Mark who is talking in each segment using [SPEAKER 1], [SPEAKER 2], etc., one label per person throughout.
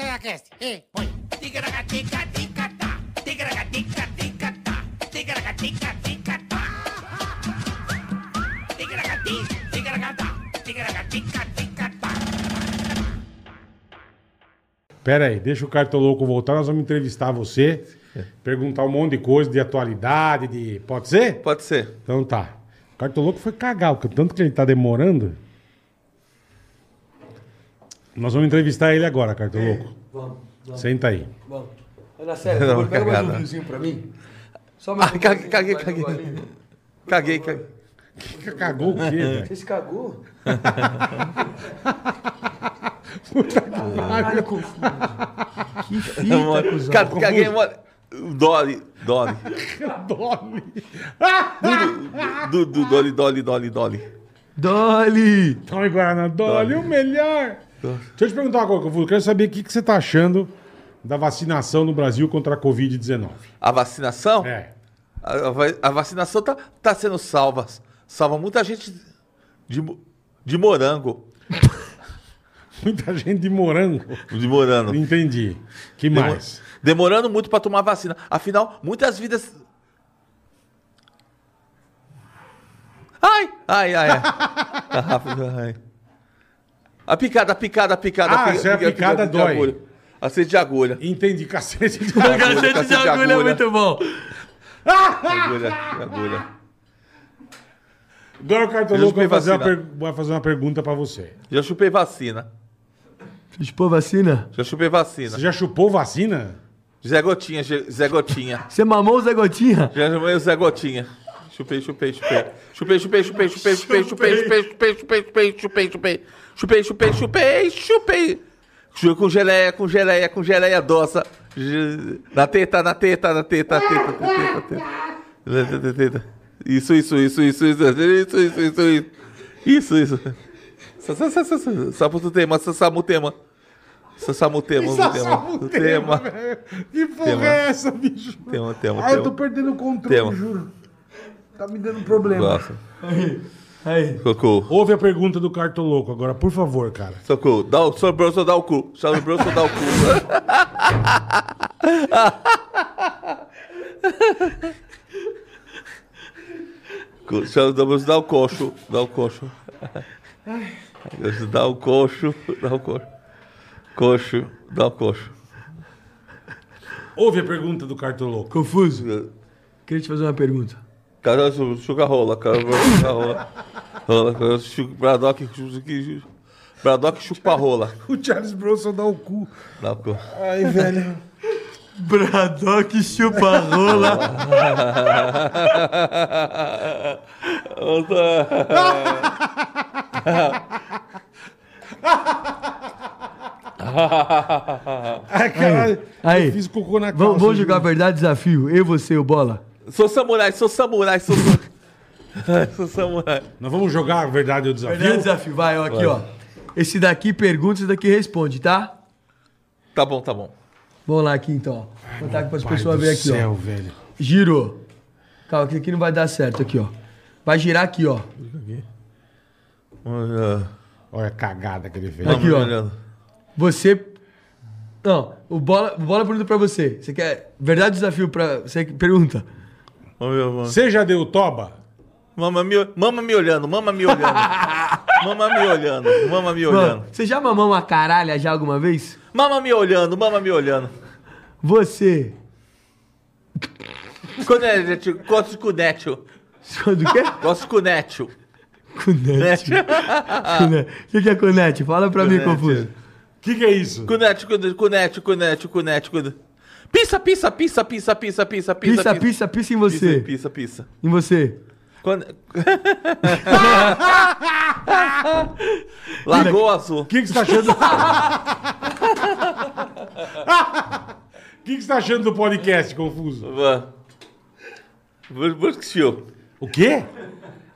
[SPEAKER 1] Ticaracast, ei, põe. Ticaracatica, ticatá. Ticaracatica, ticatá. Ticaracatica, ticatá. Ticaracati, ticaracatá. Ticaracatica, ticatá.
[SPEAKER 2] Pera aí, deixa o Cartoloco voltar, nós vamos entrevistar você, perguntar um monte de coisa de atualidade, de... Pode ser?
[SPEAKER 3] Pode ser.
[SPEAKER 2] Então tá. O Cartoloco foi cagar, o tanto que ele tá demorando. Nós vamos entrevistar ele agora, Cartoloco.
[SPEAKER 4] Vamos, vamos,
[SPEAKER 2] Senta aí.
[SPEAKER 4] vamos. Ana Célia,
[SPEAKER 3] Não,
[SPEAKER 4] amor, pega mais um
[SPEAKER 3] cagada.
[SPEAKER 4] vinhozinho pra mim. Só
[SPEAKER 3] Ah,
[SPEAKER 4] um
[SPEAKER 3] caguei, caguei,
[SPEAKER 4] mais um
[SPEAKER 3] caguei.
[SPEAKER 4] golinho.
[SPEAKER 3] Caguei,
[SPEAKER 4] Por favor.
[SPEAKER 3] caguei.
[SPEAKER 2] Cagou o quê, velho?
[SPEAKER 4] Você se cagou?
[SPEAKER 2] Puta que pariu.
[SPEAKER 4] Caralho, confuso.
[SPEAKER 3] Mole. Ca- Caguei, um mole. Um Dolly, Dolly.
[SPEAKER 2] Dole.
[SPEAKER 3] Do, do, Dolly, Dolly, Dolly, Dolly.
[SPEAKER 4] Dolly!
[SPEAKER 2] Tome Guaraná, Dole, o melhor. Deixa eu te perguntar uma coisa, Confuso. Eu quero saber o que, que você tá achando da vacinação no Brasil contra a Covid-19.
[SPEAKER 3] A vacinação?
[SPEAKER 2] É.
[SPEAKER 3] A, a va- a vacinação tá, tá sendo salva. Salva muita gente de, mo- de morango.
[SPEAKER 2] Muita gente de morango.
[SPEAKER 3] De morango.
[SPEAKER 2] Entendi. Que
[SPEAKER 3] Demo-
[SPEAKER 2] mais?
[SPEAKER 3] Demorando muito pra tomar vacina. Afinal, muitas vidas. Ai! Ai, ai, ai. Tá rápido, ai. A picada, a picada, a picada.
[SPEAKER 2] Ah,
[SPEAKER 3] pica-
[SPEAKER 2] isso é a
[SPEAKER 3] pica-
[SPEAKER 2] picada
[SPEAKER 3] de
[SPEAKER 2] dói.
[SPEAKER 3] agulha. Aceite de agulha.
[SPEAKER 2] Entendi, cacete. De...
[SPEAKER 3] Cacete de agulha é muito
[SPEAKER 4] bom.
[SPEAKER 3] Agulha, agulha.
[SPEAKER 2] Agora o
[SPEAKER 3] Eles
[SPEAKER 2] Cartoloco
[SPEAKER 3] me
[SPEAKER 2] vai fazer, uma
[SPEAKER 3] vacinam.
[SPEAKER 2] per- vai fazer uma pergunta pra você.
[SPEAKER 3] Já chupei vacina.
[SPEAKER 4] Chupou vacina?
[SPEAKER 3] Já chupei vacina.
[SPEAKER 2] Você já chupou vacina?
[SPEAKER 3] Zé Gotinha, Ge- Zé Gotinha.
[SPEAKER 4] Você mamou o Zé Gotinha?
[SPEAKER 3] Já chamei o Zé Gotinha. Chupei, chupei, chupei. Chupei, chupei, chupei, chupei, chupei, chupei, chupei, chupei, chupei, chupei, chupei, chupei, chupei, chupei, chupei. Chupei com geleia, com geleia, com geleia doça. Je- Na teta, na teta, na teta, teta, teta, teta. Na teta, teta. Isso, isso, isso, isso, isso, isso, isso, isso, isso. Isso, isso. Sa- sa- sa- sa- sa- Saputema, sa- samutema. Sa- samutema,
[SPEAKER 2] Sensacional
[SPEAKER 3] samutema.
[SPEAKER 2] o
[SPEAKER 3] um Tema,
[SPEAKER 2] velho. Que porra
[SPEAKER 3] Tema.
[SPEAKER 2] é essa, bicho?
[SPEAKER 3] tema, tema.
[SPEAKER 2] Ah, eu tô
[SPEAKER 3] tema.
[SPEAKER 2] perdendo o controle,
[SPEAKER 3] Tema.
[SPEAKER 2] juro. Tá me dando problema.
[SPEAKER 3] Nossa,
[SPEAKER 4] Aí.
[SPEAKER 3] cocô.
[SPEAKER 2] Ouve a pergunta do Cartoloco agora, por favor, cara.
[SPEAKER 3] Socorro, dá o Charles Bronson dá o cu. Charles Bronson dá o cu. Co- Charles Bronson dá o coxo, dá o coxo. Dá o coxo, dá o coxo. Coxo, dá o coxo.
[SPEAKER 2] Ouve a pergunta do Cartoloco.
[SPEAKER 4] Confuso. Queria te fazer uma pergunta.
[SPEAKER 3] Cara, su- suga rola, cara, suga rola. Rola, cara, suga- Bradock, su- que- Bradock chupa rola.
[SPEAKER 2] O Charles Bronson dá o cu.
[SPEAKER 3] Dá o coxo.
[SPEAKER 2] Ai, velho.
[SPEAKER 4] Bradock chupa rola.
[SPEAKER 2] Ai, caralho.
[SPEAKER 4] Aí.
[SPEAKER 2] Eu fiz cocô na calça.
[SPEAKER 4] Vamos, vamos
[SPEAKER 2] juro.
[SPEAKER 4] jogar verdade desafio. Eu, você e o Bola.
[SPEAKER 3] Sou samurai, sou samurai, sou samurai. sou samurai.
[SPEAKER 2] Nós vamos jogar a verdade ou desafio?
[SPEAKER 4] Verdade desafio. Vai, ó, aqui, ó. Esse daqui pergunta, esse daqui responde, tá?
[SPEAKER 3] Tá bom, tá bom.
[SPEAKER 4] Vamos lá aqui, então. ó. Contar para as
[SPEAKER 2] Pai
[SPEAKER 4] pessoas
[SPEAKER 2] do
[SPEAKER 4] verem aqui, ó.
[SPEAKER 2] céu, velho.
[SPEAKER 4] Girou. Calma, que aqui não vai dar certo aqui, ó. Vai girar aqui, ó.
[SPEAKER 2] Olha a cagada que ele fez.
[SPEAKER 4] Aqui, ó.
[SPEAKER 3] Olhando.
[SPEAKER 4] Você. Não, o bola, o bola pergunta pra você. Você quer. Verdade ou desafio pra. Você que pergunta.
[SPEAKER 2] Você já deu toba?
[SPEAKER 3] Mama me, mama me olhando, mama me olhando. mama me olhando, mama me
[SPEAKER 4] Mano,
[SPEAKER 3] olhando.
[SPEAKER 4] você já mamou uma caralha já alguma vez?
[SPEAKER 3] Mama me olhando, mama me olhando.
[SPEAKER 4] Você.
[SPEAKER 3] Conete, é, gosto de conete.
[SPEAKER 4] Do quê?
[SPEAKER 3] Gosto de conete.
[SPEAKER 4] Conete. Conete. O que que é Conete? Fala pra mim,
[SPEAKER 3] Conete.
[SPEAKER 4] confuso.
[SPEAKER 2] O que, que é isso?
[SPEAKER 3] Conete, conete, conete, conete, conete. conete. Pissa, pissa, pissa, pissa, pissa, pissa,
[SPEAKER 4] Pissa, pissa, pissa em
[SPEAKER 3] Pissa,
[SPEAKER 4] você.
[SPEAKER 3] pissa, pissa.
[SPEAKER 4] Em você.
[SPEAKER 3] Quando- Lagoa Azul.
[SPEAKER 2] O que, que você tá achando? O que, que você tá achando do podcast, Confuso?
[SPEAKER 3] Bru- Brooks Shield.
[SPEAKER 2] O quê?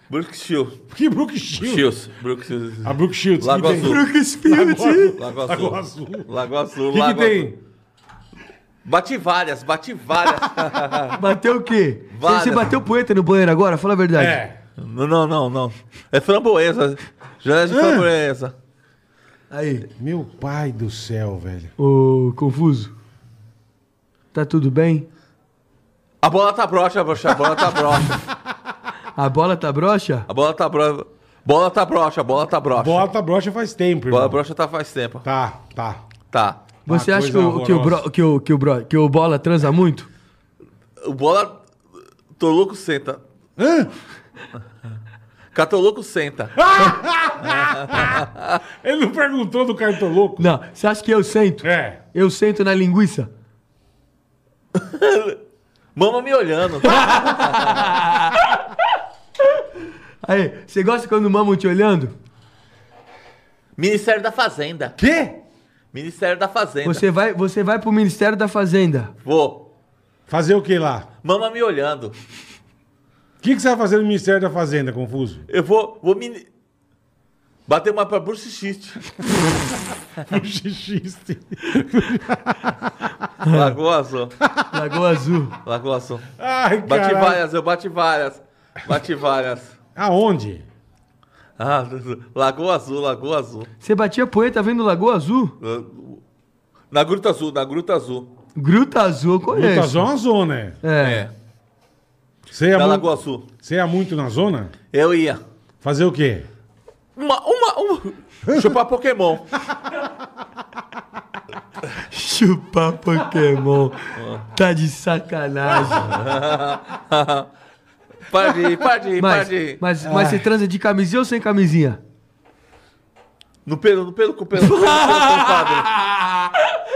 [SPEAKER 3] Brooks Shield.
[SPEAKER 2] Que Brook Shields.
[SPEAKER 3] Shields. Brooks Shields.
[SPEAKER 2] A Brook Shields.
[SPEAKER 3] Lago
[SPEAKER 2] que
[SPEAKER 3] Azul.
[SPEAKER 4] Brooke Spirit.
[SPEAKER 3] Lago
[SPEAKER 2] Tem? Lago
[SPEAKER 3] Azul.
[SPEAKER 2] Azul.
[SPEAKER 3] Lago Azul.
[SPEAKER 2] O que, que
[SPEAKER 3] Lago Azul.
[SPEAKER 2] tem?
[SPEAKER 3] Bati várias, bati várias.
[SPEAKER 4] Bateu o quê? Você- Você
[SPEAKER 3] Várias.
[SPEAKER 4] bateu poeta no banheiro agora? Fala a verdade.
[SPEAKER 2] É.
[SPEAKER 3] Ah. não, não, não, não. É framboesa. Já é de framboesa.
[SPEAKER 4] Aí.
[SPEAKER 2] Meu pai do céu, velho.
[SPEAKER 4] Ô, Confuso. Tá tudo bem?
[SPEAKER 3] A bola tá broxa, broxa. A bola tá broxa.
[SPEAKER 4] A bola tá broxa?
[SPEAKER 3] A bola tá broxa. Bola tá broxa, bola tá broxa. Bola,
[SPEAKER 2] Bota brocha faz tempo, irmão.
[SPEAKER 3] bola broxa tá faz tempo.
[SPEAKER 2] Tá, tá.
[SPEAKER 3] Tá.
[SPEAKER 4] Você
[SPEAKER 2] Ah,
[SPEAKER 4] acha que
[SPEAKER 2] coisa
[SPEAKER 4] o, que, o
[SPEAKER 2] horrorosa.
[SPEAKER 4] bro- que, o, que, o bro- que o bola transa muito?
[SPEAKER 3] O bola. Tô louco, senta.
[SPEAKER 2] Hã? Ah!
[SPEAKER 3] Catoloco senta.
[SPEAKER 2] Ele não perguntou do cartoloco?
[SPEAKER 4] Não, você acha que eu sento?
[SPEAKER 2] É.
[SPEAKER 4] Eu sento na linguiça?
[SPEAKER 3] Mama me olhando.
[SPEAKER 2] Ah!
[SPEAKER 4] Aí, você gosta quando mamam te olhando?
[SPEAKER 3] Ministério da Fazenda.
[SPEAKER 2] Quê?
[SPEAKER 3] Ministério da Fazenda.
[SPEAKER 4] Você vai, você vai pro Ministério da Fazenda.
[SPEAKER 3] Vou.
[SPEAKER 2] Fazer o que lá?
[SPEAKER 3] Mama me olhando.
[SPEAKER 2] O que, que você vai fazer no Ministério da Fazenda, Confuso?
[SPEAKER 3] Eu vou. Vou me. Bater uma pra bruxiste.
[SPEAKER 2] Xixiste.
[SPEAKER 3] Lagoa Azul.
[SPEAKER 4] Lagoa Azul.
[SPEAKER 3] Lagoa Azul.
[SPEAKER 2] Ai,
[SPEAKER 3] Bati
[SPEAKER 2] cara.
[SPEAKER 3] várias, eu bati várias. Bati várias.
[SPEAKER 2] Aonde?
[SPEAKER 3] Ah, Lagoa Azul, Lagoa Azul.
[SPEAKER 4] Você batia poeta vendo Lagoa Azul?
[SPEAKER 3] Na Gruta Azul, na Gruta Azul.
[SPEAKER 4] Gruta Azul, eu conheço.
[SPEAKER 2] Puta, zona, zona. é.
[SPEAKER 4] É.
[SPEAKER 2] Você ia,
[SPEAKER 3] Na
[SPEAKER 2] mu-
[SPEAKER 3] Lagoa Azul.
[SPEAKER 2] você ia muito na zona?
[SPEAKER 3] Eu ia.
[SPEAKER 2] Fazer o quê?
[SPEAKER 3] Uma, uma, uma. Chupar Pokémon.
[SPEAKER 4] Chupar Pokémon. Tá de sacanagem.
[SPEAKER 3] Para de ir, para de ir, para
[SPEAKER 4] Mas,
[SPEAKER 3] Tá de ir.
[SPEAKER 4] mas, mas você transa de camisinha ou sem camisinha?
[SPEAKER 3] No pelo, no pelo, com o pelo. No pelo, com o padre.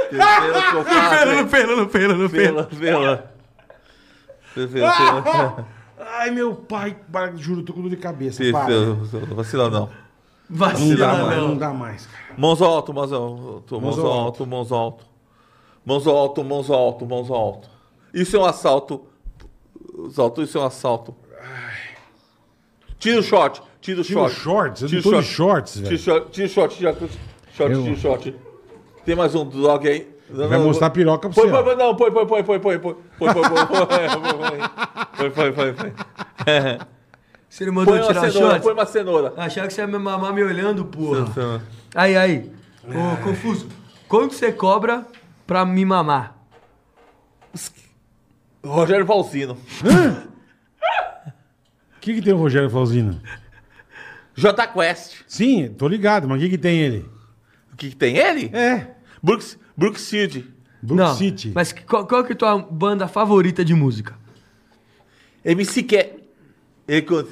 [SPEAKER 3] Pelo, com o padre.
[SPEAKER 4] pelo, no pelo, no
[SPEAKER 3] Pelo, pelo. Pelo, pelo.
[SPEAKER 2] Ai, meu pai, para- juro, tô com dor de cabeça.
[SPEAKER 3] Pelo,
[SPEAKER 2] para.
[SPEAKER 3] pelo. pelo. Vacila não.
[SPEAKER 2] Não dá
[SPEAKER 4] Vacila,
[SPEAKER 2] mais,
[SPEAKER 4] não.
[SPEAKER 2] não dá mais, cara.
[SPEAKER 3] Mãos alto, mãos alto, mãos
[SPEAKER 2] alto.
[SPEAKER 3] alto, mãos alto. Mãos alto, mãos alto, mãos alto. Isso é um assalto. Assalto, isso é um assalto. Tira o shot, tira o
[SPEAKER 2] Tira o
[SPEAKER 3] short.
[SPEAKER 2] shorts, eu
[SPEAKER 3] Tira
[SPEAKER 2] não
[SPEAKER 3] o
[SPEAKER 2] tô de
[SPEAKER 3] short.
[SPEAKER 2] shorts,
[SPEAKER 3] Tira o
[SPEAKER 2] velho.
[SPEAKER 3] short, tira o shot, tira o shot, tira o shot. Tem mais um dog aí. Não,
[SPEAKER 2] Vai
[SPEAKER 3] não,
[SPEAKER 2] mostrar a
[SPEAKER 3] põe-
[SPEAKER 2] piroca pra
[SPEAKER 3] Põe,
[SPEAKER 2] você.
[SPEAKER 3] põe,
[SPEAKER 2] ó.
[SPEAKER 3] põe, não, põe, põe, põe, põe, põe, põe, põe, põe, põe, põe, põe, põe, põe, põe, põe,
[SPEAKER 4] Você não mandou
[SPEAKER 3] põe uma
[SPEAKER 4] tirar o
[SPEAKER 3] cenoura, põe
[SPEAKER 4] shot?
[SPEAKER 3] uma cenoura.
[SPEAKER 4] Achava que você ia me mamar me olhando, porra.
[SPEAKER 2] Ah.
[SPEAKER 4] Aí, aí. Ô, Confuso. Quanto você cobra pra me mamar?
[SPEAKER 3] Rogério Valzino.
[SPEAKER 2] O que, que tem o Rogério Flauzino?
[SPEAKER 3] J Quest.
[SPEAKER 2] Sim, tô ligado, mas o que, que tem ele?
[SPEAKER 3] O que que tem ele?
[SPEAKER 2] É.
[SPEAKER 3] Brooks, Brooksfield.
[SPEAKER 2] Brook
[SPEAKER 4] não,
[SPEAKER 2] City.
[SPEAKER 4] mas que- qual, qual que é a tua banda favorita de música?
[SPEAKER 3] MC Ke... Recon-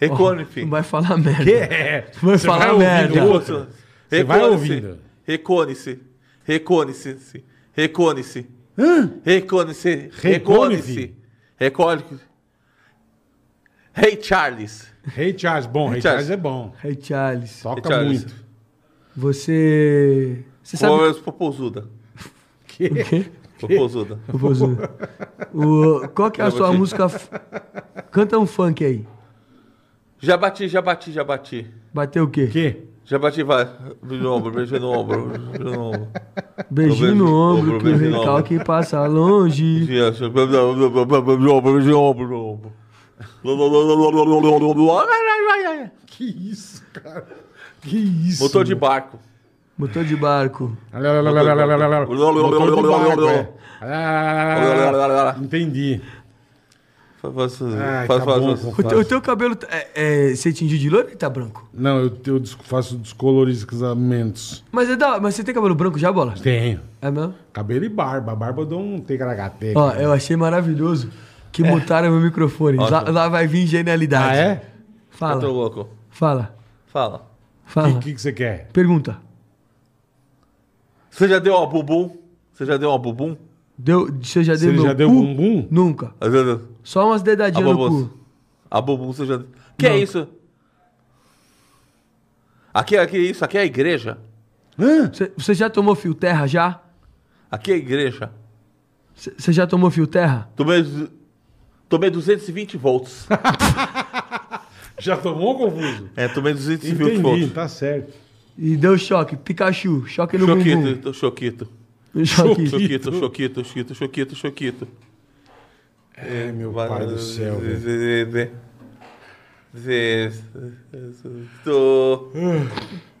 [SPEAKER 3] Reconife.
[SPEAKER 2] Oh,
[SPEAKER 4] Não vai falar merda.
[SPEAKER 2] É.
[SPEAKER 4] Vai
[SPEAKER 2] Você
[SPEAKER 4] falar
[SPEAKER 2] ouvindo
[SPEAKER 4] merda.
[SPEAKER 2] outro. Você vai ouvindo.
[SPEAKER 3] Recone-se. Recone-se. Recone-se.
[SPEAKER 2] Hã?
[SPEAKER 3] Recone-se.
[SPEAKER 2] Recone-se.
[SPEAKER 3] Recone-se. Recone-se. Hey Charles.
[SPEAKER 2] Rei Charles, bom, Rei
[SPEAKER 3] Charles.
[SPEAKER 2] Charles é bom.
[SPEAKER 4] Hey, Charles.
[SPEAKER 2] Toca
[SPEAKER 3] Ray Charles.
[SPEAKER 2] muito.
[SPEAKER 4] Você. Você sabe.
[SPEAKER 3] Flores Popozuda.
[SPEAKER 4] o quê?
[SPEAKER 3] Popozuda.
[SPEAKER 4] Ô, Bozo, o- qual que é a sua música? f- Canta um funk aí.
[SPEAKER 3] Já bati, já bati, já bati.
[SPEAKER 4] Bateu o quê?
[SPEAKER 2] Que?
[SPEAKER 3] Já bati, vai. Beijo no ombro, beijo no ombro. Beijo no ombro.
[SPEAKER 4] Beijinho
[SPEAKER 3] Tô vendo-
[SPEAKER 4] no
[SPEAKER 3] tô
[SPEAKER 4] ombro que o
[SPEAKER 3] vendo no
[SPEAKER 4] recalque passa longe.
[SPEAKER 3] Beijo no ombro, beijo no ombro, beijo no ombro.
[SPEAKER 2] Que isso, cara? Que isso?
[SPEAKER 3] Motor de barco.
[SPEAKER 4] Motor de barco.
[SPEAKER 2] Motor de barco, é. Ah, Entendi.
[SPEAKER 3] Faz,
[SPEAKER 2] Ai,
[SPEAKER 3] faz,
[SPEAKER 2] tá bom,
[SPEAKER 3] faz,
[SPEAKER 4] O,
[SPEAKER 2] confuso.
[SPEAKER 3] faz.
[SPEAKER 4] te- o teu cabelo. tá- É, é, você tingiu de loiro e tá branco?
[SPEAKER 2] Não, eu, eu des- faço descolorizamentos.
[SPEAKER 4] Mas, é da, mas você tem cabelo branco já, bola?
[SPEAKER 2] Tenho.
[SPEAKER 4] É mesmo?
[SPEAKER 2] Cabelo e barba. Barba eu dou um tecaracate.
[SPEAKER 4] Ó, eu achei maravilhoso que botaram meu microfone. Lá,
[SPEAKER 3] Ótimo.
[SPEAKER 4] lá vai
[SPEAKER 2] É.
[SPEAKER 4] vir
[SPEAKER 2] Ah,
[SPEAKER 4] genialidade.
[SPEAKER 2] é?
[SPEAKER 3] Eu tô
[SPEAKER 4] Fala,
[SPEAKER 3] louco.
[SPEAKER 4] fala,
[SPEAKER 3] Fala.
[SPEAKER 2] O
[SPEAKER 4] fala.
[SPEAKER 2] que, que você quer?
[SPEAKER 4] Pergunta.
[SPEAKER 3] Você já deu uma bumbum? Você já deu uma bumbum?
[SPEAKER 4] Deu, você já deu
[SPEAKER 2] Você
[SPEAKER 4] meu
[SPEAKER 2] já deu
[SPEAKER 4] cu?
[SPEAKER 2] bumbum?
[SPEAKER 4] Nunca.
[SPEAKER 3] Às vezes-
[SPEAKER 4] Só umas
[SPEAKER 3] A
[SPEAKER 4] dedadinhas no
[SPEAKER 3] bumbum.
[SPEAKER 4] cu.
[SPEAKER 3] A bumbum você já. Que é isso? Aqui, aqui é isso, aqui é a igreja.
[SPEAKER 2] Hã?
[SPEAKER 4] Você- Você já tomou fio terra já?
[SPEAKER 3] Aqui é a igreja.
[SPEAKER 4] C- Você já tomou fio terra?
[SPEAKER 3] Tomei, tomei 220 volts.
[SPEAKER 2] Já tomou, Confuso?
[SPEAKER 3] É, tomei 220
[SPEAKER 2] Entendi,
[SPEAKER 3] volts.
[SPEAKER 2] tá certo.
[SPEAKER 4] E deu choque. Pikachu, choque no bumbum.
[SPEAKER 3] Choquito, então, choquito.
[SPEAKER 4] Choque.
[SPEAKER 3] Choquito, choquito, choquito, choquito, choquito.
[SPEAKER 2] É, meu pai do céu. velho.
[SPEAKER 3] Sexto.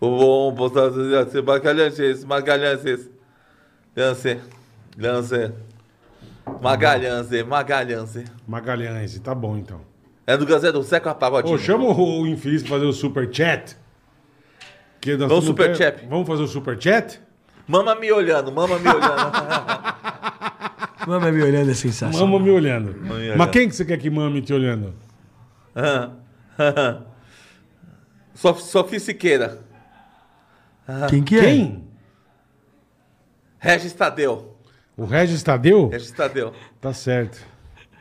[SPEAKER 3] O bom postado Magalhães, Magalhães. Lance, lance. Magalhães, Magalhães.
[SPEAKER 2] Magalhães, tá bom então.
[SPEAKER 3] É do Gazé do Seco Pagodinho.
[SPEAKER 2] Ô, chama o, o infeliz pra fazer o super chat. Que nós temos
[SPEAKER 3] Vamos super
[SPEAKER 2] até-
[SPEAKER 3] chat.
[SPEAKER 2] Vamos fazer o super chat?
[SPEAKER 3] Mama me olhando, mama me olhando.
[SPEAKER 4] Mama me olhando é sensacional.
[SPEAKER 2] Mama me olhando.
[SPEAKER 3] olhando.
[SPEAKER 2] Mas quem que você quer que mame te olhando?
[SPEAKER 3] Ah, Sof- Sofia Siqueira.
[SPEAKER 4] Quem que é?
[SPEAKER 2] Quem?
[SPEAKER 3] Regis Tadeu.
[SPEAKER 2] O Regis Tadeu?
[SPEAKER 3] Regis É Tadeu.
[SPEAKER 2] Tá certo.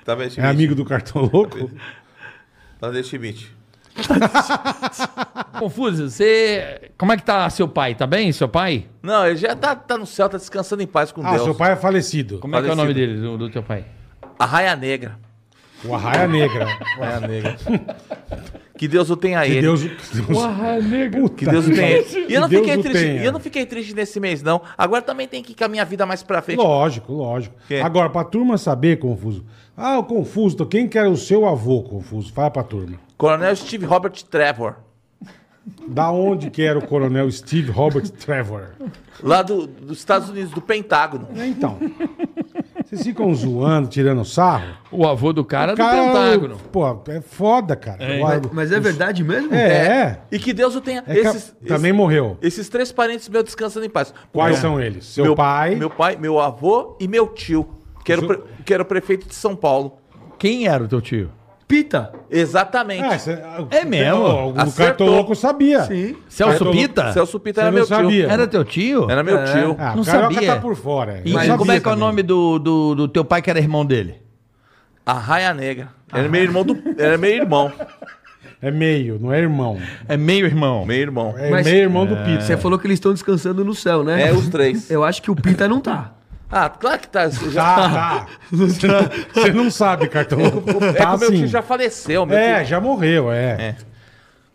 [SPEAKER 3] Também Schmidt.
[SPEAKER 2] É amigo do cartão louco?
[SPEAKER 3] Tadeu Schmidt.
[SPEAKER 5] Confuso, você. Como é que tá seu pai? Tá bem, seu pai?
[SPEAKER 3] Não, ele já tá, tá no céu, tá descansando em paz com
[SPEAKER 2] Ah,
[SPEAKER 3] Deus.
[SPEAKER 2] seu pai é falecido.
[SPEAKER 5] Como é que é o
[SPEAKER 3] Falecido.
[SPEAKER 5] nome dele, do, do teu pai?
[SPEAKER 3] Arraia Negra.
[SPEAKER 2] O Arraia Negra.
[SPEAKER 3] Arraia Negra. que Deus o tenha
[SPEAKER 2] Que
[SPEAKER 3] ele.
[SPEAKER 2] Deus. Deus
[SPEAKER 5] Porra, nega.
[SPEAKER 2] Puta
[SPEAKER 3] Que Deus o tenha ele. E eu não,
[SPEAKER 2] Que Deus
[SPEAKER 3] fiquei
[SPEAKER 2] o
[SPEAKER 3] triste,
[SPEAKER 2] tenha.
[SPEAKER 3] e eu não fiquei triste nesse mês, não. Agora também tem que ir com a minha vida mais pra frente.
[SPEAKER 2] Lógico, lógico.
[SPEAKER 3] Que?
[SPEAKER 2] Agora, pra turma saber, Confuso. Ah, o Confuso, então, quem que era o seu avô, Confuso? Fala pra turma.
[SPEAKER 3] Coronel Steve Robert Trevor.
[SPEAKER 2] Da onde que era o coronel Steve Robert Trevor?
[SPEAKER 3] Lá do- dos Estados Unidos, do Pentágono.
[SPEAKER 2] É, Então. Vocês ficam zoando, tirando sarro.
[SPEAKER 5] O avô do cara é do
[SPEAKER 2] Cara,
[SPEAKER 5] Pentágono.
[SPEAKER 2] Pô, é foda, cara. É,
[SPEAKER 4] Mas é verdade mesmo?
[SPEAKER 2] é. é.
[SPEAKER 3] E que Deus o tenha.
[SPEAKER 2] É que
[SPEAKER 3] esses,
[SPEAKER 2] a- também morreu.
[SPEAKER 3] esses, esses três parentes meus descansando em paz.
[SPEAKER 2] Quais
[SPEAKER 3] Meu-
[SPEAKER 2] são eles? Seu pai.
[SPEAKER 3] Meu pai, meu avô e meu tio, que era, o pre- que era o prefeito de São Paulo.
[SPEAKER 5] Quem era o teu tio?
[SPEAKER 4] Pita.
[SPEAKER 3] Exatamente.
[SPEAKER 2] É, cê-
[SPEAKER 5] É mesmo?
[SPEAKER 2] O, o
[SPEAKER 3] Acertou.
[SPEAKER 2] cartoloco sabia.
[SPEAKER 4] Sim.
[SPEAKER 5] Celso
[SPEAKER 2] Cartolo-
[SPEAKER 5] Pita?
[SPEAKER 3] Celso Pita
[SPEAKER 2] Você
[SPEAKER 3] era
[SPEAKER 2] não
[SPEAKER 3] meu
[SPEAKER 2] sabia.
[SPEAKER 3] tio.
[SPEAKER 5] Era teu tio?
[SPEAKER 3] Era meu tio.
[SPEAKER 2] Ah,
[SPEAKER 5] Não
[SPEAKER 2] o carioca
[SPEAKER 5] sabia.
[SPEAKER 2] tá por fora.
[SPEAKER 5] E
[SPEAKER 2] Eu
[SPEAKER 5] como
[SPEAKER 2] sabia
[SPEAKER 5] é que é o
[SPEAKER 2] também.
[SPEAKER 5] nome do, do, do teu pai que era irmão dele?
[SPEAKER 3] Arraia Negra. Era meu irmão do. Era meu irmão.
[SPEAKER 2] É meio, não é irmão.
[SPEAKER 5] É meio irmão.
[SPEAKER 3] Meu irmão.
[SPEAKER 2] É
[SPEAKER 4] Mas-
[SPEAKER 2] meio irmão do Pita.
[SPEAKER 4] Você falou que eles estão descansando no céu, né?
[SPEAKER 3] É os três.
[SPEAKER 4] Eu acho que o Pita não tá.
[SPEAKER 3] Ah, claro que tá. eu Já,
[SPEAKER 2] Tá, tá. Você não- Você não sabe, cartoloco.
[SPEAKER 3] é que
[SPEAKER 2] Tá
[SPEAKER 3] o meu
[SPEAKER 2] assim.
[SPEAKER 3] tio já faleceu. Meu
[SPEAKER 2] É,
[SPEAKER 3] tio-
[SPEAKER 2] já morreu, é.
[SPEAKER 3] É.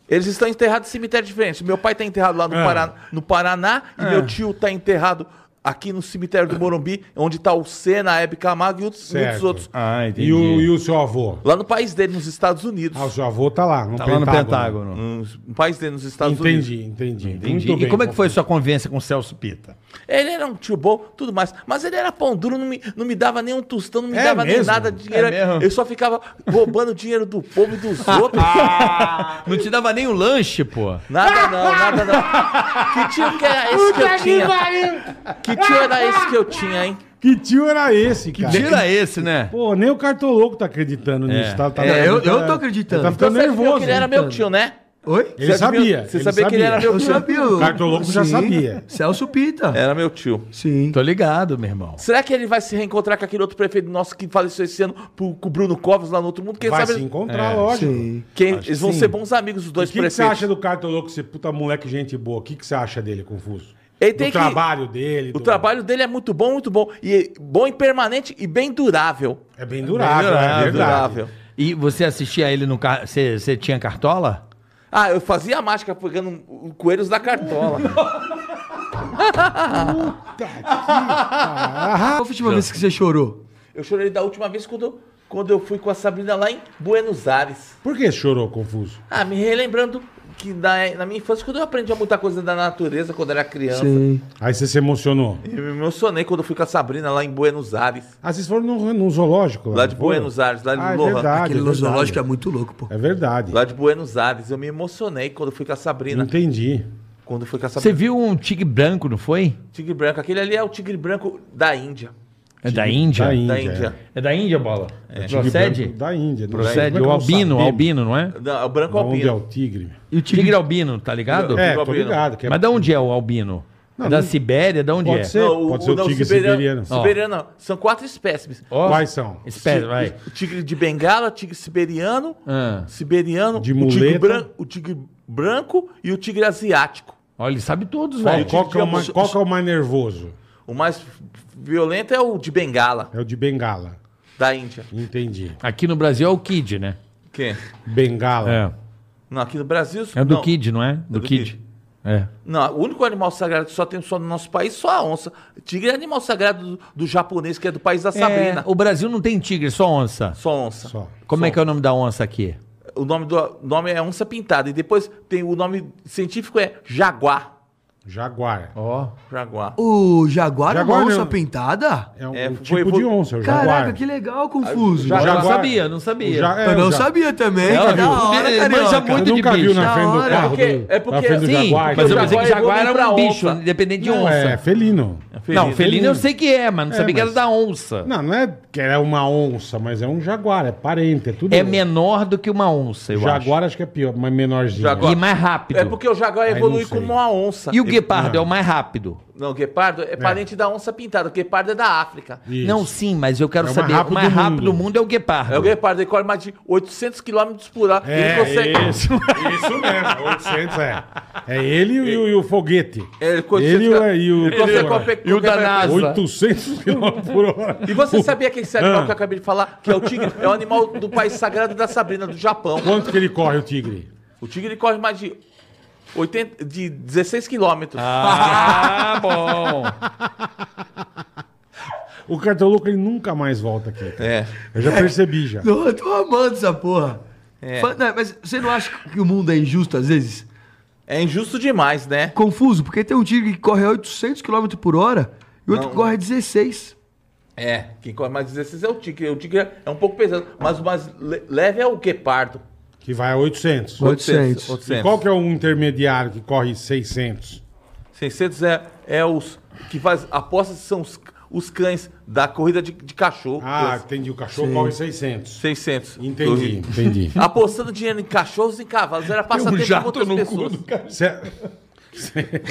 [SPEAKER 3] Eles estão enterrados em cemitério diferente. Meu pai tá enterrado lá no,
[SPEAKER 2] É.
[SPEAKER 3] Pará- no Paraná e meu tio tá enterrado aqui no cemitério do Morumbi, onde tá o Senna, a Hebe Camargo e outros,
[SPEAKER 2] Certo.
[SPEAKER 3] muitos outros.
[SPEAKER 5] Ah, entendi.
[SPEAKER 2] E, o, e o seu avô?
[SPEAKER 3] Lá no país dele, nos Estados Unidos.
[SPEAKER 2] Ah, o seu avô tá lá, no
[SPEAKER 5] Tá lá
[SPEAKER 2] Pentágono.
[SPEAKER 5] no Pentágono.
[SPEAKER 3] Nos- No país dele, nos Estados Unidos.
[SPEAKER 2] Entendi, entendi.
[SPEAKER 5] Entendi.
[SPEAKER 2] Muito bem.
[SPEAKER 5] e como é que foi sua convivência com o Celso Pita?
[SPEAKER 3] Ele era um tio bom, tudo mais. Mas ele era pão duro, não me, não me dava nenhum tostão, não me
[SPEAKER 2] É
[SPEAKER 3] dava nem
[SPEAKER 2] mesmo?
[SPEAKER 3] nada de dinheiro.
[SPEAKER 5] É mesmo?
[SPEAKER 3] eu só ficava roubando dinheiro do povo e dos outros.
[SPEAKER 5] Não te dava nem o lanche, pô.
[SPEAKER 3] nada não, nada não. Que tio que era esse que eu tinha? Que tio era esse que eu tinha, hein?
[SPEAKER 2] Que tio era esse, cara?
[SPEAKER 5] Tira esse, né?
[SPEAKER 2] Pô, nem o cartoloco tá acreditando nisso. Tá, tá-
[SPEAKER 4] É, eu-
[SPEAKER 2] tá-
[SPEAKER 4] eu tô acreditando.
[SPEAKER 2] Tá
[SPEAKER 4] Então
[SPEAKER 2] ficando
[SPEAKER 3] Você adivinhou
[SPEAKER 2] nervoso.
[SPEAKER 3] que ele era meu tio, né?
[SPEAKER 4] Oi?
[SPEAKER 2] Ele
[SPEAKER 3] Você adivinhou-
[SPEAKER 2] sabia.
[SPEAKER 3] Você sabia que ele era meu
[SPEAKER 4] Eu
[SPEAKER 2] é
[SPEAKER 3] tio?
[SPEAKER 4] sabia. O
[SPEAKER 2] Cartoloco já sabia. É. Então,
[SPEAKER 4] Celso Pita.
[SPEAKER 3] Era meu tio.
[SPEAKER 4] Sim.
[SPEAKER 5] Tô ligado, meu irmão.
[SPEAKER 3] Será que ele vai se reencontrar com aquele outro prefeito nosso que faleceu esse ano pro- com o Bruno Covas lá no outro mundo? Quem
[SPEAKER 2] Vai
[SPEAKER 3] sabe
[SPEAKER 2] se encontrar,
[SPEAKER 5] É,
[SPEAKER 2] lógico.
[SPEAKER 4] Sim.
[SPEAKER 3] que eles vão
[SPEAKER 2] sim.
[SPEAKER 3] ser bons amigos, os
[SPEAKER 2] E O
[SPEAKER 3] dois
[SPEAKER 2] que, que você
[SPEAKER 3] prefeitos.
[SPEAKER 2] acha do cartoloco, esse puta moleque gente boa? O que, que você acha dele, Confuso?
[SPEAKER 3] Ele
[SPEAKER 2] do
[SPEAKER 3] tem que-
[SPEAKER 2] trabalho dele.
[SPEAKER 3] O
[SPEAKER 2] do-
[SPEAKER 3] trabalho dele é muito bom, muito bom. E bom e permanente e bem durável.
[SPEAKER 2] É bem durável,
[SPEAKER 5] É bem
[SPEAKER 2] é
[SPEAKER 5] durável,
[SPEAKER 2] verdade.
[SPEAKER 3] Durável.
[SPEAKER 5] E você assistia ele no carro? Você você tinha cartola?
[SPEAKER 3] Ah, eu fazia a mágica pegando o- coelhos da cartola.
[SPEAKER 4] Qual foi a última vez que você chorou?
[SPEAKER 3] Eu chorei da última vez quando, quando eu fui com a Sabrina lá em Buenos Aires.
[SPEAKER 2] Por que chorou, Confuso?
[SPEAKER 3] Ah, me relembrando que da- na minha infância, quando eu aprendi muita coisa da natureza quando era criança.
[SPEAKER 4] Sim.
[SPEAKER 2] Aí você se emocionou.
[SPEAKER 3] Eu me emocionei quando eu fui com a Sabrina lá em Buenos Aires.
[SPEAKER 2] Ah, vocês foram no, no zoológico lá?
[SPEAKER 3] Lá de
[SPEAKER 2] não foram?
[SPEAKER 3] Buenos Aires, lá de
[SPEAKER 2] ah, é
[SPEAKER 3] Lohan.
[SPEAKER 2] verdade,
[SPEAKER 4] Aquele
[SPEAKER 2] é
[SPEAKER 4] é
[SPEAKER 2] verdade.
[SPEAKER 4] zoológico é muito louco, pô.
[SPEAKER 2] É verdade.
[SPEAKER 3] Lá de Buenos Aires. Eu me emocionei quando eu fui com a Sabrina.
[SPEAKER 2] Hum. Entendi.
[SPEAKER 3] Quando eu fui com a
[SPEAKER 5] Você
[SPEAKER 2] Tá
[SPEAKER 3] Sabrina.
[SPEAKER 5] viu um tigre branco, não foi?
[SPEAKER 3] Tigre branco. Aquele ali é o tigre branco da Índia.
[SPEAKER 5] É da Índia?
[SPEAKER 2] Da Índia.
[SPEAKER 3] Da Índia.
[SPEAKER 5] É da Índia, bola?
[SPEAKER 2] Tigre
[SPEAKER 5] Procede?
[SPEAKER 2] branco Da Índia. não sei
[SPEAKER 5] Procede. O
[SPEAKER 2] como é que eu não
[SPEAKER 5] albino,
[SPEAKER 2] sabia.
[SPEAKER 5] albino, não é?
[SPEAKER 3] Não, é o branco
[SPEAKER 2] Da Onde é o
[SPEAKER 3] albino.
[SPEAKER 2] tigre?
[SPEAKER 4] E o
[SPEAKER 5] Tigre albino, tá ligado?
[SPEAKER 3] É,
[SPEAKER 2] É,
[SPEAKER 3] tô
[SPEAKER 2] tô
[SPEAKER 3] albino.
[SPEAKER 2] ligado. Que é...
[SPEAKER 5] Mas da onde é o albino?
[SPEAKER 2] Não,
[SPEAKER 5] é da
[SPEAKER 2] não-
[SPEAKER 5] Sibéria? Da onde
[SPEAKER 2] Pode
[SPEAKER 5] é?
[SPEAKER 2] ser. Pode ser o tigre siberiano.
[SPEAKER 5] Ó.
[SPEAKER 3] Siberiano, não. São quatro espécies.
[SPEAKER 5] Ó,
[SPEAKER 2] Quais são?
[SPEAKER 5] Espera, vai.
[SPEAKER 3] O tigre de bengala, tigre siberiano,
[SPEAKER 5] Ah,
[SPEAKER 3] siberiano,
[SPEAKER 2] De
[SPEAKER 3] o, tigre
[SPEAKER 2] muleta.
[SPEAKER 3] branco, o tigre branco e o tigre asiático.
[SPEAKER 5] olha, ele sabe todos,
[SPEAKER 2] Qual,
[SPEAKER 5] velho.
[SPEAKER 2] qual que é o mais,
[SPEAKER 3] digamos,
[SPEAKER 2] qual que é o mais nervoso?
[SPEAKER 3] O mais violento é o de bengala,
[SPEAKER 2] É o de Bengala.
[SPEAKER 3] da Índia.
[SPEAKER 2] Entendi.
[SPEAKER 5] Aqui no Brasil é o Kid, né?
[SPEAKER 3] Quem?
[SPEAKER 2] Bengala.
[SPEAKER 3] Não, aqui no Brasil.
[SPEAKER 5] É do
[SPEAKER 3] não.
[SPEAKER 5] Kid, não é? Do,
[SPEAKER 3] do
[SPEAKER 5] Kid.
[SPEAKER 3] Kid.
[SPEAKER 5] É.
[SPEAKER 3] Não, o único animal sagrado que só tem só no nosso país só a onça. Tigre é animal sagrado do, do japonês, que é do país da Sabrina.
[SPEAKER 5] É, o Brasil não tem tigre, só onça.
[SPEAKER 3] Só onça.
[SPEAKER 2] Só.
[SPEAKER 5] Como é que é o nome da onça aqui?
[SPEAKER 3] O nome, do, o nome é onça pintada. E depois tem o nome científico é jaguar.
[SPEAKER 2] Jaguar.
[SPEAKER 5] Ó.
[SPEAKER 3] Jaguar.
[SPEAKER 4] O jaguar, é
[SPEAKER 2] Jaguar
[SPEAKER 4] uma onça
[SPEAKER 2] não.
[SPEAKER 4] pintada?
[SPEAKER 2] É um
[SPEAKER 3] É,
[SPEAKER 2] um
[SPEAKER 3] foi-
[SPEAKER 2] tipo
[SPEAKER 3] foi-
[SPEAKER 2] de onça, o jaguar.
[SPEAKER 4] Caraca, que legal, Confuso.
[SPEAKER 2] já-
[SPEAKER 5] Eu
[SPEAKER 2] Jaguar.
[SPEAKER 5] não sabia, não
[SPEAKER 2] O
[SPEAKER 5] sabia.
[SPEAKER 2] ja- é,
[SPEAKER 4] eu
[SPEAKER 2] o
[SPEAKER 4] não
[SPEAKER 2] ja-
[SPEAKER 4] sabia também.
[SPEAKER 5] Ela
[SPEAKER 4] que da
[SPEAKER 5] viu.
[SPEAKER 4] hora,
[SPEAKER 5] Ele
[SPEAKER 4] carioca.
[SPEAKER 5] manja muito
[SPEAKER 2] Eu
[SPEAKER 5] de
[SPEAKER 2] nunca vi
[SPEAKER 5] bicho.
[SPEAKER 2] na
[SPEAKER 4] Da
[SPEAKER 2] frente do
[SPEAKER 4] hora.
[SPEAKER 2] carro. do,
[SPEAKER 3] É porque- é porque
[SPEAKER 2] na frente do
[SPEAKER 3] assim,
[SPEAKER 5] Sim,
[SPEAKER 2] jaguar. é
[SPEAKER 5] mas eu
[SPEAKER 2] que-
[SPEAKER 5] pensei que
[SPEAKER 3] Jaguar
[SPEAKER 5] jaguar
[SPEAKER 3] evolui
[SPEAKER 5] era
[SPEAKER 3] pra
[SPEAKER 5] um
[SPEAKER 3] onça.
[SPEAKER 5] bicho, independente de
[SPEAKER 2] Não,
[SPEAKER 5] onça.
[SPEAKER 2] É, felino.
[SPEAKER 5] Não, felino eu
[SPEAKER 2] felino.
[SPEAKER 5] sei que é, mas não
[SPEAKER 2] É,
[SPEAKER 5] sabia que era
[SPEAKER 2] mas-
[SPEAKER 5] da onça.
[SPEAKER 2] Não, não é que é uma onça, mas é um jaguar, é parente, é tudo.
[SPEAKER 5] É menor do que uma onça, eu
[SPEAKER 2] Jaguar acho. que é pior, mas menorzinho.
[SPEAKER 5] acho.
[SPEAKER 3] Jaguar.
[SPEAKER 5] E mais rápido.
[SPEAKER 3] É porque o jaguar
[SPEAKER 2] não
[SPEAKER 3] evolui
[SPEAKER 2] sei.
[SPEAKER 3] como uma onça.
[SPEAKER 5] E o
[SPEAKER 2] ah.
[SPEAKER 5] guepardo é o mais rápido.
[SPEAKER 3] Não, o guepardo é parente da onça pintada. O guepardo é da África.
[SPEAKER 2] Isso.
[SPEAKER 5] Não, sim, mas eu quero
[SPEAKER 2] É o mais
[SPEAKER 5] saber.
[SPEAKER 2] rápido
[SPEAKER 5] o mais
[SPEAKER 2] do
[SPEAKER 5] rápido do
[SPEAKER 2] mundo.
[SPEAKER 5] mundo é o guepardo.
[SPEAKER 3] É o guepardo, ele corre mais de 800 km por hora.
[SPEAKER 2] É,
[SPEAKER 3] ele consegue.
[SPEAKER 2] isso, isso mesmo, 800 é. É ele e, o, e o foguete.
[SPEAKER 3] É, ele consegue-
[SPEAKER 2] ele e o- e o...
[SPEAKER 3] ele consegue
[SPEAKER 2] Agora,
[SPEAKER 3] qualquer-
[SPEAKER 5] E o da
[SPEAKER 3] qualquer-
[SPEAKER 5] NASA.
[SPEAKER 2] 800 km por hora.
[SPEAKER 3] E você
[SPEAKER 2] O-
[SPEAKER 3] sabia que esse animal
[SPEAKER 2] Ah.
[SPEAKER 3] que eu acabei de falar, que é o tigre, é o animal do país sagrado da Sabrina, do Japão.
[SPEAKER 2] Quanto que ele corre, o tigre?
[SPEAKER 3] O tigre ele corre mais de 80, de 16 quilômetros.
[SPEAKER 5] Ah, bom.
[SPEAKER 2] O cartoluco ele nunca mais volta aqui. cara.
[SPEAKER 3] É.
[SPEAKER 2] Eu já percebi já.
[SPEAKER 4] Não, eu tô amando essa porra.
[SPEAKER 5] É.
[SPEAKER 4] Fa- não, mas você não acha que o mundo é injusto às vezes?
[SPEAKER 3] É injusto demais, né?
[SPEAKER 4] Confuso, porque tem um tigre que corre a 800 km por hora e outro que corre a 16.
[SPEAKER 3] É. Quem corre mais de 16 é o tigre. O tigre é um pouco pesado, mas o mais le- leve é o guepardo.
[SPEAKER 2] Que vai a 800.
[SPEAKER 4] 800.
[SPEAKER 3] 800.
[SPEAKER 2] E qual que é um intermediário que corre 600?
[SPEAKER 3] 600 é, é os que faz apostas são os, os cães da corrida de, de cachorro.
[SPEAKER 2] Ah,
[SPEAKER 3] Os
[SPEAKER 2] entendi. O cachorro corre 600.
[SPEAKER 3] 600.
[SPEAKER 2] Entendi, entendi.
[SPEAKER 3] Apostando dinheiro em cachorros e em cavalos. Era passatempo de outras pessoas.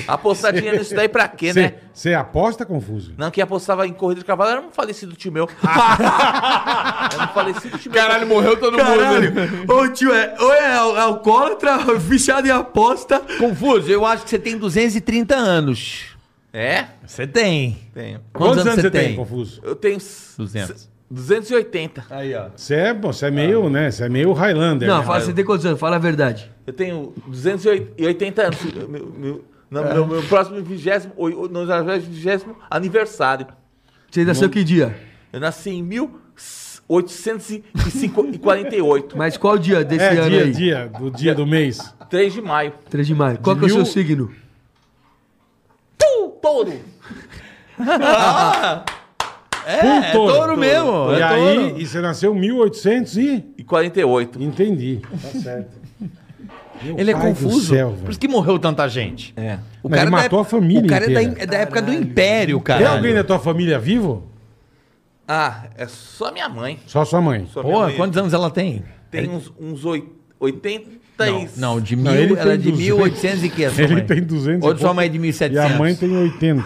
[SPEAKER 3] Apostar dinheiro nisso daí pra quê, né?
[SPEAKER 2] Você aposta, Confuso?
[SPEAKER 3] Não, quem apostava em corrida de cavalo era um falecido tio meu. era um falecido tio meu.
[SPEAKER 6] Caralho, morreu todo
[SPEAKER 4] Caralho,
[SPEAKER 6] mundo.
[SPEAKER 4] ou tio é, ou é al- alcoólatra, viciado em aposta.
[SPEAKER 5] Confuso, eu acho que você tem 230 anos.
[SPEAKER 3] É?
[SPEAKER 5] Você tem.
[SPEAKER 3] Tenho.
[SPEAKER 5] Quantos, anos você tem?
[SPEAKER 2] Confuso?
[SPEAKER 3] Eu tenho...
[SPEAKER 5] 200.
[SPEAKER 3] 280.
[SPEAKER 6] Aí, ó.
[SPEAKER 2] Você é, bom, você é
[SPEAKER 3] Ah.
[SPEAKER 2] meio, né? Você é meio Highlander.
[SPEAKER 4] Não,
[SPEAKER 2] né?
[SPEAKER 4] fala, você tem quantos anos? Fala a verdade.
[SPEAKER 3] Eu tenho 280 anos. Meu, meu, no meu, meu próximo vigésimo, oi- oi- no 90º aniversário.
[SPEAKER 4] Você nasceu que dia?
[SPEAKER 3] Eu nasci em 1848,
[SPEAKER 4] Mas qual dia desse
[SPEAKER 2] É,
[SPEAKER 4] ano
[SPEAKER 2] dia,
[SPEAKER 4] aí?
[SPEAKER 2] dia, do dia do mês.
[SPEAKER 3] 3 de maio.
[SPEAKER 4] 3 de maio. Qual
[SPEAKER 2] De
[SPEAKER 4] que é o seu
[SPEAKER 2] mil-
[SPEAKER 4] signo?
[SPEAKER 3] Tu, touro!
[SPEAKER 2] É,
[SPEAKER 5] touro mesmo,
[SPEAKER 2] E
[SPEAKER 5] é
[SPEAKER 2] aí,
[SPEAKER 5] touro.
[SPEAKER 2] e você nasceu em 1800 e...
[SPEAKER 3] E 48.
[SPEAKER 2] Entendi. Tá certo. Meu
[SPEAKER 5] Ele é
[SPEAKER 2] pai do
[SPEAKER 5] confuso.
[SPEAKER 2] céu,
[SPEAKER 5] Por
[SPEAKER 2] velho.
[SPEAKER 5] isso que morreu tanta gente.
[SPEAKER 3] É.
[SPEAKER 5] O
[SPEAKER 2] Mas ele
[SPEAKER 5] é da
[SPEAKER 2] matou
[SPEAKER 5] ép-
[SPEAKER 2] a família
[SPEAKER 5] O cara é da,
[SPEAKER 2] inteira.
[SPEAKER 5] é da época do Império,
[SPEAKER 2] Tem
[SPEAKER 5] cara.
[SPEAKER 2] alguém da tua família vivo?
[SPEAKER 3] Ah, é só minha mãe.
[SPEAKER 2] Só sua mãe.
[SPEAKER 3] Só minha
[SPEAKER 5] Pô,
[SPEAKER 3] mãe.
[SPEAKER 5] quantos anos ela tem?
[SPEAKER 3] Tem uns, uns oit- 80 e...
[SPEAKER 5] Não, de
[SPEAKER 2] Não,
[SPEAKER 5] mil,
[SPEAKER 2] ele
[SPEAKER 5] ela é
[SPEAKER 2] tem
[SPEAKER 5] de
[SPEAKER 2] 200.
[SPEAKER 5] 1800 e que a sua
[SPEAKER 2] Ele
[SPEAKER 5] mãe?
[SPEAKER 2] tem 200 e
[SPEAKER 5] Ou de sua
[SPEAKER 2] pouco.
[SPEAKER 5] mãe é de
[SPEAKER 2] E
[SPEAKER 5] 1700?
[SPEAKER 2] a mãe tem 80.
[SPEAKER 3] Minha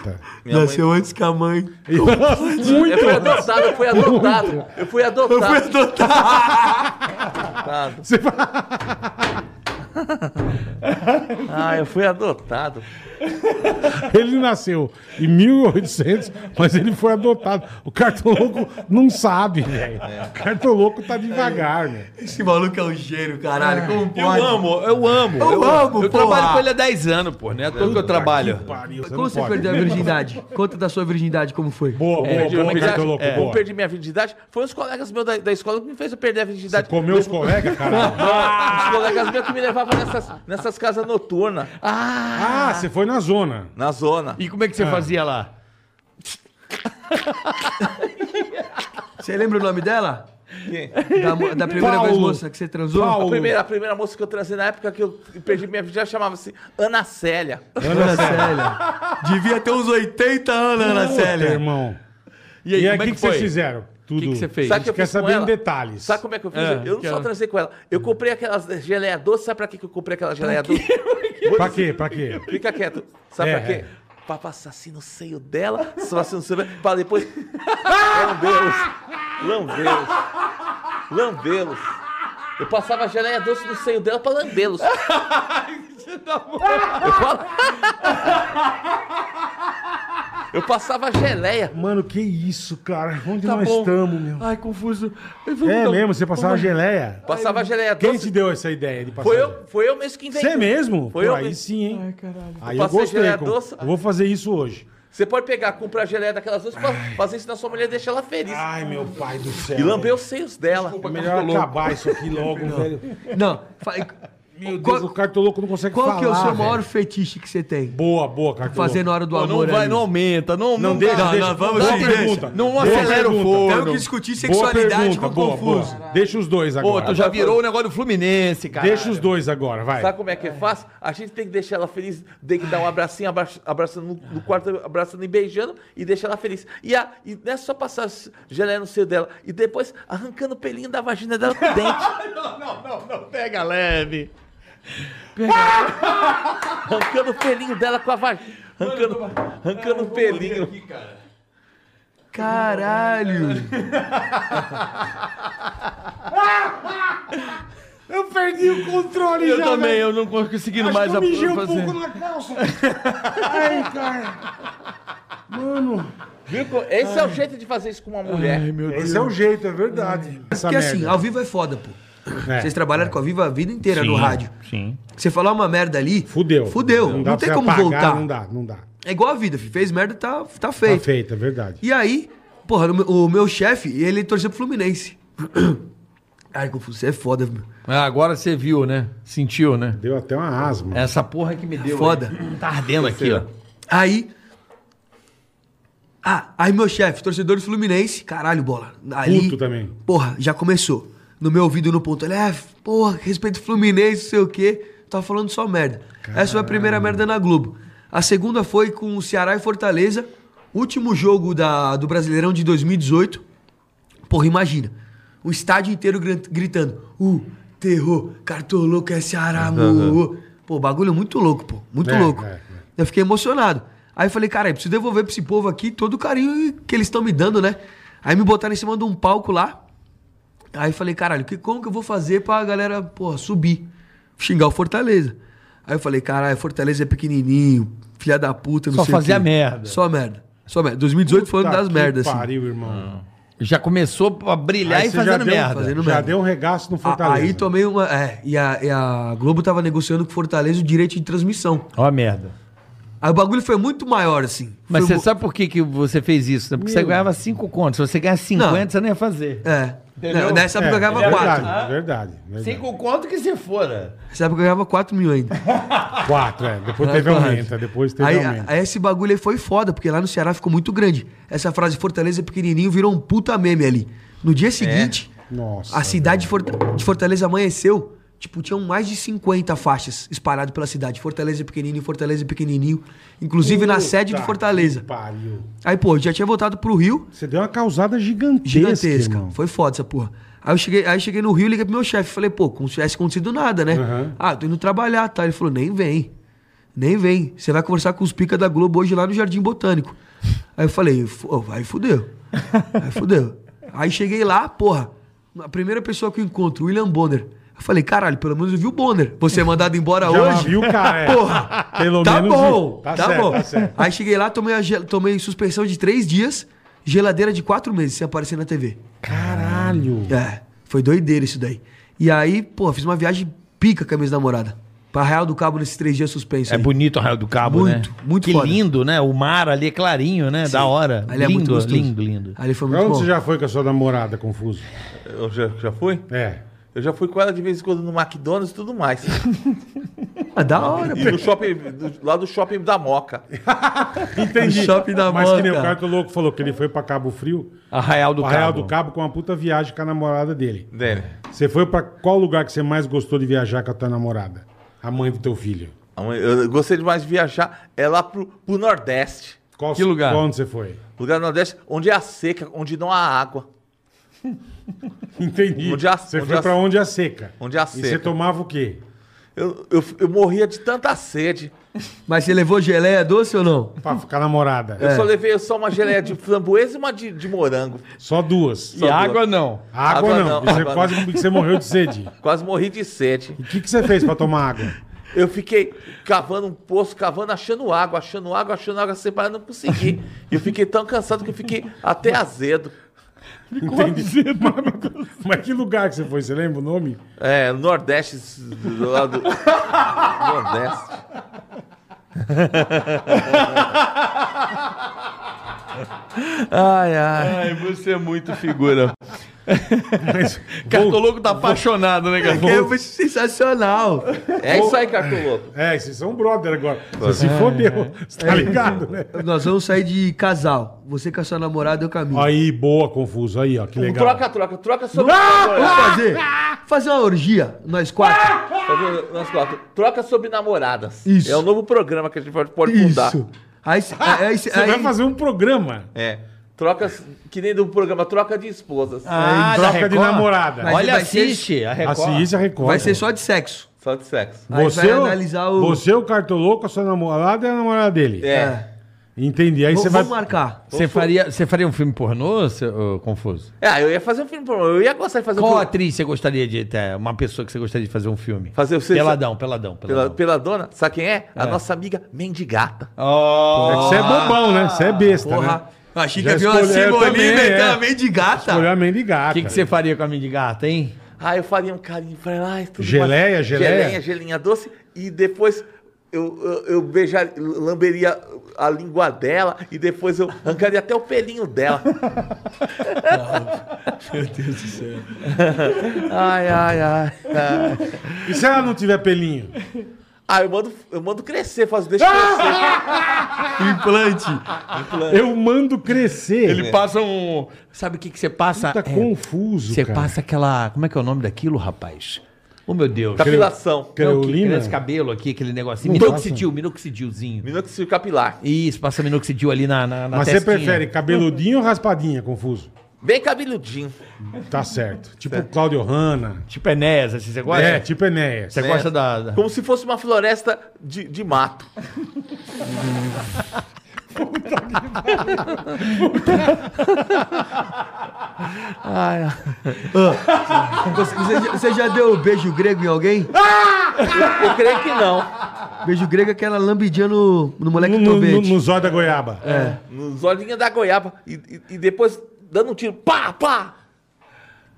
[SPEAKER 3] mãe-
[SPEAKER 4] nasceu antes que a mãe.
[SPEAKER 3] Eu fui adotado, eu fui adotado. Eu fui
[SPEAKER 4] Eu fui
[SPEAKER 3] adotado.
[SPEAKER 4] adotar.
[SPEAKER 3] Ah, eu fui adotado.
[SPEAKER 2] Ele nasceu em 1800, mas ele foi adotado. O cartoloco não sabe, velho. O cartoloco tá devagar, né?
[SPEAKER 4] Esse maluco é um gênio, caralho. Como
[SPEAKER 6] Eu
[SPEAKER 4] pode?
[SPEAKER 6] amo, eu amo.
[SPEAKER 4] Eu amo,
[SPEAKER 5] Eu trabalho com ele há 10 anos, pô.
[SPEAKER 6] né?
[SPEAKER 5] Não é à toa que eu trabalho.
[SPEAKER 2] Pariu, você
[SPEAKER 4] Como
[SPEAKER 2] não
[SPEAKER 4] você
[SPEAKER 2] pode.
[SPEAKER 4] perdeu a virgindade? Conta da sua virgindade, como foi?
[SPEAKER 2] Boa, boa,
[SPEAKER 5] perdi
[SPEAKER 2] boa,
[SPEAKER 5] uma idade.
[SPEAKER 2] cartoloco,
[SPEAKER 5] É.
[SPEAKER 2] boa.
[SPEAKER 3] Eu perdi minha virgindade. Foi uns colegas meus da, da escola que me fez eu perder a virgindade.
[SPEAKER 2] Comeu os colegas, caralho.
[SPEAKER 3] Os colegas meus que me levavam nessas, nessas casas noturnas,
[SPEAKER 2] Ah, você foi na zona.
[SPEAKER 3] na zona.
[SPEAKER 5] E como é que você
[SPEAKER 2] Ah.
[SPEAKER 5] fazia lá?
[SPEAKER 4] Você lembra o nome dela?
[SPEAKER 3] Quem?
[SPEAKER 4] Da, mo- da primeira
[SPEAKER 2] Paulo.
[SPEAKER 4] vez moça que você transou?
[SPEAKER 2] Paulo.
[SPEAKER 3] A primeira, a primeira moça que eu transei na época que eu perdi minha virgindade chamava-se Ana Célia.
[SPEAKER 4] Ana Célia. Devia ter uns 80 anos, Ana
[SPEAKER 2] Puta,
[SPEAKER 4] Célia.
[SPEAKER 2] irmão.
[SPEAKER 5] E
[SPEAKER 2] E aí, o
[SPEAKER 5] como é
[SPEAKER 2] que,
[SPEAKER 5] que
[SPEAKER 2] que vocês
[SPEAKER 5] foi?
[SPEAKER 2] fizeram? Tudo.
[SPEAKER 5] que que você fez?
[SPEAKER 2] A gente
[SPEAKER 3] Sabe o que eu
[SPEAKER 2] quer
[SPEAKER 3] fiz com
[SPEAKER 2] saber em
[SPEAKER 3] ela?
[SPEAKER 2] detalhes.
[SPEAKER 3] Sabe como é que eu fiz?
[SPEAKER 5] É,
[SPEAKER 3] eu não
[SPEAKER 5] que
[SPEAKER 3] só
[SPEAKER 5] ela-
[SPEAKER 3] transei com ela. Eu comprei aquelas geleia doce. Sabe pra que que eu comprei aquela geleia doce?
[SPEAKER 2] Pra quê? Pra quê?
[SPEAKER 3] Fica quieto. Sabe
[SPEAKER 2] É,
[SPEAKER 3] pra quê?
[SPEAKER 2] é.
[SPEAKER 3] Pra passar assim no seio dela, só assim no seio dela, pra depois. Lambê-los. Lambê-los. Lambê-los. Eu passava a geleia doce no seio dela pra lambê-los. Eu falo. Eu passava a geleia.
[SPEAKER 2] Mano, que isso, cara? Onde
[SPEAKER 5] Tá
[SPEAKER 2] nós
[SPEAKER 5] bom.
[SPEAKER 2] estamos, meu?
[SPEAKER 5] Ai, confuso.
[SPEAKER 2] É mesmo? Você passava geleia?
[SPEAKER 3] Passava a geleia
[SPEAKER 2] Quem te
[SPEAKER 3] doce.
[SPEAKER 2] deu essa ideia de passar?
[SPEAKER 3] Foi
[SPEAKER 2] geleia?
[SPEAKER 3] eu, foi eu mesmo que inventei.
[SPEAKER 2] Você mesmo?
[SPEAKER 3] Foi
[SPEAKER 2] Pô,
[SPEAKER 3] eu
[SPEAKER 2] aí
[SPEAKER 3] mesmo.
[SPEAKER 2] sim, hein? aí eu
[SPEAKER 3] Passei
[SPEAKER 2] gostei.
[SPEAKER 3] geleia
[SPEAKER 2] com-
[SPEAKER 3] doce.
[SPEAKER 2] Eu vou fazer isso hoje.
[SPEAKER 3] Você pode pegar, comprar geleia daquelas duas, fa- fazer isso na sua mulher e deixar ela feliz.
[SPEAKER 2] Ai, meu pai do céu.
[SPEAKER 3] e lamber os seios dela.
[SPEAKER 2] É melhor acabar isso aqui logo, velho.
[SPEAKER 4] Não. fa-
[SPEAKER 2] Meu
[SPEAKER 4] qual
[SPEAKER 2] Deus, o cartoloco não consegue
[SPEAKER 4] qual
[SPEAKER 2] falar.
[SPEAKER 4] que é o seu
[SPEAKER 2] velho.
[SPEAKER 4] maior fetiche que você tem?
[SPEAKER 2] Boa, boa, cartoloco.
[SPEAKER 4] Fazer na hora do
[SPEAKER 6] Pô,
[SPEAKER 4] amor
[SPEAKER 6] não vai,
[SPEAKER 4] ali?
[SPEAKER 6] não aumenta, não
[SPEAKER 2] Não,
[SPEAKER 6] não
[SPEAKER 2] deixa,
[SPEAKER 6] dá,
[SPEAKER 2] deixa.
[SPEAKER 6] não, vamos
[SPEAKER 2] boa
[SPEAKER 6] sim,
[SPEAKER 2] pergunta.
[SPEAKER 6] deixa. Não
[SPEAKER 2] Boa
[SPEAKER 6] acelera o
[SPEAKER 2] pergunta.
[SPEAKER 6] forno.
[SPEAKER 4] Temos que discutir
[SPEAKER 2] Boa
[SPEAKER 4] sexualidade com
[SPEAKER 2] boa,
[SPEAKER 4] Confuso.
[SPEAKER 2] boa. Deixa os dois
[SPEAKER 6] Pô,
[SPEAKER 2] agora.
[SPEAKER 6] tu já virou o negócio do Fluminense, cara.
[SPEAKER 2] Deixa os dois agora, vai.
[SPEAKER 3] Sabe como é que é fácil? A gente tem que deixar ela feliz, tem que dar um abracinho, abra- abraçando no, no quarto, abraçando e beijando e deixar ela feliz. E, a, e não é só passar s- geleia no seio dela. E depois arrancando o pelinho da vagina dela com o dente.
[SPEAKER 6] Não, não, não, não, pega leve.
[SPEAKER 3] Arrancando o pelinho dela com a vagina. Arrancando, arrancando o pelinho.
[SPEAKER 4] Caralho.
[SPEAKER 2] Eu perdi o controle
[SPEAKER 6] Eu
[SPEAKER 2] já,
[SPEAKER 6] também,
[SPEAKER 2] velho.
[SPEAKER 6] eu não conseguindo
[SPEAKER 2] né? Acho
[SPEAKER 6] mais
[SPEAKER 2] que eu mijei um
[SPEAKER 6] fazer.
[SPEAKER 2] pouco na calça. Ai, cara. Mano,
[SPEAKER 3] Viu? co- Esse é o jeito de fazer isso com uma mulher.
[SPEAKER 6] Ai, meu Deus.
[SPEAKER 2] esse é o jeito, é verdade. Essa
[SPEAKER 4] Porque assim,
[SPEAKER 2] merda.
[SPEAKER 4] ao vivo é foda, pô.
[SPEAKER 2] É.
[SPEAKER 4] Vocês trabalharam com a Viva a vida inteira no
[SPEAKER 5] Sim,
[SPEAKER 4] rádio.
[SPEAKER 5] Sim.
[SPEAKER 4] Você falar uma merda ali.
[SPEAKER 2] Fudeu.
[SPEAKER 4] Fudeu. Não,
[SPEAKER 2] dá pra
[SPEAKER 4] tem
[SPEAKER 2] você
[SPEAKER 4] como
[SPEAKER 2] apagar,
[SPEAKER 4] voltar.
[SPEAKER 2] Não dá, não dá.
[SPEAKER 4] É igual a vida, filho. Fez merda, tá, tá
[SPEAKER 2] Tá
[SPEAKER 4] feito.
[SPEAKER 2] feito, é verdade.
[SPEAKER 4] E aí, porra, o meu, o meu chefe, ele torceu pro Fluminense. Ai, Confuso, você é foda, meu.
[SPEAKER 6] Ah, agora você viu, né? Sentiu, né?
[SPEAKER 2] Deu até uma
[SPEAKER 4] É,
[SPEAKER 2] asma.
[SPEAKER 6] Essa porra que me deu.
[SPEAKER 4] Foda.
[SPEAKER 6] aí. Tá ardendo aqui, ó.
[SPEAKER 4] Aí. Ah, aí meu chefe, torcedor do Fluminense, caralho, bola. Ali,
[SPEAKER 2] Puto também.
[SPEAKER 4] Porra, já começou. No meu ouvido no ponto, ele é, porra, respeito ao Fluminense, não sei o quê. Tava falando só merda. Essa foi a primeira merda na Globo. A segunda foi com o Ceará e Fortaleza, último jogo da, do Brasileirão de 2018. Porra, imagina. O estádio inteiro gr- gritando: Uh, terror, cartoloco é Ceará, mu. uh". Pô, bagulho é muito louco, pô. Muito
[SPEAKER 2] É,
[SPEAKER 4] louco.
[SPEAKER 2] é, é.
[SPEAKER 4] Eu fiquei emocionado. Aí eu falei, cara, eu preciso devolver pra esse povo aqui todo o carinho que eles estão me dando, né? Aí me botaram em cima de um palco lá. Aí eu falei, caralho, que, como que eu vou fazer pra galera, porra, subir? Xingar o Fortaleza. Aí eu falei, caralho, Fortaleza é pequenininho, filha da puta, não
[SPEAKER 6] Só
[SPEAKER 4] sei o
[SPEAKER 6] fazia
[SPEAKER 4] quê.
[SPEAKER 6] merda.
[SPEAKER 4] Só merda. Só merda. 2018 foi o ano
[SPEAKER 2] Puta
[SPEAKER 4] das
[SPEAKER 2] que
[SPEAKER 4] merdas, assim.
[SPEAKER 2] pariu, irmão.
[SPEAKER 5] Já começou a brilhar
[SPEAKER 2] Aí
[SPEAKER 5] e
[SPEAKER 2] você já
[SPEAKER 5] fazendo
[SPEAKER 2] deu-
[SPEAKER 5] merda.
[SPEAKER 4] fazendo-
[SPEAKER 2] Já
[SPEAKER 4] merda.
[SPEAKER 2] deu um regaço no
[SPEAKER 4] A-
[SPEAKER 2] Fortaleza.
[SPEAKER 4] Aí tomei uma. É, e a, e a Globo tava negociando com o Fortaleza o direito de transmissão.
[SPEAKER 5] Ó, a merda.
[SPEAKER 4] Aí o bagulho foi muito maior, assim.
[SPEAKER 5] Mas
[SPEAKER 4] Foi
[SPEAKER 5] você
[SPEAKER 4] mo-
[SPEAKER 5] sabe por que, que você fez isso? né? Porque você ganhava 5 contos. Se você ganhar 50,
[SPEAKER 4] Não.
[SPEAKER 5] você não ia fazer.
[SPEAKER 4] É. Não, nessa época eu ganhava
[SPEAKER 2] é
[SPEAKER 4] quatro.
[SPEAKER 2] Verdade, verdade, verdade.
[SPEAKER 6] Cinco conto que você fora.
[SPEAKER 4] Nessa época eu ganhava 4 mil ainda.
[SPEAKER 2] Quatro, é. Depois teve
[SPEAKER 4] Quatro.
[SPEAKER 2] aumento, é, depois teve
[SPEAKER 4] aí,
[SPEAKER 2] aumento.
[SPEAKER 4] aí esse bagulho aí foi foda, porque lá no Ceará ficou muito grande. Essa frase Fortaleza é pequenininho virou um puta meme ali. No dia seguinte,
[SPEAKER 2] É? Nossa.
[SPEAKER 4] a cidade de Forta- de Fortaleza amanheceu. Tipo, tinham mais de 50 faixas espalhadas pela cidade. Fortaleza é pequenininho, Fortaleza é pequenininho. Inclusive na sede de
[SPEAKER 2] Puta
[SPEAKER 4] Fortaleza.
[SPEAKER 2] que Pariu.
[SPEAKER 4] Aí, pô, eu já tinha voltado pro Rio,
[SPEAKER 2] Você deu uma causada gigantesca,
[SPEAKER 4] gigantesca.
[SPEAKER 2] irmão.
[SPEAKER 4] Foi foda essa porra. Aí eu cheguei, aí eu cheguei no Rio, liguei pro meu chefe, falei, pô, como se tivesse acontecido nada, né?
[SPEAKER 2] Aham.
[SPEAKER 4] Ah, tô indo trabalhar, tá? Ele falou, nem vem. Nem vem. Você vai conversar com os pica da Globo hoje lá no Jardim Botânico. Aí eu falei, "Fu- oh, aí fudeu. Aí fudeu. Aí cheguei lá, porra, a primeira pessoa que eu encontro, o William Bonner. Eu falei, caralho, pelo menos eu vi o Bonner. Você é mandado embora
[SPEAKER 2] Já
[SPEAKER 4] hoje?
[SPEAKER 2] viu, cara, é.
[SPEAKER 4] Porra!
[SPEAKER 2] Pelo
[SPEAKER 4] tá
[SPEAKER 2] menos
[SPEAKER 4] bom,
[SPEAKER 2] viu. Tá
[SPEAKER 4] tá,
[SPEAKER 2] certo,
[SPEAKER 4] bom.
[SPEAKER 2] tá certo.
[SPEAKER 4] Aí cheguei lá, tomei, a gel- tomei suspensão de três dias, geladeira de quatro meses sem aparecer na TV.
[SPEAKER 2] Caralho.
[SPEAKER 4] É, foi doideira isso daí. E aí, pô, fiz uma viagem pica com a minha namorada. Pra Real do Cabo nesses três dias suspenso.
[SPEAKER 5] É
[SPEAKER 4] aí.
[SPEAKER 5] bonito o Raio do Cabo,
[SPEAKER 4] Muito,
[SPEAKER 5] né?
[SPEAKER 4] muito
[SPEAKER 5] Que
[SPEAKER 4] foda.
[SPEAKER 5] lindo, né? O mar ali é clarinho, né? Da hora.
[SPEAKER 4] Ali é
[SPEAKER 5] lindo,
[SPEAKER 4] muito gostoso.
[SPEAKER 5] lindo, lindo.
[SPEAKER 4] Ali foi
[SPEAKER 2] Pra
[SPEAKER 4] muito
[SPEAKER 2] onde
[SPEAKER 4] bom.
[SPEAKER 2] você já foi com a sua namorada, Confuso?
[SPEAKER 3] Eu já, já fui?
[SPEAKER 2] É.
[SPEAKER 3] Eu já fui com ela de vez em quando no McDonald's e tudo mais.
[SPEAKER 4] Ah, da hora,
[SPEAKER 3] E no shopping, do- lá do shopping da Moca.
[SPEAKER 2] Entendi.
[SPEAKER 4] shopping da
[SPEAKER 2] Mas que nem
[SPEAKER 4] Moca.
[SPEAKER 2] o Carto Louco falou que ele foi pra Cabo Frio,
[SPEAKER 5] Arraial do
[SPEAKER 2] pra Real
[SPEAKER 5] Cabo.
[SPEAKER 2] do Cabo, com uma puta viagem com a namorada dele.
[SPEAKER 3] Dele.
[SPEAKER 2] Você foi pra qual lugar que você mais gostou de viajar com a tua namorada? A mãe do teu filho.
[SPEAKER 3] A mãe- Eu gostei demais de viajar. É lá pro, pro Nordeste.
[SPEAKER 2] Qual,
[SPEAKER 5] Que lugar?
[SPEAKER 2] Pra onde você foi?
[SPEAKER 3] Lugar do Nordeste onde é a seca, onde não há água.
[SPEAKER 2] Entendi.
[SPEAKER 3] Onde a-
[SPEAKER 2] você
[SPEAKER 3] onde
[SPEAKER 2] foi
[SPEAKER 3] a-
[SPEAKER 2] pra onde é seca.
[SPEAKER 3] Onde é a
[SPEAKER 2] E você
[SPEAKER 3] seca.
[SPEAKER 2] tomava o quê?
[SPEAKER 3] Eu, eu, eu morria de tanta sede.
[SPEAKER 4] Mas você levou geleia doce ou não?
[SPEAKER 2] Pra ficar namorada.
[SPEAKER 3] Eu só levei só uma geleia de framboesa e uma de, de morango.
[SPEAKER 2] Só duas.
[SPEAKER 5] E água não.
[SPEAKER 7] Ah,
[SPEAKER 2] Água,
[SPEAKER 3] Água
[SPEAKER 2] não.
[SPEAKER 3] não,
[SPEAKER 2] Você
[SPEAKER 3] água
[SPEAKER 2] quase que você morreu de sede.
[SPEAKER 3] Quase morri de sede.
[SPEAKER 2] E o que, que você fez pra tomar água?
[SPEAKER 3] Eu fiquei cavando um poço, cavando, achando água, achando água, achando água, separando, não consegui. E eu fiquei tão cansado que eu fiquei até azedo.
[SPEAKER 2] Entendi. Mas, mas que lugar que você foi? Você lembra o nome?
[SPEAKER 3] É, Nordeste, do lado do Nordeste.
[SPEAKER 8] Ai, ai. Ai, você é muito figura.
[SPEAKER 2] Mas,
[SPEAKER 8] Cartoloco tá apaixonado, né, cara?
[SPEAKER 4] É, foi sensacional.
[SPEAKER 3] É isso aí, Cartoloco.
[SPEAKER 2] é, vocês são brother agora. Você se fodeu. Você tá ligado, né?
[SPEAKER 4] Nós vamos sair de casal. Você com a sua namorada, eu caminho.
[SPEAKER 2] Aí, boa, Confuso. Aí, ó, que legal.
[SPEAKER 3] Troca, troca, troca sobre
[SPEAKER 4] Vamos
[SPEAKER 3] namorada.
[SPEAKER 4] fazer? Fazer uma orgia, nós quatro.
[SPEAKER 3] Fazer umas quatro. Troca sobre namoradas.
[SPEAKER 4] Isso.
[SPEAKER 3] É um novo programa que a gente pode, pode fundar.
[SPEAKER 4] Isso. Aí, se- aí, aí,
[SPEAKER 2] Você
[SPEAKER 4] aí-
[SPEAKER 2] vai fazer um programa.
[SPEAKER 3] É. Troca, que nem do programa Troca de Esposas.
[SPEAKER 8] Ah, da
[SPEAKER 2] troca de
[SPEAKER 8] Record?
[SPEAKER 2] namorada.
[SPEAKER 4] Mas
[SPEAKER 8] Olha,
[SPEAKER 4] vai ser-
[SPEAKER 8] assiste a Record.
[SPEAKER 2] Assiste a Record.
[SPEAKER 4] vai ser só de sexo.
[SPEAKER 3] Só de sexo.
[SPEAKER 4] Aí
[SPEAKER 2] Você, é
[SPEAKER 4] vai
[SPEAKER 2] o-
[SPEAKER 4] analisar o.
[SPEAKER 2] você, o cartoloco, a sua namorada e a namorada dele.
[SPEAKER 3] É.
[SPEAKER 2] Entendi. Aí
[SPEAKER 4] Vamos,
[SPEAKER 2] você vai. é
[SPEAKER 4] vamos marcar.
[SPEAKER 7] Você faria, você faria um filme pornô, seu, ô, Confuso?
[SPEAKER 3] Ah, eu ia fazer um filme pornô. Eu ia gostar de fazer
[SPEAKER 7] Qual
[SPEAKER 3] um filme.
[SPEAKER 7] atriz você gostaria de ter? Uma pessoa que você gostaria de fazer um filme?
[SPEAKER 3] Fazer você-
[SPEAKER 7] Peladão, peladão,
[SPEAKER 3] Pela,
[SPEAKER 7] peladão.
[SPEAKER 3] pela dona, sabe quem é? A nossa amiga Mendigata.
[SPEAKER 2] É que Você é bobão, né? Você é besta, né?
[SPEAKER 4] Porra. Eu Ah, Achei que
[SPEAKER 2] Já
[SPEAKER 4] havia uma
[SPEAKER 2] escolhi- eu também,
[SPEAKER 4] Simone
[SPEAKER 2] é.
[SPEAKER 4] metendo a de gata.
[SPEAKER 2] Olhar a mendigata.
[SPEAKER 7] O que, que você faria com a mendigata, hein?
[SPEAKER 3] Ah, eu faria um carinho pra ela. ai, tudo
[SPEAKER 2] Geleia,
[SPEAKER 3] mais-
[SPEAKER 2] geleia?
[SPEAKER 3] Gelinha, gelinha doce. E depois eu, eu, eu beijar, lamberia a língua dela. E depois eu arrancaria até o pelinho dela.
[SPEAKER 7] Ai, ai, ai.
[SPEAKER 2] E se ela não tiver pelinho?
[SPEAKER 3] Ah, eu mando, eu mando crescer, faço deixa crescer.
[SPEAKER 4] Implante.
[SPEAKER 2] Eu mando crescer. Ele
[SPEAKER 8] passa um.
[SPEAKER 7] Sabe o que, que você passa?
[SPEAKER 2] tá
[SPEAKER 7] É,
[SPEAKER 2] confuso,
[SPEAKER 7] você
[SPEAKER 2] cara.
[SPEAKER 7] passa aquela. Como é que é o nome daquilo, rapaz? Oh, meu Deus.
[SPEAKER 3] Capilação.
[SPEAKER 7] Não, que
[SPEAKER 2] Creolina?
[SPEAKER 7] cresce cabelo aqui, aquele negocinho.
[SPEAKER 2] Não
[SPEAKER 7] Minoxidil, minoxidilzinho.
[SPEAKER 3] Minoxidil capilar.
[SPEAKER 7] Isso, passa minoxidil ali na, na, na
[SPEAKER 2] Mas você
[SPEAKER 7] testinha.
[SPEAKER 2] prefere cabeludinho ou raspadinha, Confuso?
[SPEAKER 3] Bem cabeludinho.
[SPEAKER 2] Tá certo. Tipo Cláudio Hanna.
[SPEAKER 7] Tipo Enéas, assim, você gosta?
[SPEAKER 2] É, tipo Enéas.
[SPEAKER 7] Você gosta da... da-
[SPEAKER 3] Como se fosse uma floresta de, de mato.
[SPEAKER 2] Ah.
[SPEAKER 4] Você, você já- você já deu beijo grego em alguém?
[SPEAKER 3] Eu creio que não.
[SPEAKER 4] Beijo grego é aquela lambidinha no, no moleque
[SPEAKER 2] No,
[SPEAKER 4] do
[SPEAKER 2] no, no,
[SPEAKER 4] tobete.
[SPEAKER 2] no zóio da goiaba. É.
[SPEAKER 3] Nos olhinhos da goiaba. E, e- e depois dando um tiro. Pá, pá!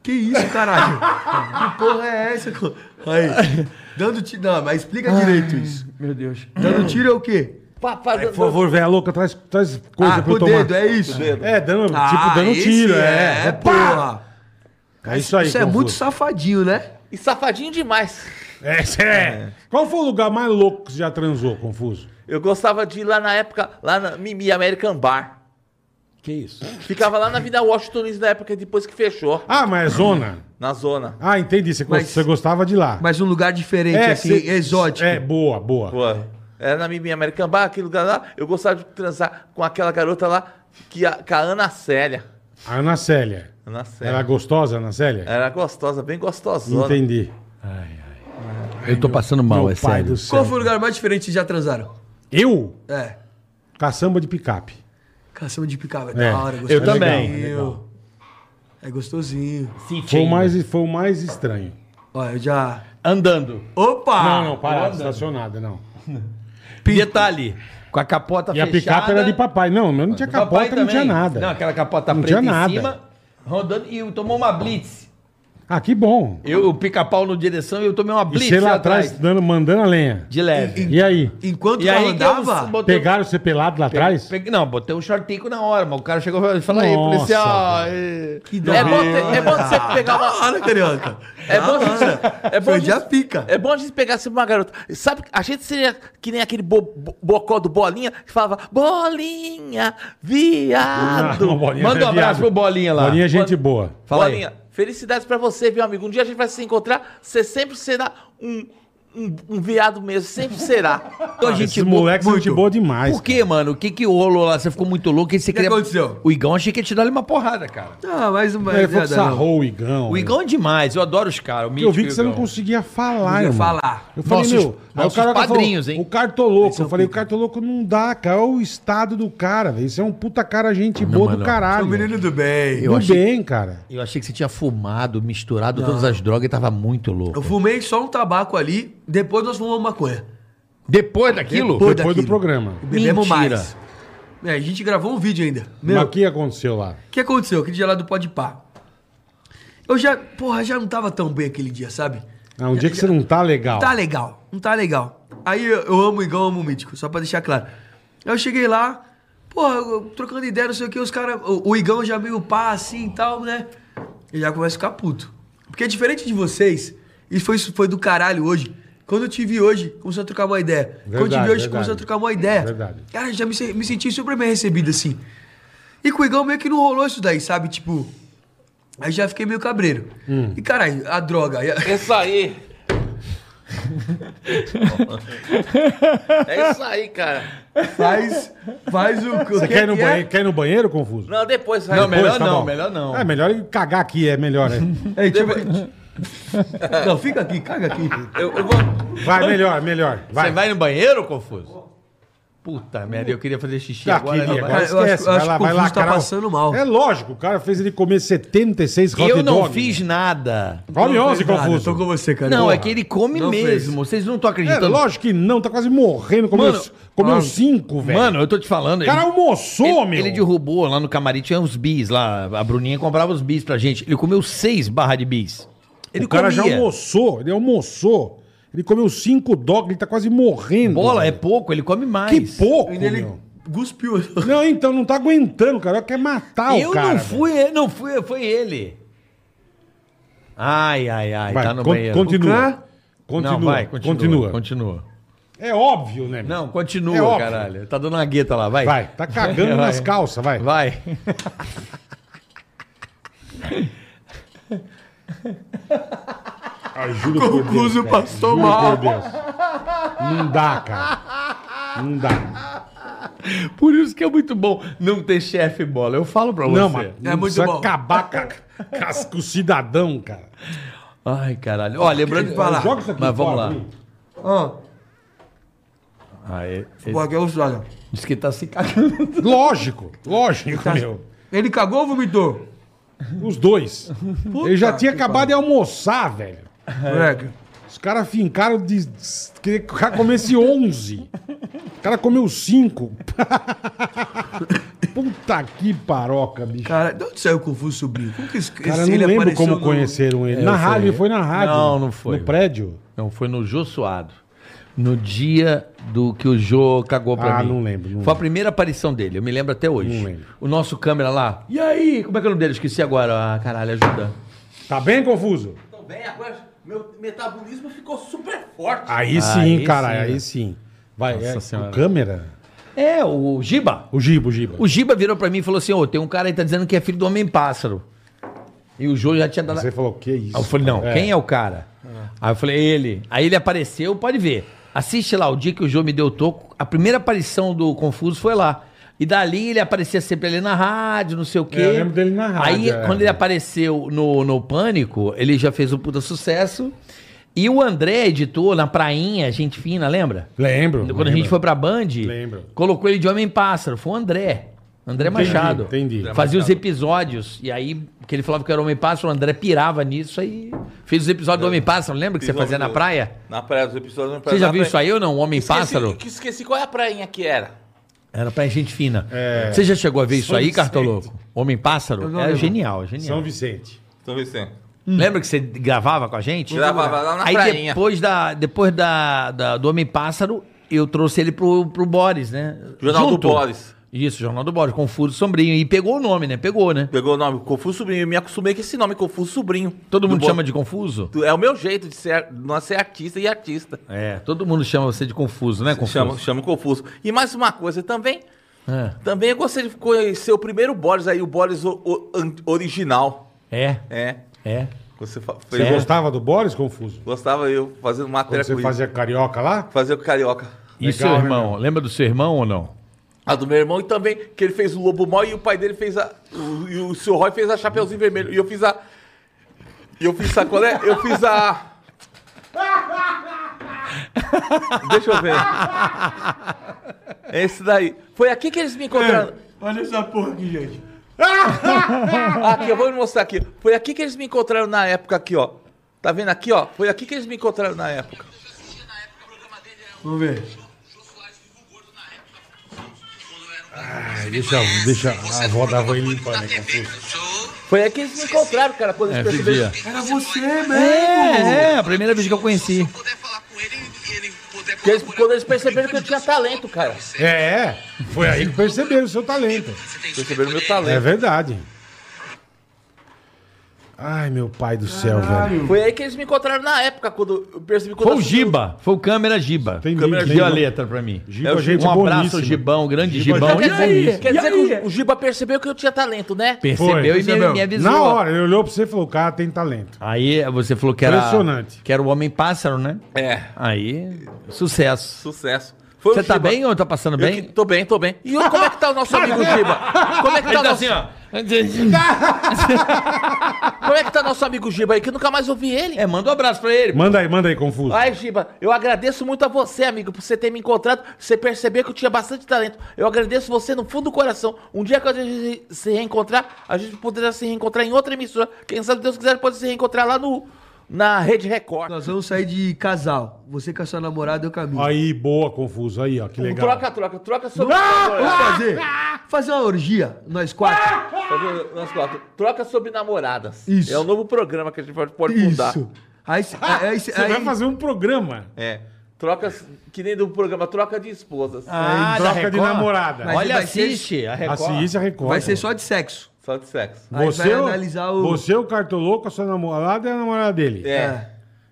[SPEAKER 4] Que isso, caralho? que porra é essa? co- Aí, dando tiro. Não, mas explica direito isso.
[SPEAKER 7] Meu Deus.
[SPEAKER 4] Dando tiro é o quê?
[SPEAKER 3] Pá, pá,
[SPEAKER 2] Por favor, velha louca, traz, traz coisa
[SPEAKER 4] ah,
[SPEAKER 2] pra
[SPEAKER 4] com
[SPEAKER 2] eu
[SPEAKER 4] o
[SPEAKER 2] tomar.
[SPEAKER 4] dedo, é isso.
[SPEAKER 2] É, dando,
[SPEAKER 4] Ah,
[SPEAKER 2] tipo, dando
[SPEAKER 4] esse
[SPEAKER 2] tiro.
[SPEAKER 4] É,
[SPEAKER 2] É, Pá!
[SPEAKER 4] porra.
[SPEAKER 2] É isso aí,
[SPEAKER 4] Isso é muito
[SPEAKER 2] Confuso.
[SPEAKER 4] safadinho, né?
[SPEAKER 3] E safadinho demais.
[SPEAKER 2] É, cê é. Qual foi o lugar mais louco que você já transou, Confuso?
[SPEAKER 3] Eu gostava de ir lá na época, lá na Mimi American Bar.
[SPEAKER 7] Que isso?
[SPEAKER 3] Ficava lá na Vida Washington Luiz, na época depois que fechou,
[SPEAKER 2] Ah, mas é zona.
[SPEAKER 3] na zona.
[SPEAKER 2] Ah, entendi. Você,
[SPEAKER 4] Mas-
[SPEAKER 2] gost- você gostava de lá. É,
[SPEAKER 4] Mas um lugar diferente, assim,
[SPEAKER 2] cê-
[SPEAKER 4] exótico.
[SPEAKER 2] É, boa, boa.
[SPEAKER 3] Pô, era na Mimi American Bar, aquele lugar lá. Eu gostava de transar com aquela garota lá, que a, com a Ana Célia.
[SPEAKER 2] A Ana Célia.
[SPEAKER 3] Ana
[SPEAKER 2] Era
[SPEAKER 3] Célia.
[SPEAKER 2] gostosa, Ana
[SPEAKER 7] É,
[SPEAKER 2] Célia?
[SPEAKER 3] Era gostosa, bem gostosona.
[SPEAKER 2] Entendi.
[SPEAKER 7] Eu tô passando mal,
[SPEAKER 2] Meu
[SPEAKER 7] é
[SPEAKER 2] pai
[SPEAKER 7] sério.
[SPEAKER 2] do
[SPEAKER 4] Qual
[SPEAKER 2] céu.
[SPEAKER 4] foi o lugar mais diferente que já transaram?
[SPEAKER 2] Eu?
[SPEAKER 4] É.
[SPEAKER 2] Caçamba de picape.
[SPEAKER 4] Caçamba de picava.
[SPEAKER 2] É,
[SPEAKER 4] É da hora,
[SPEAKER 2] eu
[SPEAKER 4] gostosinho.
[SPEAKER 2] também.
[SPEAKER 4] É gostosinho.
[SPEAKER 2] Foi o, mais, foi o mais estranho.
[SPEAKER 4] Ó, eu já.
[SPEAKER 7] Andando. Ah,
[SPEAKER 4] Opa!
[SPEAKER 2] não, não, parada, estacionada, não.
[SPEAKER 7] Detalhe, com a capota
[SPEAKER 2] E a
[SPEAKER 7] fechada...
[SPEAKER 2] picape era de papai. Não, meu não tinha
[SPEAKER 7] Papai
[SPEAKER 2] capota, não
[SPEAKER 7] também.
[SPEAKER 2] tinha nada.
[SPEAKER 7] Não, aquela capota
[SPEAKER 2] Não
[SPEAKER 7] preta
[SPEAKER 2] tinha nada.
[SPEAKER 7] em cima, rodando, e tomou uma blitz.
[SPEAKER 2] Ah, que bom.
[SPEAKER 7] Eu, o pica-pau no direção, e eu tomei uma
[SPEAKER 2] E
[SPEAKER 7] blitz
[SPEAKER 2] você lá atrás, dando, mandando a lenha.
[SPEAKER 7] De leve.
[SPEAKER 2] E aí?
[SPEAKER 4] Enquanto
[SPEAKER 7] E
[SPEAKER 4] ela
[SPEAKER 7] aí que eu
[SPEAKER 4] andava.
[SPEAKER 7] botei- um-
[SPEAKER 2] Pegaram você pelado lá atrás?
[SPEAKER 7] peguei- não, botei um shortico na hora, mas o cara chegou e falou, aí,
[SPEAKER 2] Nossa,
[SPEAKER 7] policial... eh,
[SPEAKER 4] Que da
[SPEAKER 3] É bom,
[SPEAKER 4] hora.
[SPEAKER 3] ter- é bom você pegar uma.
[SPEAKER 4] Da hora, carioca.
[SPEAKER 3] É bom, a gente, é, bom a
[SPEAKER 4] Foi de
[SPEAKER 3] gente,
[SPEAKER 4] a pica.
[SPEAKER 3] é bom a gente pegar sempre uma garota. Sabe, a gente seria que nem aquele bo- bo- bocó do Bolinha que falava Bolinha, viado.
[SPEAKER 2] Não, Bolinha
[SPEAKER 7] Manda um
[SPEAKER 2] é viado.
[SPEAKER 7] abraço pro Bolinha lá.
[SPEAKER 2] Bolinha é gente boa.
[SPEAKER 7] Fala aí.
[SPEAKER 3] bolinha, felicidades pra você, viu, amigo? Um dia a gente vai se encontrar, você sempre será um, um, um viado mesmo, sempre será.
[SPEAKER 7] Então,
[SPEAKER 2] Esses
[SPEAKER 7] gente,
[SPEAKER 2] moleques são
[SPEAKER 4] muito.
[SPEAKER 2] gente boa demais.
[SPEAKER 7] Por que, mano? O que que rolou lá? Você ficou muito louco e você
[SPEAKER 4] que aconteceu?
[SPEAKER 7] O Igão achei que ia te dar uma porrada, cara.
[SPEAKER 4] Ah, mais uma.
[SPEAKER 2] Ele falou que
[SPEAKER 4] não, não.
[SPEAKER 2] sarrou É, o Igão.
[SPEAKER 7] O Igão é demais, eu adoro os caras. o
[SPEAKER 2] Eu
[SPEAKER 7] mítico
[SPEAKER 2] vi que você não
[SPEAKER 7] Igão.
[SPEAKER 2] conseguia falar,
[SPEAKER 4] Conseguia
[SPEAKER 2] irmão.
[SPEAKER 4] falar.
[SPEAKER 2] Eu falei,
[SPEAKER 7] Nossos-
[SPEAKER 2] meu, aí o
[SPEAKER 7] nossos
[SPEAKER 2] cara
[SPEAKER 7] padrinhos,
[SPEAKER 2] falou,
[SPEAKER 7] hein?
[SPEAKER 2] O
[SPEAKER 4] é
[SPEAKER 2] cartoloco. Eu falei, o cartoloco não dá, cara. Olha o estado do cara, velho. Isso é um puta cara, gente boa do
[SPEAKER 7] mano,
[SPEAKER 4] O
[SPEAKER 2] caralho.
[SPEAKER 4] um menino do bem.
[SPEAKER 7] Eu
[SPEAKER 2] do
[SPEAKER 7] achei-
[SPEAKER 2] bem, cara.
[SPEAKER 7] Eu achei que você tinha fumado, misturado todas as drogas e tava muito louco.
[SPEAKER 4] Eu fumei só um tabaco ali, depois nós fumamos maconha.
[SPEAKER 7] Depois daquilo?
[SPEAKER 4] Depois
[SPEAKER 2] Depois do
[SPEAKER 4] daquilo.
[SPEAKER 2] programa.
[SPEAKER 4] E Bebemos
[SPEAKER 7] Mentira.
[SPEAKER 4] mais. É, a gente gravou um vídeo ainda.
[SPEAKER 2] Mas
[SPEAKER 4] Meu,
[SPEAKER 2] o que aconteceu lá?
[SPEAKER 4] O que aconteceu? Aquele dia lá do Pode Pá. Eu já, porra, já não tava tão bem aquele dia, sabe?
[SPEAKER 2] Ah, um dia que você não tá legal.
[SPEAKER 4] tá legal, não tá legal. Aí eu, eu amo o Igão, amo o Mítico, só pra deixar claro. Aí eu cheguei lá, porra, eu- trocando ideia, não sei o que, os caras. O, o Igão já meio pá assim e tal, né? E já começa a ficar puto. Porque é diferente de vocês, e foi, isso foi do caralho hoje. Quando eu te vi hoje, começou a trocar uma ideia. Quando eu te vi
[SPEAKER 2] Verdade,
[SPEAKER 4] hoje,
[SPEAKER 2] verdade.
[SPEAKER 4] começou a trocar uma ideia.
[SPEAKER 2] Verdade.
[SPEAKER 4] Cara, já me, se- me senti super bem recebido assim. E com o Igão meio que não rolou isso daí, sabe? Tipo. Aí já fiquei meio cabreiro.
[SPEAKER 2] Hum.
[SPEAKER 4] E caralho, a droga. aí a-
[SPEAKER 3] É isso aí. é isso aí, cara.
[SPEAKER 4] Faz, faz o. é?
[SPEAKER 2] Você quer ir, no banheiro, quer ir no banheiro, Confuso?
[SPEAKER 3] Não, depois. vai.
[SPEAKER 7] Não, melhor
[SPEAKER 2] tá
[SPEAKER 7] não,
[SPEAKER 2] bom.
[SPEAKER 7] melhor não.
[SPEAKER 2] É melhor ele cagar aqui, é melhor. É.
[SPEAKER 4] Ei, deixa eu- Não, fica aqui, caga aqui.
[SPEAKER 3] Eu, eu vou.
[SPEAKER 2] Vai, melhor, melhor. Vai.
[SPEAKER 7] Você vai no banheiro, Confuso? Puta merda, eu queria fazer xixi
[SPEAKER 2] Ah,
[SPEAKER 7] agora.
[SPEAKER 2] queria,
[SPEAKER 7] não vai.
[SPEAKER 2] agora
[SPEAKER 4] Cara, né? eu acho-
[SPEAKER 2] esquece,
[SPEAKER 4] eu
[SPEAKER 2] vai
[SPEAKER 4] acho
[SPEAKER 2] lá,
[SPEAKER 4] que o
[SPEAKER 2] vai lá,
[SPEAKER 4] Confuso tá
[SPEAKER 2] Carol.
[SPEAKER 4] passando mal.
[SPEAKER 2] É lógico, o cara fez ele comer 76 hot
[SPEAKER 7] Eu não
[SPEAKER 2] dog.
[SPEAKER 7] fiz nada.
[SPEAKER 2] Come 11,
[SPEAKER 4] Nada,
[SPEAKER 2] Confuso.
[SPEAKER 4] Tô com você, cara.
[SPEAKER 7] Não,
[SPEAKER 4] Porra.
[SPEAKER 7] é que ele come
[SPEAKER 4] Não
[SPEAKER 7] mesmo. Vocês não estão
[SPEAKER 2] É,
[SPEAKER 7] acreditando.
[SPEAKER 2] lógico que não, tá quase morrendo. Comeu,
[SPEAKER 7] Então- Mano,
[SPEAKER 2] comeu
[SPEAKER 7] mano,
[SPEAKER 2] cinco, velho.
[SPEAKER 7] Mano, eu tô te falando.
[SPEAKER 2] o cara
[SPEAKER 7] ele-
[SPEAKER 2] almoçou,
[SPEAKER 7] ele,
[SPEAKER 2] meu.
[SPEAKER 7] ele derrubou lá no camarim, tinha uns bis lá. A Bruninha comprava os bis pra gente. Ele comeu seis barras de bis. Ele
[SPEAKER 2] o cara já
[SPEAKER 7] comia.
[SPEAKER 2] almoçou, ele almoçou. Ele comeu cinco dog, ele tá quase morrendo.
[SPEAKER 7] Bola é
[SPEAKER 2] velho.
[SPEAKER 7] pouco, ele come mais.
[SPEAKER 2] Que pouco,
[SPEAKER 4] Ainda ele
[SPEAKER 2] meu.
[SPEAKER 4] cuspiu.
[SPEAKER 2] Não, então, não tá aguentando, cara. Quer matar
[SPEAKER 7] eu
[SPEAKER 2] o cara.
[SPEAKER 7] não
[SPEAKER 2] velho.
[SPEAKER 7] fui, eu não fui, foi ele. Ai, ai, ai,
[SPEAKER 2] Vai,
[SPEAKER 7] tá no
[SPEAKER 2] con-
[SPEAKER 7] banheiro.
[SPEAKER 2] Continua.
[SPEAKER 4] O quê?
[SPEAKER 2] Continua,
[SPEAKER 7] não, vai,
[SPEAKER 2] continua.
[SPEAKER 7] continua, Continua.
[SPEAKER 2] É óbvio, né? meu?
[SPEAKER 7] Não,
[SPEAKER 2] É
[SPEAKER 7] continua,
[SPEAKER 2] óbvio.
[SPEAKER 7] caralho. Tá dando uma gueta lá, vai.
[SPEAKER 2] Vai, tá cagando
[SPEAKER 7] Vai.
[SPEAKER 2] nas calças, vai.
[SPEAKER 7] Vai.
[SPEAKER 2] Ai, juro por Deus,
[SPEAKER 4] Confuso
[SPEAKER 2] cara.
[SPEAKER 4] passou
[SPEAKER 2] Juro
[SPEAKER 4] mal.
[SPEAKER 2] por Deus. Não dá, cara. Não dá.
[SPEAKER 7] Por isso que é muito bom não ter chefe bola. Eu falo pra você.
[SPEAKER 2] Não, mas não
[SPEAKER 4] É muito
[SPEAKER 2] precisa
[SPEAKER 4] bom.
[SPEAKER 2] acabar com, a- com as- com o cidadão, cara.
[SPEAKER 7] Ai, caralho. Ó, lembrando.
[SPEAKER 4] Deixa eu falar.
[SPEAKER 2] Joga isso aqui
[SPEAKER 7] Mas vamos
[SPEAKER 2] fora,
[SPEAKER 7] lá.
[SPEAKER 2] viu?
[SPEAKER 4] Ah,
[SPEAKER 7] Aí,
[SPEAKER 4] porra, que é o Sala.
[SPEAKER 7] diz que tá se cagando.
[SPEAKER 2] Lógico, lógico,
[SPEAKER 4] Tá.
[SPEAKER 2] meu.
[SPEAKER 4] Ele cagou ou vomitou?
[SPEAKER 2] Os dois. Ele já tinha
[SPEAKER 4] que
[SPEAKER 2] acabado de almoçar, velho.
[SPEAKER 4] Moleque.
[SPEAKER 2] Os caras fincaram de. Queria que o cara comesse 11. O cara comeu 5. Puta que paroca, bicho.
[SPEAKER 4] Cara, de onde saiu o Confuso Sobrinho? Como que esse
[SPEAKER 2] Cara, eu
[SPEAKER 4] esse-
[SPEAKER 2] não lembro
[SPEAKER 4] apareceu
[SPEAKER 2] como
[SPEAKER 4] no-
[SPEAKER 2] conheceram ele.
[SPEAKER 7] É,
[SPEAKER 2] na
[SPEAKER 7] eu
[SPEAKER 2] rádio,
[SPEAKER 7] sei.
[SPEAKER 2] ele foi na rádio.
[SPEAKER 7] Não, não foi.
[SPEAKER 2] No prédio?
[SPEAKER 7] Não, foi no Jô Suado. No dia do que o Jô cagou pra
[SPEAKER 2] Ah,
[SPEAKER 7] mim.
[SPEAKER 2] não lembro, não
[SPEAKER 7] foi
[SPEAKER 2] lembro.
[SPEAKER 7] a primeira aparição dele, eu me lembro até hoje.
[SPEAKER 2] Não lembro.
[SPEAKER 7] O nosso câmera lá. E aí? Como é que é o nome dele? Esqueci agora. Ah, caralho, ajuda.
[SPEAKER 2] Tá bem confuso?
[SPEAKER 9] Tô bem, agora meu metabolismo ficou super forte.
[SPEAKER 2] Aí
[SPEAKER 7] Aí
[SPEAKER 2] sim,
[SPEAKER 7] sim,
[SPEAKER 2] cara,
[SPEAKER 7] né?
[SPEAKER 2] aí sim. Vai,
[SPEAKER 7] Nossa
[SPEAKER 2] é, o
[SPEAKER 7] Senhora.
[SPEAKER 2] câmera?
[SPEAKER 7] É, o Giba.
[SPEAKER 2] O Giba, o Giba.
[SPEAKER 7] O Giba virou pra mim e falou assim: Ô, tem um cara aí que tá dizendo que é filho do Homem-Pássaro. E o Jô já tinha dado.
[SPEAKER 2] Você falou, que isso?
[SPEAKER 7] Aí eu falei, não,
[SPEAKER 2] cara?
[SPEAKER 7] quem é o cara? Aí eu falei, "É ele. Aí ele apareceu, pode ver. Assiste lá, o dia que o Jô me deu o toco, a primeira aparição do Confuso foi lá. E dali ele aparecia sempre ali na rádio, não sei o quê.
[SPEAKER 2] É, eu lembro dele na rádio,
[SPEAKER 7] Aí,
[SPEAKER 2] é.
[SPEAKER 7] quando ele apareceu no, no Pânico, ele já fez um puta sucesso. E o André editou na Prainha, gente fina, lembra?
[SPEAKER 2] Lembro.
[SPEAKER 7] Quando
[SPEAKER 2] lembro.
[SPEAKER 7] a gente foi pra Band,
[SPEAKER 2] Lembro.
[SPEAKER 7] colocou ele de Homem-Pássaro. Foi o André. André
[SPEAKER 2] Entendi,
[SPEAKER 7] Machado.
[SPEAKER 2] entendi.
[SPEAKER 7] Fazia os episódios. E aí, que ele falava que era Homem-Pássaro, o André pirava nisso. Aí fez os episódios do Homem-Pássaro. Lembra que você
[SPEAKER 3] Fiz
[SPEAKER 7] fazia
[SPEAKER 3] É. uma-
[SPEAKER 7] na praia?
[SPEAKER 3] Na praia dos episódios. na praia-
[SPEAKER 7] Você já
[SPEAKER 3] na
[SPEAKER 7] viu
[SPEAKER 3] praia.
[SPEAKER 7] isso aí ou não? um O Homem-Pássaro?
[SPEAKER 3] Esqueci, esqueci qual é a prainha que era.
[SPEAKER 7] Era praia gente fina.
[SPEAKER 2] É.
[SPEAKER 7] Você já chegou a ver isso
[SPEAKER 2] São
[SPEAKER 7] aí,
[SPEAKER 2] Vicente.
[SPEAKER 7] Cartoloco?
[SPEAKER 4] Eu
[SPEAKER 7] Homem-Pássaro?
[SPEAKER 4] não
[SPEAKER 7] É
[SPEAKER 4] lembro.
[SPEAKER 7] genial, genial.
[SPEAKER 2] São Vicente.
[SPEAKER 3] Tô vendo.
[SPEAKER 7] Lembra que você gravava com a gente?
[SPEAKER 3] Gravava lá na
[SPEAKER 7] Aí
[SPEAKER 3] prainha.
[SPEAKER 7] depois, da, depois da, da- do Homem-Pássaro, eu trouxe ele pro, pro Boris, né?
[SPEAKER 3] Jornal do Boris.
[SPEAKER 7] Isso, Jornal do Boris, Confuso Sombrinho. E pegou o nome, né? Pegou, né?
[SPEAKER 3] Pegou o nome Confuso Sobrinho. Eu me acostumei com esse nome, Confuso Sobrinho.
[SPEAKER 7] Todo
[SPEAKER 3] Do
[SPEAKER 7] mundo
[SPEAKER 3] bo-
[SPEAKER 7] chama de Confuso?
[SPEAKER 3] do- É o meu jeito de ser, nós ser artista e artista.
[SPEAKER 7] É, todo mundo chama você de Confuso, né, Confuso?
[SPEAKER 3] Chama, chama Confuso. E mais uma coisa também.
[SPEAKER 7] É.
[SPEAKER 3] Também eu gostei de conhecer o primeiro Boris aí, o Boris o- o- an- original.
[SPEAKER 7] É,
[SPEAKER 3] É.
[SPEAKER 7] é.
[SPEAKER 3] Você fa-
[SPEAKER 2] Você
[SPEAKER 3] fez-
[SPEAKER 2] gostava do Boris, Confuso?
[SPEAKER 3] Gostava eu fazendo
[SPEAKER 2] Quando
[SPEAKER 3] matéria
[SPEAKER 2] você
[SPEAKER 3] com
[SPEAKER 2] fazia carioca lá?
[SPEAKER 3] Fazer com carioca.
[SPEAKER 7] E
[SPEAKER 2] Legal,
[SPEAKER 7] seu
[SPEAKER 2] né,
[SPEAKER 7] irmão?
[SPEAKER 2] meu?
[SPEAKER 7] Lembra do seu irmão ou não?
[SPEAKER 3] A do meu irmão e também que ele fez o Lobo Mal e o pai dele fez a. O, e o seu Roy fez a Chapeuzinho Vermelho. E eu fiz a. E eu fiz, sabe qual é? Eu fiz a. Deixa eu ver. Esse daí. Foi aqui que eles me encontraram.
[SPEAKER 4] Olha essa porra aqui, gente.
[SPEAKER 3] Aqui, eu vou mostrar aqui. Foi aqui que eles me encontraram na época aqui, ó. Tá vendo aqui, ó? Foi aqui que eles me encontraram na época.
[SPEAKER 4] Vamos ver.
[SPEAKER 7] Ah,
[SPEAKER 2] Ai, deixa, deixa a avó da avó ir limpar, né, Confuso?
[SPEAKER 10] Sou
[SPEAKER 3] Foi aí que eles me encontraram, cara, quando eles
[SPEAKER 6] É,
[SPEAKER 3] perceberam.
[SPEAKER 6] Vidia.
[SPEAKER 4] Era você mesmo.
[SPEAKER 6] É, é, a primeira vez que eu conheci.
[SPEAKER 11] eu puder falar com ele e ele puder
[SPEAKER 3] que eles- quando eles perceberam que eu tinha talento, cara.
[SPEAKER 2] É, foi aí que perceberam o seu talento.
[SPEAKER 3] Perceberam meu
[SPEAKER 2] É
[SPEAKER 3] talento.
[SPEAKER 2] verdade. Ai, meu pai do céu, velho.
[SPEAKER 3] Foi aí que eles me encontraram na época, quando eu percebi quando
[SPEAKER 6] Foi o
[SPEAKER 3] eu-
[SPEAKER 6] Giba, foi o câmera Giba.
[SPEAKER 2] Entendi,
[SPEAKER 6] Câmera
[SPEAKER 2] entendi.
[SPEAKER 6] deu a letra pra mim.
[SPEAKER 2] Giba,
[SPEAKER 6] É o-
[SPEAKER 2] gente
[SPEAKER 6] um abraço,
[SPEAKER 2] boníssima.
[SPEAKER 6] Gibão, grande
[SPEAKER 2] Giba,
[SPEAKER 6] Gibão.
[SPEAKER 2] gente
[SPEAKER 6] E aí?
[SPEAKER 2] boníssima.
[SPEAKER 3] Quer dizer que o, o Giba percebeu que eu tinha talento, né?
[SPEAKER 2] Foi,
[SPEAKER 6] Percebeu e me,
[SPEAKER 4] percebeu.
[SPEAKER 6] me avisou.
[SPEAKER 2] Na hora, ele olhou pra você e falou: o cara tem talento.
[SPEAKER 6] Aí você falou que era.
[SPEAKER 2] Impressionante.
[SPEAKER 6] Que era o Homem Pássaro, né?
[SPEAKER 3] É,
[SPEAKER 6] Aí, sucesso.
[SPEAKER 3] sucesso. Foi
[SPEAKER 6] Você
[SPEAKER 3] o
[SPEAKER 6] tá
[SPEAKER 3] Giba.
[SPEAKER 6] bem ou tá passando
[SPEAKER 3] Eu
[SPEAKER 6] bem?
[SPEAKER 3] que- tô bem, tô bem. E o- como é que tá o nosso amigo Giba? Como é que tá,
[SPEAKER 6] Ele tá
[SPEAKER 3] nosso,
[SPEAKER 6] assim, ó.
[SPEAKER 3] como é que tá nosso amigo Giba aí, que eu nunca mais ouvi ele?
[SPEAKER 6] É, manda um abraço pra ele.
[SPEAKER 2] Manda aí, manda aí, Confuso.
[SPEAKER 3] Ai, Giba, eu agradeço muito a você, amigo, por você ter me encontrado, você perceber que eu tinha bastante talento. Eu agradeço você no fundo do coração. Um dia que a gente se reencontrar, a gente poderá se reencontrar em outra emissora. Quem sabe, Deus quiser, pode se reencontrar lá no, na Rede Record.
[SPEAKER 4] Nós vamos sair de casal. Você com a sua namorada, eu caminho.
[SPEAKER 2] Aí, boa, Confuso. Aí, ó, que legal.
[SPEAKER 3] Troca, troca, troca sobre
[SPEAKER 4] Vamos
[SPEAKER 3] namorada.
[SPEAKER 4] fazer? Fazer uma orgia, nós quatro.
[SPEAKER 3] Fazer umas quatro. Troca sobre namoradas.
[SPEAKER 4] Isso.
[SPEAKER 3] É um novo programa que a gente pode, pode fundar.
[SPEAKER 4] Isso. Aí, cê- aí, aí,
[SPEAKER 2] Você vai fazer um programa.
[SPEAKER 3] É. Troca, que nem do programa, troca de esposas.
[SPEAKER 6] Ah, da
[SPEAKER 2] troca de
[SPEAKER 6] Record?
[SPEAKER 2] namorada.
[SPEAKER 4] Mas
[SPEAKER 6] Olha,
[SPEAKER 4] vai ser-
[SPEAKER 6] assiste a Record.
[SPEAKER 2] Assiste a Record.
[SPEAKER 4] vai ser só de sexo.
[SPEAKER 3] Só de sexo.
[SPEAKER 4] Aí
[SPEAKER 2] Você, é
[SPEAKER 4] vai
[SPEAKER 2] o-
[SPEAKER 4] analisar o-
[SPEAKER 2] você, o cartoloco, a sua namorada e a namorada dele.
[SPEAKER 3] É.
[SPEAKER 4] Ah.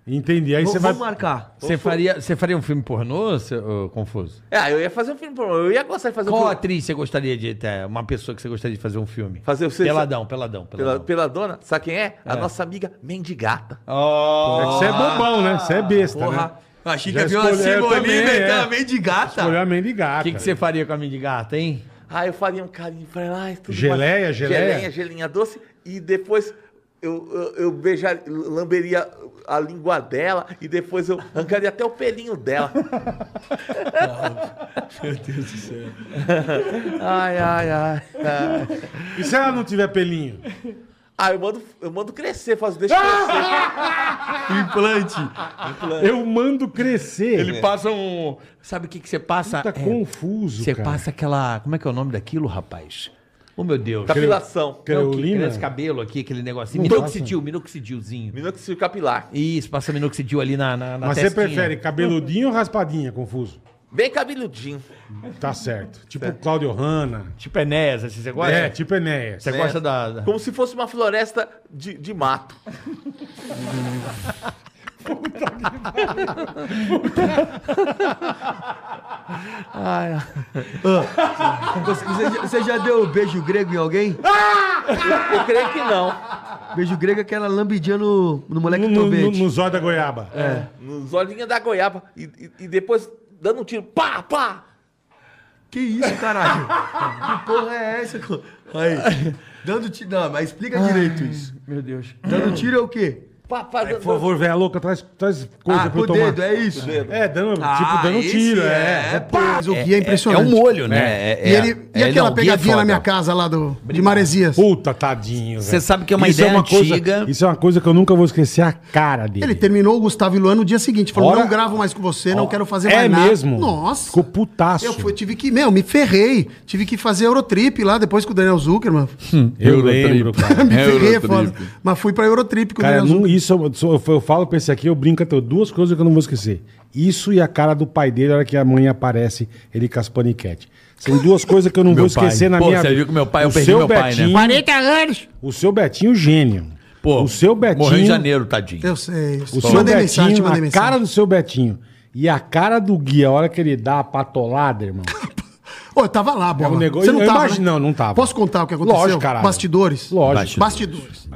[SPEAKER 2] Entendi. Aí
[SPEAKER 4] Vamos
[SPEAKER 2] você vai.
[SPEAKER 4] marcar.
[SPEAKER 6] Você faria, você faria um filme pornô, seu, ô, Confuso?
[SPEAKER 3] Ah, eu ia fazer um filme pornô. Eu ia gostar de fazer
[SPEAKER 6] Qual
[SPEAKER 3] um filme.
[SPEAKER 6] atriz você gostaria de ter? Uma pessoa que você gostaria de fazer um filme?
[SPEAKER 3] Fazer o sexo-
[SPEAKER 6] Peladão, peladão,
[SPEAKER 3] Pela,
[SPEAKER 6] peladão.
[SPEAKER 3] pela dona, sabe quem é? A nossa amiga Mendigata.
[SPEAKER 6] Oh,
[SPEAKER 2] É que Você é bobão, né? Você é besta, né?
[SPEAKER 4] Porra. Eu achei que
[SPEAKER 2] Já
[SPEAKER 4] havia uma
[SPEAKER 7] assim,
[SPEAKER 2] escolhi- eu também,
[SPEAKER 4] Simolina
[SPEAKER 2] é.
[SPEAKER 4] e também de gata.
[SPEAKER 2] Escolheu a mendigata.
[SPEAKER 6] o que, que você faria com a mendigata, hein?
[SPEAKER 3] Ah, eu faria um carinho pra ela. ai, tudo
[SPEAKER 2] Geleia,
[SPEAKER 3] mais.
[SPEAKER 2] geleia?
[SPEAKER 3] Gelinha, gelinha doce. E depois eu, eu, eu beijar, lamberia a língua dela. E depois eu arrancaria até o pelinho dela. ai, ai, ai.
[SPEAKER 2] E se ela não tiver pelinho?
[SPEAKER 3] Ah, eu mando, eu mando crescer, faço deixa crescer.
[SPEAKER 4] Implante.
[SPEAKER 2] Eu mando crescer. Ele
[SPEAKER 6] passa um. Sabe o que, que você passa?
[SPEAKER 2] tá
[SPEAKER 6] É,
[SPEAKER 2] confuso,
[SPEAKER 6] Você
[SPEAKER 2] cara.
[SPEAKER 6] passa aquela. Como é que é o nome daquilo, rapaz? Oh, meu
[SPEAKER 7] Tá
[SPEAKER 6] Deus.
[SPEAKER 3] Capilação.
[SPEAKER 6] Não, que
[SPEAKER 2] Creolina?
[SPEAKER 6] cresce cabelo aqui, aquele negocinho.
[SPEAKER 2] Não
[SPEAKER 6] Minoxidil, minoxidilzinho.
[SPEAKER 3] Minoxidil capilar.
[SPEAKER 6] Isso, passa minoxidil ali na, na, na
[SPEAKER 2] Mas você
[SPEAKER 6] testinha.
[SPEAKER 2] prefere cabeludinho ou raspadinha, Confuso?
[SPEAKER 3] Bem cabeludinho.
[SPEAKER 2] Tá certo. Tipo Cláudio Hanna.
[SPEAKER 6] Tipo Enéas, assim, você gosta?
[SPEAKER 2] É, tipo Enéas.
[SPEAKER 6] Você gosta da... da-
[SPEAKER 3] Como se fosse uma floresta de, de mato.
[SPEAKER 4] Você, você já- você já deu beijo grego em alguém?
[SPEAKER 3] Eu creio que não.
[SPEAKER 4] Beijo grego é aquela lambidinha no, no moleque
[SPEAKER 2] No,
[SPEAKER 4] do
[SPEAKER 2] no, no,
[SPEAKER 4] tobete.
[SPEAKER 2] no zóio da goiaba. É.
[SPEAKER 3] Nos olhinhos da goiaba. E, e- e depois dando um tiro. Pá, pá!
[SPEAKER 4] Que isso, caralho? que porra é essa? co- Aí, dando tiro. Não, mas explica direito isso. Meu Deus. Dando tiro é o quê?
[SPEAKER 3] Pá, pá, dando-
[SPEAKER 2] Por favor, velha louca, traz, traz coisa
[SPEAKER 4] ah,
[SPEAKER 2] pra
[SPEAKER 4] com
[SPEAKER 2] eu
[SPEAKER 4] o
[SPEAKER 2] tomar.
[SPEAKER 4] dedo, é isso.
[SPEAKER 2] É, dando,
[SPEAKER 6] Ah,
[SPEAKER 2] tipo, dando
[SPEAKER 4] esse
[SPEAKER 2] tiro. É.
[SPEAKER 4] pô. Mas o
[SPEAKER 12] E é impressionante. É.
[SPEAKER 6] molho, né?
[SPEAKER 12] E, ele- e aquela pegadinha na minha casa lá do, de Maresias?
[SPEAKER 2] Puta, tadinho.
[SPEAKER 6] Você
[SPEAKER 2] velho.
[SPEAKER 6] sabe que é uma
[SPEAKER 2] Isso
[SPEAKER 6] ideia
[SPEAKER 2] uma coisa-
[SPEAKER 6] antiga.
[SPEAKER 2] isso é uma coisa que eu nunca vou esquecer a cara dele.
[SPEAKER 12] Ele terminou o Gustavo e Luan no dia seguinte. Falou:
[SPEAKER 2] Ora-
[SPEAKER 12] não gravo mais com você, não quero fazer mais
[SPEAKER 2] é
[SPEAKER 12] nada.
[SPEAKER 2] mesmo?
[SPEAKER 12] Nossa.
[SPEAKER 2] Ficou putaço.
[SPEAKER 12] Eu fui, tive que, meu, me ferrei. Tive que fazer Eurotrip lá depois com o Daniel Zuckerman.
[SPEAKER 2] Eu lembro, cara.
[SPEAKER 12] me ferrei, é foda. Mas fui pra Eurotrip com
[SPEAKER 2] Cara,
[SPEAKER 12] o Daniel
[SPEAKER 2] não, isso, eu, sou- eu, falo pra esse aqui, eu brinco até duas coisas que eu não vou esquecer. Isso e a cara do pai dele, na hora que a mãe aparece, ele com as paniquete. São duas coisas que eu não vou
[SPEAKER 6] pai.
[SPEAKER 2] esquecer na
[SPEAKER 6] Pô,
[SPEAKER 2] minha
[SPEAKER 6] você viu que meu pai- eu perdi
[SPEAKER 2] seu
[SPEAKER 6] meu pai, né?
[SPEAKER 2] Betinho,
[SPEAKER 12] 40 anos!
[SPEAKER 2] O seu Betinho, gênio.
[SPEAKER 6] Pô,
[SPEAKER 2] o seu Betinho.
[SPEAKER 6] Morreu em janeiro, tadinho.
[SPEAKER 12] Eu sei. eu
[SPEAKER 2] O
[SPEAKER 12] sei.
[SPEAKER 2] seu
[SPEAKER 12] mandei
[SPEAKER 2] Betinho,
[SPEAKER 12] mensagem, te mandei
[SPEAKER 2] a
[SPEAKER 12] mensagem.
[SPEAKER 2] cara do seu Betinho e a cara do guia, a hora que ele dá a patolada, irmão.
[SPEAKER 12] Ô, eu tava lá, bola.
[SPEAKER 2] É um negócio-
[SPEAKER 12] Você não
[SPEAKER 2] eu
[SPEAKER 12] tava,
[SPEAKER 2] imagino-
[SPEAKER 12] né?
[SPEAKER 2] não, não tava.
[SPEAKER 12] Posso contar o que aconteceu?
[SPEAKER 2] Lógico, caralho.
[SPEAKER 12] Bastidores?
[SPEAKER 2] Lógico.
[SPEAKER 12] Bastidores.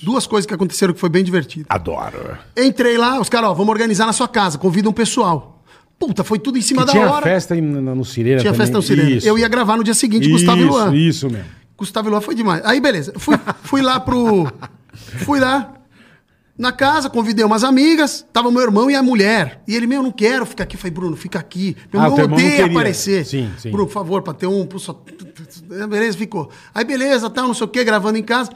[SPEAKER 12] Duas coisas que aconteceram que foi bem divertido. Adoro. Entrei lá, os caras, ó, vamos organizar na sua casa, convida um pessoal. Puta, foi tudo em cima
[SPEAKER 2] Que
[SPEAKER 12] da
[SPEAKER 2] tinha
[SPEAKER 12] hora.
[SPEAKER 2] festa em- no, no Sirena
[SPEAKER 12] Tinha
[SPEAKER 2] também.
[SPEAKER 12] festa no Sirene.
[SPEAKER 2] Isso.
[SPEAKER 12] Eu ia gravar no dia seguinte,
[SPEAKER 2] isso,
[SPEAKER 12] Gustavo e Luan.
[SPEAKER 2] Isso mesmo.
[SPEAKER 12] Gustavo e Luan foi demais. Aí, beleza. Fui, fui lá pro. Fui lá na casa, convidei umas amigas. Tava meu irmão e a mulher. E ele, meu, não quero ficar aqui. Eu falei, Bruno, fica aqui. Meu
[SPEAKER 2] Ah, o teu
[SPEAKER 12] irmão
[SPEAKER 2] irmão não
[SPEAKER 12] odeia
[SPEAKER 2] queria.
[SPEAKER 12] aparecer.
[SPEAKER 2] Sim, sim.
[SPEAKER 12] Bruno, por favor, pra ter um. pro só- É, Beleza, ficou. Aí, beleza, tal, não sei o quê, gravando em casa.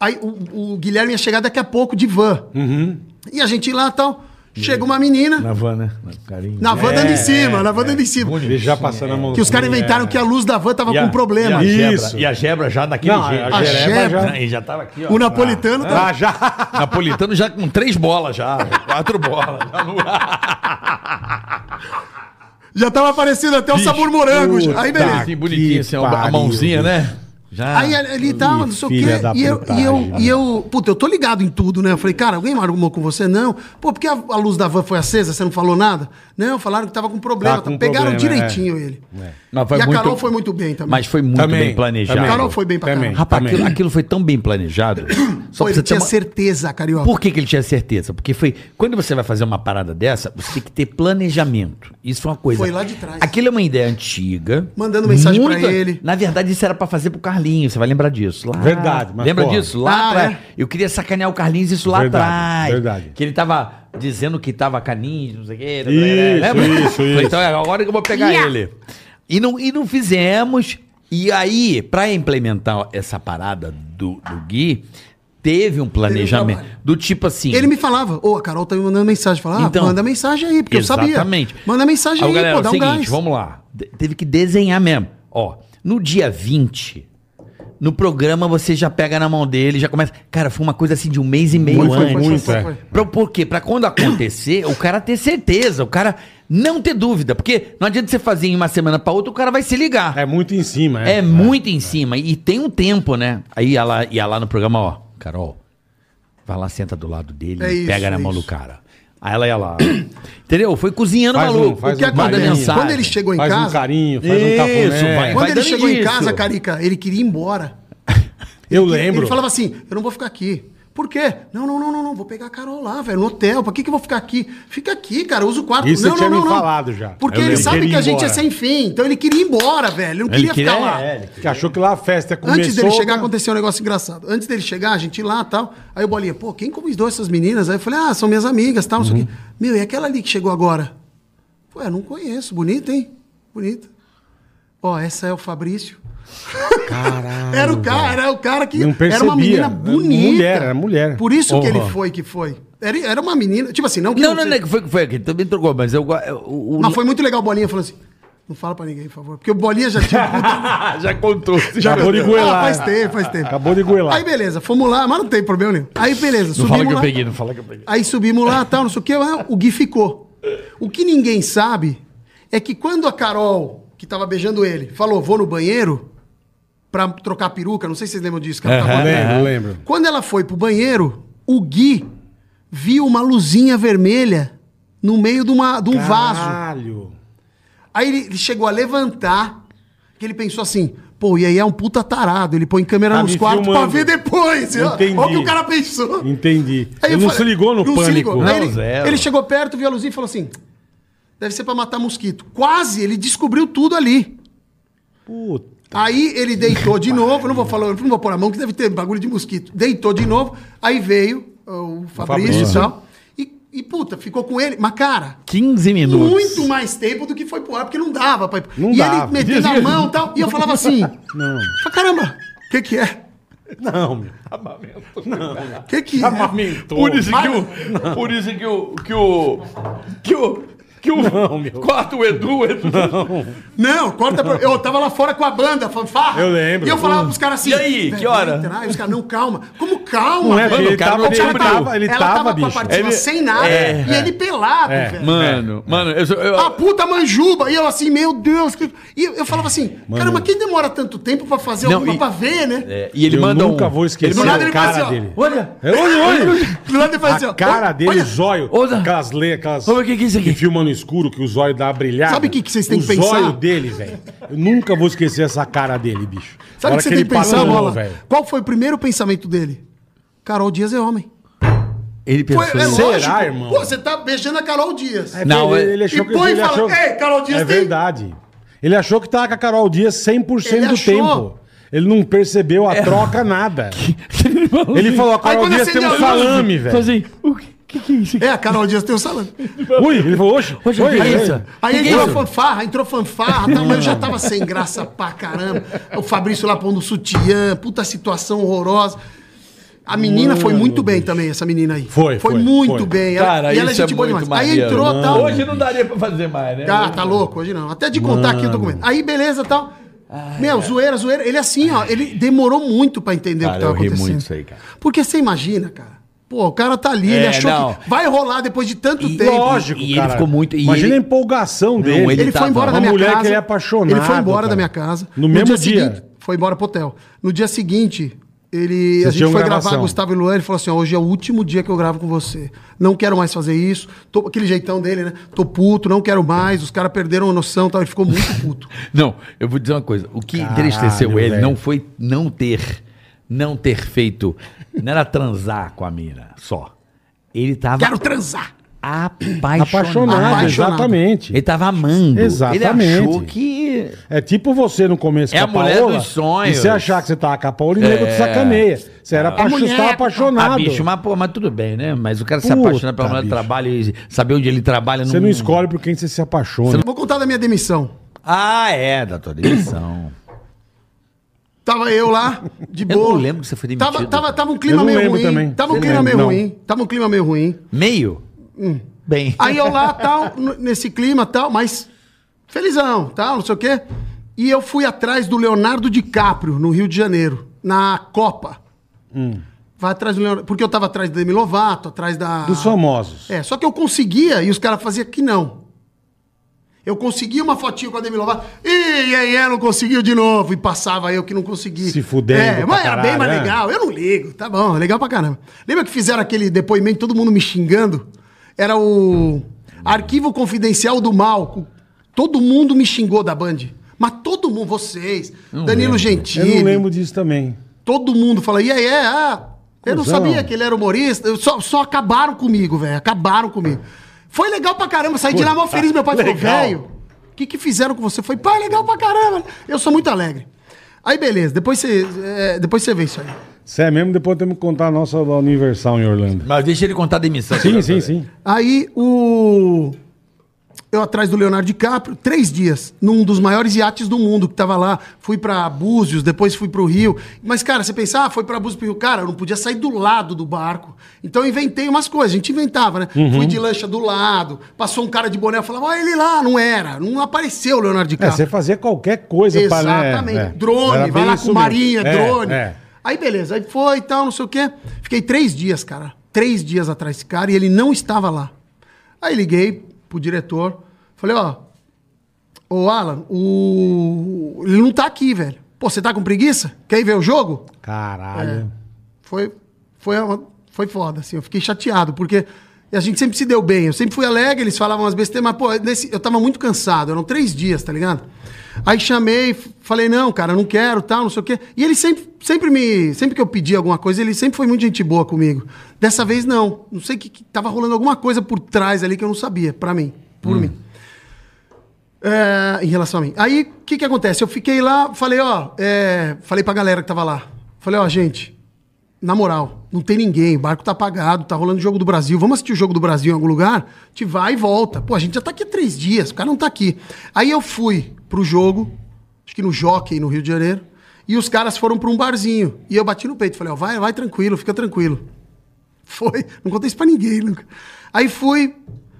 [SPEAKER 12] Aí o, o Guilherme ia chegar daqui a pouco de van. E a gente lá e tal. Chega uma menina,
[SPEAKER 2] Uhum. Na van, né? Na carinha.
[SPEAKER 12] na van dando em cima, na van dando em cima.
[SPEAKER 2] É. Ele já passando a mão. é.
[SPEAKER 12] Que os caras inventaram que a luz da van tava com problema.
[SPEAKER 2] e
[SPEAKER 7] Gebra.
[SPEAKER 2] Isso.
[SPEAKER 7] E a gebra já daquele
[SPEAKER 2] Não, a
[SPEAKER 7] jeito.
[SPEAKER 2] a
[SPEAKER 7] Ele
[SPEAKER 2] Jeba
[SPEAKER 12] Jeba.
[SPEAKER 2] já...
[SPEAKER 7] já tava aqui, ó.
[SPEAKER 12] O napolitano tá.
[SPEAKER 7] Ah, já. Napolitano já com três bolas, já. Quatro bolas.
[SPEAKER 2] Tá
[SPEAKER 7] Já no ar.
[SPEAKER 12] Já tava aparecendo até o sabor morango. já. Aí, beleza.
[SPEAKER 7] Assim, bonitinho, assim, a
[SPEAKER 2] pariu,
[SPEAKER 7] mãozinha, né? Já.
[SPEAKER 12] Aí ele tava, não sei o quê.
[SPEAKER 2] filha da
[SPEAKER 12] E eu, e, eu,
[SPEAKER 2] putagem.
[SPEAKER 12] e
[SPEAKER 7] né?
[SPEAKER 12] eu, puta, eu tô ligado em tudo, né? Eu falei, cara, alguém arrumou com você? Não. Pô, porque a, a luz da van foi acesa, você não falou nada? Não, falaram que tava com problema.
[SPEAKER 2] Tá com
[SPEAKER 12] Pegaram
[SPEAKER 2] problema,
[SPEAKER 12] direitinho ele.
[SPEAKER 7] Mas
[SPEAKER 12] e a Carol
[SPEAKER 7] é. muito-
[SPEAKER 12] foi muito bem também.
[SPEAKER 7] Mas foi muito
[SPEAKER 2] Também,
[SPEAKER 7] bem planejado.
[SPEAKER 12] a
[SPEAKER 2] também.
[SPEAKER 12] Carol foi bem pra
[SPEAKER 2] Também.
[SPEAKER 12] caramba.
[SPEAKER 7] Rapaz, aquilo, aquilo foi tão bem planejado. Só pra
[SPEAKER 12] Pô, ele
[SPEAKER 7] você ter
[SPEAKER 12] tinha
[SPEAKER 7] uma...
[SPEAKER 12] certeza, Carioca.
[SPEAKER 7] Por que, que ele tinha certeza? Porque foi. Quando você vai fazer uma parada dessa, você tem que ter planejamento. Isso foi uma coisa.
[SPEAKER 12] Foi lá de trás.
[SPEAKER 7] Aquilo é uma ideia antiga.
[SPEAKER 12] Mandando mensagem pra ele.
[SPEAKER 7] Na verdade, isso era pra fazer pro Carlinhos. Você vai lembrar disso. Lá,
[SPEAKER 2] Verdade, mas
[SPEAKER 7] Lembra
[SPEAKER 2] porra.
[SPEAKER 7] disso? Lá
[SPEAKER 12] Ah,
[SPEAKER 7] atrás.
[SPEAKER 12] é.
[SPEAKER 7] Eu queria sacanear o Carlinhos isso lá
[SPEAKER 2] Verdade,
[SPEAKER 7] atrás.
[SPEAKER 2] verdade.
[SPEAKER 7] Que ele tava dizendo que tava caninho, não sei o quê.
[SPEAKER 2] Isso,
[SPEAKER 7] lembra?
[SPEAKER 2] isso,
[SPEAKER 7] Falei,
[SPEAKER 2] isso.
[SPEAKER 7] Então é agora que eu vou pegar ele. E não, e não fizemos. E aí, pra implementar essa parada do, do Gui, teve um planejamento.
[SPEAKER 12] trabalho.
[SPEAKER 7] do tipo assim.
[SPEAKER 12] Ele me falava, ô, a Carol tá me mandando mensagem. Falava, ah,
[SPEAKER 7] Então,
[SPEAKER 12] manda mensagem aí, porque eu sabia.
[SPEAKER 7] Exatamente.
[SPEAKER 12] Manda mensagem
[SPEAKER 7] Aí,
[SPEAKER 12] aí,
[SPEAKER 7] galera,
[SPEAKER 12] pô, dá
[SPEAKER 7] é o
[SPEAKER 12] um
[SPEAKER 7] seguinte,
[SPEAKER 12] gás.
[SPEAKER 7] vamos lá. De- teve que desenhar mesmo. Ó, no dia 20, no programa você já pega na mão dele, já começa. Cara, foi uma coisa assim de um mês e
[SPEAKER 2] Foi,
[SPEAKER 7] meio
[SPEAKER 2] foi,
[SPEAKER 7] antes.
[SPEAKER 2] foi, muito, é.
[SPEAKER 12] assim.
[SPEAKER 7] Pra, por quê? Pra quando acontecer, o cara ter certeza, o cara não ter dúvida. Porque não adianta você fazer em uma semana pra outra, o cara vai se ligar.
[SPEAKER 2] É muito em cima,
[SPEAKER 7] É,
[SPEAKER 12] um
[SPEAKER 7] muito em cima. E tem um tempo, né? Aí ia lá, ia lá no programa, ó, Carol, vai lá, senta do lado dele,
[SPEAKER 12] É
[SPEAKER 7] e
[SPEAKER 12] isso,
[SPEAKER 7] pega na
[SPEAKER 12] é
[SPEAKER 7] mão
[SPEAKER 12] isso.
[SPEAKER 7] do cara. Aí ela ia lá. Entendeu? Foi cozinhando
[SPEAKER 2] Faz um,
[SPEAKER 7] maluco.
[SPEAKER 2] faz
[SPEAKER 12] O que
[SPEAKER 2] um carinho.
[SPEAKER 12] acontece? Quando ele chegou em
[SPEAKER 2] Faz um
[SPEAKER 12] casa,
[SPEAKER 2] carinho, faz um cafuné.
[SPEAKER 7] Isso, vai-
[SPEAKER 12] quando ele
[SPEAKER 7] dando
[SPEAKER 12] chegou em
[SPEAKER 7] indício.
[SPEAKER 12] casa, Carica, ele queria ir embora.
[SPEAKER 2] Eu
[SPEAKER 12] Ele-
[SPEAKER 2] lembro.
[SPEAKER 12] Ele falava assim: eu não vou ficar aqui. Por quê? Não, não, não, não, não. Vou pegar a Carol lá, velho, no hotel. Pra que, que eu vou ficar aqui? Fica aqui, cara. Usa o quarto.
[SPEAKER 2] Isso
[SPEAKER 12] não,
[SPEAKER 2] você tinha
[SPEAKER 12] não, não,
[SPEAKER 2] me
[SPEAKER 12] não.
[SPEAKER 2] falado já.
[SPEAKER 12] Porque
[SPEAKER 2] Eu
[SPEAKER 12] ele
[SPEAKER 2] lembro.
[SPEAKER 12] sabe
[SPEAKER 2] Queria
[SPEAKER 12] que
[SPEAKER 2] ir
[SPEAKER 12] a gente é
[SPEAKER 2] embora.
[SPEAKER 12] sem fim. Então ele queria ir embora, velho. Ele não
[SPEAKER 7] Ele
[SPEAKER 12] queria
[SPEAKER 7] queria-
[SPEAKER 12] ficar lá.
[SPEAKER 7] é, ele
[SPEAKER 2] Que achou que lá a festa começou...
[SPEAKER 12] Antes dele chegar,
[SPEAKER 2] tá?
[SPEAKER 12] aconteceu um negócio engraçado. Antes dele chegar, a gente ia lá tal. Aí o Bolinha, pô, quem convidou essas meninas? Aí eu falei, ah, são minhas amigas tal, não sei o
[SPEAKER 2] Uhum.
[SPEAKER 12] quê. Meu, e aquela ali que chegou agora? Pô, eu não conheço. Bonita, hein? Bonita. Ó, essa é o Fabrício.
[SPEAKER 2] Caralho,
[SPEAKER 12] Era o cara, era o cara que
[SPEAKER 2] Não
[SPEAKER 12] era
[SPEAKER 2] percebia.
[SPEAKER 12] uma menina
[SPEAKER 2] Era
[SPEAKER 12] bonita.
[SPEAKER 2] mulher, era mulher.
[SPEAKER 12] Por isso que ele
[SPEAKER 2] Porra.
[SPEAKER 12] foi que foi. Era, era uma menina, tipo assim, não que
[SPEAKER 7] Não, não, não,
[SPEAKER 12] seja-
[SPEAKER 7] que foi que foi aqui. Também trocou, mas eu. go- eu- o- o-
[SPEAKER 12] Mas foi muito legal o Bolinha falando assim: "Não fala pra ninguém, por favor", porque o Bolinha já tinha puta-
[SPEAKER 7] já contou.
[SPEAKER 12] já
[SPEAKER 2] Acabou de goelar.
[SPEAKER 12] Ah, faz tempo, faz tempo.
[SPEAKER 2] Acabou de goelar.
[SPEAKER 12] Aí beleza, fomos lá, mas não tem problema nenhum. Aí beleza,
[SPEAKER 7] Não fala que
[SPEAKER 12] subimos
[SPEAKER 7] eu
[SPEAKER 12] lá.
[SPEAKER 7] peguei, não fala que eu peguei.
[SPEAKER 12] Aí subimos lá, tal, não sei o que, o Gui ficou. O que ninguém sabe é que quando a Carol, que tava beijando ele, falou, vou no banheiro pra trocar a peruca, não sei se vocês lembram disso, cara.
[SPEAKER 2] Eu
[SPEAKER 12] tava-
[SPEAKER 2] lembro, eu lembro.
[SPEAKER 12] Quando ela foi pro banheiro, o Gui viu uma luzinha vermelha no meio de, uma, de um vaso.
[SPEAKER 2] Caralho.
[SPEAKER 12] Aí ele, ele chegou a levantar, que ele pensou assim, pô, e aí é um puta tarado, ele põe câmera
[SPEAKER 2] Tá
[SPEAKER 12] nos
[SPEAKER 2] me
[SPEAKER 12] quartos pra
[SPEAKER 2] filmando.
[SPEAKER 12] ver depois. Olha
[SPEAKER 2] Entendi.
[SPEAKER 12] o que o cara pensou.
[SPEAKER 2] Entendi.
[SPEAKER 12] Aí
[SPEAKER 2] Ele
[SPEAKER 12] eu
[SPEAKER 2] não
[SPEAKER 12] falei-
[SPEAKER 2] se ligou no
[SPEAKER 12] não se
[SPEAKER 2] pânico.
[SPEAKER 12] ligou. Aí
[SPEAKER 7] Não,
[SPEAKER 12] ele,
[SPEAKER 7] zero.
[SPEAKER 12] ele chegou perto, viu a luzinha e falou assim: deve ser pra matar mosquito. Quase ele descobriu tudo ali.
[SPEAKER 2] Puta.
[SPEAKER 12] Aí ele deitou de novo, eu não vou falar, eu não vou pôr a mão que deve ter bagulho de mosquito. Deitou de novo, aí veio ó, o Fabrício
[SPEAKER 2] Fabrício.
[SPEAKER 12] e tal. E, e, puta, ficou com ele. Mas, cara,
[SPEAKER 7] 15 minutos.
[SPEAKER 12] muito mais tempo do que foi pro ar, porque não dava. Pra...
[SPEAKER 2] Não
[SPEAKER 12] e
[SPEAKER 2] dava.
[SPEAKER 12] ele metendo a mão e tal. E eu falava assim: não. Caramba, o que, que é?
[SPEAKER 2] Não, meu.
[SPEAKER 12] O que, que é?
[SPEAKER 2] Amamentou.
[SPEAKER 5] Por isso que o. Por isso que o. Que o. Que o. Que o.
[SPEAKER 2] Não, meu.
[SPEAKER 5] Corta o Edu, o Edu.
[SPEAKER 12] Não, corta pra... Eu tava lá fora com a banda, fanfarra.
[SPEAKER 2] Eu lembro. Hum.
[SPEAKER 12] E eu falava pros caras assim...
[SPEAKER 5] E aí,
[SPEAKER 12] "Velho,
[SPEAKER 5] que hora?"
[SPEAKER 12] vai entrar? E os caras, não, calma. Como calma?
[SPEAKER 2] Não é,
[SPEAKER 12] velho?
[SPEAKER 2] ele
[SPEAKER 12] O cara
[SPEAKER 2] tava-
[SPEAKER 12] não tinha-
[SPEAKER 2] ele tava- ele
[SPEAKER 12] ela
[SPEAKER 2] tava,
[SPEAKER 12] tava com a
[SPEAKER 2] bicho.
[SPEAKER 12] participação
[SPEAKER 5] Ele-
[SPEAKER 12] sem nada.
[SPEAKER 5] É,
[SPEAKER 12] e ele pelado,
[SPEAKER 2] É.
[SPEAKER 12] velho.
[SPEAKER 5] Mano, mano,
[SPEAKER 7] é.
[SPEAKER 5] eu, sou- eu,
[SPEAKER 7] Ah!
[SPEAKER 2] Ah,
[SPEAKER 12] A puta manjuba. E eu assim, meu Deus. que- E eu falava assim, caramba, quem demora tanto tempo pra fazer
[SPEAKER 5] Não,
[SPEAKER 12] alguma
[SPEAKER 5] e-
[SPEAKER 12] pra ver, né?
[SPEAKER 5] é, e ele
[SPEAKER 2] eu
[SPEAKER 5] manda
[SPEAKER 2] nunca
[SPEAKER 5] um-
[SPEAKER 2] vou esquecer
[SPEAKER 12] Do lado ele
[SPEAKER 2] a
[SPEAKER 12] faz
[SPEAKER 2] cara
[SPEAKER 12] assim, ó,
[SPEAKER 2] dele.
[SPEAKER 12] olha.
[SPEAKER 2] É, Olha, olha.
[SPEAKER 12] Do lado ele faz assim, ó,
[SPEAKER 2] A cara
[SPEAKER 12] olha,
[SPEAKER 2] dele,
[SPEAKER 12] olha.
[SPEAKER 2] o zóio.
[SPEAKER 5] Olha.
[SPEAKER 2] Aquelas le... aquelas
[SPEAKER 5] Olha, o que que é isso aqui?
[SPEAKER 2] Que filma no escuro, que o zóio dá uma brilhada.
[SPEAKER 12] Sabe o que que vocês têm que
[SPEAKER 2] O
[SPEAKER 12] pensar?
[SPEAKER 2] zóio dele, velho. Eu nunca vou esquecer essa cara dele, bicho. A
[SPEAKER 12] Sabe o
[SPEAKER 2] hora
[SPEAKER 12] que você tem que pensar,
[SPEAKER 2] patalou,
[SPEAKER 12] Bola?
[SPEAKER 2] velho.
[SPEAKER 12] Qual foi o primeiro pensamento dele? Carol Dias é homem.
[SPEAKER 7] Ele pensou.
[SPEAKER 12] Foi, é
[SPEAKER 7] "Cê-
[SPEAKER 12] lógico.
[SPEAKER 2] Será, irmão?
[SPEAKER 12] Pô, você tá beijando a Carol Dias.
[SPEAKER 2] É,
[SPEAKER 7] Não,
[SPEAKER 2] ele,
[SPEAKER 7] é-
[SPEAKER 2] ele achou
[SPEAKER 12] e
[SPEAKER 2] que...
[SPEAKER 12] põe e
[SPEAKER 2] ele
[SPEAKER 12] fala,
[SPEAKER 2] achou...
[SPEAKER 12] "Ei, Carol Dias
[SPEAKER 2] É
[SPEAKER 12] tem-"
[SPEAKER 2] verdade. Ele achou que tava com a Carol Dias 100%
[SPEAKER 12] Ele
[SPEAKER 2] do
[SPEAKER 12] achou.
[SPEAKER 2] tempo. Ele não percebeu a troca, nada. Ele falou, a Carol
[SPEAKER 12] quando
[SPEAKER 2] Dias tem um
[SPEAKER 12] acendeu a luz,
[SPEAKER 2] salame, velho.
[SPEAKER 5] assim, o que, que que é isso aqui?
[SPEAKER 12] É, a Carol Dias tem o salame.
[SPEAKER 2] Ui, ele falou, oxe,
[SPEAKER 5] Hoje
[SPEAKER 2] oi,
[SPEAKER 5] eu vi
[SPEAKER 2] oi.
[SPEAKER 5] isso.
[SPEAKER 12] Aí
[SPEAKER 5] Que que é
[SPEAKER 12] entrou
[SPEAKER 5] isso?
[SPEAKER 12] fanfarra, entrou fanfarra, tal, mas eu já tava sem graça pra caramba. O Fabrício lá pondo sutiã, puta situação horrorosa. A menina foi muito bem também, essa menina aí.
[SPEAKER 2] Foi,
[SPEAKER 12] Foi
[SPEAKER 2] foi,
[SPEAKER 12] muito
[SPEAKER 2] foi.
[SPEAKER 12] bem. Ela-
[SPEAKER 7] Cara,
[SPEAKER 12] e ela
[SPEAKER 7] isso é
[SPEAKER 12] gente boa
[SPEAKER 7] muito
[SPEAKER 12] demais. Aí
[SPEAKER 7] maneiro, né?
[SPEAKER 12] entrou
[SPEAKER 7] mano.
[SPEAKER 12] tal.
[SPEAKER 5] Hoje não daria pra fazer mais, né?
[SPEAKER 12] Ah, tá louco, hoje não. Até de contar aqui o documento. Aí, beleza tal. Meu, zoeira, zoeira. Ele assim, ó, ele demorou muito pra entender o
[SPEAKER 7] Cara,
[SPEAKER 12] que tava
[SPEAKER 7] eu ri
[SPEAKER 12] acontecendo.
[SPEAKER 7] muito isso aí, cara.
[SPEAKER 12] Porque você imagina, cara. Pô, o cara tá ali, ele
[SPEAKER 7] É,
[SPEAKER 12] achou
[SPEAKER 7] não.
[SPEAKER 12] que vai rolar depois de tanto tempo.
[SPEAKER 2] Lógico,
[SPEAKER 7] e ele
[SPEAKER 2] cara.
[SPEAKER 7] ficou muito- e
[SPEAKER 2] Imagina a
[SPEAKER 7] ele-
[SPEAKER 2] empolgação dele.
[SPEAKER 7] ele
[SPEAKER 12] Ele
[SPEAKER 7] tava-
[SPEAKER 12] foi embora da
[SPEAKER 2] uma
[SPEAKER 12] minha
[SPEAKER 2] mulher
[SPEAKER 12] casa.
[SPEAKER 2] que ele é apaixonado,
[SPEAKER 12] Ele foi embora
[SPEAKER 2] cara.
[SPEAKER 12] da minha casa.
[SPEAKER 2] No mesmo dia.
[SPEAKER 12] seguinte, foi embora pro hotel. No dia seguinte, ele, a
[SPEAKER 2] Vocês
[SPEAKER 12] gente
[SPEAKER 2] tinham
[SPEAKER 12] foi
[SPEAKER 2] gravação.
[SPEAKER 12] gravar Gustavo e Luan. Ele falou assim: ó, hoje é o último dia que eu gravo com você. Não quero mais fazer isso. Tô- aquele jeitão dele, né? Tô puto, não quero mais. Os caras perderam a noção e tal. Ele ficou muito puto.
[SPEAKER 7] Não, eu vou dizer uma coisa. O que
[SPEAKER 2] Caralho,
[SPEAKER 7] entristeceu ele
[SPEAKER 2] velho.
[SPEAKER 7] não foi não ter, não ter feito, não era transar com a mina só. Ele tava
[SPEAKER 12] quero transar.
[SPEAKER 7] apaixonado.
[SPEAKER 2] Apaixonado,
[SPEAKER 12] Apaixonado.
[SPEAKER 2] exatamente.
[SPEAKER 7] Ele tava amando.
[SPEAKER 2] Exatamente.
[SPEAKER 7] Ele achou que...
[SPEAKER 2] É tipo você no começo
[SPEAKER 7] É a mulher
[SPEAKER 2] Paola,
[SPEAKER 7] dos sonhos.
[SPEAKER 2] E você achar que você tava com a Paola e nego te sacaneia. Você era apaixo-
[SPEAKER 12] É. mulher, é
[SPEAKER 2] você tava apaixonado.
[SPEAKER 7] Ah, bicho, mas, pô, mas tudo bem, né? Mas o cara se
[SPEAKER 2] Puta,
[SPEAKER 7] apaixonar pela mulher do
[SPEAKER 2] bicho.
[SPEAKER 7] trabalho e saber onde ele trabalha...
[SPEAKER 2] Você
[SPEAKER 12] hum.
[SPEAKER 2] não escolhe por quem você se apaixona.
[SPEAKER 12] Vou contar da minha demissão.
[SPEAKER 7] Ah, é, da tua demissão.
[SPEAKER 12] Tava eu lá, de
[SPEAKER 7] Eu não
[SPEAKER 12] boa.
[SPEAKER 7] lembro que você foi demitido,
[SPEAKER 12] Tava, tava,
[SPEAKER 7] cara.
[SPEAKER 12] tava um clima
[SPEAKER 2] Eu não
[SPEAKER 12] meio
[SPEAKER 2] lembro
[SPEAKER 12] ruim.
[SPEAKER 2] também.
[SPEAKER 12] Tava um
[SPEAKER 2] Você
[SPEAKER 12] clima
[SPEAKER 2] lembra?
[SPEAKER 12] meio
[SPEAKER 2] Não.
[SPEAKER 12] ruim. Tava um clima meio ruim.
[SPEAKER 7] Meio?
[SPEAKER 2] Hum.
[SPEAKER 7] Bem.
[SPEAKER 12] Aí eu lá, tal, n- nesse clima, tal, mas felizão, tal, não sei o quê. E eu fui atrás do Leonardo DiCaprio, no Rio de Janeiro, na Copa. Vai atrás do Leonardo, porque eu tava atrás da Demi Lovato, atrás da...
[SPEAKER 2] Dos famosos.
[SPEAKER 12] É, só que eu conseguia e os caras faziam que não. Eu conseguia uma fotinha com a Demi Lovato. E aí ela não conseguiu de novo. E passava eu que não consegui.
[SPEAKER 2] Se fudendo
[SPEAKER 12] É,
[SPEAKER 2] pra
[SPEAKER 12] mas era
[SPEAKER 2] caralho,
[SPEAKER 12] bem mais
[SPEAKER 2] né?
[SPEAKER 12] legal. Eu não ligo. Tá bom, legal pra caramba. Lembra que fizeram aquele depoimento, todo mundo me xingando? Era o Arquivo Confidencial do Mal. com- Todo mundo me xingou da Band. Mas todo mundo, vocês, Danilo
[SPEAKER 2] Eu
[SPEAKER 12] Gentili.
[SPEAKER 2] não lembro disso também.
[SPEAKER 12] Todo mundo fala, e aí, é, ah, eu não
[SPEAKER 2] Cusão.
[SPEAKER 12] sabia que ele era humorista. Eu- Só, só acabaram comigo, velho. Acabaram comigo. Foi legal pra caramba, saí de lá mó feliz. Meu pai falou,
[SPEAKER 2] Legal.
[SPEAKER 12] velho, o que, que fizeram com você? Foi, pai, legal pra caramba. Eu sou muito alegre. Aí, beleza, depois você, é, depois você vê isso aí.
[SPEAKER 2] Você é mesmo, depois temos que contar a nossa da Universal em Orlando.
[SPEAKER 7] Mas deixa ele contar a demissão.
[SPEAKER 2] Sim, sim, sim.
[SPEAKER 12] Aí, o. Eu atrás do Leonardo DiCaprio, três dias, num dos maiores iates do mundo que tava lá. Fui pra Búzios, depois fui pro Rio. Mas, cara, você pensa, ah, foi pra Búzios pro Rio. Cara, eu não podia sair do lado do barco. Então eu inventei umas coisas, a gente inventava, né?
[SPEAKER 2] Uhum.
[SPEAKER 12] Fui de lancha do lado, passou um cara de boné, eu falava, ó, ele lá, não era. Não apareceu o Leonardo
[SPEAKER 2] É, você
[SPEAKER 12] DiCaprio.
[SPEAKER 2] fazia qualquer coisa pra... né?
[SPEAKER 12] Exatamente.
[SPEAKER 2] É. Era
[SPEAKER 12] Drone,
[SPEAKER 2] bem
[SPEAKER 12] vai lá
[SPEAKER 2] isso
[SPEAKER 12] com
[SPEAKER 2] mesmo.
[SPEAKER 12] marinha,
[SPEAKER 2] É,
[SPEAKER 12] drone.
[SPEAKER 2] é.
[SPEAKER 12] Aí beleza, aí foi e tal, não sei o quê. Fiquei três dias, cara. Três dias atrás desse cara e ele não estava lá. Aí liguei pro diretor, falei, ó, ô Alan, o... ele não tá aqui, velho. Pô, você tá com preguiça? Quer ir ver o jogo?
[SPEAKER 2] Caralho.
[SPEAKER 12] É. Foi, foi, uma- foi foda, assim. Eu fiquei chateado, porque a gente sempre se deu bem. Eu sempre fui alegre, eles falavam umas besteiras, mas, pô, nesse- eu tava muito cansado. Eram três dias, tá ligado? Aí chamei, f- falei, não, cara, não quero, tal, não sei o quê. E ele sempre, sempre me... Sempre que eu pedi alguma coisa, ele sempre foi muito gente boa comigo. Dessa vez, não. Não sei o que, que... Tava rolando alguma coisa por trás ali que eu não sabia, pra mim. Por mim. É, em relação a mim. Aí, o que que acontece? Eu fiquei lá, falei, ó... É, falei pra galera que tava lá. Falei, ó, gente... Na moral, não tem ninguém, o barco tá apagado, tá rolando o jogo do Brasil. Vamos assistir o jogo do Brasil em algum lugar? A gente vai e volta. Pô, a gente já tá aqui há três dias, o cara não tá aqui. Aí eu fui pro jogo, acho que no Jockey, no Rio de Janeiro, e os caras foram pra um barzinho. E eu bati no peito, falei, ó, vai, vai tranquilo, fica tranquilo. Foi. Não contei isso pra ninguém, nunca. Aí fui,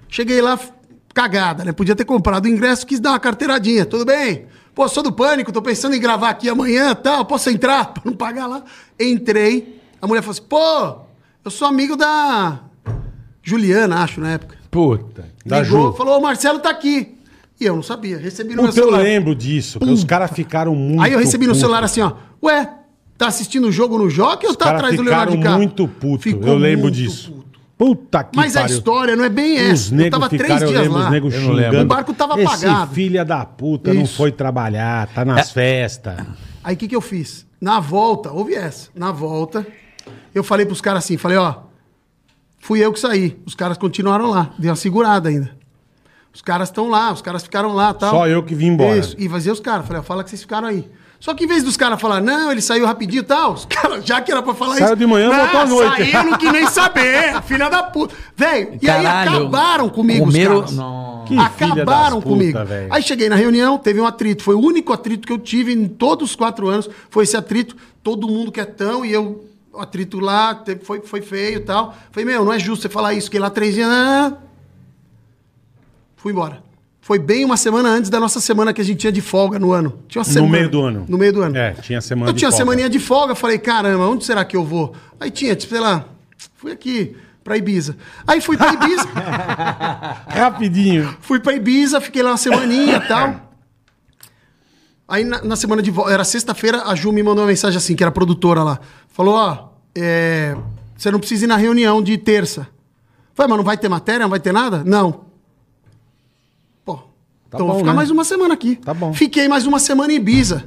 [SPEAKER 12] cheguei lá, f- cagada, né? Podia ter comprado o ingresso, quis dar uma carteiradinha. Tudo bem? Pô, sou do pânico, tô pensando em gravar aqui amanhã tal. Posso entrar pra não pagar lá? Entrei. A mulher falou assim: pô, eu sou amigo da Juliana, acho, na época.
[SPEAKER 2] Puta. Da
[SPEAKER 12] Ligou,
[SPEAKER 2] Ju.
[SPEAKER 12] falou: o Marcelo tá aqui. E eu não sabia. Recebi no meu
[SPEAKER 2] Puta, eu
[SPEAKER 12] celular.
[SPEAKER 2] lembro disso. cara. Os caras ficaram muito
[SPEAKER 12] Aí eu recebi no
[SPEAKER 2] putos.
[SPEAKER 12] celular assim, ó. Ué, tá assistindo o jogo no Jockey ou tá
[SPEAKER 2] Cara,
[SPEAKER 12] atrás do
[SPEAKER 2] ficaram
[SPEAKER 12] Leonardo DiCaprio?
[SPEAKER 2] muito puto.
[SPEAKER 12] Ficou
[SPEAKER 2] eu lembro
[SPEAKER 12] muito
[SPEAKER 2] disso.
[SPEAKER 12] puto.
[SPEAKER 2] Puta que
[SPEAKER 12] Mas a
[SPEAKER 2] pariu.
[SPEAKER 12] história não é bem
[SPEAKER 2] Os
[SPEAKER 12] essa. Eu
[SPEAKER 2] negros
[SPEAKER 12] tava
[SPEAKER 2] ficaram,
[SPEAKER 12] três
[SPEAKER 2] eu
[SPEAKER 12] dias
[SPEAKER 2] lembro,
[SPEAKER 12] lá.
[SPEAKER 2] os negros
[SPEAKER 7] Eu não lembro.
[SPEAKER 2] xingando.
[SPEAKER 12] O barco tava
[SPEAKER 2] Esse
[SPEAKER 12] apagado.
[SPEAKER 2] filha da puta não
[SPEAKER 12] Isso. É.
[SPEAKER 2] foi trabalhar, tá
[SPEAKER 7] É.
[SPEAKER 2] nas festas.
[SPEAKER 12] Aí o que, que eu fiz? Na volta, ouve essa. Na volta, eu falei pros caras assim, falei, ó, fui eu que saí. Os caras continuaram lá. Dei uma segurada ainda. Os caras estão lá, os caras ficaram lá tal.
[SPEAKER 2] Só eu que vim embora.
[SPEAKER 12] Isso, e fazer os caras. Falei, ó, fala que vocês ficaram aí. Só que em vez dos caras falar, não, ele saiu rapidinho e tal, os caras, já que era pra falar
[SPEAKER 2] Saiu
[SPEAKER 12] isso.
[SPEAKER 2] de manhã,
[SPEAKER 12] "Ah,
[SPEAKER 2] voltou à noite."
[SPEAKER 12] Saiu, não quis nem saber, filha da puta. Velho, e aí
[SPEAKER 7] Caralho,
[SPEAKER 12] acabaram comigo
[SPEAKER 7] comeram-
[SPEAKER 12] os caras.
[SPEAKER 7] Não.
[SPEAKER 2] Que filha das
[SPEAKER 12] acabaram
[SPEAKER 2] puta,
[SPEAKER 12] comigo.
[SPEAKER 2] velho.
[SPEAKER 12] Aí cheguei na reunião, teve um atrito. Foi o único atrito que eu tive em todos os quatro anos. Foi esse atrito, todo mundo quietão e eu ó, atrito lá, te- foi, foi feio e tal. Falei, meu, não é justo você falar isso, fiquei lá três dias. ah. Fui embora. Foi bem uma semana antes da nossa semana que a gente tinha de folga no ano. Tinha uma
[SPEAKER 2] No
[SPEAKER 12] semana.
[SPEAKER 2] meio do ano.
[SPEAKER 12] No meio do ano.
[SPEAKER 2] É, tinha semana
[SPEAKER 12] Eu
[SPEAKER 2] de
[SPEAKER 12] tinha
[SPEAKER 2] folga.
[SPEAKER 12] semaninha de folga, falei, caramba, onde será que eu vou? Aí tinha, tipo, sei lá, fui aqui pra Ibiza. Aí fui pra Ibiza.
[SPEAKER 2] É Rapidinho.
[SPEAKER 12] Fui pra Ibiza, fiquei lá uma semaninha e tal. Aí na, na semana de volta, era sexta-feira, a Ju me mandou uma mensagem assim, que era produtora lá. Falou, ó, é, você não precisa ir na reunião de terça. Falei, mas não vai ter matéria, não vai ter nada? Não. Pô,
[SPEAKER 2] Tá
[SPEAKER 12] então
[SPEAKER 2] bom,
[SPEAKER 12] vou ficar
[SPEAKER 2] né?
[SPEAKER 12] mais uma semana aqui.
[SPEAKER 2] Tá bom.
[SPEAKER 12] Fiquei mais uma semana em Ibiza.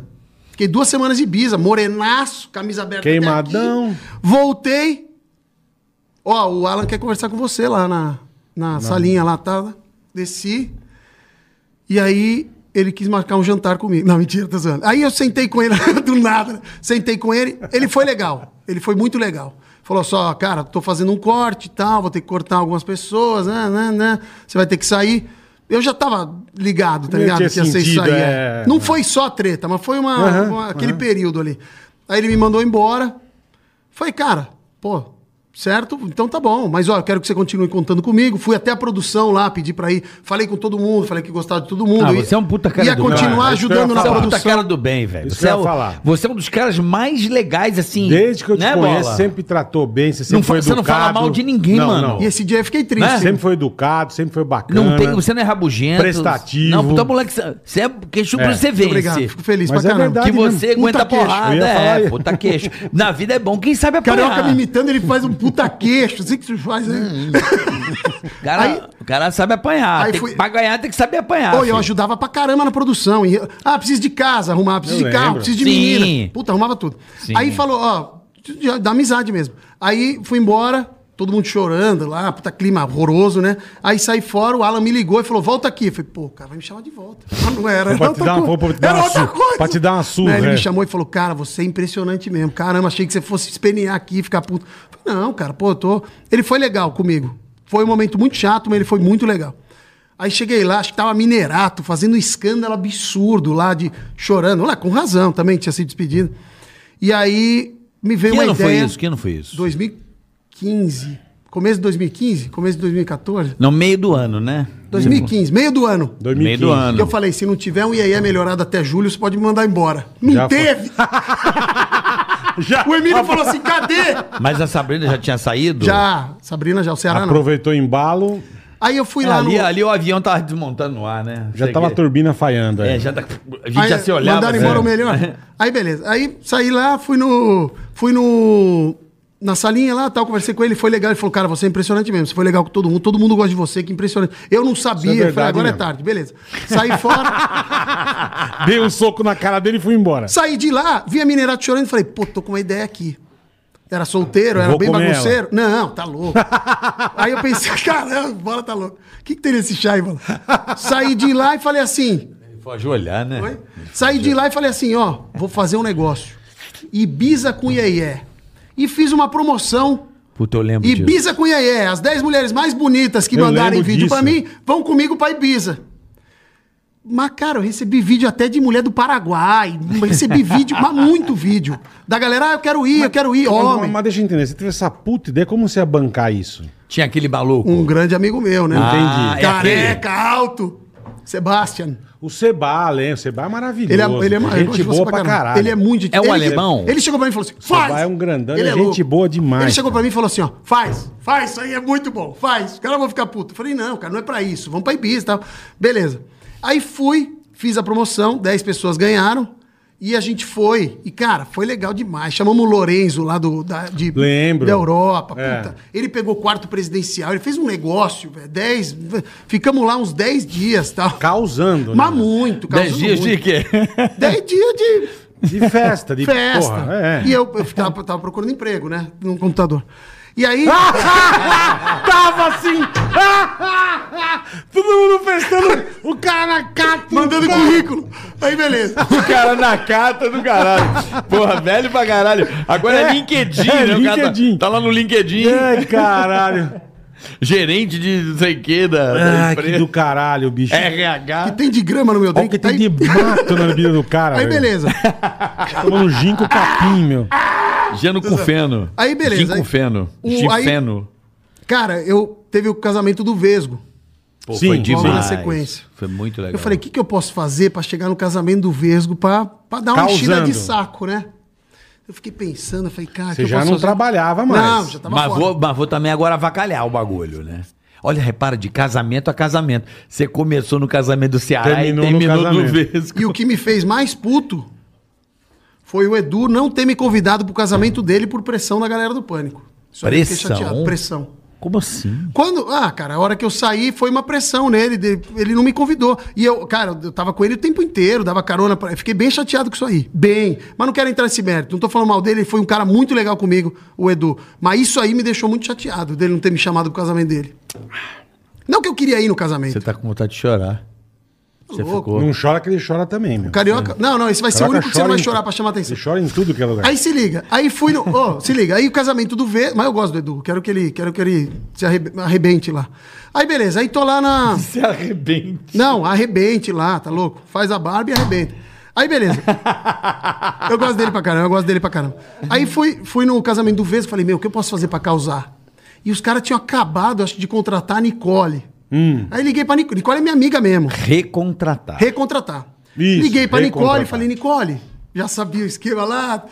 [SPEAKER 12] Fiquei duas semanas em Ibiza, morenaço, camisa aberta até aqui.
[SPEAKER 2] Queimadão.
[SPEAKER 12] Voltei. Ó, o Alan quer conversar com você lá na, na salinha lá, tá? Desci. E aí ele quis marcar um jantar comigo. Não, mentira, tô zoando. Aí eu sentei com ele do nada. né? Sentei com ele. Ele foi legal. Ele foi muito legal. Falou só, cara, tô fazendo um corte e tal, vou ter que cortar algumas pessoas, né, né, né. Você vai ter que sair. Eu já tava ligado, tá
[SPEAKER 2] Meio
[SPEAKER 12] ligado?
[SPEAKER 2] tinha
[SPEAKER 12] Que ia ser isso
[SPEAKER 2] sentido,
[SPEAKER 12] aí.
[SPEAKER 2] é.
[SPEAKER 12] é. Não foi só treta, mas foi uma,
[SPEAKER 2] Aham,
[SPEAKER 12] uma- aquele
[SPEAKER 2] aham.
[SPEAKER 12] período ali. Aí ele me mandou embora. Falei, cara, pô, certo? Então tá bom. Mas ó, eu quero que você continue contando comigo. Fui até a produção lá, pedi pra ir. Falei com todo mundo, falei que gostava de todo mundo.
[SPEAKER 7] Ah,
[SPEAKER 12] Ia-
[SPEAKER 7] você é um puta cara
[SPEAKER 12] Ia
[SPEAKER 7] do
[SPEAKER 12] continuar
[SPEAKER 2] cara.
[SPEAKER 12] ajudando na
[SPEAKER 7] Você é um puta
[SPEAKER 12] produção.
[SPEAKER 7] cara do bem, velho.
[SPEAKER 2] Isso
[SPEAKER 7] Você,
[SPEAKER 2] que eu
[SPEAKER 7] é
[SPEAKER 2] ia
[SPEAKER 7] o-
[SPEAKER 2] falar.
[SPEAKER 7] você é um dos caras mais legais, assim.
[SPEAKER 2] Desde que eu te
[SPEAKER 7] né,
[SPEAKER 2] conheço,
[SPEAKER 7] Bola?
[SPEAKER 2] sempre tratou bem, você sempre
[SPEAKER 7] Não fa-
[SPEAKER 2] foi
[SPEAKER 7] você
[SPEAKER 2] educado.
[SPEAKER 7] não fala mal de ninguém, mano.
[SPEAKER 12] E esse dia eu fiquei triste.
[SPEAKER 7] Né?
[SPEAKER 2] Sempre foi educado, sempre foi bacana.
[SPEAKER 7] Não tem, você não é rabugento.
[SPEAKER 2] Prestativo.
[SPEAKER 7] Não, então, moleque, você é queixo
[SPEAKER 2] É.
[SPEAKER 7] você vence.
[SPEAKER 12] Obrigado, fico feliz
[SPEAKER 2] Mas é
[SPEAKER 12] pra caramba.
[SPEAKER 2] verdade.
[SPEAKER 7] Que você
[SPEAKER 2] mesmo.
[SPEAKER 7] aguenta
[SPEAKER 2] Puta queixo.
[SPEAKER 7] porrada,
[SPEAKER 2] Eu ia falar
[SPEAKER 7] é,
[SPEAKER 2] isso.
[SPEAKER 7] puta queixo. Na vida é bom, quem sabe apanhar.
[SPEAKER 12] Carioca me imitando, ele faz um puta queixo. Assim que se faz, né?
[SPEAKER 7] Hum. Cara,
[SPEAKER 12] Aí-
[SPEAKER 7] o cara sabe apanhar.
[SPEAKER 12] Aí
[SPEAKER 7] Tem,
[SPEAKER 12] fui-
[SPEAKER 7] Pra ganhar tem que saber apanhar.
[SPEAKER 12] Pô, eu
[SPEAKER 7] filho.
[SPEAKER 12] ajudava pra caramba na produção. E, ah, preciso de casa, arrumar, preciso
[SPEAKER 2] Eu
[SPEAKER 12] de carro,
[SPEAKER 2] lembro.
[SPEAKER 12] preciso de
[SPEAKER 7] Sim.
[SPEAKER 12] menina. Puta, arrumava tudo. Aí falou, ó, de- da amizade mesmo. Aí fui embora, todo mundo chorando lá, puta clima horroroso, né? Aí saí fora, o Alan me ligou e falou, volta aqui. Eu falei, pô, o cara vai me chamar de volta. Mas não era, era
[SPEAKER 2] Pra te
[SPEAKER 12] outra
[SPEAKER 2] dar uma-
[SPEAKER 12] coisa.
[SPEAKER 2] pra te dar
[SPEAKER 12] Era
[SPEAKER 2] uma
[SPEAKER 12] outra
[SPEAKER 2] su-
[SPEAKER 12] coisa.
[SPEAKER 2] pra te dar uma surra,
[SPEAKER 12] Né, Ele
[SPEAKER 2] é.
[SPEAKER 12] me chamou e falou, cara, você é impressionante mesmo. Caramba, achei que você fosse espernear aqui, ficar puto. Eu falei, não, cara, pô, eu tô... Ele foi legal comigo. Foi um momento muito chato, mas ele foi muito legal. Aí cheguei lá, acho que tava Minerato, fazendo um escândalo absurdo lá, de chorando. Lá, com razão, também tinha sido despedido. E aí me veio
[SPEAKER 7] Que
[SPEAKER 12] uma
[SPEAKER 7] ano
[SPEAKER 12] ideia...
[SPEAKER 7] foi isso? Que ano foi isso?
[SPEAKER 12] 2015. Começo de 2015? Começo de 2014?
[SPEAKER 7] No meio do ano, né?
[SPEAKER 12] 2015, meio do ano.
[SPEAKER 2] 2015.
[SPEAKER 7] Meio do ano.
[SPEAKER 12] Que eu falei, se não tiver um IAE melhorado até julho, você pode me mandar embora. Não
[SPEAKER 2] Já foi.
[SPEAKER 12] teve!
[SPEAKER 2] Já
[SPEAKER 12] O Emílio falou assim, cadê?
[SPEAKER 7] Mas a Sabrina já tinha saído?
[SPEAKER 12] Já, Sabrina já, o Ceará Ah, não.
[SPEAKER 2] aproveitou o embalo,
[SPEAKER 12] Aí eu fui
[SPEAKER 7] É,
[SPEAKER 12] lá
[SPEAKER 7] ali,
[SPEAKER 12] no...
[SPEAKER 7] ali o avião tava desmontando no ar, né?
[SPEAKER 2] já
[SPEAKER 7] Sei
[SPEAKER 2] tava a
[SPEAKER 7] que-
[SPEAKER 2] turbina falhando. é.
[SPEAKER 7] É, já tá... A gente
[SPEAKER 12] Aí,
[SPEAKER 7] já se olhava.
[SPEAKER 12] Mandaram embora
[SPEAKER 7] né?
[SPEAKER 12] o melhor. Aí beleza. Aí saí lá, fui no. Fui no. Na salinha lá tal, conversei com ele, foi legal. Ele falou, cara, você é impressionante mesmo. Você foi legal com todo mundo, todo mundo gosta de você, que impressionante. Eu não sabia,
[SPEAKER 2] Isso é
[SPEAKER 12] eu falei,
[SPEAKER 2] verdade
[SPEAKER 12] agora
[SPEAKER 2] mesmo.
[SPEAKER 12] é tarde, beleza. Saí fora,
[SPEAKER 2] Dei um soco na cara dele e fui embora.
[SPEAKER 12] saí de lá, vi a Minerato chorando e falei, pô, tô com uma ideia aqui. Era solteiro, era
[SPEAKER 2] Vou
[SPEAKER 12] bem
[SPEAKER 2] comer
[SPEAKER 12] bagunceiro. Não, tá louco. aí eu pensei, caramba, bola tá louco. O que, que tem nesse chá aí, bola? Saí de lá e falei assim,
[SPEAKER 7] Ele foi ajoelhar, né?
[SPEAKER 12] Oi? Saí de lá e falei assim, ó, vou fazer um negócio. Ibiza com Iê. E fiz uma promoção.
[SPEAKER 7] Puta, eu lembro disso.
[SPEAKER 12] Ibiza com Iê. As 10 mulheres mais bonitas que
[SPEAKER 2] Eu
[SPEAKER 12] mandarem
[SPEAKER 2] lembro
[SPEAKER 12] vídeo pra
[SPEAKER 2] disso.
[SPEAKER 12] mim, vão comigo pra Ibiza. Mas, cara, eu recebi vídeo até de mulher do Paraguai. Recebi vídeo, mas muito vídeo. Da galera, ah, eu quero ir, eu quero ir.
[SPEAKER 2] Mas,
[SPEAKER 12] Homem.
[SPEAKER 2] mas deixa eu entender, você teve essa puta ideia, como você ia bancar isso?
[SPEAKER 7] Tinha aquele maluco.
[SPEAKER 12] Um grande amigo meu, né?
[SPEAKER 7] Ah, é
[SPEAKER 12] Careca, alto. Sebastian.
[SPEAKER 2] O Seba, lembra? O Seba é maravilhoso.
[SPEAKER 12] Ele é, ele
[SPEAKER 2] Tem
[SPEAKER 12] é eu gosto
[SPEAKER 2] gente
[SPEAKER 12] de você
[SPEAKER 2] boa pra caralho.
[SPEAKER 12] Ele é muito
[SPEAKER 7] É um
[SPEAKER 12] ele-
[SPEAKER 7] alemão?
[SPEAKER 12] Ele chegou pra mim e falou assim: faz!
[SPEAKER 2] Vai, é um grandão, ele é
[SPEAKER 12] louco.
[SPEAKER 2] gente boa demais,
[SPEAKER 12] Ele chegou
[SPEAKER 2] cara.
[SPEAKER 12] pra mim e falou assim: ó, faz, faz, isso aí é muito bom, faz. Os caras vão ficar puto. Eu falei: não, cara, não é pra isso, vamos pra Ibiza e tal. Beleza. Aí fui, fiz a promoção, 10 pessoas ganharam. E a gente foi, e cara, foi legal demais. Chamamos o Lorenzo lá do, da, de,
[SPEAKER 2] Lembro.
[SPEAKER 12] da Europa.
[SPEAKER 2] É.
[SPEAKER 12] Puta. Ele pegou o quarto presidencial, ele fez um negócio, velho. 10. Ficamos lá uns 10 dias tal.
[SPEAKER 2] Causando, né?
[SPEAKER 12] Mas muito,
[SPEAKER 7] Dez
[SPEAKER 12] causando
[SPEAKER 7] dias
[SPEAKER 12] muito.
[SPEAKER 7] de quê?
[SPEAKER 12] 10 dias de
[SPEAKER 2] De festa, de
[SPEAKER 12] festa.
[SPEAKER 2] porra. É.
[SPEAKER 12] E eu, eu tava, tava procurando emprego, né? Num computador. E aí.
[SPEAKER 2] Ah! Tava assim! Todo mundo festando o cara na cata.
[SPEAKER 12] mandando currículo. Aí, beleza.
[SPEAKER 5] O cara na cata do caralho. Porra, velho pra caralho. Agora é,
[SPEAKER 2] É,
[SPEAKER 5] LinkedIn,
[SPEAKER 2] é
[SPEAKER 5] né? O cara tá-
[SPEAKER 2] LinkedIn. É.
[SPEAKER 5] Tá, lá no LinkedIn,
[SPEAKER 2] Ai, caralho.
[SPEAKER 5] gerente de não sei o que da, da
[SPEAKER 2] Ai, Ah, que
[SPEAKER 5] empresa.
[SPEAKER 2] do caralho, bicho.
[SPEAKER 5] RH.
[SPEAKER 12] Que tem de grama no meu
[SPEAKER 2] Ah! Olha o
[SPEAKER 12] drink.
[SPEAKER 2] que
[SPEAKER 12] tá
[SPEAKER 2] tem
[SPEAKER 12] É, aí,
[SPEAKER 2] de mato na bebida do cara.
[SPEAKER 12] aí, Ah,
[SPEAKER 2] velho.
[SPEAKER 12] beleza.
[SPEAKER 2] Tomando gin com capim, meu.
[SPEAKER 7] Geno com feno.
[SPEAKER 12] Aí, beleza,
[SPEAKER 7] Gin
[SPEAKER 12] aí-
[SPEAKER 7] com feno.
[SPEAKER 12] o- aí-
[SPEAKER 7] Gifeno.
[SPEAKER 12] Cara, eu teve o casamento do Vesgo.
[SPEAKER 7] Pô,
[SPEAKER 2] Sim, logo
[SPEAKER 12] na sequência.
[SPEAKER 7] Foi muito legal.
[SPEAKER 2] É.
[SPEAKER 12] Eu falei, o que, que eu posso fazer pra chegar no casamento do Vesgo pra, pra dar uma enchida
[SPEAKER 2] Causando.
[SPEAKER 12] de saco, né? Eu fiquei pensando, eu falei, cara, o
[SPEAKER 2] Você
[SPEAKER 12] que eu
[SPEAKER 2] já
[SPEAKER 12] posso
[SPEAKER 2] não
[SPEAKER 12] fazer?
[SPEAKER 2] trabalhava mais.
[SPEAKER 12] Não, já tá- tava
[SPEAKER 7] mas,
[SPEAKER 12] fora.
[SPEAKER 7] vou, mas vou também agora avacalhar o bagulho, né? Olha, repara, de casamento a casamento. Você começou no casamento do Ceará
[SPEAKER 2] Terminou
[SPEAKER 7] e
[SPEAKER 2] no
[SPEAKER 7] terminou do
[SPEAKER 2] casamento.
[SPEAKER 7] Vesgo.
[SPEAKER 12] E o que me fez mais puto foi o Edu não ter me convidado pro casamento dele por pressão da galera do pânico. Isso aí eu fiquei
[SPEAKER 7] Pressão?
[SPEAKER 12] chateado, Pressão.
[SPEAKER 7] Como assim?
[SPEAKER 12] Quando. Ah, cara, a hora que eu saí foi uma pressão nele. de- ele não me convidou. E eu, cara, eu tava com ele o tempo inteiro, dava carona pra. eu Fiquei bem chateado com isso aí. Bem. Mas não quero entrar nesse mérito. Não tô falando mal dele, ele foi um cara muito legal comigo, o Edu. Mas isso aí me deixou muito chateado dele não ter me chamado pro casamento dele. Não que eu queria ir no casamento.
[SPEAKER 7] Você tá com vontade de chorar. Você
[SPEAKER 12] Louco.
[SPEAKER 7] ficou.
[SPEAKER 2] Não chora que ele chora também, meu.
[SPEAKER 12] Carioca. Não, não, esse vai ser é o
[SPEAKER 2] Caraca,
[SPEAKER 12] único que você
[SPEAKER 2] chora
[SPEAKER 12] não vai
[SPEAKER 2] em-
[SPEAKER 12] chorar pra chamar atenção.
[SPEAKER 2] Ele chora em tudo que é lugar.
[SPEAKER 12] Aí se liga. Aí fui no. Ó, se liga. Aí o casamento do V. Mas eu gosto do Edu. Quero que ele, quero que ele se arrebe- arrebente lá. Aí beleza. Aí tô lá na.
[SPEAKER 7] Se arrebenta.
[SPEAKER 12] Não, arrebente lá, tá louco? Faz a barba e arrebenta. Aí beleza. Eu gosto dele pra caramba, eu gosto dele pra caramba. Aí fui, fui no casamento do Vesgo, falei, meu, o que eu posso fazer pra causar? E os caras tinham acabado, acho, de contratar a Nicole. Aí liguei pra Nicole. Nicole é minha amiga mesmo.
[SPEAKER 7] Recontratar.
[SPEAKER 12] Recontratar.
[SPEAKER 2] Isso,
[SPEAKER 12] Liguei pra Nicole,
[SPEAKER 2] recontratar.
[SPEAKER 12] falei, Nicole, já sabia o esquema lá.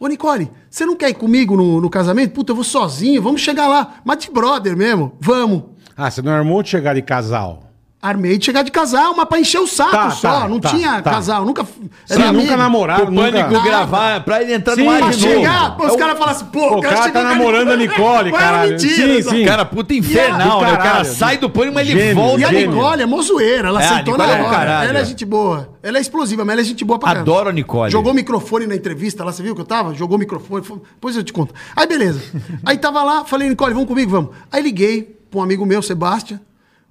[SPEAKER 12] Ô, Nicole, você não quer ir comigo no, no casamento? Puta, eu vou sozinho, vamos chegar lá. Mas de brother mesmo, vamos.
[SPEAKER 2] Ah, você não armou de chegar de casal?
[SPEAKER 12] Armei de chegar de casal, mas pra encher o saco
[SPEAKER 2] Tá,
[SPEAKER 12] só.
[SPEAKER 2] tá,
[SPEAKER 12] não
[SPEAKER 2] tá,
[SPEAKER 12] tinha
[SPEAKER 2] tá.
[SPEAKER 12] casal, nunca.
[SPEAKER 2] Você nunca namoraram,
[SPEAKER 7] O pânico
[SPEAKER 2] nunca... Ah,
[SPEAKER 7] gravar pra ele entrar
[SPEAKER 2] Sim,
[SPEAKER 7] no ar
[SPEAKER 12] Pra
[SPEAKER 7] de novo.
[SPEAKER 12] chegar, pô, os caras falam assim, pô,
[SPEAKER 2] Pô, o cara
[SPEAKER 12] chegou
[SPEAKER 2] tá
[SPEAKER 12] com
[SPEAKER 2] namorando a Nicole,
[SPEAKER 12] Mas era
[SPEAKER 2] cara.
[SPEAKER 12] é mentira,
[SPEAKER 2] Sim,
[SPEAKER 12] só.
[SPEAKER 2] sim.
[SPEAKER 7] Cara, puta infernal,
[SPEAKER 2] E a-
[SPEAKER 7] né? O cara
[SPEAKER 2] Caralho.
[SPEAKER 7] sai do pânico, mas ele
[SPEAKER 2] Gênio,
[SPEAKER 7] volta.
[SPEAKER 12] E a
[SPEAKER 2] gênio.
[SPEAKER 12] Nicole é mozoeira, ela
[SPEAKER 7] É, a
[SPEAKER 12] aceitou na
[SPEAKER 7] Nicole é do
[SPEAKER 12] hora.
[SPEAKER 7] caralho.
[SPEAKER 12] ela é gente boa. Ela é explosiva, mas ela é gente boa pra caramba.
[SPEAKER 7] Adoro a Nicole.
[SPEAKER 12] Jogou o microfone na entrevista, lá você viu que eu tava? Jogou o microfone. foi- Depois eu te conto. Aí beleza. Aí tava lá, falei, Nicole, vamos comigo, vamos. Aí liguei pra um amigo meu, Sebastian.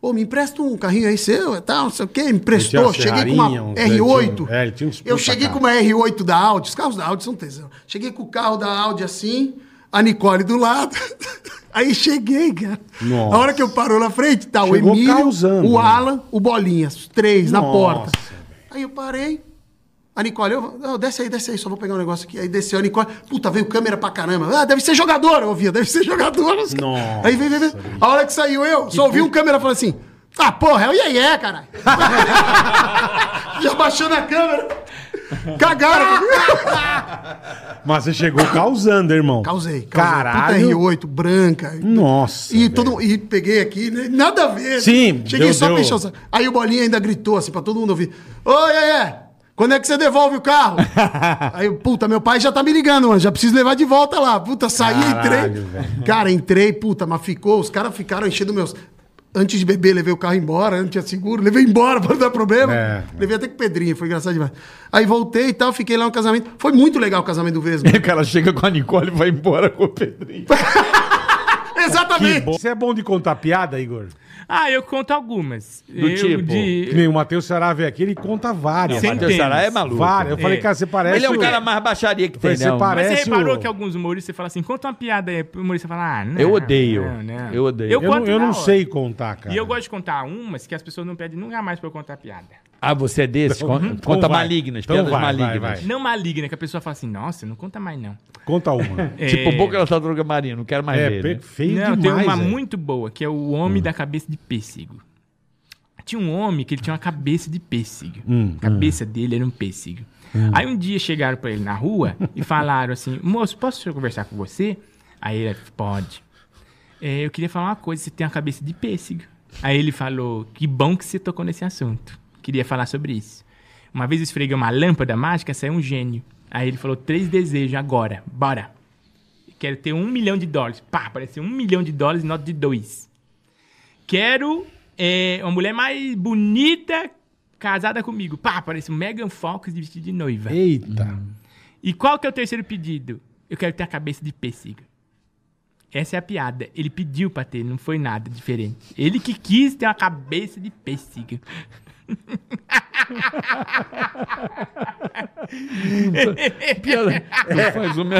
[SPEAKER 12] Ô, me empresta um carrinho aí seu e tal, não sei o quê. Me
[SPEAKER 2] Ele
[SPEAKER 12] emprestou.
[SPEAKER 2] tinha
[SPEAKER 12] Cheguei com uma
[SPEAKER 2] Ferrarinha, uns-
[SPEAKER 12] R8.
[SPEAKER 2] ele tinha um- é, ele tinha uns
[SPEAKER 12] eu
[SPEAKER 2] puta
[SPEAKER 12] cheguei
[SPEAKER 2] carro.
[SPEAKER 12] com uma R8 da Audi. Os carros da Audi são tesão. Cheguei com o carro da Audi assim, a Nicole do lado. Aí cheguei, cara.
[SPEAKER 2] Nossa.
[SPEAKER 12] A hora que eu paro na frente, tá o
[SPEAKER 2] Chegou
[SPEAKER 12] Emílio,
[SPEAKER 2] causando,
[SPEAKER 12] o
[SPEAKER 2] né?
[SPEAKER 12] Alan, o Bolinhas, os três na
[SPEAKER 2] Nossa,
[SPEAKER 12] porta. Aí eu parei. A Nicole, eu, "Não, desce aí, desce aí, só vou pegar um negócio aqui. Aí desceu a Nicole, puta, veio câmera pra caramba. Ah, deve ser jogador, eu ouvia, deve ser jogador. Nossa.
[SPEAKER 2] Nossa,
[SPEAKER 12] Aí vem, vem, vem. A hora que saiu eu, só ouvi um câmera falando assim: ah, porra, é o Iê, Iê, caralho. Já baixou na câmera. Cagaram.
[SPEAKER 2] Mas você chegou causando, irmão.
[SPEAKER 12] Causei. causei.
[SPEAKER 2] Caralho.
[SPEAKER 12] Puta R8, branca.
[SPEAKER 2] Nossa,
[SPEAKER 12] E,
[SPEAKER 2] velho.
[SPEAKER 12] todo, e peguei aqui, né? nada a ver.
[SPEAKER 2] Sim,
[SPEAKER 12] Cheguei
[SPEAKER 2] deu-
[SPEAKER 12] só
[SPEAKER 2] deu.
[SPEAKER 12] pra encher o saco. Aí o Bolinha ainda gritou assim pra todo mundo ouvir. Ô, Iê, quando é que você devolve o carro? Aí, eu, puta, meu pai já tá me ligando, mano. Já preciso levar de volta lá. Puta, saí,
[SPEAKER 2] Caralho,
[SPEAKER 12] entrei.
[SPEAKER 2] velho.
[SPEAKER 12] Cara, entrei, puta, mas ficou. Os caras ficaram enchendo meus... Antes de beber, levei o carro embora, não tinha seguro, levei embora pra não dar problema.
[SPEAKER 2] É.
[SPEAKER 12] Levei até com pedrinha, foi engraçado demais. Aí voltei e tal, fiquei lá no casamento. Foi muito legal o casamento do Vesgo.
[SPEAKER 7] O cara chega com a Nicole e vai embora com o Pedrinho.
[SPEAKER 2] Que
[SPEAKER 12] Exatamente.
[SPEAKER 2] bom. Você é bom de contar piada, Igor?
[SPEAKER 13] Ah, eu conto algumas. Do eu,
[SPEAKER 7] tipo?
[SPEAKER 2] Que
[SPEAKER 13] De...
[SPEAKER 2] nem o Matheus Ceará veio aqui, ele conta várias.
[SPEAKER 13] Sem
[SPEAKER 2] Matheus
[SPEAKER 13] Matheus
[SPEAKER 2] Ceará
[SPEAKER 7] Ceará é
[SPEAKER 13] Tênis.
[SPEAKER 7] maluco.
[SPEAKER 2] várias. Eu falei,
[SPEAKER 13] É.
[SPEAKER 2] cara, você parece...
[SPEAKER 7] Ele é o
[SPEAKER 2] o-
[SPEAKER 7] cara mais baixaria que tem,
[SPEAKER 2] Você
[SPEAKER 7] né?
[SPEAKER 13] Mas
[SPEAKER 2] parece
[SPEAKER 13] você reparou
[SPEAKER 2] o-
[SPEAKER 13] que alguns humoristas falam assim, conta uma piada aí. O humorista fala, ah, não.
[SPEAKER 7] Eu odeio.
[SPEAKER 13] não, não.
[SPEAKER 7] Eu odeio.
[SPEAKER 2] Eu, não,
[SPEAKER 13] conto
[SPEAKER 2] eu
[SPEAKER 13] na
[SPEAKER 2] não
[SPEAKER 13] hora.
[SPEAKER 2] sei contar, cara.
[SPEAKER 13] E eu gosto de contar umas que as pessoas não pedem nunca mais pra eu contar piada.
[SPEAKER 7] Ah, você é desse? Con-
[SPEAKER 2] Então
[SPEAKER 7] conta
[SPEAKER 2] vai.
[SPEAKER 7] malignas,
[SPEAKER 2] Então
[SPEAKER 7] piadas
[SPEAKER 2] vai,
[SPEAKER 7] malignas.
[SPEAKER 2] vai, vai.
[SPEAKER 13] Não maligna, que a pessoa fala assim, nossa, não conta mais não.
[SPEAKER 2] Conta uma.
[SPEAKER 7] Tipo,
[SPEAKER 13] É,
[SPEAKER 7] o boca da sua droga marinha, não quero mais
[SPEAKER 2] É,
[SPEAKER 7] ver. né?
[SPEAKER 2] perfeito
[SPEAKER 13] Não,
[SPEAKER 2] demais. Hum.
[SPEAKER 13] tem uma
[SPEAKER 2] velho.
[SPEAKER 13] muito boa, que é o homem da cabeça de pêssego. Tinha um homem que ele tinha uma cabeça de pêssego.
[SPEAKER 2] Hum,
[SPEAKER 13] a cabeça dele era um pêssego. Aí um dia chegaram pra ele na rua e falaram assim: moço, posso conversar com você? Aí ele pode. "É, eu queria falar uma coisa, você tem uma cabeça de pêssego. Aí ele falou: que bom que você tocou nesse assunto. Queria falar sobre isso. Uma vez eu esfreguei uma lâmpada mágica, saiu um gênio. Aí ele falou: três desejos agora, bora. Quero ter um milhão de dólares. Pá, apareceu um milhão de dólares em nota de dois. Quero é, uma mulher mais bonita casada comigo. Pá, apareceu um Megan Fox de vestido de noiva.
[SPEAKER 2] Eita.
[SPEAKER 13] E qual que é o terceiro pedido? Eu quero ter a cabeça de pêssego. Essa é a piada. Ele pediu pra ter, não foi nada diferente. Ele que quis ter uma cabeça de pêssego.
[SPEAKER 2] Piada. Faz uma...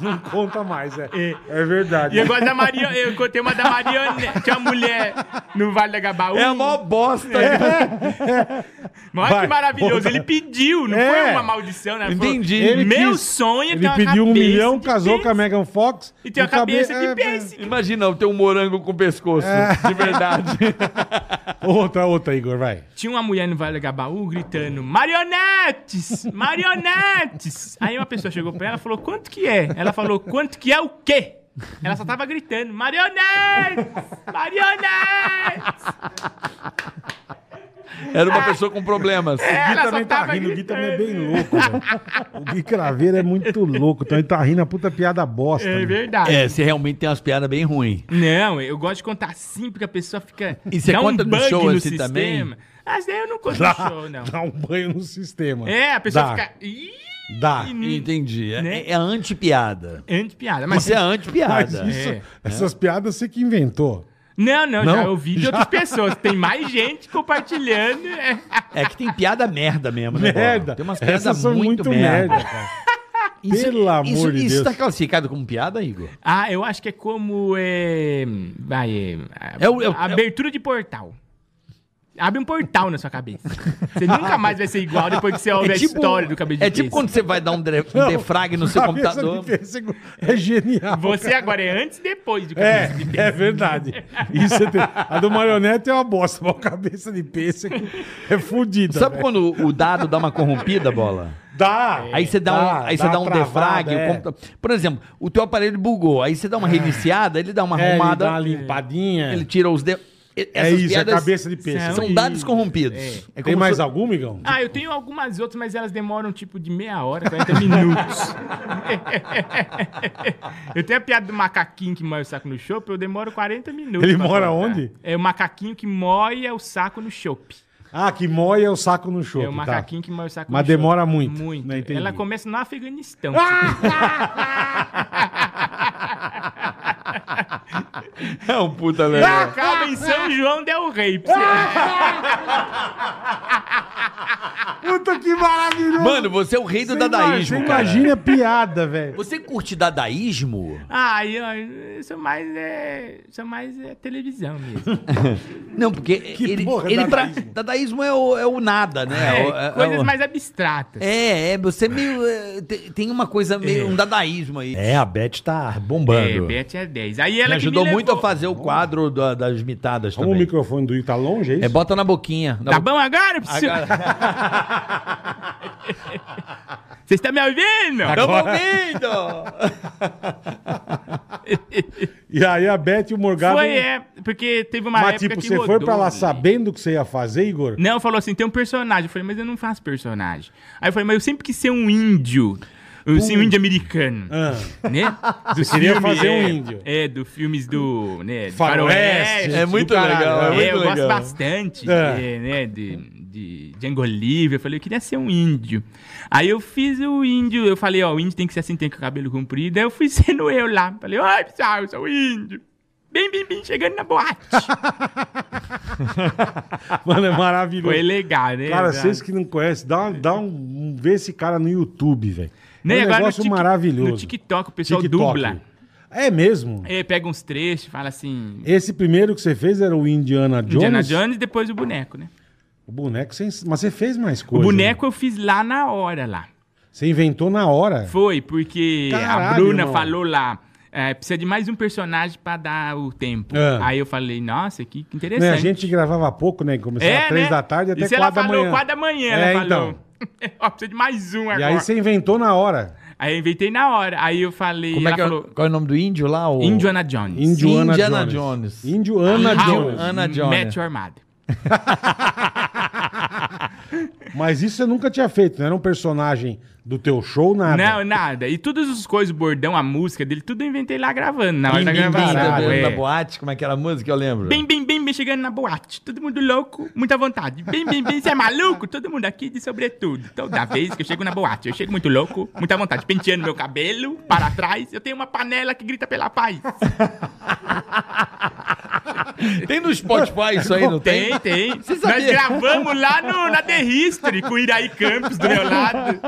[SPEAKER 2] Não conta mais, é. É verdade.
[SPEAKER 13] E eu gosto da Maria, eu contei uma da Mariana, tinha uma mulher no Vale da Gabaú.
[SPEAKER 7] É a maior bosta.
[SPEAKER 13] Mas olha
[SPEAKER 2] Vai,
[SPEAKER 13] que maravilhoso,
[SPEAKER 2] volta.
[SPEAKER 13] ele pediu, não
[SPEAKER 2] É.
[SPEAKER 13] foi uma maldição, né? Ele falou,
[SPEAKER 7] Entendi.
[SPEAKER 2] Ele
[SPEAKER 13] Meu
[SPEAKER 2] quis-
[SPEAKER 13] sonho é ter
[SPEAKER 2] Ele
[SPEAKER 13] uma
[SPEAKER 2] pediu um
[SPEAKER 13] cabeça
[SPEAKER 2] milhão,
[SPEAKER 13] de
[SPEAKER 2] casou
[SPEAKER 13] peixe.
[SPEAKER 2] com a Megan Fox.
[SPEAKER 13] E tem a
[SPEAKER 2] um cabe-
[SPEAKER 13] cabeça
[SPEAKER 2] é,
[SPEAKER 13] de peixe.
[SPEAKER 7] Imagina, eu ter um morango com pescoço. De verdade.
[SPEAKER 2] é. Outra, outra, Igor, vai.
[SPEAKER 13] Tinha uma mulher no Vale do Gabaú gritando: Marionetes! Marionetes! Aí uma pessoa chegou pra ela e falou: Quanto que é? Ela falou: Quanto que é o quê? Ela só tava gritando: Marionetes! Marionetes!
[SPEAKER 7] né? Era uma pessoa com problemas.
[SPEAKER 2] O Gui
[SPEAKER 13] Ela
[SPEAKER 2] também
[SPEAKER 13] só
[SPEAKER 2] tá
[SPEAKER 13] tava
[SPEAKER 2] rindo, o Gui também é bem
[SPEAKER 13] gritando.
[SPEAKER 2] louco, velho. O Gui Craveiro é muito louco, então ele tá rindo a puta piada bosta.
[SPEAKER 13] É
[SPEAKER 2] né?
[SPEAKER 13] verdade.
[SPEAKER 7] É, você realmente tem umas piadas bem ruins.
[SPEAKER 13] Não, eu gosto de contar assim, porque a pessoa fica.
[SPEAKER 7] E você
[SPEAKER 13] dá um
[SPEAKER 7] conta no
[SPEAKER 13] bug
[SPEAKER 7] show assim também?
[SPEAKER 13] Mas daí eu não conto
[SPEAKER 2] Dá,
[SPEAKER 13] no show, não.
[SPEAKER 2] dá um banho no sistema.
[SPEAKER 13] É, a pessoa
[SPEAKER 2] Dá,
[SPEAKER 13] fica. Ih,
[SPEAKER 2] Dá.
[SPEAKER 7] Entendi. É,
[SPEAKER 13] Né?
[SPEAKER 7] é anti-piada.
[SPEAKER 13] anti-piada. Mas
[SPEAKER 7] Isso é
[SPEAKER 2] Mas
[SPEAKER 7] anti-piada.
[SPEAKER 2] isso-
[SPEAKER 13] É.
[SPEAKER 2] essas piadas você que inventou.
[SPEAKER 13] Não, não,
[SPEAKER 2] Não?
[SPEAKER 13] já ouvi de
[SPEAKER 2] Já?
[SPEAKER 13] outras pessoas. Tem mais gente compartilhando. é.
[SPEAKER 7] É que tem piada merda mesmo, né? Bola?
[SPEAKER 2] Merda.
[SPEAKER 7] Tem umas piadas
[SPEAKER 2] Essas são
[SPEAKER 7] muito, merda.
[SPEAKER 2] cara.
[SPEAKER 7] Isso-
[SPEAKER 2] Pelo amor
[SPEAKER 7] isso,
[SPEAKER 2] de Deus.
[SPEAKER 7] isso tá classificado como piada, Igor?
[SPEAKER 13] Ah, eu acho que é como. É, vai, é, a-
[SPEAKER 7] É o- é o-
[SPEAKER 13] abertura de portal. Abre um portal na sua cabeça. Você nunca mais vai ser igual depois que você ouve a história do cabelo de
[SPEAKER 7] É tipo
[SPEAKER 13] peixe.
[SPEAKER 7] quando você vai dar um, dre- um defrag no seu
[SPEAKER 2] Cabeça
[SPEAKER 7] computador.
[SPEAKER 2] de pêssego É genial.
[SPEAKER 13] Você agora é antes e depois do cabelo
[SPEAKER 2] É,
[SPEAKER 13] de
[SPEAKER 2] é verdade. Isso é ter- A do marionete é uma bosta, mas a cabeça de pêssego é fodida.
[SPEAKER 7] Sabe
[SPEAKER 2] velho.
[SPEAKER 7] quando o dado dá uma corrompida, bola?
[SPEAKER 2] Dá.
[SPEAKER 7] Aí você dá, um, aí você dá um
[SPEAKER 2] travada,
[SPEAKER 7] defrag. o
[SPEAKER 2] é.
[SPEAKER 7] computa- Por exemplo, o teu aparelho bugou. Aí você dá uma reiniciada, ele dá uma
[SPEAKER 2] É, ele
[SPEAKER 7] arrumada,
[SPEAKER 2] dá uma
[SPEAKER 7] ele,
[SPEAKER 2] limpadinha.
[SPEAKER 7] tira os dedos.
[SPEAKER 2] É isso, é cabeça de pêssego.
[SPEAKER 7] São dados corrompidos. É
[SPEAKER 2] Tem
[SPEAKER 7] como
[SPEAKER 2] mais
[SPEAKER 7] se-
[SPEAKER 2] alguma, Igão?
[SPEAKER 13] Ah, eu tenho algumas outras, mas elas demoram tipo de meia hora, 40 minutos. eu tenho a piada do macaquinho que moe o saco no chopp, eu demoro 40 minutos.
[SPEAKER 2] Ele
[SPEAKER 13] pra
[SPEAKER 2] mora
[SPEAKER 13] contar.
[SPEAKER 2] onde?
[SPEAKER 13] É o macaquinho que moia o saco no chopp.
[SPEAKER 2] Ah, que moia o saco no tá. show.
[SPEAKER 13] É o macaquinho que moe o saco
[SPEAKER 2] Mas
[SPEAKER 13] no chopp.
[SPEAKER 2] demora muito,
[SPEAKER 13] Muito.
[SPEAKER 2] né? Entendi.
[SPEAKER 13] Ela começa no Afeganistão.
[SPEAKER 7] É um puta,
[SPEAKER 13] E
[SPEAKER 7] velho.
[SPEAKER 13] acaba em São João Del Rey. pra você ver.
[SPEAKER 2] Puta que maravilhoso!
[SPEAKER 7] Mano, você é o rei do
[SPEAKER 2] Você
[SPEAKER 7] dadaísmo,
[SPEAKER 2] imagina-
[SPEAKER 7] cara.
[SPEAKER 2] Você imagina a piada, velho.
[SPEAKER 7] Você curte dadaísmo?
[SPEAKER 13] Ah, eu, eu sou mais, é, sou mais é, televisão mesmo.
[SPEAKER 7] Não, porque ele,
[SPEAKER 2] porra é
[SPEAKER 7] ele pra-
[SPEAKER 2] dadaísmo?
[SPEAKER 7] dadaísmo é o, é o nada, né?
[SPEAKER 13] É,
[SPEAKER 7] É, o- é-
[SPEAKER 13] coisas
[SPEAKER 7] é o-
[SPEAKER 13] mais abstratas.
[SPEAKER 7] É, é, você é meio. é, te- tem uma coisa meio. um dadaísmo aí.
[SPEAKER 2] É, a Beth tá
[SPEAKER 13] É,
[SPEAKER 2] bombando.
[SPEAKER 13] Beth é 10. Aí ela
[SPEAKER 7] Me
[SPEAKER 13] que
[SPEAKER 7] ajudou
[SPEAKER 13] me
[SPEAKER 7] muito
[SPEAKER 13] levou.
[SPEAKER 7] a fazer o quadro da- das mitadas
[SPEAKER 2] Como o
[SPEAKER 7] também.
[SPEAKER 2] microfone do Igor tá longe, é isso?
[SPEAKER 7] É, bota na boquinha. Na
[SPEAKER 13] Tá
[SPEAKER 7] bo-
[SPEAKER 13] bom agora, professor? Vocês estão me ouvindo?
[SPEAKER 7] Tamo
[SPEAKER 2] Agora-
[SPEAKER 7] ouvindo!
[SPEAKER 2] E aí a Beth e o Morgado...
[SPEAKER 13] Foi, é, porque teve uma
[SPEAKER 2] Mas,
[SPEAKER 13] época
[SPEAKER 2] tipo,
[SPEAKER 13] que
[SPEAKER 2] você foi
[SPEAKER 13] rodou,
[SPEAKER 2] pra lá
[SPEAKER 13] né?
[SPEAKER 2] sabendo o que você ia fazer, Igor?
[SPEAKER 13] Não, falou assim, tem um personagem. Eu falei, mas eu não faço personagem. Aí eu falei, mas eu sempre quis ser um índio. Eu ser um índio americano.
[SPEAKER 2] Ah.
[SPEAKER 13] Né? Do
[SPEAKER 2] queria fazer um índio.
[SPEAKER 13] É, do filmes do... Né, do
[SPEAKER 2] Faroeste.
[SPEAKER 13] faroeste.
[SPEAKER 7] É muito legal, é
[SPEAKER 13] É,
[SPEAKER 7] muito
[SPEAKER 13] eu gosto
[SPEAKER 7] legal.
[SPEAKER 13] bastante
[SPEAKER 2] É.
[SPEAKER 13] de, né, de, de Django Livre. Eu falei, eu queria ser um índio. Aí eu fiz o índio. Eu falei, ó, o índio tem que ser assim, tem que ter cabelo comprido. Aí eu fui sendo eu lá. Falei, oi, pessoal, eu sou o índio. Bem, bem, bem, chegando na boate.
[SPEAKER 2] Mano, é maravilhoso.
[SPEAKER 13] Foi legal, né?
[SPEAKER 2] Cara,
[SPEAKER 13] Exato.
[SPEAKER 2] vocês que não conhecem, dá, um- dá um, um- Vê esse cara no YouTube, velho.
[SPEAKER 13] Né,
[SPEAKER 2] é um
[SPEAKER 13] agora no
[SPEAKER 2] negócio
[SPEAKER 13] Tik-
[SPEAKER 2] maravilhoso.
[SPEAKER 13] No TikTok o pessoal dubla.
[SPEAKER 2] É mesmo?
[SPEAKER 13] É, pega uns trechos, fala assim...
[SPEAKER 2] Esse primeiro que você fez era o Indiana Jones?
[SPEAKER 13] Indiana Jones e depois o boneco, né?
[SPEAKER 2] O boneco, você, ens- mas você fez mais
[SPEAKER 13] O
[SPEAKER 2] coisa.
[SPEAKER 13] boneco eu fiz lá na hora, lá.
[SPEAKER 2] né? Você inventou na hora.
[SPEAKER 13] Foi, porque a
[SPEAKER 2] Caralho,
[SPEAKER 13] Bruna
[SPEAKER 2] irmão.
[SPEAKER 13] falou lá. é, precisa de mais um personagem pra dar o tempo.
[SPEAKER 2] É.
[SPEAKER 13] Aí eu falei, nossa, que que interessante. É,
[SPEAKER 2] Né, a gente gravava pouco, né? Começava às três da tarde até
[SPEAKER 13] Isso
[SPEAKER 2] quatro da
[SPEAKER 13] ela falou
[SPEAKER 2] manhã.
[SPEAKER 13] quatro da manhã,
[SPEAKER 2] É,
[SPEAKER 13] ela falou.
[SPEAKER 2] então.
[SPEAKER 13] Ó, precisa de mais um
[SPEAKER 2] E
[SPEAKER 13] agora.
[SPEAKER 2] aí você inventou na hora.
[SPEAKER 13] Aí eu inventei na hora. Aí eu falei,
[SPEAKER 7] Como é
[SPEAKER 13] ela
[SPEAKER 7] que é,
[SPEAKER 13] falou, é
[SPEAKER 7] qual é o nome do índio lá? O...
[SPEAKER 13] Indiana Jones.
[SPEAKER 2] Indiana,
[SPEAKER 7] Indiana
[SPEAKER 2] Jones.
[SPEAKER 7] Jones.
[SPEAKER 2] Indiana
[SPEAKER 13] How
[SPEAKER 2] Jones.
[SPEAKER 7] Ana
[SPEAKER 13] Met
[SPEAKER 7] Jones.
[SPEAKER 13] Your Mother.
[SPEAKER 2] Mas isso você nunca tinha feito, não era um personagem do teu show, nada.
[SPEAKER 13] Não, nada. E todas as coisas, o bordão, a música dele, tudo eu inventei lá gravando. Na hora
[SPEAKER 7] Bim,
[SPEAKER 13] da
[SPEAKER 7] bim, bim,
[SPEAKER 13] gravação.
[SPEAKER 7] da-
[SPEAKER 13] é.
[SPEAKER 7] da boate, como é que era a música? Eu lembro.
[SPEAKER 13] Bem, bem, bem, bem, chegando na boate. Todo mundo louco, muita vontade. Bem, bem, bem, você é maluco? Todo mundo aqui de sobretudo. Toda vez que eu chego na boate, eu chego muito louco, muita vontade. Penteando meu cabelo para trás, eu tenho uma panela que grita pela paz.
[SPEAKER 7] Tem no Spotify isso aí, não tem?
[SPEAKER 13] Tem, tem.
[SPEAKER 7] Você
[SPEAKER 13] Nós
[SPEAKER 7] sabia?
[SPEAKER 13] gravamos lá no, na The History com o Iraí Campos do meu lado.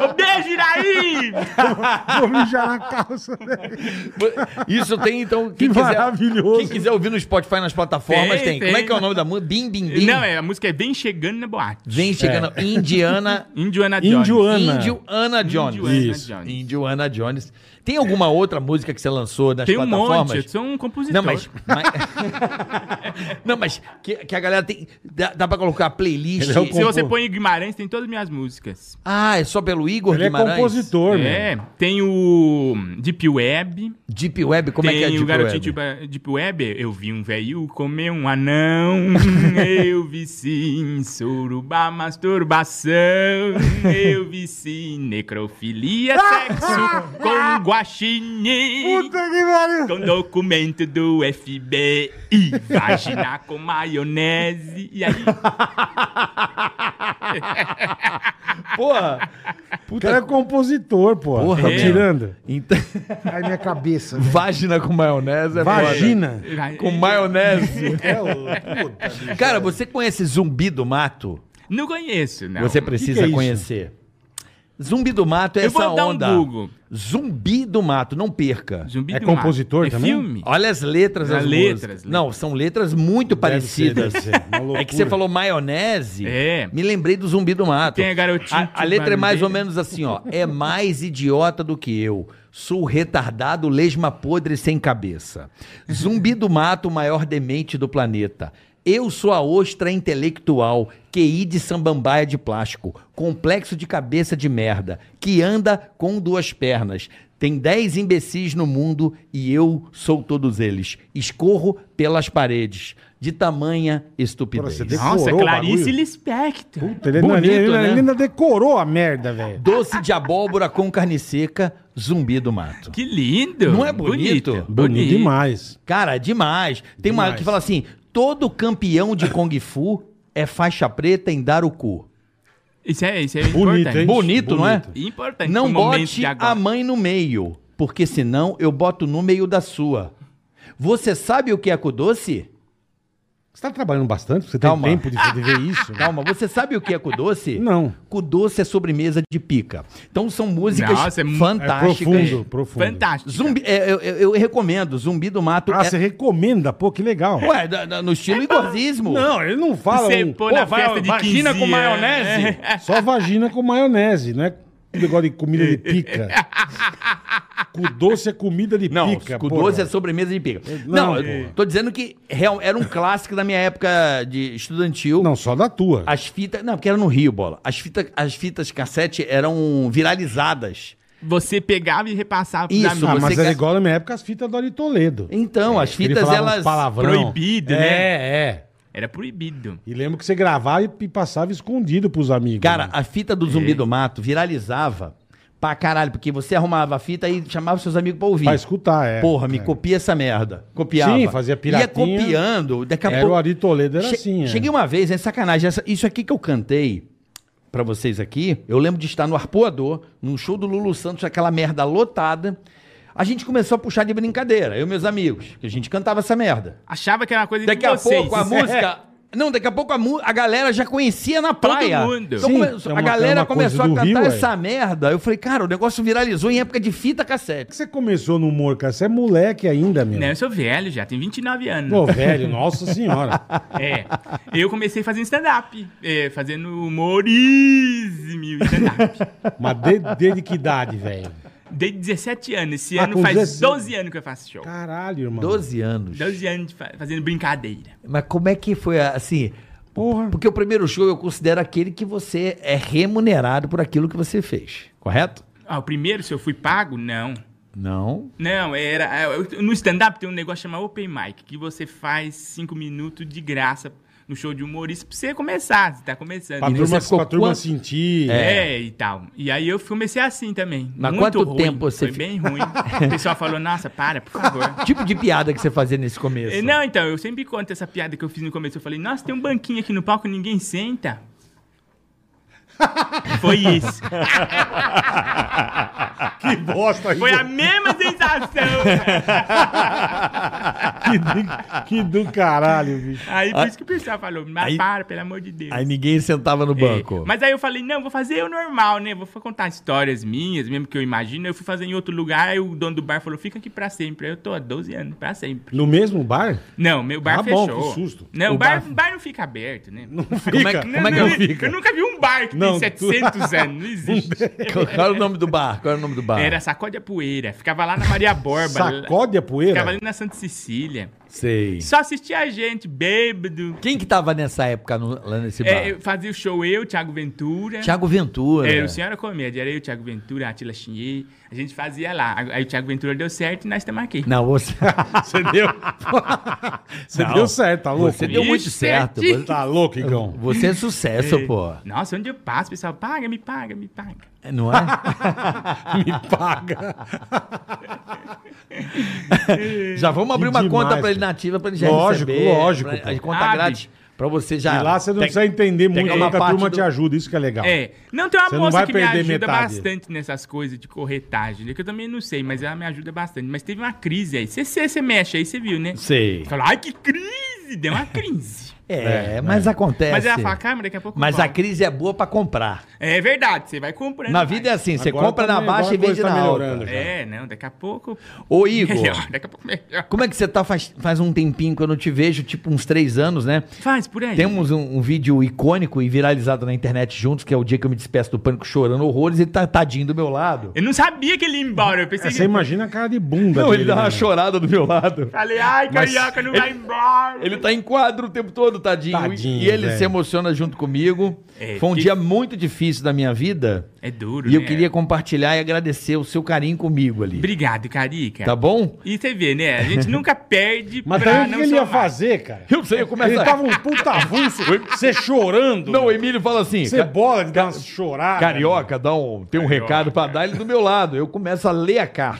[SPEAKER 13] Um beijo, Iraí!
[SPEAKER 2] Vou mijar na calça, velho.
[SPEAKER 7] Isso tem, então. Quem
[SPEAKER 2] Que
[SPEAKER 7] quiser,
[SPEAKER 2] maravilhoso.
[SPEAKER 7] Quem quiser ouvir no Spotify, nas plataformas, tem.
[SPEAKER 13] Tem,
[SPEAKER 7] Como é
[SPEAKER 13] tem.
[SPEAKER 7] que é o nome da música? Bim, bim, bim.
[SPEAKER 13] Não, é, a música é Vem Chegando na Boate.
[SPEAKER 7] Vem chegando. Indiana.
[SPEAKER 13] Indiana Jones.
[SPEAKER 2] Indioana.
[SPEAKER 7] Índio Ana Jones.
[SPEAKER 13] Indiana
[SPEAKER 2] Isso.
[SPEAKER 13] Jones.
[SPEAKER 7] Índio Ana Jones. Tem alguma outra música que você lançou nas
[SPEAKER 13] Tem um
[SPEAKER 7] plataformas?
[SPEAKER 13] monte, eu sou um compositor.
[SPEAKER 7] Não, mas. mas- não, mas que, que a galera tem. Dá, dá pra colocar a playlist.
[SPEAKER 2] Ele é o
[SPEAKER 13] Se você
[SPEAKER 2] compor-
[SPEAKER 13] põe Guimarães, tem todas as minhas músicas.
[SPEAKER 7] Ah, é só pelo Igor
[SPEAKER 2] Ele é
[SPEAKER 7] Guimarães?
[SPEAKER 2] compositor,
[SPEAKER 13] É, tem o Deep Web.
[SPEAKER 7] Deep Web, como
[SPEAKER 13] tem
[SPEAKER 7] é que é
[SPEAKER 13] o
[SPEAKER 7] Deep
[SPEAKER 13] garotinho tipo,
[SPEAKER 7] Web?
[SPEAKER 13] Deep- Deep Web. Eu vi um velho comer um anão. eu vi sim suruba masturbação. Eu vi sim necrofilia,
[SPEAKER 7] Ah!
[SPEAKER 13] sexo com guaxinim.
[SPEAKER 2] Puta que pariu.
[SPEAKER 13] Com documento do FBI, vagina com maionese. E aí,
[SPEAKER 7] Porra!
[SPEAKER 2] O cara é compositor, pô.
[SPEAKER 7] Porra,
[SPEAKER 2] tá
[SPEAKER 7] meu.
[SPEAKER 2] tirando.
[SPEAKER 7] Então,
[SPEAKER 2] Ai, minha cabeça. velho.
[SPEAKER 7] vagina com maionese é foda.
[SPEAKER 2] Vagina.
[SPEAKER 7] Com maionese.
[SPEAKER 2] É o- puta, bicho.
[SPEAKER 7] Cara, você conhece Zumbi do Mato?
[SPEAKER 13] Não conheço, não.
[SPEAKER 7] Você
[SPEAKER 2] que
[SPEAKER 7] precisa
[SPEAKER 2] é isso?
[SPEAKER 7] conhecer. Zumbi do Mato é
[SPEAKER 13] Eu vou
[SPEAKER 7] essa
[SPEAKER 13] dar um
[SPEAKER 7] onda.
[SPEAKER 13] Google.
[SPEAKER 7] Zumbi do Mato, não perca.
[SPEAKER 13] Zumbi
[SPEAKER 2] É
[SPEAKER 13] do Mato.
[SPEAKER 2] compositor
[SPEAKER 13] é
[SPEAKER 2] também?
[SPEAKER 13] filme?
[SPEAKER 7] Olha as letras
[SPEAKER 13] As
[SPEAKER 7] das
[SPEAKER 13] letras,
[SPEAKER 7] músicas.
[SPEAKER 13] letras.
[SPEAKER 7] Não, são letras muito parecidas.
[SPEAKER 2] deve ser, uma
[SPEAKER 7] é
[SPEAKER 2] loucura.
[SPEAKER 7] que você falou maionese.
[SPEAKER 13] É.
[SPEAKER 7] Me lembrei do Zumbi do Mato.
[SPEAKER 13] Tem a garotinha
[SPEAKER 7] A, a letra é mais ou
[SPEAKER 13] barulheira.
[SPEAKER 7] menos assim, ó. É mais idiota do que eu. Sou retardado, lesma podre sem cabeça. Zumbi do Mato, o maior demente do planeta. Eu sou a ostra intelectual, QI de sambambaia de plástico, complexo de cabeça de merda, que anda com duas pernas. Tem 10 imbecis no mundo e eu sou todos eles. Escorro pelas paredes, de tamanha estupidez.
[SPEAKER 2] Nossa, decorou
[SPEAKER 13] Nossa,
[SPEAKER 2] o
[SPEAKER 13] Clarice
[SPEAKER 2] bagulho?
[SPEAKER 13] Lispector.
[SPEAKER 2] Puta, ele,
[SPEAKER 7] Bonito,
[SPEAKER 2] ele- ele-
[SPEAKER 7] né?
[SPEAKER 2] ele ainda decorou a merda, velho.
[SPEAKER 7] Doce de abóbora com carne seca, zumbi do mato.
[SPEAKER 13] Que lindo.
[SPEAKER 7] Não é bonito?
[SPEAKER 13] Bonito,
[SPEAKER 2] Bonito demais.
[SPEAKER 7] Cara, é demais. Tem uma
[SPEAKER 2] Demais.
[SPEAKER 7] que fala assim: todo campeão de Kung Fu é faixa preta em dar o cu.
[SPEAKER 13] Isso é, isso é
[SPEAKER 2] Bonito,
[SPEAKER 13] importante.
[SPEAKER 2] hein?
[SPEAKER 7] Bonito, não é?
[SPEAKER 13] Importante.
[SPEAKER 7] Não
[SPEAKER 13] pro um momento
[SPEAKER 7] bote
[SPEAKER 13] de
[SPEAKER 7] a mãe no meio, porque senão eu boto no meio da sua. Você sabe o que é cu doce?
[SPEAKER 2] Você tá trabalhando bastante? Você tem
[SPEAKER 7] Calma.
[SPEAKER 2] tempo de de ver isso?
[SPEAKER 7] Calma, você sabe o que é cu doce?
[SPEAKER 2] Não.
[SPEAKER 7] Cu doce é sobremesa de pica. Então são músicas
[SPEAKER 13] Nossa, é mu- é
[SPEAKER 7] fantásticas.
[SPEAKER 2] É profundo, profundo.
[SPEAKER 13] Fantástico.
[SPEAKER 7] Zumbi, é, eu, eu- eu recomendo. Zumbi do Mato.
[SPEAKER 2] Ah,
[SPEAKER 7] é-
[SPEAKER 2] você recomenda? Pô, que legal.
[SPEAKER 7] Ué, da- da- no
[SPEAKER 13] É
[SPEAKER 7] estilo igorzismo.
[SPEAKER 2] Não, ele não fala.
[SPEAKER 13] Você
[SPEAKER 2] um-
[SPEAKER 13] põe na
[SPEAKER 2] Pô, vai-
[SPEAKER 13] festa de
[SPEAKER 2] vagina
[SPEAKER 13] 15
[SPEAKER 2] com maionese.
[SPEAKER 13] anos.
[SPEAKER 7] é.
[SPEAKER 2] Só vagina com maionese, não é negócio de comida de pica. Cu doce é comida de
[SPEAKER 7] Não,
[SPEAKER 2] pica.
[SPEAKER 7] cu
[SPEAKER 2] porra.
[SPEAKER 7] doce é sobremesa de pica.
[SPEAKER 2] Não, é.
[SPEAKER 7] Não, eu tô dizendo que real- era um clássico da minha época de estudantil.
[SPEAKER 2] Não, só da tua.
[SPEAKER 7] As fitas. Não, porque era no Rio, bola. As, fita, as fitas cassete eram viralizadas.
[SPEAKER 13] Você pegava e repassava pros
[SPEAKER 7] Isso,
[SPEAKER 2] Ah,
[SPEAKER 13] amigos.
[SPEAKER 7] você
[SPEAKER 2] mas
[SPEAKER 7] quer-
[SPEAKER 2] era igual na minha época as fitas do Ari Toledo. É,
[SPEAKER 7] Então, as
[SPEAKER 2] Ele
[SPEAKER 7] fitas,
[SPEAKER 2] falava uns
[SPEAKER 7] elas.
[SPEAKER 2] palavrão.
[SPEAKER 13] Proibido,
[SPEAKER 2] é,
[SPEAKER 13] né?
[SPEAKER 2] É,
[SPEAKER 13] Era proibido.
[SPEAKER 2] E lembro que você gravava e e passava escondido pros amigos.
[SPEAKER 7] Cara,
[SPEAKER 2] né?
[SPEAKER 7] a fita do zumbi do mato viralizava pra caralho, porque você arrumava a fita e chamava seus amigos pra ouvir.
[SPEAKER 2] pra escutar, é.
[SPEAKER 7] Porra, me
[SPEAKER 2] é.
[SPEAKER 7] copia essa merda. Copiava.
[SPEAKER 2] Sim, fazia piratinha.
[SPEAKER 7] Ia copiando. Daqui a
[SPEAKER 2] Era
[SPEAKER 7] pouco.
[SPEAKER 2] o Ari Toledo, era
[SPEAKER 7] Che-
[SPEAKER 2] assim. é.
[SPEAKER 7] Cheguei uma vez, né? Sacanagem. essa- isso aqui que eu cantei pra vocês aqui, eu lembro de estar no Arpoador, num show do Lulu Santos, aquela merda lotada. A gente começou a puxar de brincadeira, eu e meus amigos, que a gente cantava essa merda.
[SPEAKER 13] Achava que era uma coisa
[SPEAKER 7] Daqui
[SPEAKER 13] de
[SPEAKER 7] a
[SPEAKER 13] vocês.
[SPEAKER 7] pouco a música. Não, daqui a pouco a, mu- a galera já conhecia na praia.
[SPEAKER 13] mundo.
[SPEAKER 7] Então
[SPEAKER 2] Sim,
[SPEAKER 7] come-
[SPEAKER 2] é uma-
[SPEAKER 7] a
[SPEAKER 2] é
[SPEAKER 7] galera
[SPEAKER 2] uma coisa
[SPEAKER 7] começou a
[SPEAKER 2] do
[SPEAKER 7] cantar
[SPEAKER 2] Rio, é.
[SPEAKER 7] essa merda. Eu falei, cara, o negócio viralizou em época de fita
[SPEAKER 2] é que
[SPEAKER 7] cassete.
[SPEAKER 2] você começou no humor, cara? Você é moleque ainda, meu.
[SPEAKER 13] Não,
[SPEAKER 7] Né?
[SPEAKER 13] eu sou velho já, tenho 29 anos.
[SPEAKER 2] Pô, velho, nossa senhora.
[SPEAKER 13] É. Eu comecei fazendo stand-up. É, fazendo humorismo e stand-up.
[SPEAKER 2] Mas de- desde que idade, velho?
[SPEAKER 13] Desde 17 anos. Esse
[SPEAKER 2] Ah,
[SPEAKER 13] ano
[SPEAKER 2] com
[SPEAKER 13] faz
[SPEAKER 2] 17.
[SPEAKER 13] 12 anos que eu faço show.
[SPEAKER 2] Caralho, irmão.
[SPEAKER 7] 12 anos.
[SPEAKER 13] 12 anos de fa- fazendo brincadeira.
[SPEAKER 7] Mas como é que foi assim?
[SPEAKER 2] Porra.
[SPEAKER 7] Porque o primeiro show eu considero aquele que você é remunerado por aquilo que você fez, correto?
[SPEAKER 13] Ah, o primeiro, se eu fui pago, não.
[SPEAKER 7] Não.
[SPEAKER 13] Não, era. é, eu- No stand-up tem um negócio chamado Open Mic, que você faz cinco minutos de graça no show de humorista pra você começar, você tá começando.
[SPEAKER 2] Pra
[SPEAKER 7] E
[SPEAKER 2] turma,
[SPEAKER 7] você ficou
[SPEAKER 2] pra turma
[SPEAKER 7] quanto-
[SPEAKER 2] sentir.
[SPEAKER 13] É, e tal. E aí eu comecei assim também.
[SPEAKER 7] Mas
[SPEAKER 13] Muito
[SPEAKER 7] quanto
[SPEAKER 13] ruim,
[SPEAKER 7] tempo você
[SPEAKER 13] Foi
[SPEAKER 7] fi-
[SPEAKER 13] bem ruim. O pessoal falou, nossa, para, por favor.
[SPEAKER 7] Tipo de piada que você fazia nesse começo.
[SPEAKER 13] Eh, Não, então, eu sempre conto essa piada que eu fiz no começo. Eu falei, nossa, tem um banquinho aqui no palco, ninguém senta. Foi isso.
[SPEAKER 2] Que bosta aí.
[SPEAKER 13] Foi a mesma sensação.
[SPEAKER 2] Que do, que do caralho, bicho.
[SPEAKER 13] Aí por isso que o pessoal falou, mas para, pelo amor de Deus.
[SPEAKER 7] Aí ninguém sentava no
[SPEAKER 13] É,
[SPEAKER 7] banco.
[SPEAKER 13] Mas aí eu falei, não, vou fazer o normal, né? Vou contar histórias minhas, mesmo que eu imagino. Eu fui fazer em outro lugar, aí o dono do bar falou, fica aqui pra sempre. Aí eu tô há 12 anos, pra sempre.
[SPEAKER 2] No mesmo bar?
[SPEAKER 13] Não, meu bar
[SPEAKER 2] Ah, bom,
[SPEAKER 13] fechou.
[SPEAKER 2] que susto.
[SPEAKER 13] Não,
[SPEAKER 2] O
[SPEAKER 13] o bar,
[SPEAKER 2] bar-
[SPEAKER 13] bar não fica aberto, né? Não
[SPEAKER 2] fica.
[SPEAKER 7] Como é que- como é que
[SPEAKER 13] não,
[SPEAKER 7] não fica?
[SPEAKER 13] Eu nunca vi um bar que
[SPEAKER 2] Não, tu-
[SPEAKER 13] tem 700 anos, não existe.
[SPEAKER 7] Qual era o nome do bar? Qual era o nome do bar?
[SPEAKER 13] Era Sacode a Poeira, ficava lá na Maria Borba.
[SPEAKER 2] Sacode a poeira?
[SPEAKER 13] Ficava ali na Santa Cecília.
[SPEAKER 7] Sei.
[SPEAKER 13] Só assistia a gente, bêbado.
[SPEAKER 7] Quem que tava nessa época no- lá nesse bar?
[SPEAKER 13] É, eu fazia o show eu, Thiago Ventura.
[SPEAKER 7] Tiago Ventura.
[SPEAKER 13] Era o Senhora Comédia, era eu, Thiago Ventura, Atila Chinhê. A gente fazia lá. Aí o Thiago Ventura deu certo e nós estamos aqui.
[SPEAKER 7] Não, você,
[SPEAKER 13] Tá
[SPEAKER 2] Você deu. Você
[SPEAKER 7] Não.
[SPEAKER 2] deu certo, tá louco?
[SPEAKER 7] você deu muito
[SPEAKER 13] Isso,
[SPEAKER 7] certo.
[SPEAKER 13] certinho.
[SPEAKER 2] Tá louco, Igão?
[SPEAKER 7] Você é sucesso, pô.
[SPEAKER 13] Nossa, onde eu passo, o pessoal, paga, me paga, me paga.
[SPEAKER 7] Não é?
[SPEAKER 2] Me paga.
[SPEAKER 7] Já vamos
[SPEAKER 2] Que
[SPEAKER 7] abrir uma
[SPEAKER 2] demais,
[SPEAKER 7] conta pra
[SPEAKER 2] cara.
[SPEAKER 7] ele nativa pra ele já
[SPEAKER 2] Lógico,
[SPEAKER 7] receber.
[SPEAKER 2] lógico,
[SPEAKER 7] pra-
[SPEAKER 2] pô.
[SPEAKER 7] a conta
[SPEAKER 13] Ah,
[SPEAKER 7] grátis.
[SPEAKER 13] bicho.
[SPEAKER 7] Pra você já.
[SPEAKER 2] E lá você não
[SPEAKER 7] Tá. Tem-
[SPEAKER 2] precisa entender muito,
[SPEAKER 7] pegar uma
[SPEAKER 2] muita
[SPEAKER 7] parte
[SPEAKER 2] turma
[SPEAKER 7] do-
[SPEAKER 2] te ajuda, isso que é legal.
[SPEAKER 13] É. Não, tem uma
[SPEAKER 2] Você não
[SPEAKER 13] moça
[SPEAKER 2] vai
[SPEAKER 13] que me
[SPEAKER 2] perder
[SPEAKER 13] ajuda
[SPEAKER 2] metade.
[SPEAKER 13] bastante nessas coisas de corretagem, né? Que eu também não sei, mas ela me ajuda bastante. Mas teve uma crise aí. Você, você, você mexe aí, você viu, né?
[SPEAKER 7] Sei.
[SPEAKER 13] Falou, ai, que crise! Deu uma crise.
[SPEAKER 7] É, assim. mas acontece.
[SPEAKER 13] mas
[SPEAKER 7] Mas,
[SPEAKER 13] ela fala, câmera, daqui a pouco.
[SPEAKER 7] a
[SPEAKER 13] volta."
[SPEAKER 7] crise é boa pra comprar.
[SPEAKER 13] É verdade, você vai comprando.
[SPEAKER 7] Na
[SPEAKER 13] vai.
[SPEAKER 7] vida é assim, você
[SPEAKER 2] Agora
[SPEAKER 7] compra
[SPEAKER 2] tá
[SPEAKER 7] na
[SPEAKER 2] melhor,
[SPEAKER 7] baixa e
[SPEAKER 2] agora
[SPEAKER 7] vende
[SPEAKER 2] tá
[SPEAKER 7] na
[SPEAKER 2] melhorando.
[SPEAKER 7] alta.
[SPEAKER 13] É, não, daqui a pouco.
[SPEAKER 7] Ô, Igor.
[SPEAKER 13] Melhor, daqui a pouco melhor.
[SPEAKER 7] Como é que você tá faz, faz um tempinho que eu não te vejo, tipo uns três anos, né?
[SPEAKER 13] Faz por aí.
[SPEAKER 7] Temos um, um vídeo icônico e viralizado na internet juntos, que é o dia que eu me despeço do pânico chorando horrores, ele tá tadinho do meu lado.
[SPEAKER 13] Eu não sabia que ele ia embora. Eu pensei
[SPEAKER 2] É,
[SPEAKER 13] que
[SPEAKER 2] Você imagina a cara de bunda
[SPEAKER 7] Não,
[SPEAKER 2] dele,
[SPEAKER 7] ele dá uma
[SPEAKER 2] né?
[SPEAKER 7] chorada do meu lado.
[SPEAKER 13] Falei, ai,
[SPEAKER 7] Mas
[SPEAKER 13] carioca, não
[SPEAKER 7] ele-
[SPEAKER 13] vai embora.
[SPEAKER 7] Ele tá em quadro o tempo todo, tadinho.
[SPEAKER 2] Tadinho,
[SPEAKER 7] e ele
[SPEAKER 2] velho.
[SPEAKER 7] se emociona junto comigo.
[SPEAKER 13] É,
[SPEAKER 7] Foi um
[SPEAKER 13] que-
[SPEAKER 7] dia muito difícil da minha vida.
[SPEAKER 13] É duro,
[SPEAKER 7] E eu
[SPEAKER 13] né?
[SPEAKER 7] queria compartilhar e agradecer o seu carinho comigo ali.
[SPEAKER 13] Obrigado, Carica.
[SPEAKER 7] Tá bom?
[SPEAKER 13] E você vê, né? A gente nunca perde
[SPEAKER 2] Mas
[SPEAKER 7] Ah,
[SPEAKER 2] também o que que ele ia fazer, cara?
[SPEAKER 7] Eu sei, eu começo
[SPEAKER 2] Ele
[SPEAKER 7] a-
[SPEAKER 2] tava um puta avulso, você chorando.
[SPEAKER 7] Não, o Emílio fala assim.
[SPEAKER 2] Você é né?
[SPEAKER 7] "Ca-
[SPEAKER 2] bola de dar uma chorada.
[SPEAKER 7] Carioca, dá um, tem um recado pra dar ele do meu lado. Eu começo a ler a carta.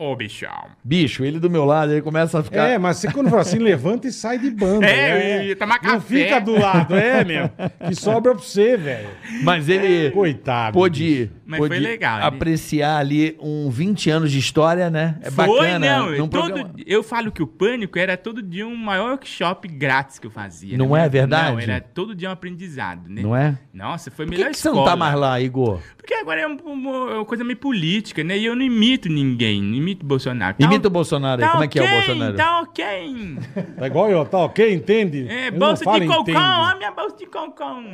[SPEAKER 13] Ô, bichão.
[SPEAKER 7] Bicho, ele do meu lado, ele começa a ficar.
[SPEAKER 2] É, mas você quando fala assim, levanta e sai de banda.
[SPEAKER 13] É,
[SPEAKER 2] né?
[SPEAKER 13] eu ia tomar
[SPEAKER 2] Não
[SPEAKER 13] café.
[SPEAKER 2] fica do lado, é, meu. Que sobra pra você, velho.
[SPEAKER 7] Mas ele
[SPEAKER 2] é, Coitado. bicho.
[SPEAKER 7] pôde,
[SPEAKER 13] Mas foi
[SPEAKER 7] pôde
[SPEAKER 13] legal, ele-
[SPEAKER 7] apreciar ali um 20 anos de história, né? É
[SPEAKER 13] Foi,
[SPEAKER 7] bacana.
[SPEAKER 13] não.
[SPEAKER 7] num
[SPEAKER 13] todo-
[SPEAKER 7] programa-
[SPEAKER 13] Eu falo que o Pânico era todo dia um maior workshop grátis que eu fazia.
[SPEAKER 7] Não
[SPEAKER 13] né?
[SPEAKER 7] é verdade?
[SPEAKER 13] Não, era todo dia um aprendizado, né?
[SPEAKER 7] Não é?
[SPEAKER 13] Nossa, foi a
[SPEAKER 7] Por
[SPEAKER 13] melhor
[SPEAKER 7] que, que você
[SPEAKER 13] escola.
[SPEAKER 7] não tá mais lá, Igor?
[SPEAKER 13] Porque agora é um- uma, uma coisa meio política, né? E eu não imito ninguém, não imito Bolsonaro.
[SPEAKER 7] Imita o
[SPEAKER 13] Bolsonaro.
[SPEAKER 7] Bolsonaro aí.
[SPEAKER 13] Tá
[SPEAKER 7] Como é que é o
[SPEAKER 13] ok,
[SPEAKER 7] Bolsonaro?
[SPEAKER 13] Tá ok.
[SPEAKER 2] Tá igual eu, tá ok? Entende?
[SPEAKER 13] É,
[SPEAKER 2] Eu não
[SPEAKER 13] bolsa
[SPEAKER 2] falo
[SPEAKER 13] de cocão,
[SPEAKER 2] entende.
[SPEAKER 13] ó minha bolsa de cocão.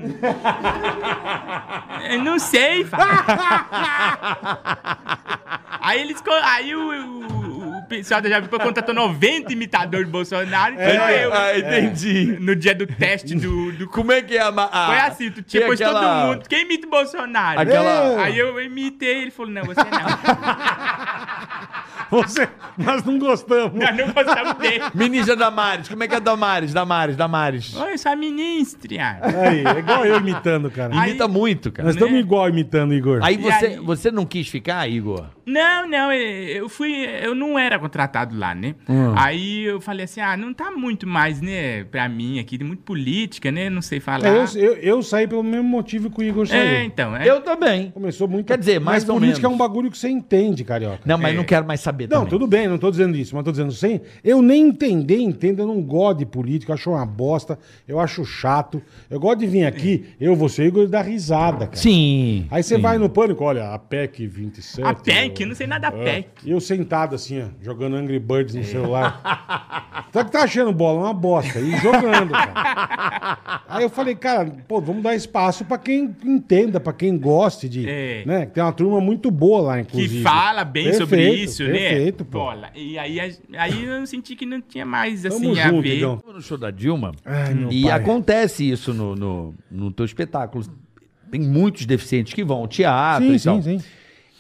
[SPEAKER 13] eu não sei, fa- Aí eles. co- Aí o, o, o pessoal da Jovem Pan contratou 90 imitadores de Bolsonaro e foi eu. É.
[SPEAKER 7] Ah, entendi.
[SPEAKER 13] No dia do teste do. do cu-
[SPEAKER 7] Como é que é a. ma- a-
[SPEAKER 13] foi assim, tu
[SPEAKER 7] tem
[SPEAKER 13] tinha posto
[SPEAKER 7] aquela-
[SPEAKER 13] todo mundo. Quem imita o Bolsonaro?
[SPEAKER 7] Aquela-
[SPEAKER 13] Aí eu imitei, ele falou: não, você não.
[SPEAKER 2] Você, nós não gostamos.
[SPEAKER 13] Nós não gostamos dele.
[SPEAKER 7] Ministra Damares, como é que é Damares? Damares, Damares.
[SPEAKER 13] Oi, eu sou a ministra.
[SPEAKER 2] Aí, é igual eu imitando, cara.
[SPEAKER 13] Aí- né?
[SPEAKER 7] Imita muito, cara.
[SPEAKER 2] Nós estamos igual imitando, Igor.
[SPEAKER 7] Aí
[SPEAKER 13] E
[SPEAKER 7] você,
[SPEAKER 13] aí-
[SPEAKER 7] você não quis ficar, Igor?
[SPEAKER 13] Não, não, eh, eu fui, eu não era contratado lá, né?
[SPEAKER 2] Ah.
[SPEAKER 13] Aí eu falei assim, ah, não tá muito mais, né, pra mim aqui, tem muito política, né, não sei falar.
[SPEAKER 2] É, eu, eu- eu saí pelo mesmo motivo que o Igor saiu.
[SPEAKER 13] É, então, é.
[SPEAKER 7] Eu também.
[SPEAKER 2] Começou muito.
[SPEAKER 7] Quer dizer, mais
[SPEAKER 2] Mas
[SPEAKER 7] ou
[SPEAKER 2] política
[SPEAKER 7] menos.
[SPEAKER 2] é um bagulho que você entende, carioca.
[SPEAKER 7] Não, mas
[SPEAKER 13] É.
[SPEAKER 7] não quero mais saber
[SPEAKER 2] Não,
[SPEAKER 7] também.
[SPEAKER 2] tudo bem, não tô dizendo isso, mas tô dizendo sem. Eu nem entender, entendo, eu não gosto de política, eu acho uma bosta, eu acho chato. Eu gosto de vir aqui, eu, você, Igor, e dar risada, cara.
[SPEAKER 7] Sim.
[SPEAKER 2] Aí você
[SPEAKER 7] sim.
[SPEAKER 2] vai no pânico, olha, a PEC 27.
[SPEAKER 13] a PEC, eu
[SPEAKER 2] ó.
[SPEAKER 13] não sei nada da
[SPEAKER 2] É,
[SPEAKER 13] PEC.
[SPEAKER 2] E eu sentado assim, ó, jogando Angry Birds no celular. Só que tá achando bola uma bosta e jogando, cara. Aí eu falei, cara, pô, vamos dar espaço pra quem entenda, pra quem goste de,
[SPEAKER 13] É.
[SPEAKER 2] né? Tem uma turma muito boa lá,
[SPEAKER 13] Que
[SPEAKER 2] inclusive.
[SPEAKER 13] fala bem sobre
[SPEAKER 2] Perfeito,
[SPEAKER 13] isso, né?
[SPEAKER 2] Perfeito, pô.
[SPEAKER 13] Bola. E aí, a- aí eu senti que não tinha mais,
[SPEAKER 2] Tamo
[SPEAKER 13] assim, a
[SPEAKER 2] junto,
[SPEAKER 13] ver.
[SPEAKER 2] Igão.
[SPEAKER 7] Tava no show da Dilma
[SPEAKER 2] Ai, É, meu
[SPEAKER 7] e
[SPEAKER 2] pai.
[SPEAKER 7] acontece isso no, no, no teu espetáculo. Tem muitos deficientes que vão ao teatro
[SPEAKER 2] Sim,
[SPEAKER 7] e tal.
[SPEAKER 2] sim, sim.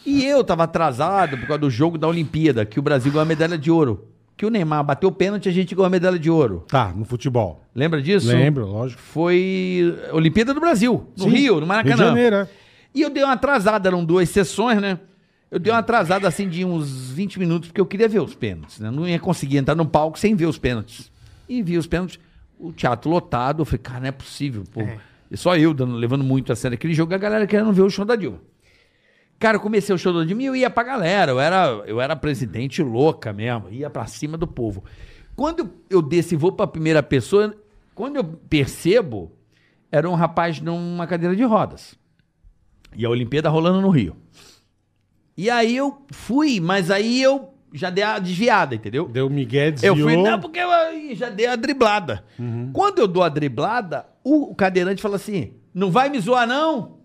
[SPEAKER 7] E eu tava atrasado por causa do jogo da Olimpíada, que o Brasil ganhou a medalha de ouro. Que o Neymar bateu o pênalti e a gente ganhou a medalha de ouro.
[SPEAKER 2] Tá, no futebol.
[SPEAKER 7] Lembra disso?
[SPEAKER 2] Lembro, lógico.
[SPEAKER 7] Foi Olimpíada do Brasil, no
[SPEAKER 2] Sim.
[SPEAKER 7] Rio, no
[SPEAKER 2] Rio de
[SPEAKER 7] Maracanã.
[SPEAKER 2] Janeiro, é.
[SPEAKER 7] E eu dei uma atrasada, eram duas sessões, né? Eu dei uma atrasada assim de uns 20 minutos, porque eu queria ver os pênaltis, né? Não ia conseguir entrar no palco sem ver os pênaltis. E vi os pênaltis, o teatro lotado, eu falei, cara, não é possível, pô. E Só eu dando, levando muito a sério aquele jogo, e a galera querendo ver o show da Dilma. Cara, eu comecei o show da Dilma e eu ia pra galera, eu era, eu era presidente louca mesmo, ia pra cima do povo. Quando eu- eu desço e vou pra primeira pessoa, quando eu percebo, era um rapaz numa cadeira de rodas. E a Olimpíada rolando no Rio. E aí eu fui, mas aí eu já dei a desviada, entendeu?
[SPEAKER 2] Deu Miguel
[SPEAKER 7] Eu
[SPEAKER 2] desviou.
[SPEAKER 7] fui, não, porque eu aí, já dei a driblada. Quando eu dou a driblada, o cadeirante fala assim: não vai me zoar, não?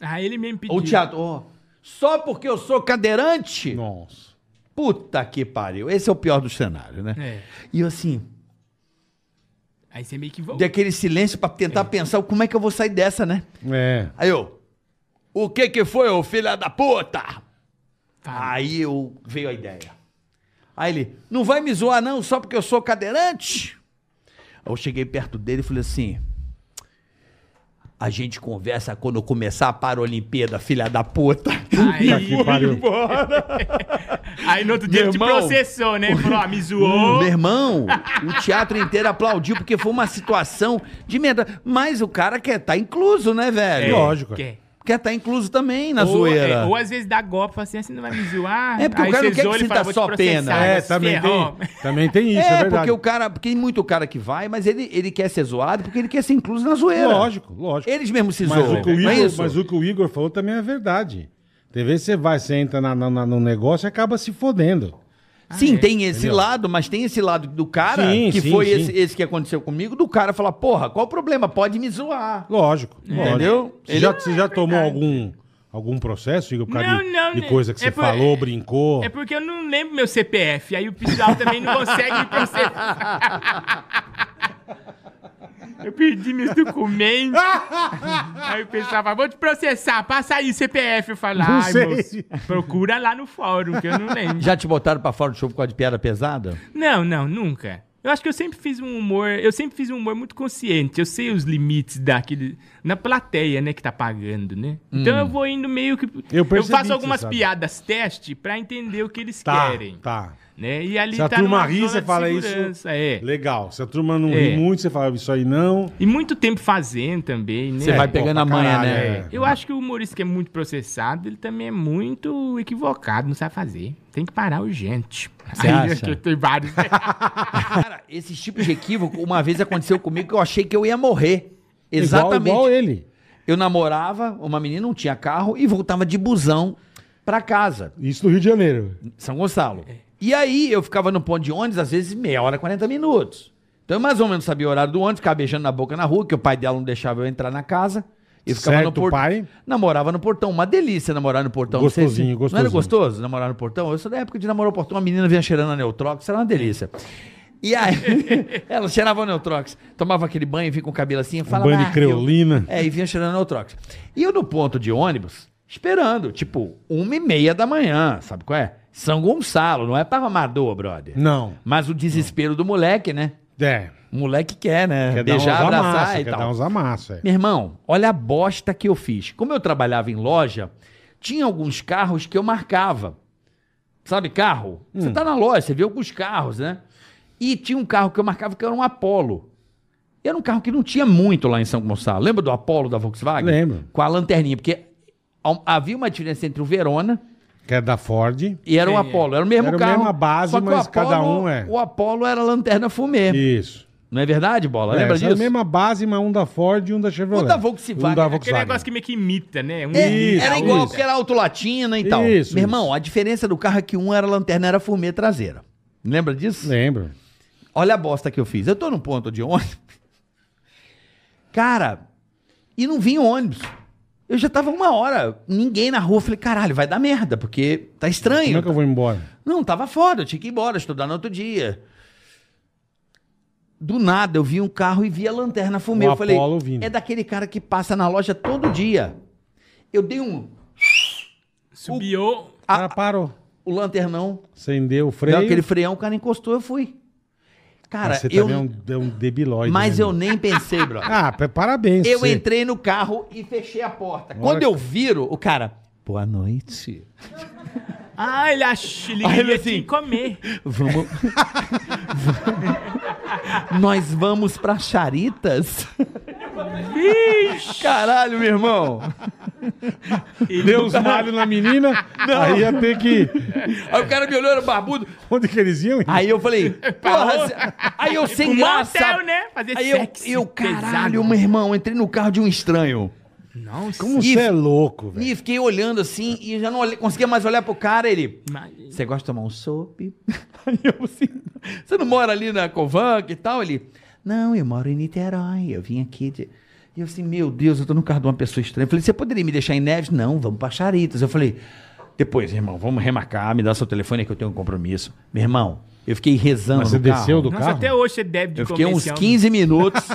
[SPEAKER 13] Aí ele mesmo pediu.
[SPEAKER 7] Ou teatro, ó, só porque eu sou cadeirante?
[SPEAKER 2] Nossa.
[SPEAKER 7] Puta que pariu. Esse é o pior dos cenários, né?
[SPEAKER 13] É.
[SPEAKER 7] E eu assim,
[SPEAKER 13] Aí você meio que volta.
[SPEAKER 7] dei aquele silêncio pra tentar pensar como é que eu vou sair dessa, né?
[SPEAKER 2] É.
[SPEAKER 7] Aí eu, o que que foi, ô filha da puta?
[SPEAKER 13] Fala.
[SPEAKER 7] Aí eu veio a ideia. Aí ele, não vai me zoar não, só porque eu sou cadeirante? Aí eu cheguei perto dele e falei assim, a gente conversa quando começar a Paralimpíada, filha da puta.
[SPEAKER 2] Tá que pariu.
[SPEAKER 13] Aí no outro dia
[SPEAKER 7] Meu
[SPEAKER 13] ele te
[SPEAKER 7] irmão,
[SPEAKER 13] processou, né? Falou, ah, me zoou.
[SPEAKER 7] Meu irmão, o teatro inteiro aplaudiu porque foi uma situação de merda. Mas o cara quer estar incluso, né, velho?
[SPEAKER 2] É. Lógico.
[SPEAKER 13] Quer.
[SPEAKER 7] Quer estar incluso também na
[SPEAKER 13] Ou,
[SPEAKER 7] zoeira.
[SPEAKER 13] é, ou às vezes dá golpe, fala assim, ah, você não vai me zoar.
[SPEAKER 7] É, porque o
[SPEAKER 13] Aí
[SPEAKER 7] cara
[SPEAKER 13] você
[SPEAKER 7] não quer
[SPEAKER 13] zoa,
[SPEAKER 7] que
[SPEAKER 13] ele
[SPEAKER 7] sinta
[SPEAKER 13] fala, "Vou te
[SPEAKER 7] só
[SPEAKER 13] processar."
[SPEAKER 7] pena.
[SPEAKER 2] É,
[SPEAKER 13] Se
[SPEAKER 2] também
[SPEAKER 13] ferrou.
[SPEAKER 2] tem, também tem isso, é,
[SPEAKER 7] Tá, é,
[SPEAKER 2] verdade.
[SPEAKER 7] porque o cara. Porque tem muito cara que vai, mas ele, ele quer ser zoado porque ele quer ser incluso na zoeira.
[SPEAKER 2] Lógico, lógico.
[SPEAKER 7] Eles mesmos se
[SPEAKER 2] Mas
[SPEAKER 7] zoam.
[SPEAKER 2] o, que o
[SPEAKER 7] não é
[SPEAKER 2] Igor,
[SPEAKER 7] isso?
[SPEAKER 2] mas o que o Igor falou também é verdade. Tem vezes que você vai, você entra na, na, na- no negócio e acaba se fodendo.
[SPEAKER 7] Sim, tem esse
[SPEAKER 2] Ah, é. Entendeu?
[SPEAKER 7] lado, mas tem esse lado do cara,
[SPEAKER 2] Sim,
[SPEAKER 7] que
[SPEAKER 2] sim,
[SPEAKER 7] foi
[SPEAKER 2] sim.
[SPEAKER 7] Esse, esse que aconteceu comigo, do cara falar, porra, qual o problema? Pode me zoar.
[SPEAKER 2] Lógico.
[SPEAKER 7] Entendeu? é
[SPEAKER 2] lógico. Você já, você já tomou algum, algum processo, Igor, por causa
[SPEAKER 13] Não,
[SPEAKER 2] de,
[SPEAKER 13] não,
[SPEAKER 2] de
[SPEAKER 13] né?
[SPEAKER 2] coisa que
[SPEAKER 13] É
[SPEAKER 2] você
[SPEAKER 13] por-
[SPEAKER 2] falou, brincou?
[SPEAKER 13] É porque eu não lembro meu CPF, aí o pessoal também não consegue me processar. Eu perdi meus documentos. Aí o pessoal fala, vou te processar, passa aí o CPF. Eu falo,
[SPEAKER 2] Não
[SPEAKER 13] ai,
[SPEAKER 2] sei.
[SPEAKER 13] moço, procura lá no fórum, que eu não lembro.
[SPEAKER 7] Já te botaram pra fora do show por causa de piada pesada?
[SPEAKER 13] Não, não, nunca. Eu acho que eu sempre fiz um humor, eu sempre fiz um humor muito consciente. Eu sei os limites daquele na plateia, né, que tá pagando, né? Então eu vou indo meio que
[SPEAKER 2] Hum. Eu percebi que
[SPEAKER 13] faço
[SPEAKER 2] você
[SPEAKER 13] algumas
[SPEAKER 2] sabe.
[SPEAKER 13] piadas teste pra entender o que eles
[SPEAKER 2] Tá,
[SPEAKER 13] querem,
[SPEAKER 2] tá.
[SPEAKER 13] né? E ali
[SPEAKER 2] Se a
[SPEAKER 13] tá
[SPEAKER 2] turma
[SPEAKER 13] numa
[SPEAKER 2] ri,
[SPEAKER 13] zona
[SPEAKER 2] você
[SPEAKER 13] de
[SPEAKER 2] fala isso.
[SPEAKER 13] segurança, é.
[SPEAKER 2] Legal. Se a turma não
[SPEAKER 13] É.
[SPEAKER 2] ri muito, você fala isso aí não.
[SPEAKER 13] E muito tempo fazendo também, né?
[SPEAKER 7] Você vai pegando
[SPEAKER 2] pra
[SPEAKER 7] a manha,
[SPEAKER 2] caralho,
[SPEAKER 7] né?
[SPEAKER 2] é.
[SPEAKER 13] Eu acho que o humorista que é muito processado, ele também é muito equivocado, não sabe fazer. Tem que parar urgente.
[SPEAKER 7] Você acha?
[SPEAKER 13] eu- Tem vários.
[SPEAKER 7] Cara, esse tipo de equívoco, uma vez aconteceu comigo que eu achei que eu ia morrer.
[SPEAKER 2] Exatamente.
[SPEAKER 7] Exatamente.
[SPEAKER 2] Igual, ele.
[SPEAKER 7] Eu namorava, uma menina não tinha carro e voltava de busão pra casa,
[SPEAKER 2] Isso no Rio de Janeiro.
[SPEAKER 7] São Gonçalo. E aí eu ficava no ponto de ônibus, às vezes meia hora, 40 minutos. Então eu mais ou menos sabia o horário do ônibus, ficava beijando na boca na rua, que o pai dela não deixava eu entrar na casa. E ficava
[SPEAKER 2] Certo,
[SPEAKER 7] no portão.
[SPEAKER 2] pai.
[SPEAKER 7] Namorava no portão. Uma delícia namorar no portão. Não sei
[SPEAKER 2] Gostosinho,
[SPEAKER 7] Não era
[SPEAKER 2] gostosinho.
[SPEAKER 7] gostoso namorar no portão? Eu sou da época de namorar no portão. Uma menina vinha cheirando a Neutrox, era uma delícia. E aí, ela cheirava o Neutrox, tomava aquele banho, vinha com o cabelo assim, falava...
[SPEAKER 2] Um banho de
[SPEAKER 7] "Ah, eu-"
[SPEAKER 2] creolina.
[SPEAKER 7] É, e vinha cheirando Neutrox. E eu no ponto de ônibus, esperando, tipo, uma e meia da manhã, sabe qual é? São Gonçalo, não é pra amador, brother.
[SPEAKER 2] Não.
[SPEAKER 7] Mas o desespero do moleque, né?
[SPEAKER 2] É.
[SPEAKER 7] O moleque quer, né?
[SPEAKER 2] Quer
[SPEAKER 7] Beijar,
[SPEAKER 2] dar um uns
[SPEAKER 7] abraçar
[SPEAKER 2] amassos.
[SPEAKER 7] e
[SPEAKER 2] Quer
[SPEAKER 7] tal.
[SPEAKER 2] dar uns amassos. é.
[SPEAKER 7] Meu irmão, olha a bosta que eu fiz. Como eu trabalhava em loja, tinha alguns carros que eu marcava. Sabe, carro? Você
[SPEAKER 2] Hum.
[SPEAKER 7] tá na loja, você vê alguns carros, né? E tinha um carro que eu marcava que era um Apollo. E era um carro que não tinha muito lá em São Gonçalo. Lembra do Apollo da Volkswagen?
[SPEAKER 2] Lembro.
[SPEAKER 7] Com a lanterninha, porque há- um, havia uma diferença entre o Verona
[SPEAKER 2] Quer dar Ford.
[SPEAKER 7] e era o Apollo. Era o mesmo
[SPEAKER 2] Era a
[SPEAKER 7] carro.
[SPEAKER 2] mesma base,
[SPEAKER 7] só que o
[SPEAKER 2] mas cada
[SPEAKER 7] Apollo-
[SPEAKER 2] um é.
[SPEAKER 7] O Apollo era lanterna fumê.
[SPEAKER 2] Isso.
[SPEAKER 7] Não é verdade, Bola? Lembra
[SPEAKER 2] essa
[SPEAKER 7] disso?
[SPEAKER 2] É a mesma base, mas um da Ford e um da Chevrolet.
[SPEAKER 7] Um da Volkswagen.
[SPEAKER 2] Um da
[SPEAKER 7] Aquele
[SPEAKER 13] Aquele
[SPEAKER 2] Volkswagen.
[SPEAKER 13] negócio que meio que imita, né? Um
[SPEAKER 7] É,
[SPEAKER 2] Isso,
[SPEAKER 7] era igual,
[SPEAKER 2] isso.
[SPEAKER 7] porque era autolatina e tal.
[SPEAKER 2] Isso,
[SPEAKER 7] Meu irmão,
[SPEAKER 2] isso.
[SPEAKER 7] a diferença do carro é que um era lanterna, era fumê traseira. Lembra disso?
[SPEAKER 2] Lembro.
[SPEAKER 7] Olha a bosta que eu fiz. Eu tô num ponto de ônibus. Cara, e não vinha um ônibus. Eu já tava uma hora, ninguém na rua. Eu falei, caralho, vai dar merda, porque tá estranho.
[SPEAKER 2] Como é que eu vou embora?
[SPEAKER 7] Não, tava foda, eu tinha que ir embora, estudar no outro dia. Do nada, eu vi um carro e vi a lanterna fumê.
[SPEAKER 2] O
[SPEAKER 7] Eu falei,
[SPEAKER 2] Apollo vindo.
[SPEAKER 7] é daquele cara que passa na loja todo dia. Eu dei um...
[SPEAKER 13] Subiu.
[SPEAKER 2] O cara parou.
[SPEAKER 7] O lanternão,
[SPEAKER 2] Acendeu o freio.
[SPEAKER 7] deu aquele freão, o cara encostou, eu fui. Cara,
[SPEAKER 2] Mas você
[SPEAKER 7] eu...
[SPEAKER 2] também é um, é um debilóide.
[SPEAKER 7] Mas
[SPEAKER 2] né,
[SPEAKER 7] eu
[SPEAKER 2] meu?
[SPEAKER 7] nem pensei, bro.
[SPEAKER 2] Ah, pa- parabéns.
[SPEAKER 7] Eu
[SPEAKER 2] você.
[SPEAKER 7] entrei no carro e fechei a porta.
[SPEAKER 2] Olha
[SPEAKER 7] Quando
[SPEAKER 2] que-
[SPEAKER 7] eu viro, o cara... Boa noite.
[SPEAKER 13] Ah, ele achou. Ele
[SPEAKER 7] Aí ele
[SPEAKER 13] queria
[SPEAKER 7] assim-
[SPEAKER 13] te comer.
[SPEAKER 7] Vamos... Nós vamos pra Charitas?
[SPEAKER 13] Vixe!
[SPEAKER 7] Caralho, meu irmão.
[SPEAKER 2] Deu os malhos na menina, aí ia ter que
[SPEAKER 7] Aí o cara me olhou, era barbudo.
[SPEAKER 2] Onde que eles iam?
[SPEAKER 7] Aí eu falei, porra, cê- aí eu sem
[SPEAKER 13] Um
[SPEAKER 7] graça.
[SPEAKER 13] motel, né? Fazer
[SPEAKER 7] aí eu,
[SPEAKER 13] sexy
[SPEAKER 7] eu
[SPEAKER 13] pesado. né?
[SPEAKER 7] caralho, meu irmão, entrei no carro de um estranho.
[SPEAKER 13] Nossa.
[SPEAKER 2] Como você é louco, velho.
[SPEAKER 7] E fiquei olhando assim e já não olhei- conseguia mais olhar pro cara. Ele,
[SPEAKER 13] Mas-
[SPEAKER 7] você gosta de tomar um sope? Aí eu assim, você não mora ali na Covanca e tal? Ele, não, eu moro em Niterói, eu vim aqui de... E eu assim, meu Deus, eu tô no carro de uma pessoa estranha. Eu falei, você poderia me deixar em Neves? Não, vamos pra Charitas. Eu falei, depois, irmão, vamos remarcar, me dá seu telefone que eu tenho um compromisso. Meu irmão, eu fiquei rezando
[SPEAKER 2] Mas você
[SPEAKER 7] no carro.
[SPEAKER 2] desceu do
[SPEAKER 13] Nossa,
[SPEAKER 2] carro? né?
[SPEAKER 13] até hoje você deve de
[SPEAKER 7] Eu fiquei uns
[SPEAKER 13] comercial.
[SPEAKER 7] 15 minutos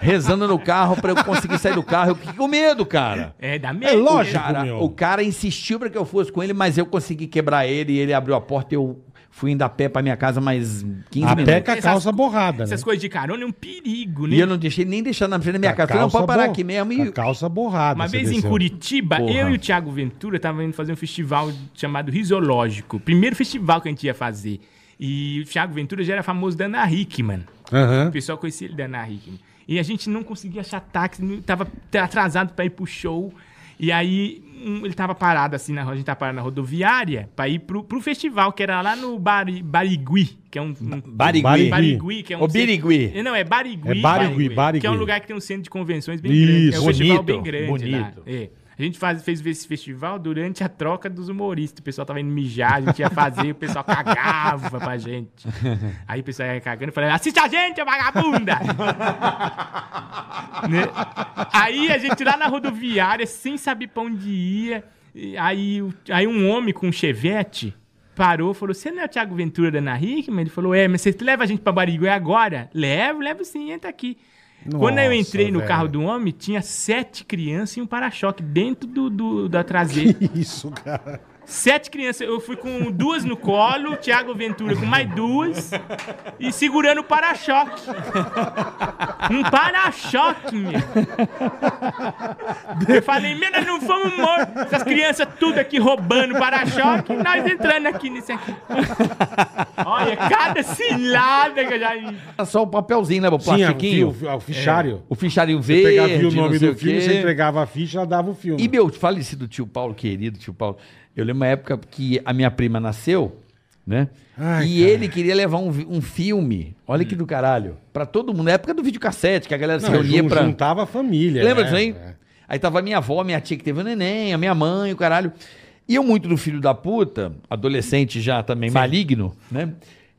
[SPEAKER 7] rezando no carro pra eu conseguir sair do carro. Eu fiquei com medo, cara.
[SPEAKER 13] É, dá medo.
[SPEAKER 2] É lógico,
[SPEAKER 7] O cara,
[SPEAKER 2] meu.
[SPEAKER 7] o cara insistiu pra que eu fosse com ele, mas eu consegui quebrar ele e ele abriu a porta e eu fui indo a pé pra minha casa mais 15
[SPEAKER 2] A pé
[SPEAKER 7] minutos.
[SPEAKER 2] com a calça
[SPEAKER 13] Essas-
[SPEAKER 2] borrada, né?
[SPEAKER 13] Essas coisas de carona é um perigo, né?
[SPEAKER 7] E eu não deixei nem deixar na frente da minha casa. Falei, não,
[SPEAKER 2] Calça
[SPEAKER 7] pode parar
[SPEAKER 2] bo-
[SPEAKER 7] aqui mesmo.
[SPEAKER 2] com a
[SPEAKER 7] E
[SPEAKER 2] calça borrada.
[SPEAKER 13] Uma
[SPEAKER 2] você
[SPEAKER 13] vez em
[SPEAKER 2] desceu.
[SPEAKER 13] Curitiba,
[SPEAKER 7] Porra.
[SPEAKER 13] eu e o Thiago Ventura estavam indo fazer um festival chamado Risológico. Primeiro festival que a gente ia fazer. E o Thiago Ventura já era famoso da Ana Hickman.
[SPEAKER 2] Aham.
[SPEAKER 13] O pessoal conhecia ele da Ana Hickman. E a gente não conseguia achar táxi, não- tava atrasado pra ir pro show. E aí um- ele tava parado assim na ro- a gente tava parado na rodoviária pra ir pro, pro festival, que era lá no Bari, Barigui, que é um. um
[SPEAKER 2] Barigui.
[SPEAKER 13] Barigui, que é um.
[SPEAKER 7] Ô, Birigui.
[SPEAKER 13] centro- Não, é Barigui.
[SPEAKER 2] É Barigui,
[SPEAKER 13] Que é um
[SPEAKER 2] Barigui.
[SPEAKER 13] lugar que tem um centro de convenções bem
[SPEAKER 2] Isso,
[SPEAKER 13] grande. É um festival
[SPEAKER 7] bonito,
[SPEAKER 13] bem grande.
[SPEAKER 7] bonito.
[SPEAKER 13] Lá. É. A gente faz- fez esse festival durante a troca dos humoristas. O pessoal tava indo mijar, a gente ia fazer, o pessoal cagava pra gente. Aí o pessoal ia cagando e falava, assiste a gente, vagabunda! Né? Aí a gente lá na rodoviária, sem saber pra onde ia, e aí, o- aí um homem com um chevette parou, falou, você não é o Thiago Ventura da Ana Hickman? Ele falou, é, mas você leva a gente pra Barigui agora? Levo, levo sim, entra aqui. Quando eu
[SPEAKER 2] Nossa,
[SPEAKER 13] entrei no
[SPEAKER 2] velho.
[SPEAKER 13] carro do homem, tinha sete crianças e um para-choque dentro do, do- da traseira.
[SPEAKER 2] Isso, cara.
[SPEAKER 13] Sete crianças. Eu fui com duas no colo, Thiago Ventura com mais duas e segurando o para-choque. Um para-choque, meu. Eu falei, meu, nós não fomos mortos. Essas crianças tudo aqui roubando para-choque, nós entrando aqui nisso aqui. Olha, cada cilada que eu já...
[SPEAKER 7] era só o papelzinho, né? O
[SPEAKER 2] Sim, é um a-
[SPEAKER 7] plastiquinho.
[SPEAKER 2] o, o fichário.
[SPEAKER 7] O fichário
[SPEAKER 2] Você
[SPEAKER 7] verde.
[SPEAKER 2] pegava via o nome
[SPEAKER 7] não sei
[SPEAKER 2] do filme,
[SPEAKER 7] quê.
[SPEAKER 2] você entregava a ficha, ela dava o filme.
[SPEAKER 7] E meu falecido tio Paulo, querido tio Paulo, eu lembro uma época que a minha prima nasceu, né?
[SPEAKER 2] Ai, Hum.
[SPEAKER 7] e ele queria levar um, vi- um filme, olha que do caralho, pra todo mundo. Na época do videocassete, que a galera se
[SPEAKER 2] Não,
[SPEAKER 7] reunia
[SPEAKER 2] jun-
[SPEAKER 7] pra.
[SPEAKER 2] juntava a família.
[SPEAKER 7] Lembra
[SPEAKER 2] né?
[SPEAKER 7] disso aí?
[SPEAKER 2] É.
[SPEAKER 7] Aí tava a minha avó, minha tia que teve o neném, a minha mãe, o caralho. E eu, muito do filho da puta, adolescente já também, maligno, né?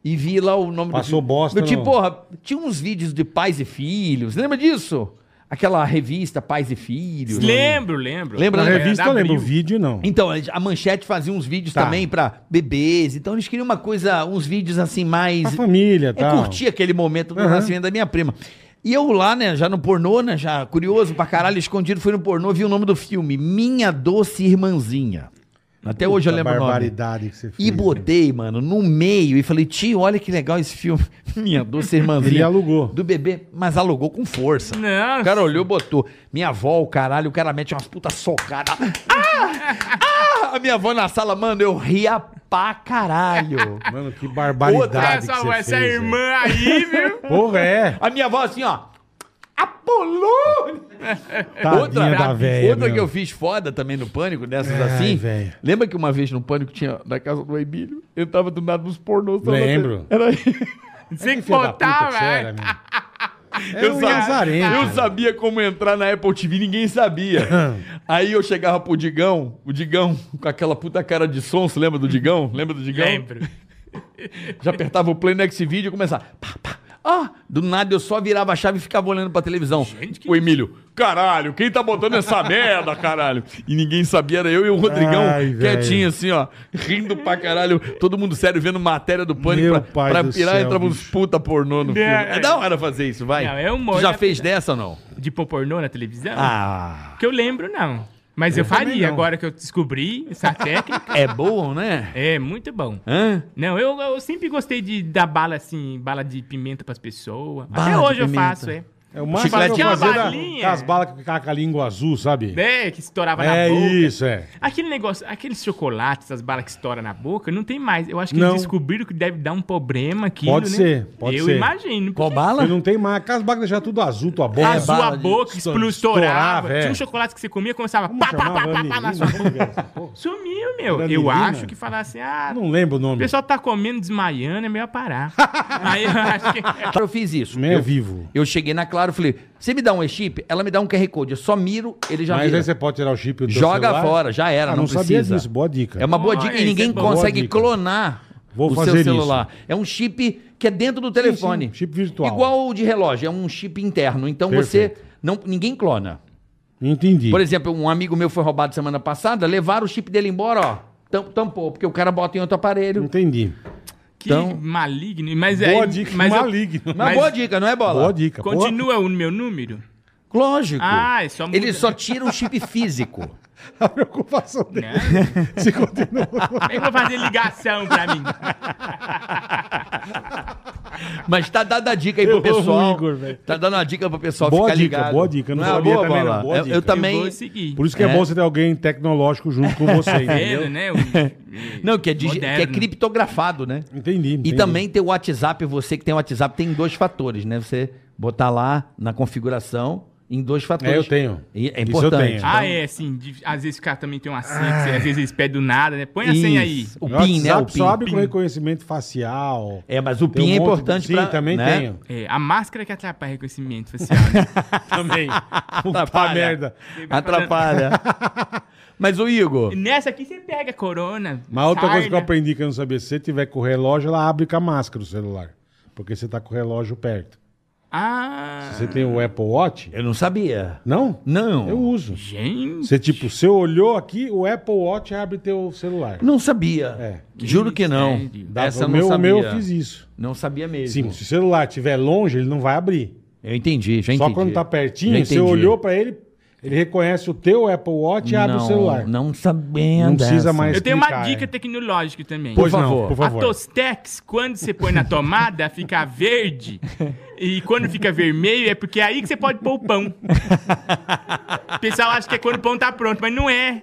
[SPEAKER 7] E vi lá o nome
[SPEAKER 2] Passou
[SPEAKER 7] do.
[SPEAKER 2] bosta
[SPEAKER 7] Eu, tipo,
[SPEAKER 2] no-
[SPEAKER 7] porra, tinha uns vídeos de pais e filhos. Lembra disso? Aquela revista Pais e Filhos.
[SPEAKER 13] Lembro, lembro.
[SPEAKER 7] Lembra,
[SPEAKER 2] Na
[SPEAKER 7] né?
[SPEAKER 2] revista
[SPEAKER 13] Era
[SPEAKER 2] eu lembro, o
[SPEAKER 13] Abril.
[SPEAKER 2] vídeo não.
[SPEAKER 7] Então, a manchete fazia uns vídeos
[SPEAKER 2] Tá.
[SPEAKER 7] também pra bebês. Então, eles queriam uma coisa, uns vídeos assim mais.
[SPEAKER 2] A família,
[SPEAKER 7] Eu
[SPEAKER 2] tá?
[SPEAKER 7] curti aquele momento do
[SPEAKER 2] Aham.
[SPEAKER 7] nascimento da minha prima. E eu lá, né, já no pornô, né, já curioso pra caralho, escondido, fui no pornô, vi o nome do filme, Minha Doce Irmãzinha. Até hoje eu lembro o nome.
[SPEAKER 2] barbaridade que você fez.
[SPEAKER 7] E botei, mano, no meio e falei, tio, olha que legal esse filme, Minha Doce Irmãzinha.
[SPEAKER 2] Ele alugou.
[SPEAKER 7] Do bebê, mas alugou com força.
[SPEAKER 13] Não,
[SPEAKER 7] O cara olhou, botou. Minha avó, o caralho, o cara mete umas putas socadas. Ah! Ah! A minha avó na sala, mano, eu ria pra caralho.
[SPEAKER 2] Mano, que
[SPEAKER 7] Outra, é
[SPEAKER 2] barbaridade
[SPEAKER 13] essa,
[SPEAKER 2] que você
[SPEAKER 13] essa
[SPEAKER 2] fez,
[SPEAKER 13] irmã aí, viu?
[SPEAKER 2] velho. Porra, é.
[SPEAKER 7] A minha avó assim, ó. Apolônio!
[SPEAKER 2] Tadinha da véia,
[SPEAKER 7] outra
[SPEAKER 2] meu.
[SPEAKER 7] que eu fiz foda também no Pânico, dessas
[SPEAKER 2] Ai,
[SPEAKER 7] assim.
[SPEAKER 2] véia.
[SPEAKER 7] Lembra que uma vez no Pânico tinha na casa do Emílio? Eu tava do nada nos pornôs. tava-
[SPEAKER 2] Lembro.
[SPEAKER 7] Era
[SPEAKER 13] Você que
[SPEAKER 2] Filha da puta
[SPEAKER 13] botar,
[SPEAKER 2] que você era,
[SPEAKER 13] velho.
[SPEAKER 2] meu. É
[SPEAKER 7] Eu
[SPEAKER 2] um
[SPEAKER 7] sabia-
[SPEAKER 2] lazarento.
[SPEAKER 7] Eu
[SPEAKER 2] cara.
[SPEAKER 7] sabia como entrar na Apple TV, ninguém sabia. Aí eu chegava pro Digão, o Digão com aquela puta cara de som, você lembra do Digão? Lembra do Digão?
[SPEAKER 13] Lembro.
[SPEAKER 7] Já apertava o play no X-Video e começava. Pá, pá. Ah, do nada eu só virava a chave e ficava olhando pra televisão.
[SPEAKER 13] que
[SPEAKER 7] o Emílio, caralho, quem tá botando essa merda, caralho? E ninguém sabia, era eu e o Rodrigão
[SPEAKER 2] Ai, velho.
[SPEAKER 7] quietinho assim, ó, rindo pra caralho, todo mundo sério, vendo matéria do pânico
[SPEAKER 2] Meu
[SPEAKER 7] pra,
[SPEAKER 2] pai
[SPEAKER 7] pra
[SPEAKER 2] do
[SPEAKER 7] pirar
[SPEAKER 2] céu,
[SPEAKER 7] entrava uns
[SPEAKER 2] bicho.
[SPEAKER 7] puta pornô no
[SPEAKER 13] É,
[SPEAKER 7] filme.
[SPEAKER 13] é.
[SPEAKER 7] É da hora fazer isso, vai.
[SPEAKER 13] Não, é humor
[SPEAKER 7] Tu já
[SPEAKER 13] da
[SPEAKER 7] fez dessa ou não?
[SPEAKER 13] De pôr pornô na televisão?
[SPEAKER 7] Ah,
[SPEAKER 13] Que eu lembro, não. Mas eu, faria agora que eu descobri essa técnica.
[SPEAKER 7] é bom, né?
[SPEAKER 13] é muito bom.
[SPEAKER 7] Hã?
[SPEAKER 13] Não, eu, eu sempre gostei de dar bala assim, bala de pimenta pras pessoas.
[SPEAKER 7] Bala
[SPEAKER 13] Até
[SPEAKER 7] de
[SPEAKER 13] hoje eu
[SPEAKER 7] pimenta.
[SPEAKER 13] faço, é.
[SPEAKER 2] É o máximo
[SPEAKER 13] Chiclete
[SPEAKER 2] que eu
[SPEAKER 13] tinha uma
[SPEAKER 2] fazia da-
[SPEAKER 13] balinha.
[SPEAKER 2] com as balas que ficavam com a língua azul, sabe?
[SPEAKER 13] É, que estourava
[SPEAKER 2] É
[SPEAKER 13] na boca.
[SPEAKER 2] isso, é.
[SPEAKER 13] Aquele negócio, aqueles chocolates, as balas que estouram na boca, não tem mais. Eu acho que
[SPEAKER 2] Não.
[SPEAKER 13] eles descobriram que deve dar um problema aqui.
[SPEAKER 2] Pode ser, pode
[SPEAKER 13] Eu
[SPEAKER 2] ser.
[SPEAKER 13] imagino. porque
[SPEAKER 2] Você não tem mais. Aquelas balas que deixavam tudo azul, tua boca.
[SPEAKER 13] Azul a
[SPEAKER 2] Bala de-
[SPEAKER 13] boca, explo- estourava.
[SPEAKER 2] estourava, é.
[SPEAKER 13] Tinha um chocolate que você comia, começava
[SPEAKER 2] Como
[SPEAKER 13] pá, pá,
[SPEAKER 2] chamava?
[SPEAKER 13] pá, pá, pá, na
[SPEAKER 2] Vanilina,
[SPEAKER 13] sua
[SPEAKER 2] como que era
[SPEAKER 13] boca.
[SPEAKER 2] essa porra?
[SPEAKER 13] Sumiu, meu.
[SPEAKER 2] Vanilina?
[SPEAKER 13] Eu acho que falar assim, ah,
[SPEAKER 2] Não lembro o
[SPEAKER 13] o
[SPEAKER 2] nome.
[SPEAKER 13] pessoal tá comendo, desmaiando, é melhor parar. Aí eu acho que...
[SPEAKER 7] Eu fiz isso.
[SPEAKER 2] Meio
[SPEAKER 7] eu,
[SPEAKER 2] é vivo.
[SPEAKER 7] eu cheguei na Claro e falei: você me dá um e-chip? Ela me dá um QR Code. Eu só miro, ele já
[SPEAKER 2] Mas
[SPEAKER 7] vira.
[SPEAKER 2] aí você pode tirar o chip do teu
[SPEAKER 7] Joga
[SPEAKER 2] celular.
[SPEAKER 7] fora, já era,
[SPEAKER 2] Ah,
[SPEAKER 7] não,
[SPEAKER 2] sabia
[SPEAKER 7] precisa.
[SPEAKER 2] disso, boa dica.
[SPEAKER 7] É uma boa
[SPEAKER 13] Olha,
[SPEAKER 7] dica
[SPEAKER 13] isso
[SPEAKER 7] e
[SPEAKER 13] é
[SPEAKER 7] ninguém
[SPEAKER 13] boa
[SPEAKER 7] consegue
[SPEAKER 2] dica.
[SPEAKER 7] clonar
[SPEAKER 2] Vou
[SPEAKER 7] o
[SPEAKER 2] fazer
[SPEAKER 7] seu
[SPEAKER 2] isso.
[SPEAKER 7] celular. É um chip que é dentro do telefone.
[SPEAKER 2] sim, chip virtual.
[SPEAKER 7] Igual o de relógio, é um chip interno. Então você
[SPEAKER 2] Perfeito.
[SPEAKER 7] não ninguém clona.
[SPEAKER 2] Entendi.
[SPEAKER 7] Por exemplo, um amigo meu foi roubado semana passada, levaram o chip dele embora, ó. tam- Tampou, porque o cara bota em outro aparelho.
[SPEAKER 2] Entendi.
[SPEAKER 13] Que
[SPEAKER 7] Então-
[SPEAKER 13] maligno. Mas
[SPEAKER 2] Boa
[SPEAKER 13] aí,
[SPEAKER 2] dica,
[SPEAKER 13] mas eu-
[SPEAKER 2] maligno.
[SPEAKER 7] Mas, boa dica, não é bola?
[SPEAKER 2] Boa dica. boa-
[SPEAKER 13] Continua o meu número?
[SPEAKER 7] Lógico.
[SPEAKER 13] Ah, é só muda.
[SPEAKER 7] Ele só tira o chip físico.
[SPEAKER 2] A preocupação dele.
[SPEAKER 13] Né?
[SPEAKER 2] Se continua.
[SPEAKER 13] Como é que eu vou fazer ligação pra mim?
[SPEAKER 7] Mas tá dando a dica aí
[SPEAKER 2] Eu
[SPEAKER 7] pro
[SPEAKER 2] amo o
[SPEAKER 7] pessoal.
[SPEAKER 2] Igor, velho.
[SPEAKER 7] tá dando a dica pro pessoal
[SPEAKER 2] Boa
[SPEAKER 7] ficar
[SPEAKER 2] dica,
[SPEAKER 7] ligado.
[SPEAKER 2] boa dica. Eu não
[SPEAKER 7] é
[SPEAKER 2] sabia
[SPEAKER 7] boa,
[SPEAKER 2] também, não.
[SPEAKER 7] bola?
[SPEAKER 2] Boa
[SPEAKER 7] eu,
[SPEAKER 2] dica.
[SPEAKER 7] eu
[SPEAKER 2] Eu
[SPEAKER 13] Eu
[SPEAKER 7] também.
[SPEAKER 13] vou seguir.
[SPEAKER 2] Por isso que é.
[SPEAKER 7] É.
[SPEAKER 2] bom você ter alguém tecnológico junto com você,
[SPEAKER 13] Tá
[SPEAKER 2] entendeu?
[SPEAKER 13] vendo, né? O-
[SPEAKER 7] Não, que é, digi- que é
[SPEAKER 13] Moderno.
[SPEAKER 7] criptografado, né?
[SPEAKER 2] Entendi, entendi.
[SPEAKER 7] E também tem o WhatsApp, você que tem o WhatsApp, tem dois fatores, né? Você botar lá na configuração em dois fatores.
[SPEAKER 2] É, eu tenho.
[SPEAKER 7] E é
[SPEAKER 2] Isso eu
[SPEAKER 7] importante.
[SPEAKER 2] tenho.
[SPEAKER 13] Ah, é, assim, de- às vezes o cara também tem uma senha,
[SPEAKER 2] Ah.
[SPEAKER 13] que você- às vezes eles pedem do nada, né? Põe a
[SPEAKER 7] Isso.
[SPEAKER 13] senha aí.
[SPEAKER 7] O PIN, né? O
[SPEAKER 2] WhatsApp
[SPEAKER 7] PIN.
[SPEAKER 2] só abre com
[SPEAKER 13] PIN.
[SPEAKER 2] reconhecimento facial.
[SPEAKER 7] É, mas o
[SPEAKER 2] Tem um
[SPEAKER 7] PIN
[SPEAKER 2] monte
[SPEAKER 7] é
[SPEAKER 2] de-
[SPEAKER 7] importante
[SPEAKER 2] Sim,
[SPEAKER 7] pra...
[SPEAKER 2] também
[SPEAKER 7] né?
[SPEAKER 2] tenho.
[SPEAKER 13] É, a máscara que atrapalha o reconhecimento facial. Né?
[SPEAKER 2] Também. Puta
[SPEAKER 7] Atrapalha.
[SPEAKER 2] merda.
[SPEAKER 7] Atrapalha. mas o Igor...
[SPEAKER 13] E Nessa aqui você pega corona. né?
[SPEAKER 2] Mas outra coisa que eu
[SPEAKER 13] sarna.
[SPEAKER 2] aprendi que eu não sabia, se você tiver com o relógio, ela abre com a máscara o celular. Porque você tá com o relógio perto.
[SPEAKER 13] Ah,
[SPEAKER 2] Você tem o Apple Watch?
[SPEAKER 7] Eu não sabia.
[SPEAKER 2] Não?
[SPEAKER 7] Não.
[SPEAKER 2] Eu uso.
[SPEAKER 13] gente.
[SPEAKER 2] Você, tipo, você olhou aqui, o Apple Watch abre teu celular.
[SPEAKER 7] Não sabia.
[SPEAKER 2] É.
[SPEAKER 7] Juro que não.
[SPEAKER 13] mistério.
[SPEAKER 2] Dá-
[SPEAKER 7] Essa eu
[SPEAKER 2] o
[SPEAKER 7] não
[SPEAKER 2] meu, o
[SPEAKER 7] sabia.
[SPEAKER 2] meu eu fiz isso.
[SPEAKER 7] Não sabia mesmo.
[SPEAKER 2] Sim, se o celular estiver longe, ele não vai abrir.
[SPEAKER 7] Eu entendi, já entendi.
[SPEAKER 2] Só quando tá pertinho,
[SPEAKER 7] Já
[SPEAKER 2] você
[SPEAKER 7] entendi.
[SPEAKER 2] olhou pra ele, ele reconhece o teu Apple Watch e abre o
[SPEAKER 7] Não,
[SPEAKER 2] celular.
[SPEAKER 7] Não sabendo.
[SPEAKER 2] Não precisa
[SPEAKER 7] dessa.
[SPEAKER 2] mais
[SPEAKER 13] Eu tenho uma
[SPEAKER 2] explicar,
[SPEAKER 13] dica
[SPEAKER 2] é.
[SPEAKER 13] tecnológica também.
[SPEAKER 2] Pois
[SPEAKER 7] Por
[SPEAKER 2] não,
[SPEAKER 7] favor.
[SPEAKER 2] por
[SPEAKER 13] A
[SPEAKER 2] favor.
[SPEAKER 13] Tostex, quando você põe na tomada, fica verde. E quando fica vermelho, é porque é aí que você pode pôr o pão. O pessoal acha que é quando o pão tá pronto, mas não é.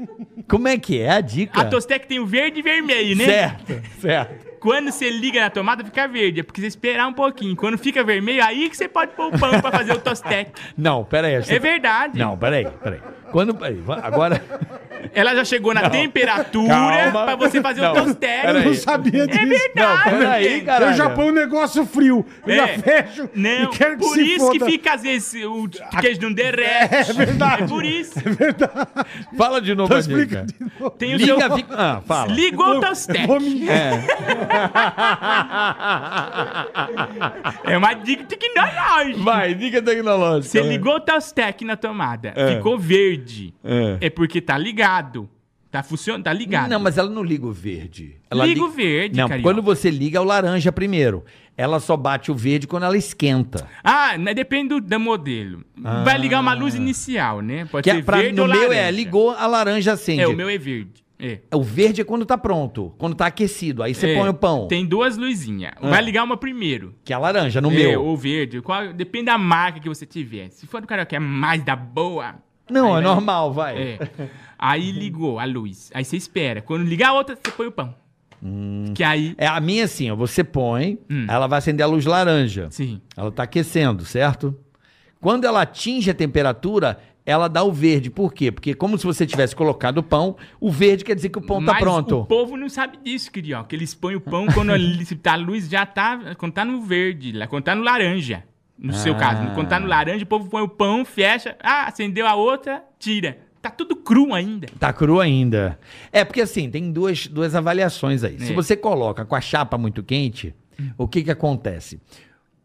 [SPEAKER 7] Como é que é a dica?
[SPEAKER 13] A Tostex tem o verde e vermelho, né?
[SPEAKER 7] Certo, certo.
[SPEAKER 13] Quando você liga na tomada, fica verde. É porque você esperar um pouquinho. Quando fica vermelho, é aí que você pode pôr o pão pra fazer o Tostec.
[SPEAKER 7] Não, peraí. acho
[SPEAKER 13] É
[SPEAKER 7] que-
[SPEAKER 13] verdade.
[SPEAKER 7] Não, peraí, peraí. Quando. peraí, va- agora.
[SPEAKER 13] Ela já chegou na temperatura
[SPEAKER 7] Calma.
[SPEAKER 13] pra você fazer
[SPEAKER 7] Não,
[SPEAKER 13] o Tostec.
[SPEAKER 2] Eu não
[SPEAKER 7] peraí.
[SPEAKER 2] sabia
[SPEAKER 13] É
[SPEAKER 2] disso.
[SPEAKER 13] verdade.
[SPEAKER 7] Peraí,
[SPEAKER 13] gente.
[SPEAKER 7] cara.
[SPEAKER 2] Eu já ponho um negócio frio. Eu
[SPEAKER 13] É.
[SPEAKER 2] já fecho
[SPEAKER 13] Não,
[SPEAKER 2] e quero que
[SPEAKER 13] por
[SPEAKER 2] se
[SPEAKER 13] isso que
[SPEAKER 2] foda.
[SPEAKER 13] fica às vezes o queijo não derrete. É verdade. É por isso.
[SPEAKER 7] Fala de novo
[SPEAKER 2] Então
[SPEAKER 7] a
[SPEAKER 2] explica
[SPEAKER 7] dica.
[SPEAKER 2] de novo.
[SPEAKER 13] Tem o
[SPEAKER 7] Liga,
[SPEAKER 13] seu...
[SPEAKER 7] fica. Ah, fala.
[SPEAKER 13] Ligou o
[SPEAKER 2] Eu
[SPEAKER 13] Tostec.
[SPEAKER 2] vou me-
[SPEAKER 13] É uma dica tecnológica.
[SPEAKER 7] Vai, dica tecnológica.
[SPEAKER 13] é Você ligou o Tostec na tomada, ficou verde. É. porque tá ligado. Tá funcionando, tá ligado.
[SPEAKER 7] Não, mas ela não liga o verde. Ela
[SPEAKER 13] Liga o verde,
[SPEAKER 7] Não,
[SPEAKER 13] carioca.
[SPEAKER 7] quando você liga é o laranja primeiro. Ela só bate o verde quando ela esquenta.
[SPEAKER 13] Ah, né, depende do, do modelo. Vai ligar uma luz inicial, né? Pode
[SPEAKER 7] Que é
[SPEAKER 13] ser
[SPEAKER 7] pra,
[SPEAKER 13] verde
[SPEAKER 7] no
[SPEAKER 13] ou
[SPEAKER 7] meu é,
[SPEAKER 13] laranja.
[SPEAKER 7] ligou, a laranja acende.
[SPEAKER 13] É, o meu é verde. É.
[SPEAKER 7] O verde é quando tá pronto, quando tá aquecido. Aí você
[SPEAKER 13] É,
[SPEAKER 7] põe o pão, Ah.
[SPEAKER 13] Tem duas luzinhas. Vai ligar uma primeiro.
[SPEAKER 7] que é a laranja, no
[SPEAKER 13] é,
[SPEAKER 7] meu.
[SPEAKER 13] Ou verde. Qual, depende da marca que você tiver. Se for do cara que é mais da boa.
[SPEAKER 7] Não,
[SPEAKER 13] aí
[SPEAKER 7] é
[SPEAKER 13] vai-
[SPEAKER 7] normal, vai.
[SPEAKER 13] É. Aí ligou a luz. Aí você espera. Quando ligar a outra, você põe o pão. Que aí.
[SPEAKER 7] É a minha assim, ó, você põe,
[SPEAKER 13] Hum.
[SPEAKER 7] ela vai acender a luz laranja.
[SPEAKER 13] Sim.
[SPEAKER 7] Ela tá aquecendo, certo? Quando ela atinge a temperatura, ela dá o verde. Por quê? Porque como se você tivesse colocado o pão, o verde quer dizer que o pão tá
[SPEAKER 13] Mas
[SPEAKER 7] pronto.
[SPEAKER 13] O povo não sabe disso, carioca. Eles põem o pão quando ali- se tá a luz já tá. Quando tá no verde, lá, quando tá no laranja. No seu
[SPEAKER 7] Ah.
[SPEAKER 13] caso, quando tá no laranja, o povo põe o pão, fecha, ah, acendeu a outra, tira. Tá tudo cru ainda.
[SPEAKER 7] Tá cru ainda. É porque assim, tem duas, duas avaliações aí. Se
[SPEAKER 13] É.
[SPEAKER 7] você coloca com a chapa muito quente, o que que acontece?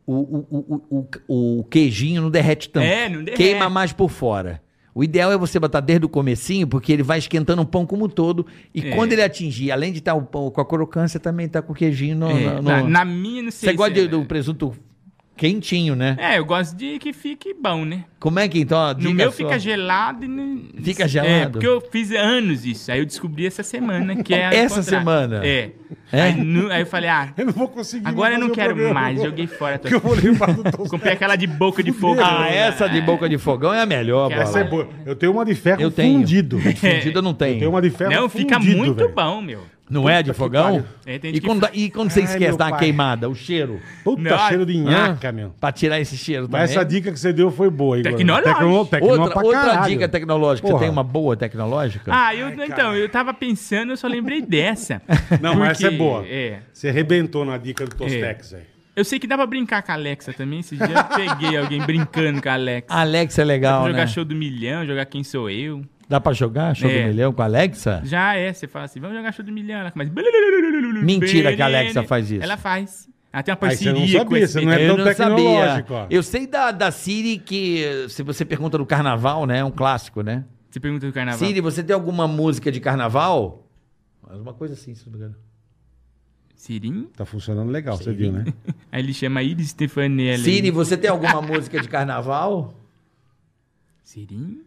[SPEAKER 7] O, o, o, o, o, o queijinho não derrete tanto.
[SPEAKER 13] É, não derrete.
[SPEAKER 7] Então, Queima mais por fora. O ideal é você botar desde o comecinho, porque ele vai esquentando o pão como um todo. E
[SPEAKER 13] É.
[SPEAKER 7] quando ele atingir, além de estar o pão tá com a crocância, também tá com o queijinho no...
[SPEAKER 13] É,
[SPEAKER 7] no-
[SPEAKER 13] na, né?
[SPEAKER 7] no-
[SPEAKER 13] na minha, não sei
[SPEAKER 7] Você gosta
[SPEAKER 13] se-
[SPEAKER 7] de- do presunto Quentinho, né?
[SPEAKER 13] É, eu gosto de que fique bom, né?
[SPEAKER 7] Como é que então? ó,
[SPEAKER 13] No
[SPEAKER 7] diga
[SPEAKER 13] meu
[SPEAKER 7] sua-
[SPEAKER 13] fica gelado e não...
[SPEAKER 7] Fica
[SPEAKER 13] É,
[SPEAKER 7] gelado?
[SPEAKER 13] porque eu fiz anos isso. Aí eu descobri essa semana que é ao
[SPEAKER 7] Essa
[SPEAKER 13] contrário.
[SPEAKER 7] semana?
[SPEAKER 13] É.
[SPEAKER 7] É?
[SPEAKER 13] Aí, nu- aí eu falei, ah,
[SPEAKER 2] Eu não vou conseguir.
[SPEAKER 13] agora eu não
[SPEAKER 2] fazer o
[SPEAKER 13] quero
[SPEAKER 2] programa.
[SPEAKER 13] mais. Joguei fora. Tô...
[SPEAKER 2] Que eu vou limpar do
[SPEAKER 13] Comprei aquela de boca de fogo.
[SPEAKER 7] Ah, essa
[SPEAKER 13] né?
[SPEAKER 7] de boca de fogão é a melhor,
[SPEAKER 13] Quero
[SPEAKER 7] bola.
[SPEAKER 2] Essa é boa. Eu tenho uma de ferro
[SPEAKER 7] Eu tenho.
[SPEAKER 2] fundido.
[SPEAKER 13] é
[SPEAKER 7] Fundido eu não tenho.
[SPEAKER 2] Tenho uma de
[SPEAKER 7] é
[SPEAKER 2] ferro
[SPEAKER 13] Não, fica
[SPEAKER 2] fundido,
[SPEAKER 13] muito
[SPEAKER 2] velho.
[SPEAKER 13] bom, meu.
[SPEAKER 7] Não é de
[SPEAKER 2] Puta que
[SPEAKER 7] fogão?
[SPEAKER 2] pariu.
[SPEAKER 13] É, tem gente
[SPEAKER 7] E quando, e quando você
[SPEAKER 2] Ai,
[SPEAKER 7] esquece
[SPEAKER 2] meu
[SPEAKER 7] da
[SPEAKER 2] pai.
[SPEAKER 7] queimada, o cheiro?
[SPEAKER 2] Puta
[SPEAKER 13] Não.
[SPEAKER 2] cheiro
[SPEAKER 7] ah.
[SPEAKER 2] de nhaca, meu.
[SPEAKER 7] Pra tirar esse cheiro também.
[SPEAKER 2] Mas essa dica que você deu foi boa, Igor.
[SPEAKER 13] Tecnológica.
[SPEAKER 2] Tecno- tecno-
[SPEAKER 7] Tá outra,
[SPEAKER 2] pra
[SPEAKER 7] outra
[SPEAKER 2] caralho.
[SPEAKER 7] dica tecnológica.
[SPEAKER 2] Porra.
[SPEAKER 7] Você tem uma boa tecnológica?
[SPEAKER 13] Ah, eu, então, eu tava pensando, eu só lembrei dessa.
[SPEAKER 2] Não, mas essa é
[SPEAKER 13] Porque-
[SPEAKER 2] boa.
[SPEAKER 13] É.
[SPEAKER 2] Você arrebentou na dica do Tostex, velho.
[SPEAKER 13] Eu sei que dá pra brincar com a Alexa também. Esse dia eu peguei alguém brincando com a Alexa.
[SPEAKER 7] Alexa é
[SPEAKER 13] Dá pra
[SPEAKER 7] legal,
[SPEAKER 13] jogar
[SPEAKER 7] né?
[SPEAKER 13] show do milhão, jogar quem sou eu.
[SPEAKER 7] Dá pra jogar show
[SPEAKER 13] É.
[SPEAKER 7] do milhão com a Alexa?
[SPEAKER 13] Já é, você fala assim, vamos jogar show do milhão. Ela começa...
[SPEAKER 7] Mentira que a Alexa faz isso.
[SPEAKER 13] Ela faz. Ela tem uma
[SPEAKER 2] Aí você
[SPEAKER 13] parceria
[SPEAKER 2] não
[SPEAKER 13] com
[SPEAKER 2] sabia,
[SPEAKER 13] esse
[SPEAKER 2] você não é
[SPEAKER 7] Eu
[SPEAKER 2] tão
[SPEAKER 7] não sabia.
[SPEAKER 2] tecnológico. ó.
[SPEAKER 7] Eu sei da, da Siri que, se você pergunta do carnaval, né? É um clássico, né?
[SPEAKER 13] Você pergunta do carnaval.
[SPEAKER 7] Siri, você tem alguma música de carnaval? Alguma coisa assim, se não me engano.
[SPEAKER 13] Sirim?
[SPEAKER 2] Tá funcionando legal, você viu, né?
[SPEAKER 13] Aí ele chama Iris Stefanelli.
[SPEAKER 7] Siri, você tem alguma música de carnaval?
[SPEAKER 13] Sirim?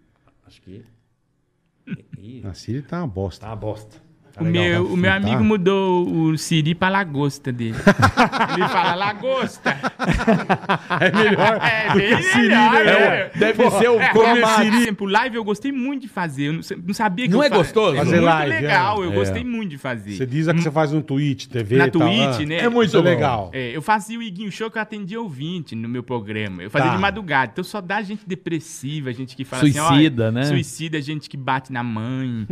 [SPEAKER 7] Acho que.
[SPEAKER 2] A Siri tá uma bosta.
[SPEAKER 7] Tá né? uma bosta.
[SPEAKER 13] o meu,
[SPEAKER 2] tá
[SPEAKER 13] o meu amigo mudou o Siri pra lagosta dele. ele fala lagosta.
[SPEAKER 2] É melhor.
[SPEAKER 13] É,
[SPEAKER 2] do que
[SPEAKER 13] bem
[SPEAKER 2] Siri, né?
[SPEAKER 13] melhor, né?
[SPEAKER 7] Deve ser o
[SPEAKER 13] É,
[SPEAKER 7] Cromax.
[SPEAKER 13] Por exemplo, live eu gostei muito de fazer. Eu não, sa- não sabia que
[SPEAKER 7] Não
[SPEAKER 13] eu
[SPEAKER 7] é
[SPEAKER 13] fa-
[SPEAKER 7] gostoso?
[SPEAKER 13] É
[SPEAKER 2] Fazer
[SPEAKER 13] muito
[SPEAKER 2] live,
[SPEAKER 13] legal,
[SPEAKER 2] é.
[SPEAKER 13] eu
[SPEAKER 2] É.
[SPEAKER 13] gostei muito de fazer.
[SPEAKER 2] Você diz a que você faz um no Twitch, TV
[SPEAKER 13] Na
[SPEAKER 2] e tal.
[SPEAKER 13] Twitch,
[SPEAKER 2] ah.
[SPEAKER 13] né?
[SPEAKER 7] É muito
[SPEAKER 2] Isso é
[SPEAKER 7] bom.
[SPEAKER 2] legal.
[SPEAKER 13] É, eu fazia o Iguinho Show que eu atendia ouvinte no meu programa. Eu fazia
[SPEAKER 2] Tá.
[SPEAKER 13] de madrugada. Então só dá gente depressiva, gente que fala assim,
[SPEAKER 7] Suicida,
[SPEAKER 13] "Olha,
[SPEAKER 7] né?
[SPEAKER 13] Suicida, gente que bate na mãe,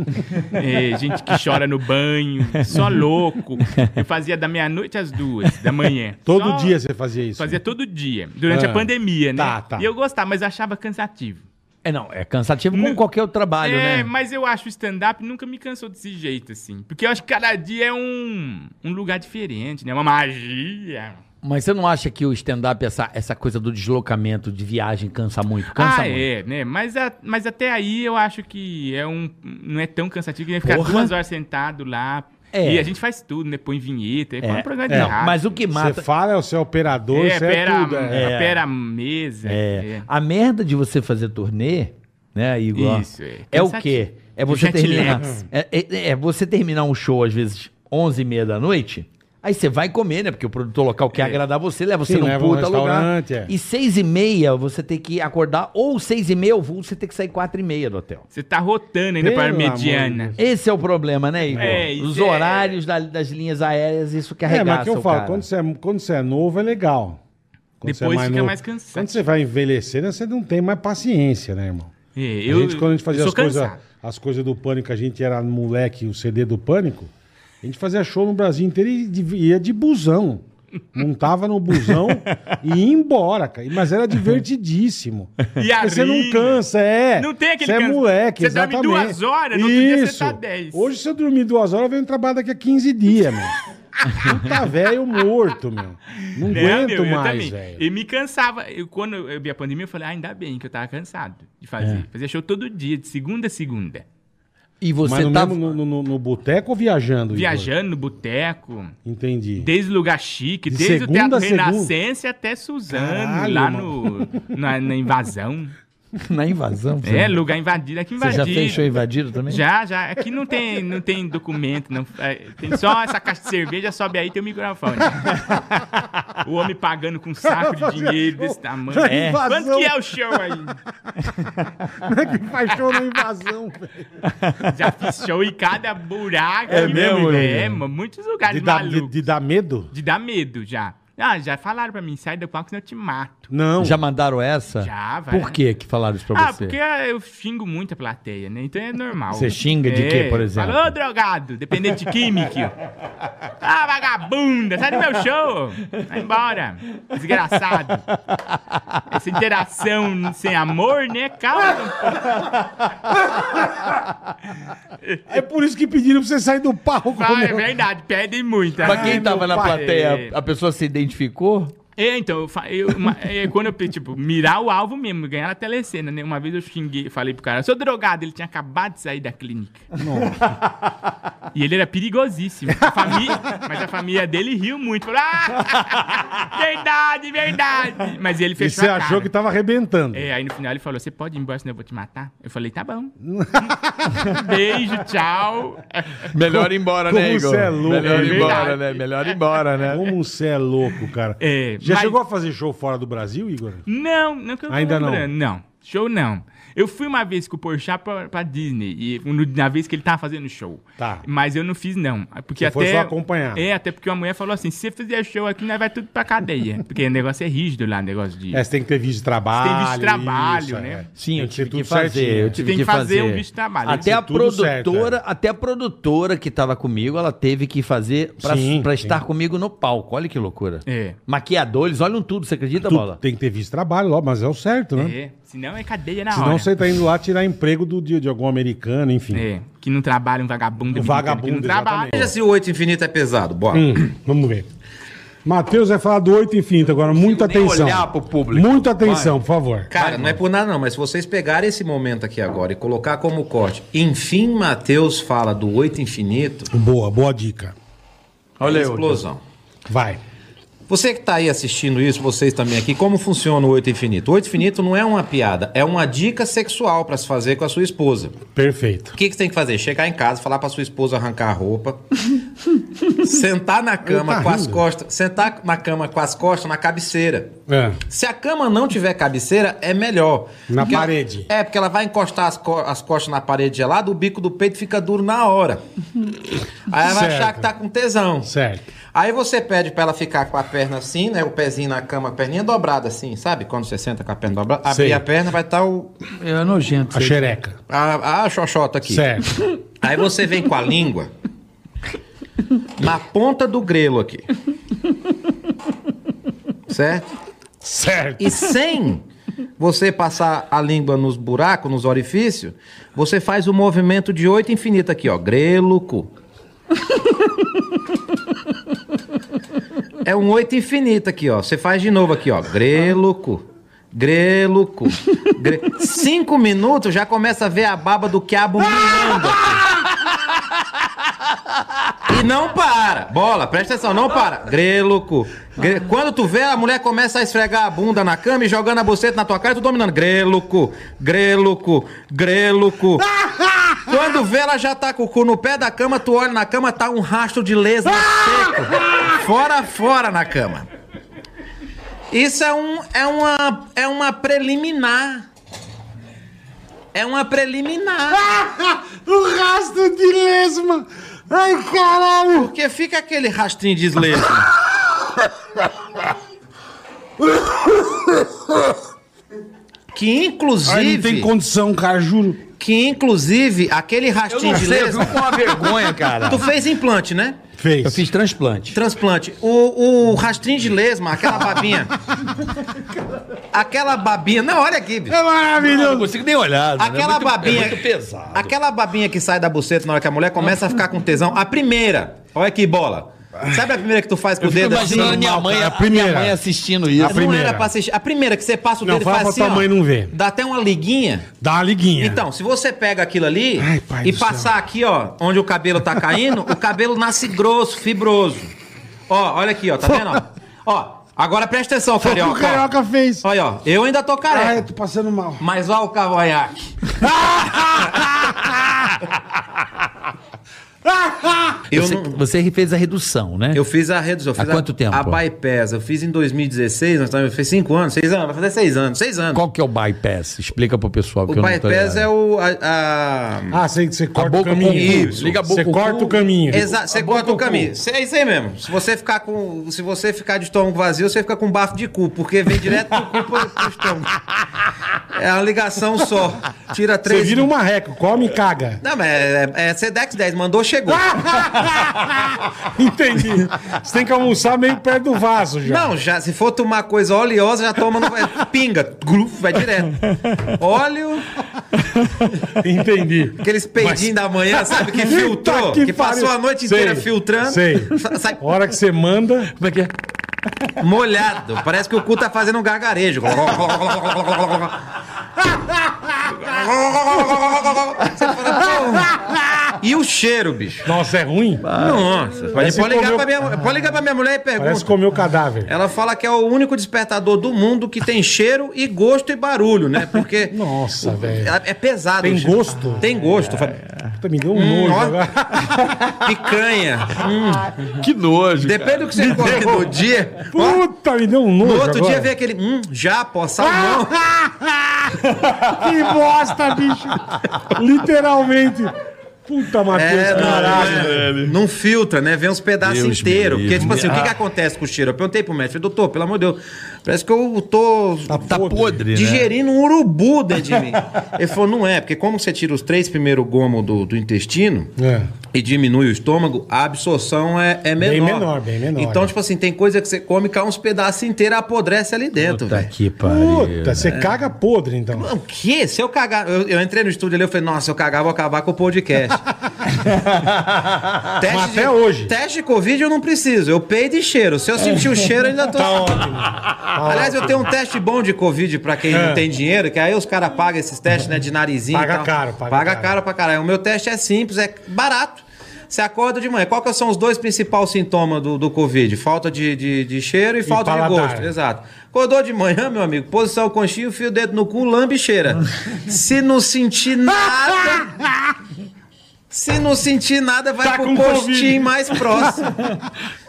[SPEAKER 13] é, gente que chora no banho, só louco. Eu fazia da meia-noite às duas da manhã.
[SPEAKER 2] Todo
[SPEAKER 13] Só-
[SPEAKER 2] dia você fazia isso.
[SPEAKER 13] Fazia todo dia, durante
[SPEAKER 2] Ah.
[SPEAKER 13] a pandemia, né?
[SPEAKER 2] Tá, tá.
[SPEAKER 13] E eu gostava, mas eu achava cansativo.
[SPEAKER 7] É, não, é cansativo como qualquer outro trabalho,
[SPEAKER 13] é,
[SPEAKER 7] né?
[SPEAKER 13] mas eu acho o stand-up nunca me cansou desse jeito, assim. Porque eu acho que cada dia é um, um lugar diferente, né? Uma magia.
[SPEAKER 7] Mas você não acha que o stand-up, essa, essa coisa do deslocamento, de viagem, cansa muito? Cansa
[SPEAKER 13] ah,
[SPEAKER 7] muito.
[SPEAKER 13] é, né? Mas, a- mas até aí eu acho que é um, não é tão cansativo que nem ficar
[SPEAKER 7] Porra.
[SPEAKER 13] duas horas sentado lá.
[SPEAKER 7] É.
[SPEAKER 13] E a gente faz tudo, né? Põe vinheta, é, um programa de
[SPEAKER 7] Não,
[SPEAKER 13] rádio.
[SPEAKER 7] mas o que
[SPEAKER 2] Você
[SPEAKER 7] mata.
[SPEAKER 2] fala, é o seu operador,
[SPEAKER 13] é,
[SPEAKER 2] você é
[SPEAKER 13] pera,
[SPEAKER 2] tudo. é.
[SPEAKER 13] é, pera a mesa.
[SPEAKER 7] É, A merda de você fazer turnê, né, Igor?
[SPEAKER 13] Isso, é.
[SPEAKER 7] É o
[SPEAKER 13] Cansativo.
[SPEAKER 7] quê? É você,
[SPEAKER 13] Jet
[SPEAKER 7] terminar,
[SPEAKER 13] lags.
[SPEAKER 7] é, é- é você terminar um show, às vezes, 11 e meia da noite. Aí você vai comer, né? Porque o produtor local
[SPEAKER 13] É.
[SPEAKER 7] quer agradar você, leva você
[SPEAKER 2] Sim,
[SPEAKER 7] num
[SPEAKER 2] leva um
[SPEAKER 7] puta lugar.
[SPEAKER 2] restaurante, é.
[SPEAKER 7] E seis e meia você tem que acordar, ou seis e meia, ou você tem que sair quatro e meia do hotel.
[SPEAKER 13] Você tá rotando ainda para a
[SPEAKER 2] Pelo amor de
[SPEAKER 13] mediana.
[SPEAKER 2] Deus.
[SPEAKER 7] Esse é o problema, né, Igor?
[SPEAKER 13] É, isso
[SPEAKER 7] Os
[SPEAKER 13] é-
[SPEAKER 7] horários da- das linhas aéreas, isso que
[SPEAKER 2] É,
[SPEAKER 7] arregaça
[SPEAKER 2] mas que eu
[SPEAKER 7] o
[SPEAKER 2] falo,
[SPEAKER 7] cara.
[SPEAKER 2] quando você, é, quando você é novo é legal. Quando você é
[SPEAKER 13] Depois fica
[SPEAKER 2] novo-
[SPEAKER 13] mais cansativo.
[SPEAKER 2] Quando você vai envelhecendo, você não tem mais paciência, né, irmão?
[SPEAKER 13] É,
[SPEAKER 2] a gente, quando a gente fazia
[SPEAKER 13] eu
[SPEAKER 2] as
[SPEAKER 13] sou
[SPEAKER 2] coisas
[SPEAKER 13] cansado.
[SPEAKER 2] as coisas do Pânico, a gente era moleque, o CD do Pânico, a gente fazia show no Brasil inteiro e de- ia de busão. Montava no busão e ia embora, cara. Mas era divertidíssimo.
[SPEAKER 13] E a
[SPEAKER 2] Porque você não
[SPEAKER 13] rima.
[SPEAKER 2] cansa, é.
[SPEAKER 13] Não tem aquele
[SPEAKER 2] Você é
[SPEAKER 13] cansa-
[SPEAKER 2] moleque,
[SPEAKER 13] Você dorme
[SPEAKER 2] exatamente.
[SPEAKER 13] duas horas, no outro dia você tá dez.
[SPEAKER 2] Hoje, se eu dormir duas horas, eu venho trabalhar daqui a 15 dias, meu. Puta velho morto, meu. Não
[SPEAKER 13] Né,
[SPEAKER 2] aguento
[SPEAKER 13] meu? Eu
[SPEAKER 2] mais,
[SPEAKER 13] também.
[SPEAKER 2] velho.
[SPEAKER 13] E me cansava. Eu, quando eu vi a pandemia, eu falei, ah, ainda bem que eu tava cansado de
[SPEAKER 2] É.
[SPEAKER 13] fazer. Fazia show todo dia, de segunda a segunda.
[SPEAKER 7] E
[SPEAKER 2] Mas
[SPEAKER 7] você
[SPEAKER 2] no,
[SPEAKER 7] tá...
[SPEAKER 2] mesmo- no, no- no boteco ou viajando? Igor?
[SPEAKER 13] Viajando no boteco,
[SPEAKER 2] Entendi.
[SPEAKER 13] desde lugar chique,
[SPEAKER 2] De
[SPEAKER 13] desde o
[SPEAKER 2] segunda
[SPEAKER 13] Teatro
[SPEAKER 2] a segunda.
[SPEAKER 13] Renascença até Suzano,
[SPEAKER 2] Caralho,
[SPEAKER 13] lá no, na, na invasão.
[SPEAKER 7] Na invasão. você-
[SPEAKER 13] é, lugar invadido. Aqui
[SPEAKER 7] Você
[SPEAKER 13] invadido.
[SPEAKER 7] já fez show invadido também?
[SPEAKER 13] Já, já. Aqui não tem, não tem documento, não. É, Tem só essa caixa de cerveja, sobe aí e tem o microfone. o homem pagando com um saco de dinheiro desse tamanho.
[SPEAKER 2] É.
[SPEAKER 13] Quanto que é o show aí?
[SPEAKER 2] Como é que faz show na invasão, velho?
[SPEAKER 13] Já fiz show em cada buraco.
[SPEAKER 7] É
[SPEAKER 13] que
[SPEAKER 7] mesmo,
[SPEAKER 13] meu,
[SPEAKER 7] Igor?
[SPEAKER 13] É, mano, muitos lugares
[SPEAKER 2] De, dar- de-
[SPEAKER 13] malucos. De,
[SPEAKER 2] de dar medo?
[SPEAKER 13] dar medo, já. Ah, já falaram pra mim, sai do palco senão eu te mato.
[SPEAKER 2] Não.
[SPEAKER 7] Já mandaram essa?
[SPEAKER 13] Já, vai.
[SPEAKER 7] Tá. Por que que falaram isso pra
[SPEAKER 13] Ah,
[SPEAKER 7] você?
[SPEAKER 13] porque eu xingo muito a plateia, né? Então é normal.
[SPEAKER 7] Você xinga de quê, por exemplo?
[SPEAKER 13] Falou, drogado, dependente químico. Ah, vagabunda, sai do meu show. Vai embora, desgraçado. Essa interação sem amor, né? Cara,
[SPEAKER 2] É por isso que pediram pra você sair do palco,
[SPEAKER 13] não- é
[SPEAKER 2] meu.
[SPEAKER 13] verdade, pedem muito.
[SPEAKER 7] Pra quem
[SPEAKER 13] Ai,
[SPEAKER 7] tava na
[SPEAKER 13] meu pai.
[SPEAKER 7] plateia, a pessoa se identificou?
[SPEAKER 13] É, então, eu, fa- eu- uma- é, quando eu, pe- tipo, mirar o alvo mesmo, ganhar na telecena, né? Uma vez eu xinguei, falei pro cara, sou drogado, ele tinha acabado de sair da clínica. E ele era perigosíssimo. A família- mas a família dele riu muito. Falou, ah, verdade, verdade. Mas ele
[SPEAKER 2] E
[SPEAKER 13] fechou
[SPEAKER 2] você
[SPEAKER 13] a cara.
[SPEAKER 2] achou que tá- tava arrebentando.
[SPEAKER 13] É, aí no final ele falou, você pode ir embora, senão eu vou te matar. Eu falei, tá bom. Beijo, tchau.
[SPEAKER 14] Melhor ir embora,
[SPEAKER 2] Como
[SPEAKER 14] né, Igor?
[SPEAKER 2] você é louco,
[SPEAKER 14] Melhor ir
[SPEAKER 13] é
[SPEAKER 14] embora,
[SPEAKER 13] verdade.
[SPEAKER 14] né? Melhor ir embora, né?
[SPEAKER 2] Como você é louco, cara.
[SPEAKER 13] É,
[SPEAKER 2] Já
[SPEAKER 13] mas-
[SPEAKER 2] chegou a fazer show fora do Brasil, Igor?
[SPEAKER 13] Não, não que eu tô
[SPEAKER 2] Ainda não.
[SPEAKER 13] lembrando. Não, show não. Eu fui uma vez com o Porchat pra, pra Disney, e no- na vez que ele tava fazendo show.
[SPEAKER 2] Tá.
[SPEAKER 13] Mas eu não fiz, não.
[SPEAKER 2] Você
[SPEAKER 13] Porque até,
[SPEAKER 2] foi só acompanhar.
[SPEAKER 13] É, até porque uma mulher falou assim, se você fizer show aqui, nós vai tudo pra cadeia. porque o negócio é rígido lá, o negócio de...
[SPEAKER 2] É, você tem que ter visto de trabalho.
[SPEAKER 13] Tem visto de trabalho,
[SPEAKER 2] isso,
[SPEAKER 13] né?
[SPEAKER 2] é.
[SPEAKER 7] Sim, eu
[SPEAKER 2] Tem que ser
[SPEAKER 7] tive que
[SPEAKER 2] tudo
[SPEAKER 7] fazer.
[SPEAKER 2] certinho.
[SPEAKER 7] Eu tive
[SPEAKER 13] Tem
[SPEAKER 7] que
[SPEAKER 13] que fazer
[SPEAKER 7] fazer
[SPEAKER 13] um bicho de trabalho.
[SPEAKER 7] Até a
[SPEAKER 2] Tudo certo,
[SPEAKER 7] produtora,
[SPEAKER 2] é.
[SPEAKER 7] até a produtora que tava comigo, ela teve que fazer pra,
[SPEAKER 2] Sim,
[SPEAKER 7] pra
[SPEAKER 2] sim.
[SPEAKER 7] estar comigo no palco. Olha que loucura.
[SPEAKER 13] É.
[SPEAKER 7] Maquiadores, olham tudo, você acredita,
[SPEAKER 2] Tu
[SPEAKER 7] bola?
[SPEAKER 2] tem que ter visto de trabalho, ó, mas é o certo, né?
[SPEAKER 13] É, senão é cadeia na
[SPEAKER 2] Senão
[SPEAKER 13] hora.
[SPEAKER 2] você tá indo lá tirar emprego do dia de algum americano, enfim.
[SPEAKER 13] É, que não trabalha um vagabundo.
[SPEAKER 2] Um
[SPEAKER 13] americano
[SPEAKER 2] vagabundo,
[SPEAKER 13] Que não trabalha.
[SPEAKER 2] exatamente.
[SPEAKER 15] se o 8 infinito é pesado,
[SPEAKER 2] Hum.
[SPEAKER 15] bora.
[SPEAKER 2] Vamos ver. Matheus vai falar do oito infinito agora. Muita
[SPEAKER 15] nem
[SPEAKER 2] atenção.
[SPEAKER 15] olhar pro público.
[SPEAKER 2] Muita atenção, por favor.
[SPEAKER 15] Cara, não é por nada não, mas se vocês pegarem esse momento aqui agora e colocar como corte, enfim, Mateus fala do 8 infinito,
[SPEAKER 2] Boa, boa dica.
[SPEAKER 15] olha explosão.
[SPEAKER 2] Vai.
[SPEAKER 15] Você que está aí assistindo isso, vocês também aqui, como funciona o Oito Infinito? O Oito Infinito não é uma piada, é uma dica sexual para se fazer com a sua esposa.
[SPEAKER 2] Perfeito.
[SPEAKER 15] O que, que você tem que fazer? Chegar em casa, falar para sua esposa arrancar a roupa, sentar na cama
[SPEAKER 2] tá
[SPEAKER 15] com as
[SPEAKER 2] rindo.
[SPEAKER 15] costas, sentar na cama com as costas na cabeceira.
[SPEAKER 2] É.
[SPEAKER 15] Se a cama não tiver cabeceira, é melhor.
[SPEAKER 2] Na
[SPEAKER 15] Porque ela-
[SPEAKER 2] parede.
[SPEAKER 15] é, porque ela vai encostar as, co- as costas na parede gelada, o bico do peito fica duro na hora. Aí ela vai achar
[SPEAKER 2] Certo.
[SPEAKER 15] que tá com tesão.
[SPEAKER 2] Certo.
[SPEAKER 15] Aí você pede pra ela ficar com a perna assim, né? O pezinho na cama, a perninha dobrada assim, sabe? Quando você senta com a perna dobrada, abrir
[SPEAKER 2] Sei.
[SPEAKER 15] a perna, vai estar o.
[SPEAKER 16] É nojento.
[SPEAKER 2] A xereca.
[SPEAKER 15] A, a xoxota aqui.
[SPEAKER 2] Certo.
[SPEAKER 15] Aí você vem com a língua na ponta do grelo aqui. Certo?
[SPEAKER 2] Certo.
[SPEAKER 15] E sem você passar a língua nos buracos, nos orifícios, você faz o movimento de oito infinito aqui, ó. Grelo, cu. É um oito infinito aqui, ó. Você faz de novo aqui, ó. Grelo, cu. Grelo, cu. Gre- Cinco minutos já começa a ver a baba do quiabo mirando. E não para. Bola, presta atenção, não para. Grelo, cu. Gre- Quando tu vê, a mulher começa a esfregar a bunda na cama e jogando a buceta na tua cara e tu dominando. Grelo, cu. Grelo, cu. Grelo, cu. Quando vê, ela já tá com o cu no pé da cama, tu olha na cama, tá um rastro de lesma seco. Fora, fora na cama. Isso é, um, é, uma, é uma preliminar. É uma preliminar.
[SPEAKER 2] o rastro de lesma. Ai, caralho.
[SPEAKER 15] Porque fica aquele rastrinho de lesma. Que
[SPEAKER 2] Ai, não
[SPEAKER 15] inclusive,
[SPEAKER 2] tem condição, cara, juro.
[SPEAKER 15] que inclusive aquele rastinho de lesma,
[SPEAKER 7] com uma vergonha, cara.
[SPEAKER 15] tu fez implante, né?
[SPEAKER 2] Fez.
[SPEAKER 7] Eu fiz transplante.
[SPEAKER 15] Transplante. O, o rastrinho de lesma, aquela babinha. aquela babinha. Não, olha aqui, bicho.
[SPEAKER 2] É maravilhoso.
[SPEAKER 7] consigo nem olhar.
[SPEAKER 15] Aquela babinha.
[SPEAKER 7] muito pesado.
[SPEAKER 15] Aquela babinha que sai da buceta na hora que a mulher começa a ficar com tesão. A primeira. Olha aqui, bola. Sabe a primeira que tu faz com o
[SPEAKER 7] Fico
[SPEAKER 15] dedo
[SPEAKER 7] imaginando
[SPEAKER 15] assim?
[SPEAKER 7] minha mãe,
[SPEAKER 2] cara,
[SPEAKER 7] É a
[SPEAKER 2] a primeira.
[SPEAKER 7] minha mãe assistindo isso.
[SPEAKER 2] A
[SPEAKER 15] Não
[SPEAKER 2] primeira.
[SPEAKER 15] era pra assistir. A primeira que você passa o
[SPEAKER 2] Não,
[SPEAKER 15] dedo e
[SPEAKER 2] fala
[SPEAKER 15] faz
[SPEAKER 2] pra
[SPEAKER 15] assim,
[SPEAKER 2] tua
[SPEAKER 15] ó,
[SPEAKER 2] mãe não ver.
[SPEAKER 15] Dá até uma liguinha.
[SPEAKER 2] Dá uma liguinha.
[SPEAKER 15] Então, se você pega aquilo ali
[SPEAKER 2] Ai, pai
[SPEAKER 15] e
[SPEAKER 2] do céu.
[SPEAKER 15] passar aqui, ó, onde o cabelo tá caindo, o cabelo nasce grosso, fibroso. Ó, olha aqui, ó, tá vendo? ó? Ó, agora presta atenção,
[SPEAKER 2] Foi o que
[SPEAKER 15] carioca.
[SPEAKER 2] o Carioca
[SPEAKER 15] ó.
[SPEAKER 2] fez.
[SPEAKER 15] Olha, ó, eu ainda tô
[SPEAKER 2] Ai, eu
[SPEAKER 15] careca.
[SPEAKER 2] tô passando mal.
[SPEAKER 15] Mas ó o cavanhaque. Eu,
[SPEAKER 7] Você,
[SPEAKER 15] não-
[SPEAKER 7] você fez a redução, né?
[SPEAKER 15] eu fiz a redução. eu
[SPEAKER 7] Há
[SPEAKER 15] fiz a-
[SPEAKER 7] quanto tempo?
[SPEAKER 15] A bypass. Eu fiz em 2016, nós estamos, fez 5 anos, 6 anos, vai fazer 6 anos, 6 anos.
[SPEAKER 7] Qual que é o bypass? Explica pro pessoal que
[SPEAKER 15] O
[SPEAKER 7] eu não tô
[SPEAKER 15] bypass
[SPEAKER 7] ligado.
[SPEAKER 15] é o. A, a-
[SPEAKER 2] Ah, você, você corta o
[SPEAKER 7] boca
[SPEAKER 2] caminho.
[SPEAKER 7] com o cu.
[SPEAKER 2] Isso.
[SPEAKER 7] Liga a boca
[SPEAKER 2] Você
[SPEAKER 7] com o
[SPEAKER 2] corta
[SPEAKER 7] cu.
[SPEAKER 2] o caminho.
[SPEAKER 15] Exato, você
[SPEAKER 7] a boca
[SPEAKER 15] corta
[SPEAKER 7] ou
[SPEAKER 15] o
[SPEAKER 7] cu?
[SPEAKER 15] caminho. Cê- É isso aí mesmo. Se você ficar com. Se você ficar de estômago vazio, você fica com bafo de cu, porque vem direto do cu pro, pro estômago. É uma ligação só. Tira
[SPEAKER 2] Você
[SPEAKER 15] três.
[SPEAKER 2] vira um marreco, come e caga.
[SPEAKER 15] Não, mas é, é Sedex 10, mandou, chegou.
[SPEAKER 2] Ah! Entendi. Você tem que almoçar meio perto do vaso já.
[SPEAKER 15] Não, já, se for tomar coisa oleosa, já toma. No, é, pinga, gluf, vai direto. Óleo,
[SPEAKER 2] Entendi.
[SPEAKER 15] aqueles peidinhos da manhã, sabe? Que
[SPEAKER 2] Puta
[SPEAKER 15] filtrou, que,
[SPEAKER 2] que
[SPEAKER 15] passou
[SPEAKER 2] pariu.
[SPEAKER 15] a noite
[SPEAKER 2] Sei,
[SPEAKER 15] inteira filtrando.
[SPEAKER 2] sei.
[SPEAKER 15] Sa- Sai
[SPEAKER 2] A hora que você manda,
[SPEAKER 7] Como é que é?
[SPEAKER 15] Molhado. Parece que o cu tá fazendo um gargarejo. Você fala, "Pô, E o cheiro, bicho?
[SPEAKER 2] Nossa, é ruim?
[SPEAKER 15] Nossa. Pode,
[SPEAKER 2] Parece
[SPEAKER 15] pode ligar
[SPEAKER 2] comer o-
[SPEAKER 15] pra minha, pode ligar pra minha mulher e pergunta.
[SPEAKER 2] Parece comer o cadáver.
[SPEAKER 15] Ela fala que é o único despertador do mundo que tem cheiro e gosto e barulho, né? Porque.
[SPEAKER 2] Nossa, velho.
[SPEAKER 15] É é pesado.
[SPEAKER 2] Tem
[SPEAKER 15] o cheiro.
[SPEAKER 2] gosto?
[SPEAKER 15] Tem gosto. Fa-
[SPEAKER 2] Puta, me deu um
[SPEAKER 15] Hum,
[SPEAKER 2] nojo
[SPEAKER 15] ó.
[SPEAKER 2] agora.
[SPEAKER 15] Picanha.
[SPEAKER 5] Que nojo.
[SPEAKER 15] Depende do que você come no dia. Ó,
[SPEAKER 2] Puta, me deu um nojo
[SPEAKER 15] no outro
[SPEAKER 2] agora. Ah!
[SPEAKER 15] dia vem aquele. Hum, japa, salmão.
[SPEAKER 2] Que bosta, bicho. Literalmente. Puta, Matheus,
[SPEAKER 15] É,
[SPEAKER 2] caralho.
[SPEAKER 15] não, é, não filtra, né? Vem uns pedaços
[SPEAKER 5] Deus
[SPEAKER 15] inteiros.
[SPEAKER 5] me
[SPEAKER 15] Porque, tipo
[SPEAKER 5] livre. Ah.
[SPEAKER 15] assim, o que, que acontece com o cheiro? Eu perguntei pro médico, falei, doutor, pelo amor de Deus, parece que eu tô
[SPEAKER 5] Tá podre, né?
[SPEAKER 15] digerindo um urubu dentro de mim. Ele falou, não é, porque como você tira os três primeiros gomos do, do intestino
[SPEAKER 2] É.
[SPEAKER 15] e diminui o estômago, a absorção é, é menor.
[SPEAKER 2] Bem menor, bem menor,
[SPEAKER 15] Então,
[SPEAKER 2] é.
[SPEAKER 15] tipo assim, tem coisa que você come, cai uns pedaços inteiros, apodrece ali dentro, velho.
[SPEAKER 7] que
[SPEAKER 2] Puta, você
[SPEAKER 7] É.
[SPEAKER 2] caga podre, então.
[SPEAKER 15] O quê? Se eu cagar. Eu, eu entrei no estúdio ali, eu falei, nossa, se eu cagar, vou acabar com o podcast. teste
[SPEAKER 2] Mas até hoje.
[SPEAKER 15] Teste de Covid eu não preciso. Eu peido e cheiro. Se eu sentir o cheiro, eu ainda
[SPEAKER 2] Tá
[SPEAKER 15] tô.
[SPEAKER 2] Ah,
[SPEAKER 15] Aliás, eu tenho um teste bom de Covid pra quem não tem dinheiro, que aí os caras pagam esses testes, né? De narizinho. e
[SPEAKER 2] É. Paga
[SPEAKER 15] tal.
[SPEAKER 2] caro, paga
[SPEAKER 15] paga,
[SPEAKER 2] caro.
[SPEAKER 15] caro. pra caralho. O meu teste é simples, é barato. Você acorda de manhã. Qual que são os dois principais sintomas do, do Covid? Falta de, de, de cheiro e, falta de
[SPEAKER 2] paladar.
[SPEAKER 15] gosto. Exato. Acordou de manhã, meu amigo, posição conchinha, fio o dedo no cu, lambe e cheira. Se não sentir nada. Se não sentir nada, vai
[SPEAKER 2] Tá com
[SPEAKER 15] pro postinho
[SPEAKER 2] Covid.
[SPEAKER 15] mais próximo.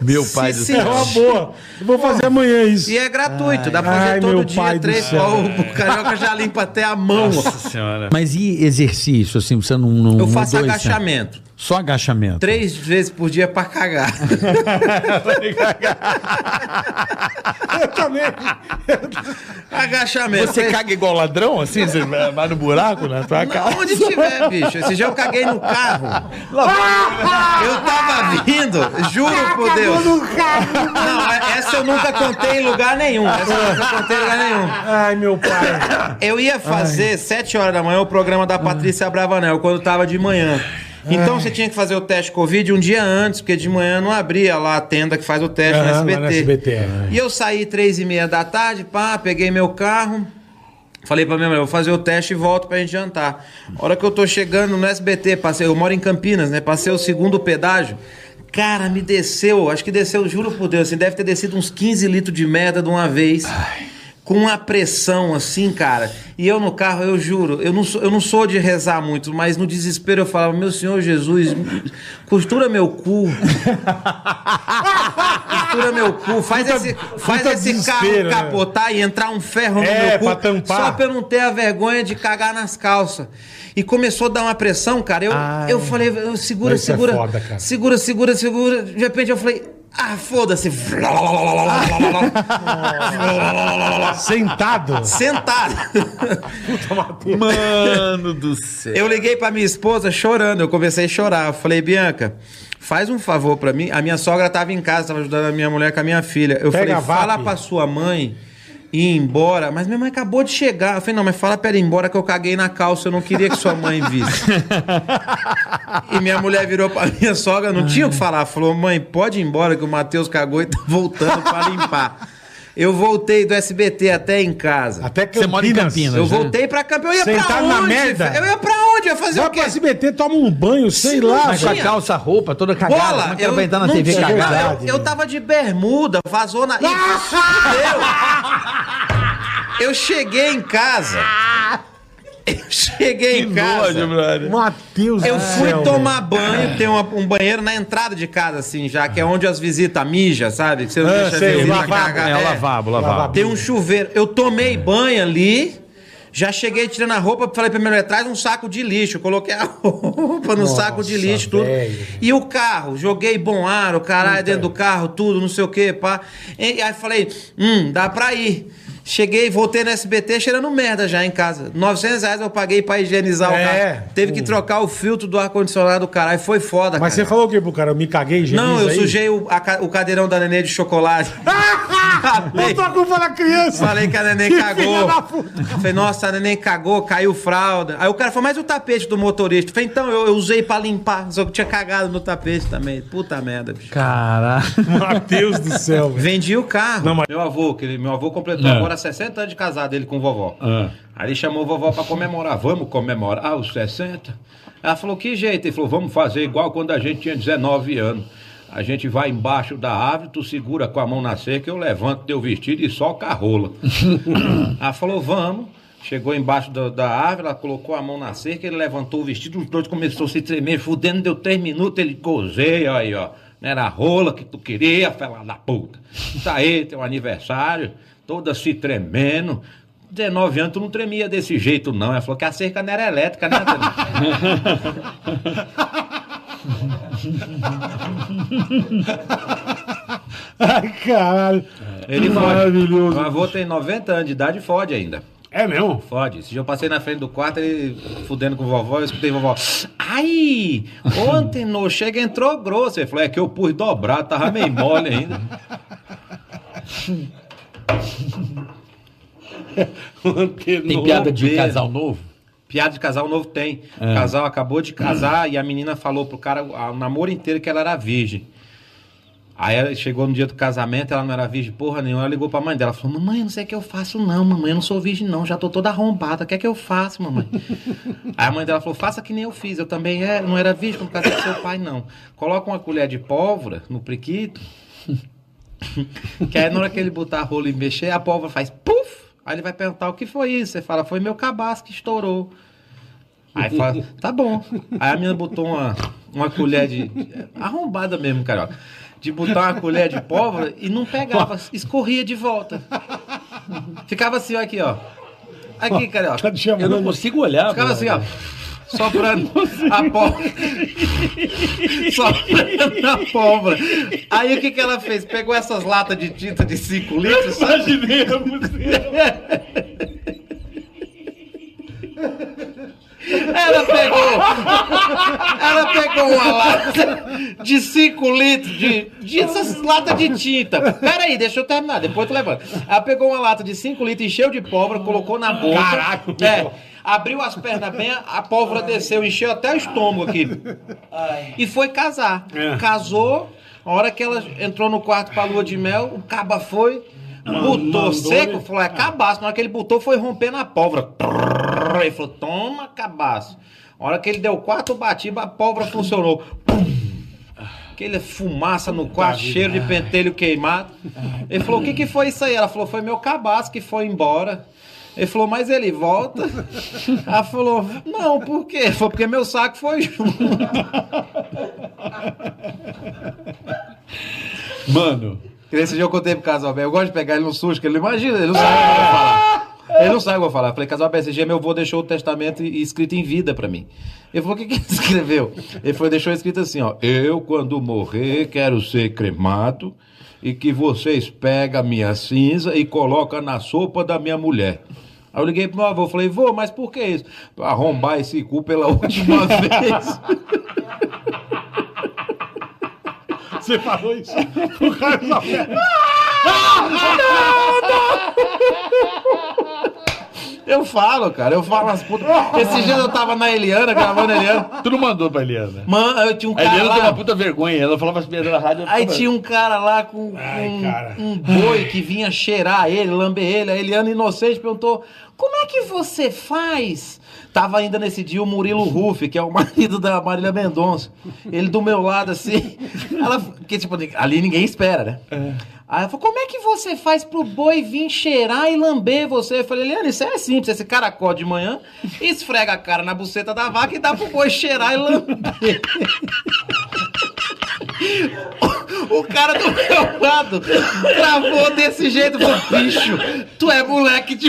[SPEAKER 5] Meu
[SPEAKER 15] Se
[SPEAKER 5] pai do
[SPEAKER 2] É
[SPEAKER 15] sentir
[SPEAKER 5] céu.
[SPEAKER 2] uma boa. Eu vou fazer amanhã isso.
[SPEAKER 15] e é gratuito, dá pra
[SPEAKER 2] Ai,
[SPEAKER 15] fazer todo
[SPEAKER 2] meu pai
[SPEAKER 15] dia
[SPEAKER 2] do
[SPEAKER 15] três.
[SPEAKER 2] céu.
[SPEAKER 15] Ó, o carioca já limpa até a mão.
[SPEAKER 5] Nossa senhora.
[SPEAKER 7] Mas e exercício, assim, você não... não
[SPEAKER 15] Eu
[SPEAKER 7] não
[SPEAKER 2] Um,
[SPEAKER 15] faço
[SPEAKER 7] dois, né?
[SPEAKER 15] agachamento.
[SPEAKER 7] Só agachamento.
[SPEAKER 15] Três vezes por dia é pra cagar.
[SPEAKER 2] Eu também.
[SPEAKER 15] agachamento.
[SPEAKER 5] Você caga igual ladrão, assim? Você vai vai no buraco
[SPEAKER 7] né?
[SPEAKER 5] na tua
[SPEAKER 15] Não,
[SPEAKER 5] casa?
[SPEAKER 15] Onde tiver, bicho. Esse dia eu caguei no carro. Eu tava vindo, juro por Deus. Não, é- essa eu nunca contei em lugar nenhum. Essa eu nunca contei em lugar nenhum.
[SPEAKER 2] Ai, meu pai.
[SPEAKER 15] Eu ia fazer sete horas da manhã o programa da Patrícia Bravanel, quando tava de manhã. Então você tinha que fazer o teste Covid um dia antes, porque de manhã não abria lá a tenda que faz o teste
[SPEAKER 2] Aham, lá
[SPEAKER 15] no SBT.
[SPEAKER 2] no SBT, é.
[SPEAKER 15] E eu saí três e meia da tarde, pá, peguei meu carro. Falei pra minha mulher, vou fazer o teste e volto pra gente jantar. A hora que eu tô chegando no SBT, passei, eu moro em Campinas, né? Passei o segundo pedágio. Cara, me desceu, acho que desceu, juro por Deus, assim, deve ter descido uns 15 litros de merda de uma vez. Com uma pressão assim, cara. E eu no carro, eu juro, eu não, sou, eu não sou de rezar muito, mas no desespero eu falava: Meu Senhor Jesus, costura meu cu. costura meu cu. Faz
[SPEAKER 2] Puta-
[SPEAKER 15] esse, faz
[SPEAKER 2] puta
[SPEAKER 15] esse carro
[SPEAKER 2] desespero, né?
[SPEAKER 15] capotar e entrar um ferro no
[SPEAKER 2] É,
[SPEAKER 15] meu cu.
[SPEAKER 2] pra tampar.
[SPEAKER 15] Só pra eu não ter a vergonha de cagar nas calças. E começou a dar uma pressão, cara. Eu, eu falei, eu, segura,
[SPEAKER 2] Mas isso é
[SPEAKER 15] segura,
[SPEAKER 2] foda, cara.
[SPEAKER 15] segura, segura, segura. De repente eu falei, ah, foda-se.
[SPEAKER 2] Sentado.
[SPEAKER 15] Sentado.
[SPEAKER 5] Mano do céu.
[SPEAKER 15] Eu liguei pra minha esposa chorando, eu comecei a chorar. Eu falei, Bianca, faz um favor pra mim. A minha sogra tava em casa, tava ajudando a minha mulher com a minha filha. Eu
[SPEAKER 2] Pega a
[SPEAKER 15] falei,
[SPEAKER 2] VAP.
[SPEAKER 15] fala pra sua mãe ir embora. Mas minha mãe acabou de chegar. Eu falei, não, mas fala pra ela ir embora que eu caguei na calça, eu não queria que sua mãe visse. e minha mulher virou pra minha sogra, não tinha o que falar. Falou, mãe, pode ir embora que o Matheus cagou e tá voltando pra limpar. Eu voltei do SBT até em casa.
[SPEAKER 2] Até que
[SPEAKER 7] Você mora em Campinas.
[SPEAKER 15] Eu
[SPEAKER 7] né?
[SPEAKER 15] voltei pra campeão. Eu ia pra
[SPEAKER 2] Sentado
[SPEAKER 15] onde?
[SPEAKER 2] na merda?
[SPEAKER 15] Eu ia pra onde? Eu ia fazer
[SPEAKER 5] é
[SPEAKER 2] Vai
[SPEAKER 15] o quê?
[SPEAKER 2] pra SBT, toma um banho, sei lá.
[SPEAKER 7] Mas com a
[SPEAKER 2] velho.
[SPEAKER 7] calça, a roupa, toda cagada. Como
[SPEAKER 15] Bola!
[SPEAKER 7] é que ela
[SPEAKER 15] Eu
[SPEAKER 7] vai entrar na
[SPEAKER 15] não
[SPEAKER 7] TV
[SPEAKER 15] tinha-
[SPEAKER 7] cagada?
[SPEAKER 15] eu,
[SPEAKER 2] né?
[SPEAKER 15] eu tava de bermuda, vazou na. Ih, fudeu. Eu cheguei em casa. Eu cheguei em casa.
[SPEAKER 5] brother.
[SPEAKER 2] Matheus
[SPEAKER 15] Eu
[SPEAKER 2] do
[SPEAKER 15] fui
[SPEAKER 2] Ah, céu,
[SPEAKER 15] tomar banho, tem uma- um banheiro na entrada de casa, assim, já, que é onde as visitas mijam, sabe? Que você não
[SPEAKER 2] Ah,
[SPEAKER 15] deixa
[SPEAKER 2] sei, né?
[SPEAKER 15] a visita
[SPEAKER 2] lavabo,
[SPEAKER 15] cagar.
[SPEAKER 7] É, o
[SPEAKER 15] É.
[SPEAKER 7] lavabo, o
[SPEAKER 2] velho.
[SPEAKER 7] lavabo.
[SPEAKER 2] Lava-
[SPEAKER 15] Tem um chuveiro. Eu tomei banho ali, já cheguei tirando a roupa, falei pra minha mulher, traz um saco de lixo. Eu Coloquei a roupa no
[SPEAKER 2] Nossa,
[SPEAKER 15] saco de lixo, tudo.
[SPEAKER 2] velho.
[SPEAKER 15] E o carro, joguei bom ar, o caralho dentro do carro, tudo, não sei o que, pá. E aí falei, hum, dá pra ir. Cheguei, voltei no SBT cheirando merda já em casa. 900 reais eu paguei pra higienizar o
[SPEAKER 2] É,
[SPEAKER 15] carro. Teve que
[SPEAKER 2] pô.
[SPEAKER 15] trocar o filtro do ar-condicionado, caralho. Foi foda,
[SPEAKER 2] Mas você
[SPEAKER 15] cara.
[SPEAKER 2] é falou o quê pro cara? Eu me caguei, higieniza
[SPEAKER 15] Não, eu
[SPEAKER 2] aí?
[SPEAKER 15] sujei o, a ca- o cadeirão da nenê de chocolate.
[SPEAKER 2] Botou a culpa na criança.
[SPEAKER 15] Falei que a neném
[SPEAKER 2] Que filha
[SPEAKER 15] cagou.
[SPEAKER 2] da puta.
[SPEAKER 15] Falei, nossa, a neném cagou, caiu fralda. Aí o cara falou, mas o tapete do motorista? Falei, então, eu, eu usei pra limpar, só que tinha cagado no tapete também. Puta merda, bicho.
[SPEAKER 7] Caralho.
[SPEAKER 2] Matheus do céu, velho.
[SPEAKER 15] Vendi o carro.
[SPEAKER 2] Não, mas-
[SPEAKER 15] Meu avô, que ele- meu avô completou
[SPEAKER 2] Ah.
[SPEAKER 15] agora 60 anos de casado, ele com vovó.
[SPEAKER 2] Ah.
[SPEAKER 15] Aí ele chamou vovó pra comemorar. Vamos comemorar Ah, os 60? Ela falou, que jeito? Ele falou, vamos fazer igual quando a gente tinha 19 anos. A gente vai embaixo da árvore, tu segura com a mão na cerca, eu levanto teu vestido e soca a rola. ela falou, vamos. Chegou embaixo da, da árvore, ela colocou a mão na cerca, ele levantou o vestido, os dois começou a se tremer, fudendo, deu três minutos, ele cozeia aí, ó. Não era a rola que tu queria, fela da puta. Tá aí, teu aniversário, toda se tremendo. 19 anos, tu não tremia desse jeito, não. Ela falou que a cerca não era elétrica, né,
[SPEAKER 2] Ai, caralho.
[SPEAKER 15] Ele
[SPEAKER 2] Maravilhoso.
[SPEAKER 15] fode. Meu avô tem 90 anos de idade e fode ainda.
[SPEAKER 2] É mesmo?
[SPEAKER 15] Fode. Esse dia eu passei na frente do quarto, ele fudendo com vovó, eu escutei vovó. Ai! Ontem no chega entrou grosso. Ele falou, é que eu pus dobrar, tava meio mole ainda.
[SPEAKER 5] Tem piada de casal novo?
[SPEAKER 15] Piada de casal novo tem. O casal acabou de casar e a menina falou pro cara a- o namoro inteiro que ela era virgem. Aí ela chegou no dia do casamento, ela não era virgem porra nenhuma, ela ligou pra mãe dela, falou, mamãe, eu não sei o que eu faço não, mamãe, eu não sou virgem não, já tô toda arrombada, o que é que eu faço, mamãe? Aí a mãe dela falou, faça que nem eu fiz, eu também é, não era virgem por causa do seu pai não. Coloca uma colher de pólvora no priquito, que aí na hora que ele botar a rola e mexer, a pólvora faz puf! Aí ele vai perguntar, o que foi isso? Você fala, foi meu cabaço que estourou. Aí fala, tá bom. Aí a menina botou uma, uma colher de. Arrombada mesmo, cara. De botar uma colher de pólvora e não pegava, escorria de volta. Ficava assim, ó, aqui, ó. Aqui, cara, ó.
[SPEAKER 5] Eu não consigo olhar.
[SPEAKER 15] Ficava assim,
[SPEAKER 5] brother.
[SPEAKER 15] ó. Soprando a pólvora. Soprando a pólvora. Aí o que, que ela fez? Pegou essas latas de tinta de 5 litros. sabe?
[SPEAKER 5] Imaginei a música.
[SPEAKER 15] Ela pegou. Ela pegou uma lata de 5 litros de, de essas latas de tinta. Pera aí, deixa eu terminar, depois tu levanta. Ela pegou uma lata de 5 litros, encheu de pólvora, colocou na boca. Caraca! É. Abriu as pernas bem, a pólvora desceu, encheu até o estômago aqui. E foi casar. Casou, a hora que ela entrou no quarto pra lua de mel, o caba foi, botou seco, falou, é cabaço. Na hora que ele botou, foi rompendo a pólvora. Trrr, Ele falou, toma cabaço. A hora que ele deu quatro batidas, a pólvora funcionou. Aquele fumaça no quarto, cheiro de pentelho queimado. Ele falou, o que, que foi isso aí? Ela falou, foi meu cabaço que foi embora. Ele falou, mas ele volta? Ela falou, não, por quê? Ele falou, porque meu saco foi junto.
[SPEAKER 5] Mano.
[SPEAKER 15] Esse dia eu contei pro Casalbé, eu gosto de pegar ele no susto, que ele não imagina, ele não sabe o que eu vou falar. Ele não sabe o que eu vou falar. Eu falei, Casalbé, esse dia meu avô deixou o testamento e- e escrito em vida pra mim. Ele falou, o que, que ele escreveu? Ele falou, deixou escrito assim, ó. Eu, quando morrer, quero ser cremado e que vocês pegam a minha cinza e colocam na sopa da minha mulher. Aí eu liguei pro meu avô, falei, vô, mas por que isso? Pra arrombar esse cu pela última vez.
[SPEAKER 2] Você falou isso? O cara tá só...
[SPEAKER 15] Eu falo, cara, eu falo as putas. Esses dias eu tava na Eliana, gravando a Eliana.
[SPEAKER 5] Tu não mandou pra Eliana.
[SPEAKER 15] Mano, eu tinha um
[SPEAKER 5] A
[SPEAKER 15] cara
[SPEAKER 5] Eliana É tem
[SPEAKER 15] lá.
[SPEAKER 5] uma puta vergonha. Ela falava as piadas na rádio. eu
[SPEAKER 15] Aí
[SPEAKER 5] ficava-
[SPEAKER 15] tinha um cara lá com, com um- um boi que vinha cheirar ele, lamber ele. A Eliana Inocente perguntou: Como é que você faz? Tava ainda nesse dia o Murilo Ruff, que é o marido da Marília Mendonça. Ele do meu lado, assim. Ela, porque, tipo, ali ninguém espera, né? Aí ela falou: Como é que você faz pro boi vir cheirar e lamber você? Eu falei: Eliana, isso é simples. Esse cara acorda de manhã, esfrega a cara na buceta da vaca e dá pro boi cheirar e lamber. O cara do meu lado travou desse jeito, falou, bicho, tu é moleque de...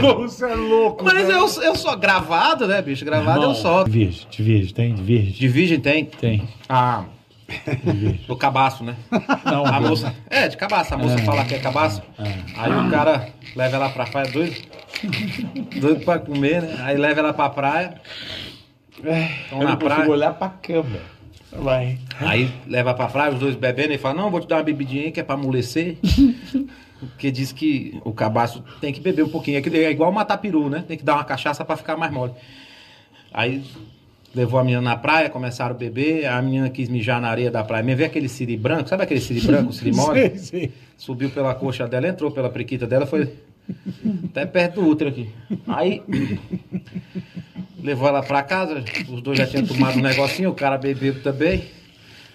[SPEAKER 2] Como você é louco,
[SPEAKER 15] Mas
[SPEAKER 2] velho.
[SPEAKER 15] eu, eu sou gravado, né, bicho? Gravado eu solto.
[SPEAKER 5] Virgem, de virgem, tem? De virgem.
[SPEAKER 15] De virgem tem?
[SPEAKER 5] Tem.
[SPEAKER 15] Ah, do cabaço, né?
[SPEAKER 5] Não,
[SPEAKER 15] A moça... É, de cabaço. A moça fala que é cabaço. Aí o cara leva ela pra praia, doido. Doido pra comer, né? Aí leva ela pra praia. Estão
[SPEAKER 5] eu
[SPEAKER 15] na
[SPEAKER 5] não consigo
[SPEAKER 15] praia.
[SPEAKER 5] olhar pra câmera.
[SPEAKER 17] Vai.
[SPEAKER 15] Aí leva pra praia, os dois bebendo, e fala, não, vou te dar uma bebidinha aí que é pra amolecer. Porque diz que o cabaço tem que beber um pouquinho. É que- É igual matar peru, né? Tem que dar uma cachaça pra ficar mais mole. Aí levou a menina na praia, começaram a beber, a menina quis mijar na areia da praia. Me vê aquele siri branco, sabe aquele siri branco, siri mole?
[SPEAKER 2] Sim, sim.
[SPEAKER 15] Subiu pela coxa dela, entrou pela prequita dela, foi até perto do útero aqui. Aí levou ela pra casa, os dois já tinham tomado um negocinho, o cara bebeu também.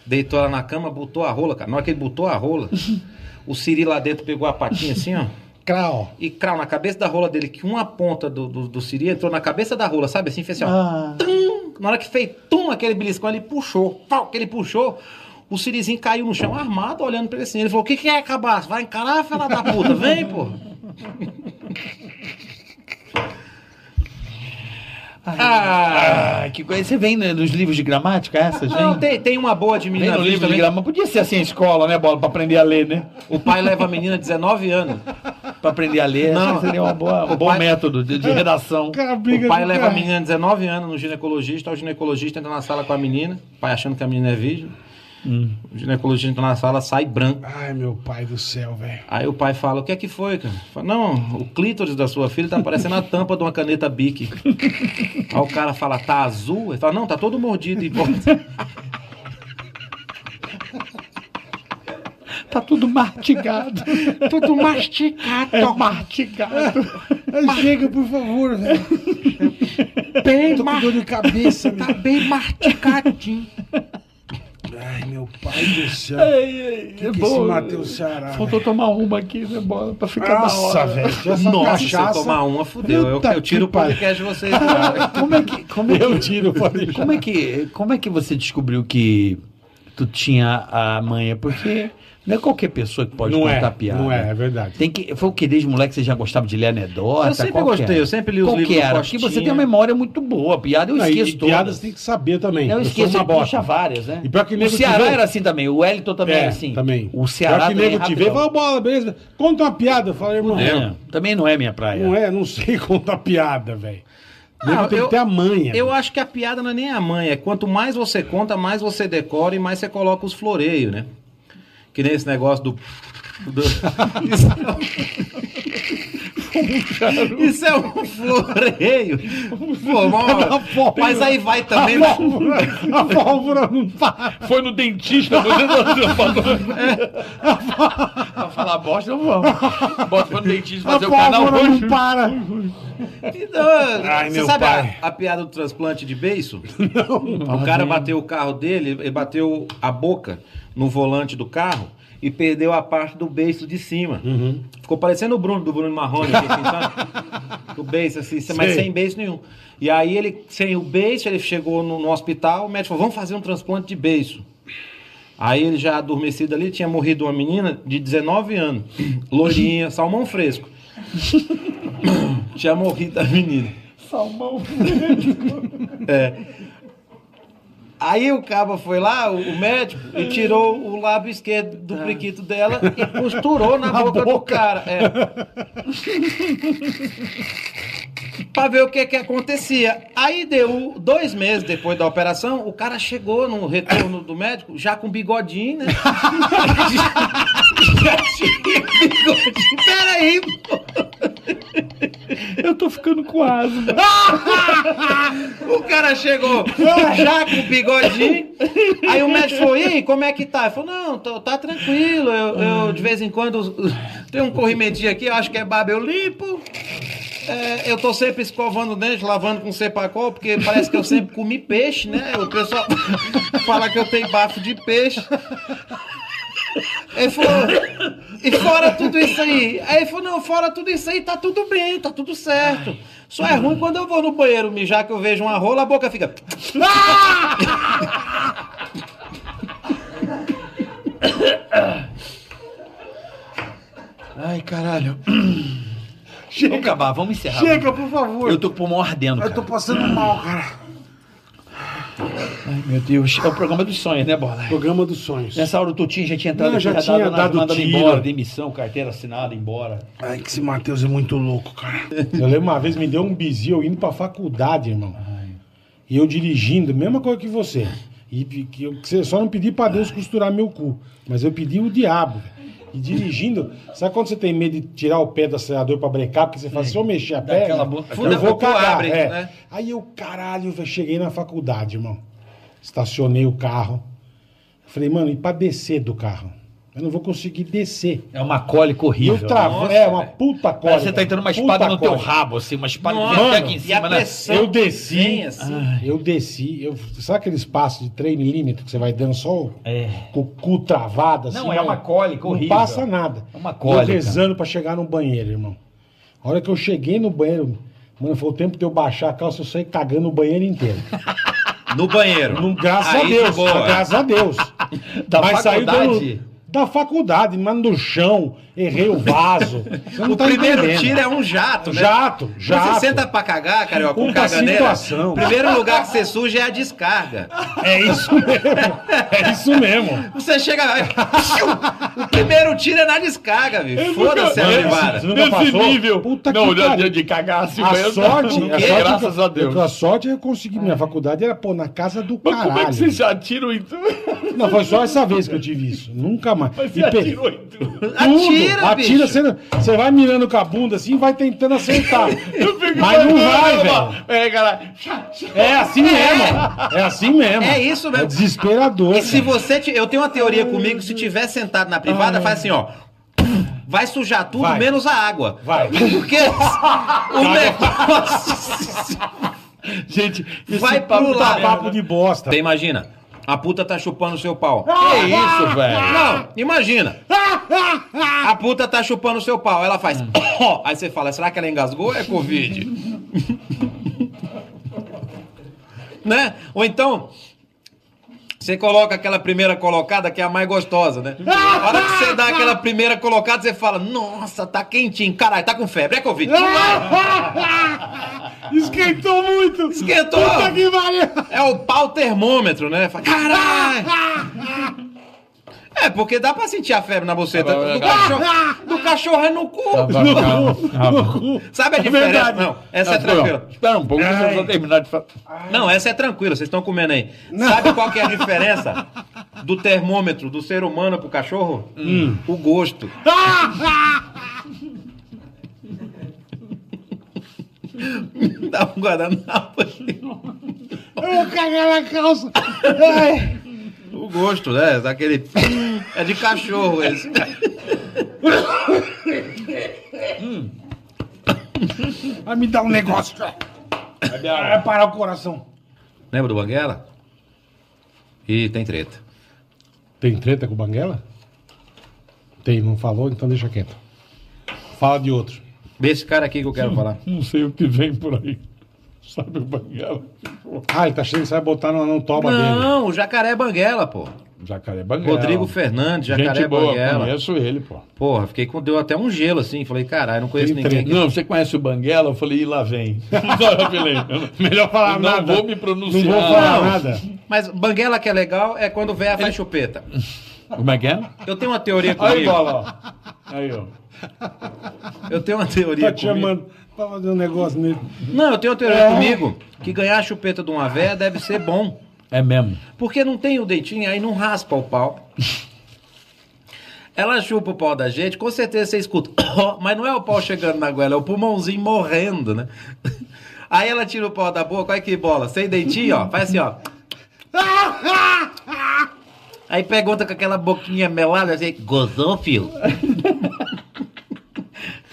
[SPEAKER 15] Deitou ela na cama, botou a rola, cara. Na hora que ele botou a rola, o Siri lá dentro pegou a patinha assim, ó.
[SPEAKER 2] Crau.
[SPEAKER 15] E crau na cabeça da rola dele, que uma ponta do, do, do Siri entrou na cabeça da rola, sabe? Assim, fez assim, ó. Tum! Na hora que fez tum, aquele beliscão, ele puxou. Pau, que ele puxou, o Sirizinho caiu no chão armado, olhando pra ele assim. Ele falou, o que que é, cabaço? Vai encarar, fela da puta, vem, pô.
[SPEAKER 6] Ah, que coisa. Você vem né, nos livros de gramática essas,
[SPEAKER 15] Não,
[SPEAKER 6] vem?
[SPEAKER 15] Ah, tem, tem uma boa de
[SPEAKER 6] Vem
[SPEAKER 15] menina
[SPEAKER 6] no
[SPEAKER 15] viva
[SPEAKER 6] livro de
[SPEAKER 15] também.
[SPEAKER 6] gramática. Podia ser assim a escola, né, Bola? Pra aprender a ler, né?
[SPEAKER 15] O pai leva a menina 19 anos.
[SPEAKER 6] Pra aprender a ler,
[SPEAKER 15] Não.
[SPEAKER 6] acho que seria uma boa, um
[SPEAKER 15] O
[SPEAKER 6] bom
[SPEAKER 15] pai-
[SPEAKER 6] método de, de redação.
[SPEAKER 15] O pai leva a menina 19 anos no ginecologista, o ginecologista entra na sala com a menina, o pai achando que a menina é virgem.
[SPEAKER 6] Hum.
[SPEAKER 15] O ginecologista entra na sala, sai branco.
[SPEAKER 2] Ai, meu pai do céu, velho.
[SPEAKER 15] Aí o pai fala: O que é que foi, cara? Fala, não, o clítoris da sua filha tá parecendo a tampa de uma caneta bique. Aí o cara fala: Tá azul? Ele fala: Não, tá todo mordido. E volta.
[SPEAKER 17] Tá tudo mastigado. tudo mastigado. É mastigado.
[SPEAKER 2] Chega, por favor, velho.
[SPEAKER 17] Bem
[SPEAKER 2] Tô com dor de cabeça,
[SPEAKER 17] Tá bem mastigadinho.
[SPEAKER 2] Ai, meu pai do céu.
[SPEAKER 17] Ei, ei,
[SPEAKER 2] que
[SPEAKER 17] é
[SPEAKER 2] que
[SPEAKER 17] bom.
[SPEAKER 2] esse Matheus Ceará?
[SPEAKER 17] Faltou tomar uma aqui, né, bola? Pra
[SPEAKER 6] Ah,
[SPEAKER 17] ficar
[SPEAKER 2] Nossa,
[SPEAKER 17] da hora.
[SPEAKER 2] velho, já essa
[SPEAKER 15] Nossa, se eu tomar um uma, fudeu. Eu,
[SPEAKER 6] Puta
[SPEAKER 15] eu tiro o
[SPEAKER 6] que pariu.
[SPEAKER 15] podcast de vocês. né?" cara.
[SPEAKER 6] como é que. Como é que
[SPEAKER 2] eu tiro
[SPEAKER 6] como é que Como é que você descobriu que tu tinha a manha? Porque não é qualquer pessoa que pode
[SPEAKER 2] Não é,
[SPEAKER 6] contar piada.
[SPEAKER 2] não é, é verdade.
[SPEAKER 6] Tem que, foi o que desde moleque você já gostava de ler anedota?
[SPEAKER 15] Eu sempre
[SPEAKER 6] Qual que era?
[SPEAKER 15] gostei, eu sempre li os
[SPEAKER 6] Qual que
[SPEAKER 15] livros do
[SPEAKER 6] era? Porque
[SPEAKER 15] Costinha.
[SPEAKER 6] você tem uma memória muito boa. Piada eu
[SPEAKER 2] Não,
[SPEAKER 6] esqueço
[SPEAKER 2] e
[SPEAKER 6] todas.
[SPEAKER 2] piadas tem que saber também.
[SPEAKER 6] Eu esqueço,
[SPEAKER 2] sou
[SPEAKER 6] ele
[SPEAKER 2] uma bosta.
[SPEAKER 6] puxa várias, né?
[SPEAKER 2] E pior que
[SPEAKER 6] o
[SPEAKER 2] nego
[SPEAKER 6] Ceará
[SPEAKER 2] te vê-
[SPEAKER 6] era assim também, o Wellington também
[SPEAKER 2] É,
[SPEAKER 6] era assim.
[SPEAKER 2] também.
[SPEAKER 6] O Ceará
[SPEAKER 2] Pior que
[SPEAKER 6] também
[SPEAKER 2] nego
[SPEAKER 6] é
[SPEAKER 2] te vê,
[SPEAKER 6] rapidão.
[SPEAKER 2] fala, bola, beleza? Conta uma piada. Eu falei, irmão,
[SPEAKER 6] É, também não é minha praia.
[SPEAKER 2] não é, não sei contar piada, velho. Nego
[SPEAKER 15] Ah,
[SPEAKER 2] tem
[SPEAKER 15] eu-
[SPEAKER 2] que ter a manha.
[SPEAKER 15] Eu acho que a piada não é nem a manha. é Quanto mais você conta, mais você decora e mais você coloca os floreios, né? Que nem esse negócio do. do- é um- Isso é um floreio. Pô, mó- Mas aí vai também. né?
[SPEAKER 2] A pólvora não para.
[SPEAKER 17] Foi no dentista, foi no
[SPEAKER 6] Pra falar bosta, eu vou. Bota pra dentista
[SPEAKER 17] fazer o canal roxo.
[SPEAKER 2] para.
[SPEAKER 15] Então,
[SPEAKER 2] Ai,
[SPEAKER 15] você
[SPEAKER 2] meu
[SPEAKER 15] sabe
[SPEAKER 2] pai.
[SPEAKER 15] a, a piada do transplante de beiço? O cara bateu o carro dele, ele bateu a boca no volante do carro e perdeu a parte do beiço de cima.
[SPEAKER 2] Uhum.
[SPEAKER 15] Ficou parecendo o Bruno, do Bruno Marrone, aqui, assim, sabe? O beiço, assim, mas
[SPEAKER 2] Sei.
[SPEAKER 15] sem beiço nenhum. E aí ele, sem o beiço, ele chegou no, no hospital, o médico falou, vamos fazer um transplante de beiço. Aí ele já adormecido ali, tinha morrido uma menina de 19 anos, loirinha, salmão fresco. tinha morrido a menina. É.
[SPEAKER 17] Salmão.
[SPEAKER 15] Aí o cabo foi lá, o, o médico, e tirou o lábio esquerdo do priquito dela e costurou É. na, boca, do cara. É. pra ver o que que acontecia. Aí deu dois meses depois da operação, o cara chegou no retorno do médico, já com bigodinho, né? já, já tinha bigodinho. Peraí, pô.
[SPEAKER 17] Eu tô ficando com asma.
[SPEAKER 15] O cara chegou já com o bigodinho. Aí o médico falou: e aí, como é que tá? Ele falou: não, tô- tá tranquilo. Eu, eu, de vez em quando tem um corrimentinho aqui, eu acho que é barba, eu limpo. É, eu tô sempre escovando o dente, lavando com cepacol, porque parece que eu sempre comi peixe, né? O pessoal fala que eu tenho bafo de peixe. Ele falou, e fora tudo isso aí? Aí ele falou, não, fora tudo isso aí, tá tudo bem, tá tudo certo. Só é ruim quando eu vou no banheiro mijar, que eu vejo uma rola, a boca fica...
[SPEAKER 6] Ai, caralho. Vamos acabar, vamos encerrar.
[SPEAKER 2] Chega, por favor.
[SPEAKER 6] Eu tô com o pulmão ardendo,
[SPEAKER 2] Eu
[SPEAKER 6] cara.
[SPEAKER 2] tô passando mal, cara.
[SPEAKER 6] Ai, meu Deus. É o programa dos sonhos, né, Bola?
[SPEAKER 2] Programa dos sonhos.
[SPEAKER 6] Nessa hora o Tutinho já tinha entrado
[SPEAKER 2] Não, já
[SPEAKER 6] tinha
[SPEAKER 2] tinha
[SPEAKER 6] nas-
[SPEAKER 2] dado
[SPEAKER 6] mandado
[SPEAKER 2] tiro.
[SPEAKER 6] embora, demissão, carteira assinada, embora.
[SPEAKER 2] Ai, que esse Matheus é muito louco, cara. Eu lembro uma vez me deu um bizil indo pra faculdade, irmão. E eu dirigindo, mesma coisa que você. E pe- que eu que você- só não pedi pra Deus costurar meu cu, mas eu pedi o diabo. E dirigindo, sabe quando você tem medo de tirar o pé do acelerador pra brecar? Porque você fala, se eu mexer a
[SPEAKER 15] Dá aquela
[SPEAKER 2] perna,
[SPEAKER 15] boca-
[SPEAKER 2] eu vou
[SPEAKER 15] Funda-
[SPEAKER 2] cagar.
[SPEAKER 15] abre,
[SPEAKER 2] é.
[SPEAKER 15] né?
[SPEAKER 2] Aí eu, caralho, velho, cheguei na faculdade, irmão. Estacionei o carro. Falei, mano, e pra descer do carro? Eu não vou conseguir descer.
[SPEAKER 18] É uma cólica horrível.
[SPEAKER 2] Eu travo,
[SPEAKER 6] né?
[SPEAKER 18] Nossa,
[SPEAKER 2] é uma puta cólica.
[SPEAKER 18] Parece que você tá entrando uma
[SPEAKER 2] puta
[SPEAKER 18] espada no teu
[SPEAKER 2] cólica.
[SPEAKER 18] rabo, assim, uma espada
[SPEAKER 2] Mano,
[SPEAKER 18] vem até aqui em cima, né?
[SPEAKER 2] Eu desci,
[SPEAKER 18] Vem assim.
[SPEAKER 2] Ai. eu desci, eu, sabe aquele espaço de 3 milímetros que você vai dando só o- com o cu travado? Assim,
[SPEAKER 18] Não, é uma cólica horrível.
[SPEAKER 2] Não passa nada.
[SPEAKER 18] É uma cólica.
[SPEAKER 2] Eu rezando pra chegar no banheiro, irmão. A hora que eu cheguei no banheiro, mano, foi o tempo de eu baixar a calça, eu saí cagando o banheiro inteiro.
[SPEAKER 15] No banheiro.
[SPEAKER 2] Não, graças
[SPEAKER 15] Aí
[SPEAKER 2] a
[SPEAKER 15] de
[SPEAKER 2] Deus,
[SPEAKER 15] boa.
[SPEAKER 2] graças a Deus.
[SPEAKER 15] Da
[SPEAKER 2] saiu
[SPEAKER 15] faculdade?
[SPEAKER 2] dando- da faculdade, mas no chão, errei o vaso. Você não
[SPEAKER 15] o
[SPEAKER 2] tá
[SPEAKER 15] primeiro
[SPEAKER 2] entendendo.
[SPEAKER 15] tiro é um jato, né?
[SPEAKER 2] Jato, jato.
[SPEAKER 15] Você senta pra cagar, carioca, com
[SPEAKER 2] Puta
[SPEAKER 15] caganeira.
[SPEAKER 2] situação.
[SPEAKER 15] Primeiro lugar que você suja é a descarga.
[SPEAKER 2] É isso mesmo. É isso mesmo.
[SPEAKER 15] Você chega lá. e- O primeiro tiro é na descarga,
[SPEAKER 5] Eu
[SPEAKER 15] velho. Foda-se a
[SPEAKER 5] nunca-
[SPEAKER 15] Alivara.
[SPEAKER 5] Esse- nesse nível.
[SPEAKER 2] Puta
[SPEAKER 5] não,
[SPEAKER 2] que
[SPEAKER 5] de- de-
[SPEAKER 2] pariu.
[SPEAKER 5] de cagar assim
[SPEAKER 2] a
[SPEAKER 5] mesmo.
[SPEAKER 2] sorte,
[SPEAKER 5] Não,
[SPEAKER 2] a
[SPEAKER 5] é,
[SPEAKER 2] sorte,
[SPEAKER 5] graças a Deus.
[SPEAKER 2] Eu, a sorte é que eu consegui. Minha faculdade era, pô, na casa do
[SPEAKER 5] Mas
[SPEAKER 2] caralho.
[SPEAKER 5] como é que você já tira o intu?
[SPEAKER 2] Não, foi só essa vez que eu tive isso. Nunca mais.
[SPEAKER 5] Mas você
[SPEAKER 2] E pe-
[SPEAKER 5] atirou em
[SPEAKER 2] Tudo.
[SPEAKER 5] Atira,
[SPEAKER 2] Atira,
[SPEAKER 5] bicho.
[SPEAKER 2] você, não- você vai mirando com a bunda assim e vai tentando acertar. Mas
[SPEAKER 5] imaginando,
[SPEAKER 2] não vai,
[SPEAKER 5] ó,
[SPEAKER 2] velho.
[SPEAKER 5] É, cara.
[SPEAKER 2] É assim mesmo. É assim mesmo.
[SPEAKER 15] É isso mesmo.
[SPEAKER 2] É desesperador.
[SPEAKER 15] E se você. ti- Eu tenho uma teoria comigo, se tiver sentado na privada, faz assim, ó. Vai sujar tudo, menos a água. Vai. Porque o negócio.
[SPEAKER 5] Gente,
[SPEAKER 2] esse
[SPEAKER 15] vai
[SPEAKER 2] papo
[SPEAKER 15] pro
[SPEAKER 2] tá
[SPEAKER 15] lado.
[SPEAKER 2] papo de bosta.
[SPEAKER 15] Você imagina. A puta tá chupando seu pau.
[SPEAKER 5] Que isso, velho?
[SPEAKER 15] Não, imagina. A puta tá chupando seu pau. Ela faz. Aí você fala, será que ela engasgou ou é Covid? né? Ou então, você coloca aquela primeira colocada que é a mais gostosa, né? A hora que você dá aquela primeira colocada, você fala, nossa, tá quentinho. Caralho, tá com febre, é Covid.
[SPEAKER 2] Esquentou muito.
[SPEAKER 15] Esquentou.
[SPEAKER 17] Puta que
[SPEAKER 15] É o pau termômetro, né? Fala, Caralho. É, porque dá pra sentir a febre na buceta. Do cachorro, do cachorro é no cu. Sabe
[SPEAKER 2] É
[SPEAKER 15] a diferença? Não, essa é
[SPEAKER 2] Tá
[SPEAKER 15] tranquila.
[SPEAKER 5] Espera um pouco, deixa eu só
[SPEAKER 15] Ai.
[SPEAKER 5] terminar de falar.
[SPEAKER 15] Não, essa é tranquila, vocês estão comendo aí. Sabe qual que é a diferença do termômetro do ser humano pro cachorro? O gosto. Dá um guardanapo ali.
[SPEAKER 17] Eu vou cagar na calça. Ai.
[SPEAKER 15] O gosto, né? Daquele. É de cachorro esse.
[SPEAKER 2] Hum. Vai me dar um negócio. Vai parar o coração.
[SPEAKER 15] Lembra do Banguela? Ih, tem treta.
[SPEAKER 2] Tem treta com o Banguela? Tem, não falou, então deixa quieto. Fala de outro.
[SPEAKER 15] Vê esse cara aqui que eu quero falar.
[SPEAKER 5] Não sei o que vem por aí. Sabe o banguela?
[SPEAKER 2] Ah, ele tá achando que você vai botar no, no toba dele.
[SPEAKER 15] Não, o jacaré é Banguela, pô.
[SPEAKER 2] Jacaré Banguela.
[SPEAKER 15] Rodrigo Fernandes, jacaré é
[SPEAKER 5] Gente boa,
[SPEAKER 15] Banguela.
[SPEAKER 5] conheço ele, pô.
[SPEAKER 15] Porra, fiquei com. Deu até um gelo assim. Falei, caralho, não conheço
[SPEAKER 5] Tem
[SPEAKER 15] ninguém.
[SPEAKER 5] treta. Não, você conhece o Banguela? Eu falei, e lá vem. Eu falei, eu-
[SPEAKER 2] Melhor falar
[SPEAKER 5] eu não
[SPEAKER 2] nada.
[SPEAKER 5] Não vou me pronunciar.
[SPEAKER 2] Não vou falar nada.
[SPEAKER 15] Mas Banguela que é legal é quando o véia faz chupeta.
[SPEAKER 5] Como é que é?
[SPEAKER 15] Eu tenho uma teoria comigo.
[SPEAKER 5] Aí, bola, ó. Aí, ó.
[SPEAKER 15] Eu tenho uma teoria
[SPEAKER 2] Tá te
[SPEAKER 15] comigo.
[SPEAKER 2] chamando pra fazer um negócio nele.
[SPEAKER 15] Não, eu tenho uma teoria
[SPEAKER 2] É.
[SPEAKER 15] comigo que ganhar a chupeta de uma véia deve ser bom.
[SPEAKER 5] É mesmo.
[SPEAKER 15] Porque não tem o dentinho, aí não raspa o pau. Ela chupa o pau da gente, com certeza você escuta. Mas não é o pau chegando na goela, é o pulmãozinho morrendo, né? Aí ela tira o pau da boca, olha que bola, sem dentinho, ó, faz assim, ó. Aí pergunta com aquela boquinha melada, assim, gozou, filho?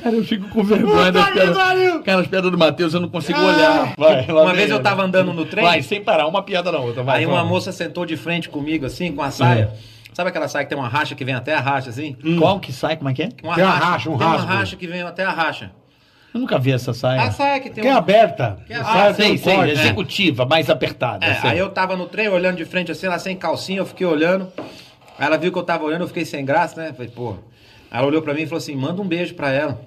[SPEAKER 5] Cara, eu fico com vergonha das piadas. Cara, as piadas do Matheus, eu não
[SPEAKER 18] Ah.
[SPEAKER 5] consigo olhar. Vai, lá
[SPEAKER 15] uma
[SPEAKER 5] vem
[SPEAKER 15] vez eu
[SPEAKER 5] ele.
[SPEAKER 15] tava andando no trem.
[SPEAKER 5] Vai, sem parar, uma piada na outra. Vai,
[SPEAKER 15] aí uma
[SPEAKER 5] vamos.
[SPEAKER 15] moça sentou de frente comigo, assim, com a saia. Sabe aquela saia que tem uma racha que vem até a racha, assim?
[SPEAKER 18] Qual que sai? Como é que é?
[SPEAKER 15] Uma
[SPEAKER 18] Tem uma racha,
[SPEAKER 15] racha,
[SPEAKER 18] um
[SPEAKER 15] tem uma
[SPEAKER 18] rasgo.
[SPEAKER 15] racha que vem até a racha.
[SPEAKER 18] Eu nunca vi essa saia.
[SPEAKER 15] A saia que tem
[SPEAKER 18] Que é
[SPEAKER 15] um-
[SPEAKER 18] aberta.
[SPEAKER 15] Que é-
[SPEAKER 18] Ah,
[SPEAKER 15] Ah,
[SPEAKER 18] sei,
[SPEAKER 15] tem
[SPEAKER 18] sei.
[SPEAKER 15] corte, né?
[SPEAKER 18] Executiva, mais apertada.
[SPEAKER 15] É,
[SPEAKER 18] sei.
[SPEAKER 15] aí eu tava no trem olhando de frente assim, ela sem calcinha, eu fiquei olhando. Aí ela viu que eu tava olhando, eu fiquei sem graça, né? Falei, pô. Aí Ela olhou pra mim e falou assim: manda um beijo pra ela.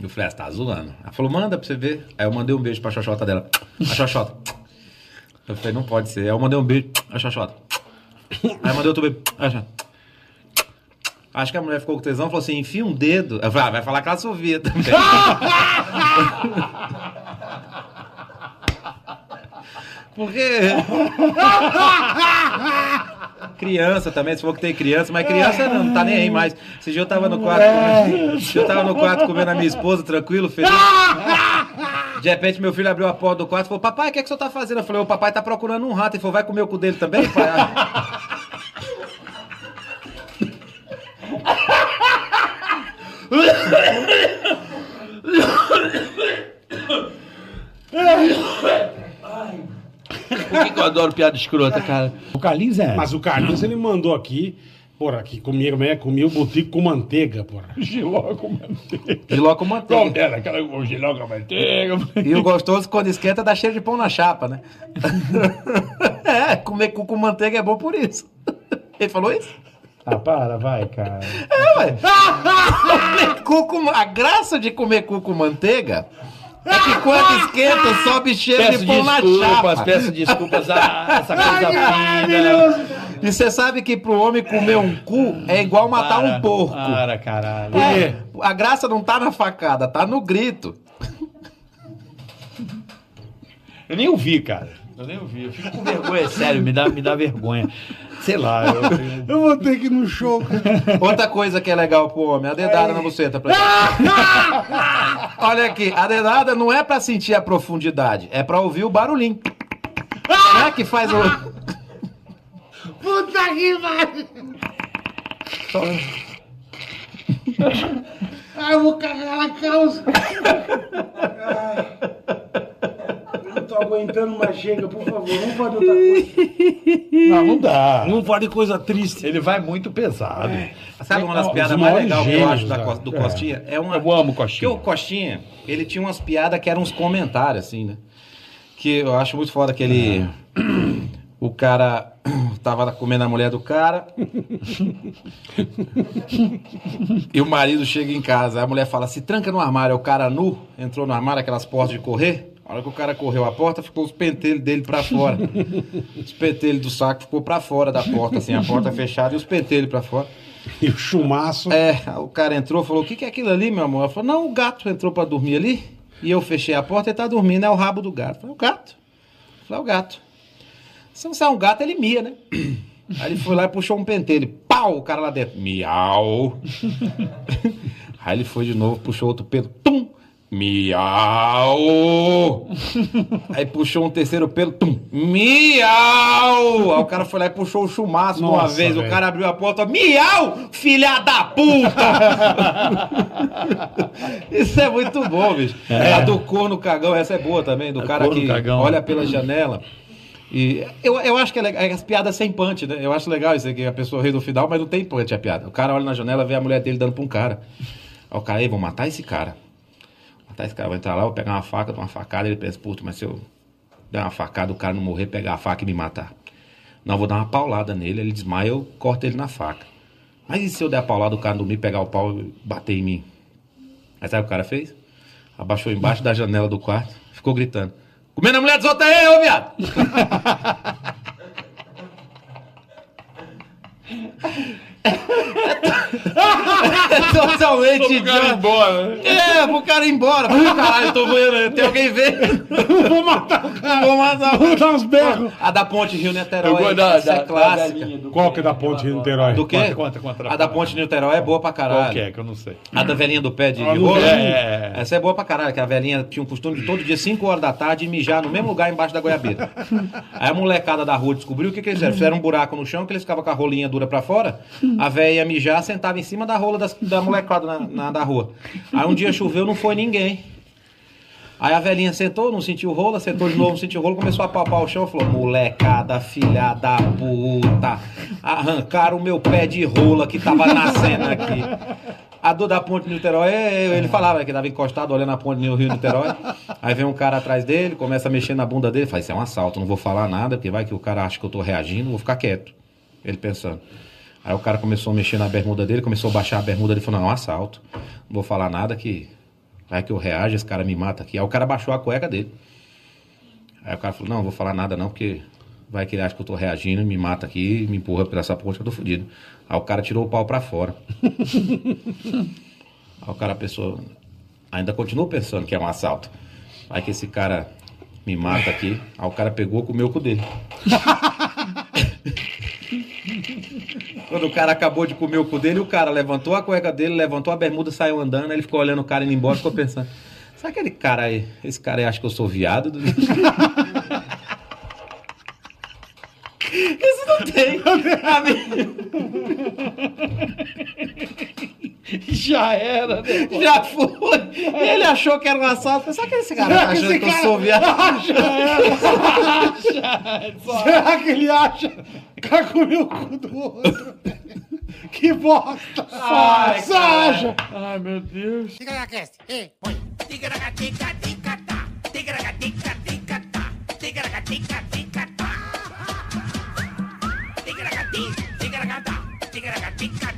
[SPEAKER 15] Eu falei, ah, você tá zoando. Ela falou, manda pra você ver. Aí eu mandei um beijo pra xoxota dela. A xoxota. Eu falei, não pode ser. Aí eu mandei um beijo, a xoxota. Aí eu mandei outro beijo, a xoxota. Acho que a mulher ficou com tesão e falou assim: enfia um dedo. Eu falei, ah, vai falar que ela sovia também. Porque. criança também, se for que tem criança, mas criança não, não tá nem aí mais. Esse dia eu tava no quarto. comendo- Esse dia eu tava no quarto comendo a minha esposa, tranquilo, feliz. De repente meu filho abriu a porta do quarto e falou: Papai, o que, é que o senhor tá fazendo? Eu falei, o papai tá procurando um rato. Ele falou, vai comer o cu dele também, pai?
[SPEAKER 18] Por que, que eu adoro piada escrota, cara?
[SPEAKER 2] O Carlinhos é. Mas o Carlinhos, ele mandou aqui, porra, que comia, como é? Comia o botico com manteiga, porra.
[SPEAKER 18] Giló com manteiga.
[SPEAKER 15] Giló com manteiga.
[SPEAKER 18] Qual dela? Aquela com giló com manteiga.
[SPEAKER 15] E o gostoso, quando esquenta, dá cheiro de pão na chapa, né? é, comer cu com manteiga é bom por isso. Ele falou isso?
[SPEAKER 18] Ah, para, vai, cara.
[SPEAKER 15] É, ué. Comer cu com- A graça de comer cu com manteiga é que quando esquenta, sobe cheiro
[SPEAKER 18] Peço
[SPEAKER 15] de pão na
[SPEAKER 18] desculpas,
[SPEAKER 15] chapa.
[SPEAKER 18] peço desculpas a essa coisa
[SPEAKER 15] maravilhoso. E você sabe que pro homem comer um cu é igual
[SPEAKER 2] Tá
[SPEAKER 15] matar um porco.
[SPEAKER 18] Para, caralho.
[SPEAKER 15] É, a graça não tá na facada, tá no grito.
[SPEAKER 18] Eu nem ouvi, cara. Eu nem ouvi. Eu fico com
[SPEAKER 2] é
[SPEAKER 18] vergonha, sério. Me dá, me dá vergonha. Sei lá. Eu,
[SPEAKER 2] Eu vou ter que ir no show, cara.
[SPEAKER 15] Outra coisa que é legal pro homem, a dedada na buceta. Pra ele. Olha aqui, a dedada não é pra sentir a profundidade, é pra ouvir o barulhinho.
[SPEAKER 18] Ah!
[SPEAKER 15] Não é que faz o...
[SPEAKER 17] Puta que pariu! Ai, eu vou cagar na calça!
[SPEAKER 19] Não tô aguentando mais, chega, por favor, vamos fazer outra coisa.
[SPEAKER 18] Não, não dá.
[SPEAKER 2] Não vale coisa triste. É.
[SPEAKER 18] Ele vai muito pesado.
[SPEAKER 15] Sabe uma das piadas mais legais que eu acho
[SPEAKER 18] né?
[SPEAKER 15] da Cos- do Costinha? É uma... Eu amo Costinha. Porque o Costinha, ele tinha umas piadas que eram uns comentários, assim, né? Que eu acho muito foda que ele... O cara tava comendo a mulher do cara e o marido chega em casa. A mulher fala, se tranca no armário. É O cara nu entrou no armário, aquelas portas de correr. A hora que o cara correu a porta, ficou os pentelhos dele pra fora. Os pentelhos do saco ficou pra fora da porta, assim, a porta fechada e os pentelhos pra fora.
[SPEAKER 2] E o chumaço.
[SPEAKER 15] É, o cara entrou falou: O que, que é aquilo ali, meu amor? Ela falou: Não, o gato entrou pra dormir ali. E eu fechei a porta e tá dormindo. É o rabo do gato. Eu Falei: O gato? Eu Falei: É o gato. Se não sair um gato, ele mia, né? Aí ele foi lá e puxou um pentelho. Pau! O cara lá dentro. Miau! Aí ele foi de novo, puxou outro pelo. Tum! Miau! Aí puxou um terceiro pelo. Tum! Miau! Aí o cara foi lá e puxou o chumaço de uma
[SPEAKER 18] Nossa,
[SPEAKER 15] vez.
[SPEAKER 18] velho.
[SPEAKER 15] O cara abriu a porta. Miau! Filha da puta! Isso é muito bom, bicho.
[SPEAKER 18] É.
[SPEAKER 15] A do corno cagão, essa é boa também. Do cara
[SPEAKER 18] corno
[SPEAKER 15] que
[SPEAKER 18] cagão.
[SPEAKER 15] olha pela janela. E eu, eu acho que é, legal, é as piadas sem punch, né? Eu acho legal isso aqui, a pessoa ri no final, mas não tem punch a piada. O cara olha na janela, vê a mulher dele dando pra um cara. Aí o cara, ei, vou matar esse cara. Vou Matar esse cara, vou entrar lá, vou pegar uma faca, dar uma facada. Ele pensa, puto, mas se eu der uma facada, o cara não morrer, pegar a faca e me matar. Não, eu vou dar uma paulada nele, ele desmaia, eu corto ele na faca. Mas e se eu der a paulada, o cara dormir, pegar o pau e bater em mim? Aí sabe o que o cara fez? Abaixou embaixo da janela do quarto, ficou gritando. Comendo a mulher dos outros aí, ô viado! É totalmente
[SPEAKER 18] Só pro cara ir embora, né?
[SPEAKER 15] É, pro cara ir embora. Pô, Caralho, tô vendo, tem alguém vendo. Vou matar o cara. Vou matar Vou
[SPEAKER 2] dar uns berros.
[SPEAKER 15] A da ponte Rio-Niterói,
[SPEAKER 2] Eu gosto da-
[SPEAKER 15] essa
[SPEAKER 2] da-
[SPEAKER 15] é
[SPEAKER 2] da
[SPEAKER 15] clássica.
[SPEAKER 2] Qual que é da ponte de Niterói?
[SPEAKER 15] Do quê?
[SPEAKER 18] Conta, conta, conta.
[SPEAKER 15] a da ponte Niterói é boa pra caralho.
[SPEAKER 18] Qual que é, que eu não sei.
[SPEAKER 15] A da velhinha do pé de
[SPEAKER 18] Ah,
[SPEAKER 15] de
[SPEAKER 18] não
[SPEAKER 15] rolo?
[SPEAKER 18] vi. É.
[SPEAKER 15] Essa é boa pra caralho, que a velhinha tinha o costume de todo dia, 5 horas da tarde, mijar no mesmo lugar embaixo da goiabeira. Aí a molecada da rua descobriu o que, que eles fizeram. Fizeram um buraco no chão, que eles ficavam com a rolinha dura pra fora. A velha ia mijar, sentava em cima da rola das- da molecada na, na- da rua. Aí um dia choveu, não foi ninguém. Aí a velhinha sentou, não sentiu rola, sentou de novo, não sentiu rola, começou a palpar o chão e falou: Molecada, filha da puta, arrancaram o meu pé de rola que tava nascendo aqui. A dor da ponte de Niterói, é- é- ele falava que tava encostado olhando a ponte do Rio de Niterói. Aí vem um cara atrás dele, começa a mexer na bunda dele, fala: Isso é um assalto, não vou falar nada, porque vai que o cara acha que eu tô reagindo, vou ficar quieto. Ele pensando. Aí o cara começou a mexer na bermuda dele, começou a baixar a bermuda dele, falou: Não, é um assalto, não vou falar nada que Vai que eu reajo, esse cara me mata aqui. Aí o cara baixou a cueca dele. Aí o cara falou, não, não vou falar nada não, porque vai que ele acha que eu tô reagindo, me mata aqui, me empurra por essa ponte, eu tô fudido. Aí o cara tirou o pau pra fora. Aí o cara pensou, ainda continua pensando que é um assalto. Aí que esse cara me mata aqui. Aí o cara pegou, comeu o cu dele. Quando o cara acabou de comer o cu dele, o cara levantou a cueca dele, levantou a bermuda, saiu andando, aí ele ficou olhando o cara indo embora, ficou pensando. Sabe aquele cara aí? Esse cara aí acha que eu sou viado?
[SPEAKER 20] Isso não tem.
[SPEAKER 15] Já era, né?
[SPEAKER 12] Já foi. Ele achou que era um assalto. Será que esse cara tá achando que, eu sou viado?
[SPEAKER 20] Será que ele acha que comeu o cu do outro? Que bosta!
[SPEAKER 15] Ai,
[SPEAKER 20] Saja!
[SPEAKER 15] Ai, meu Deus.
[SPEAKER 1] Tica-tica-tica-tica-tica.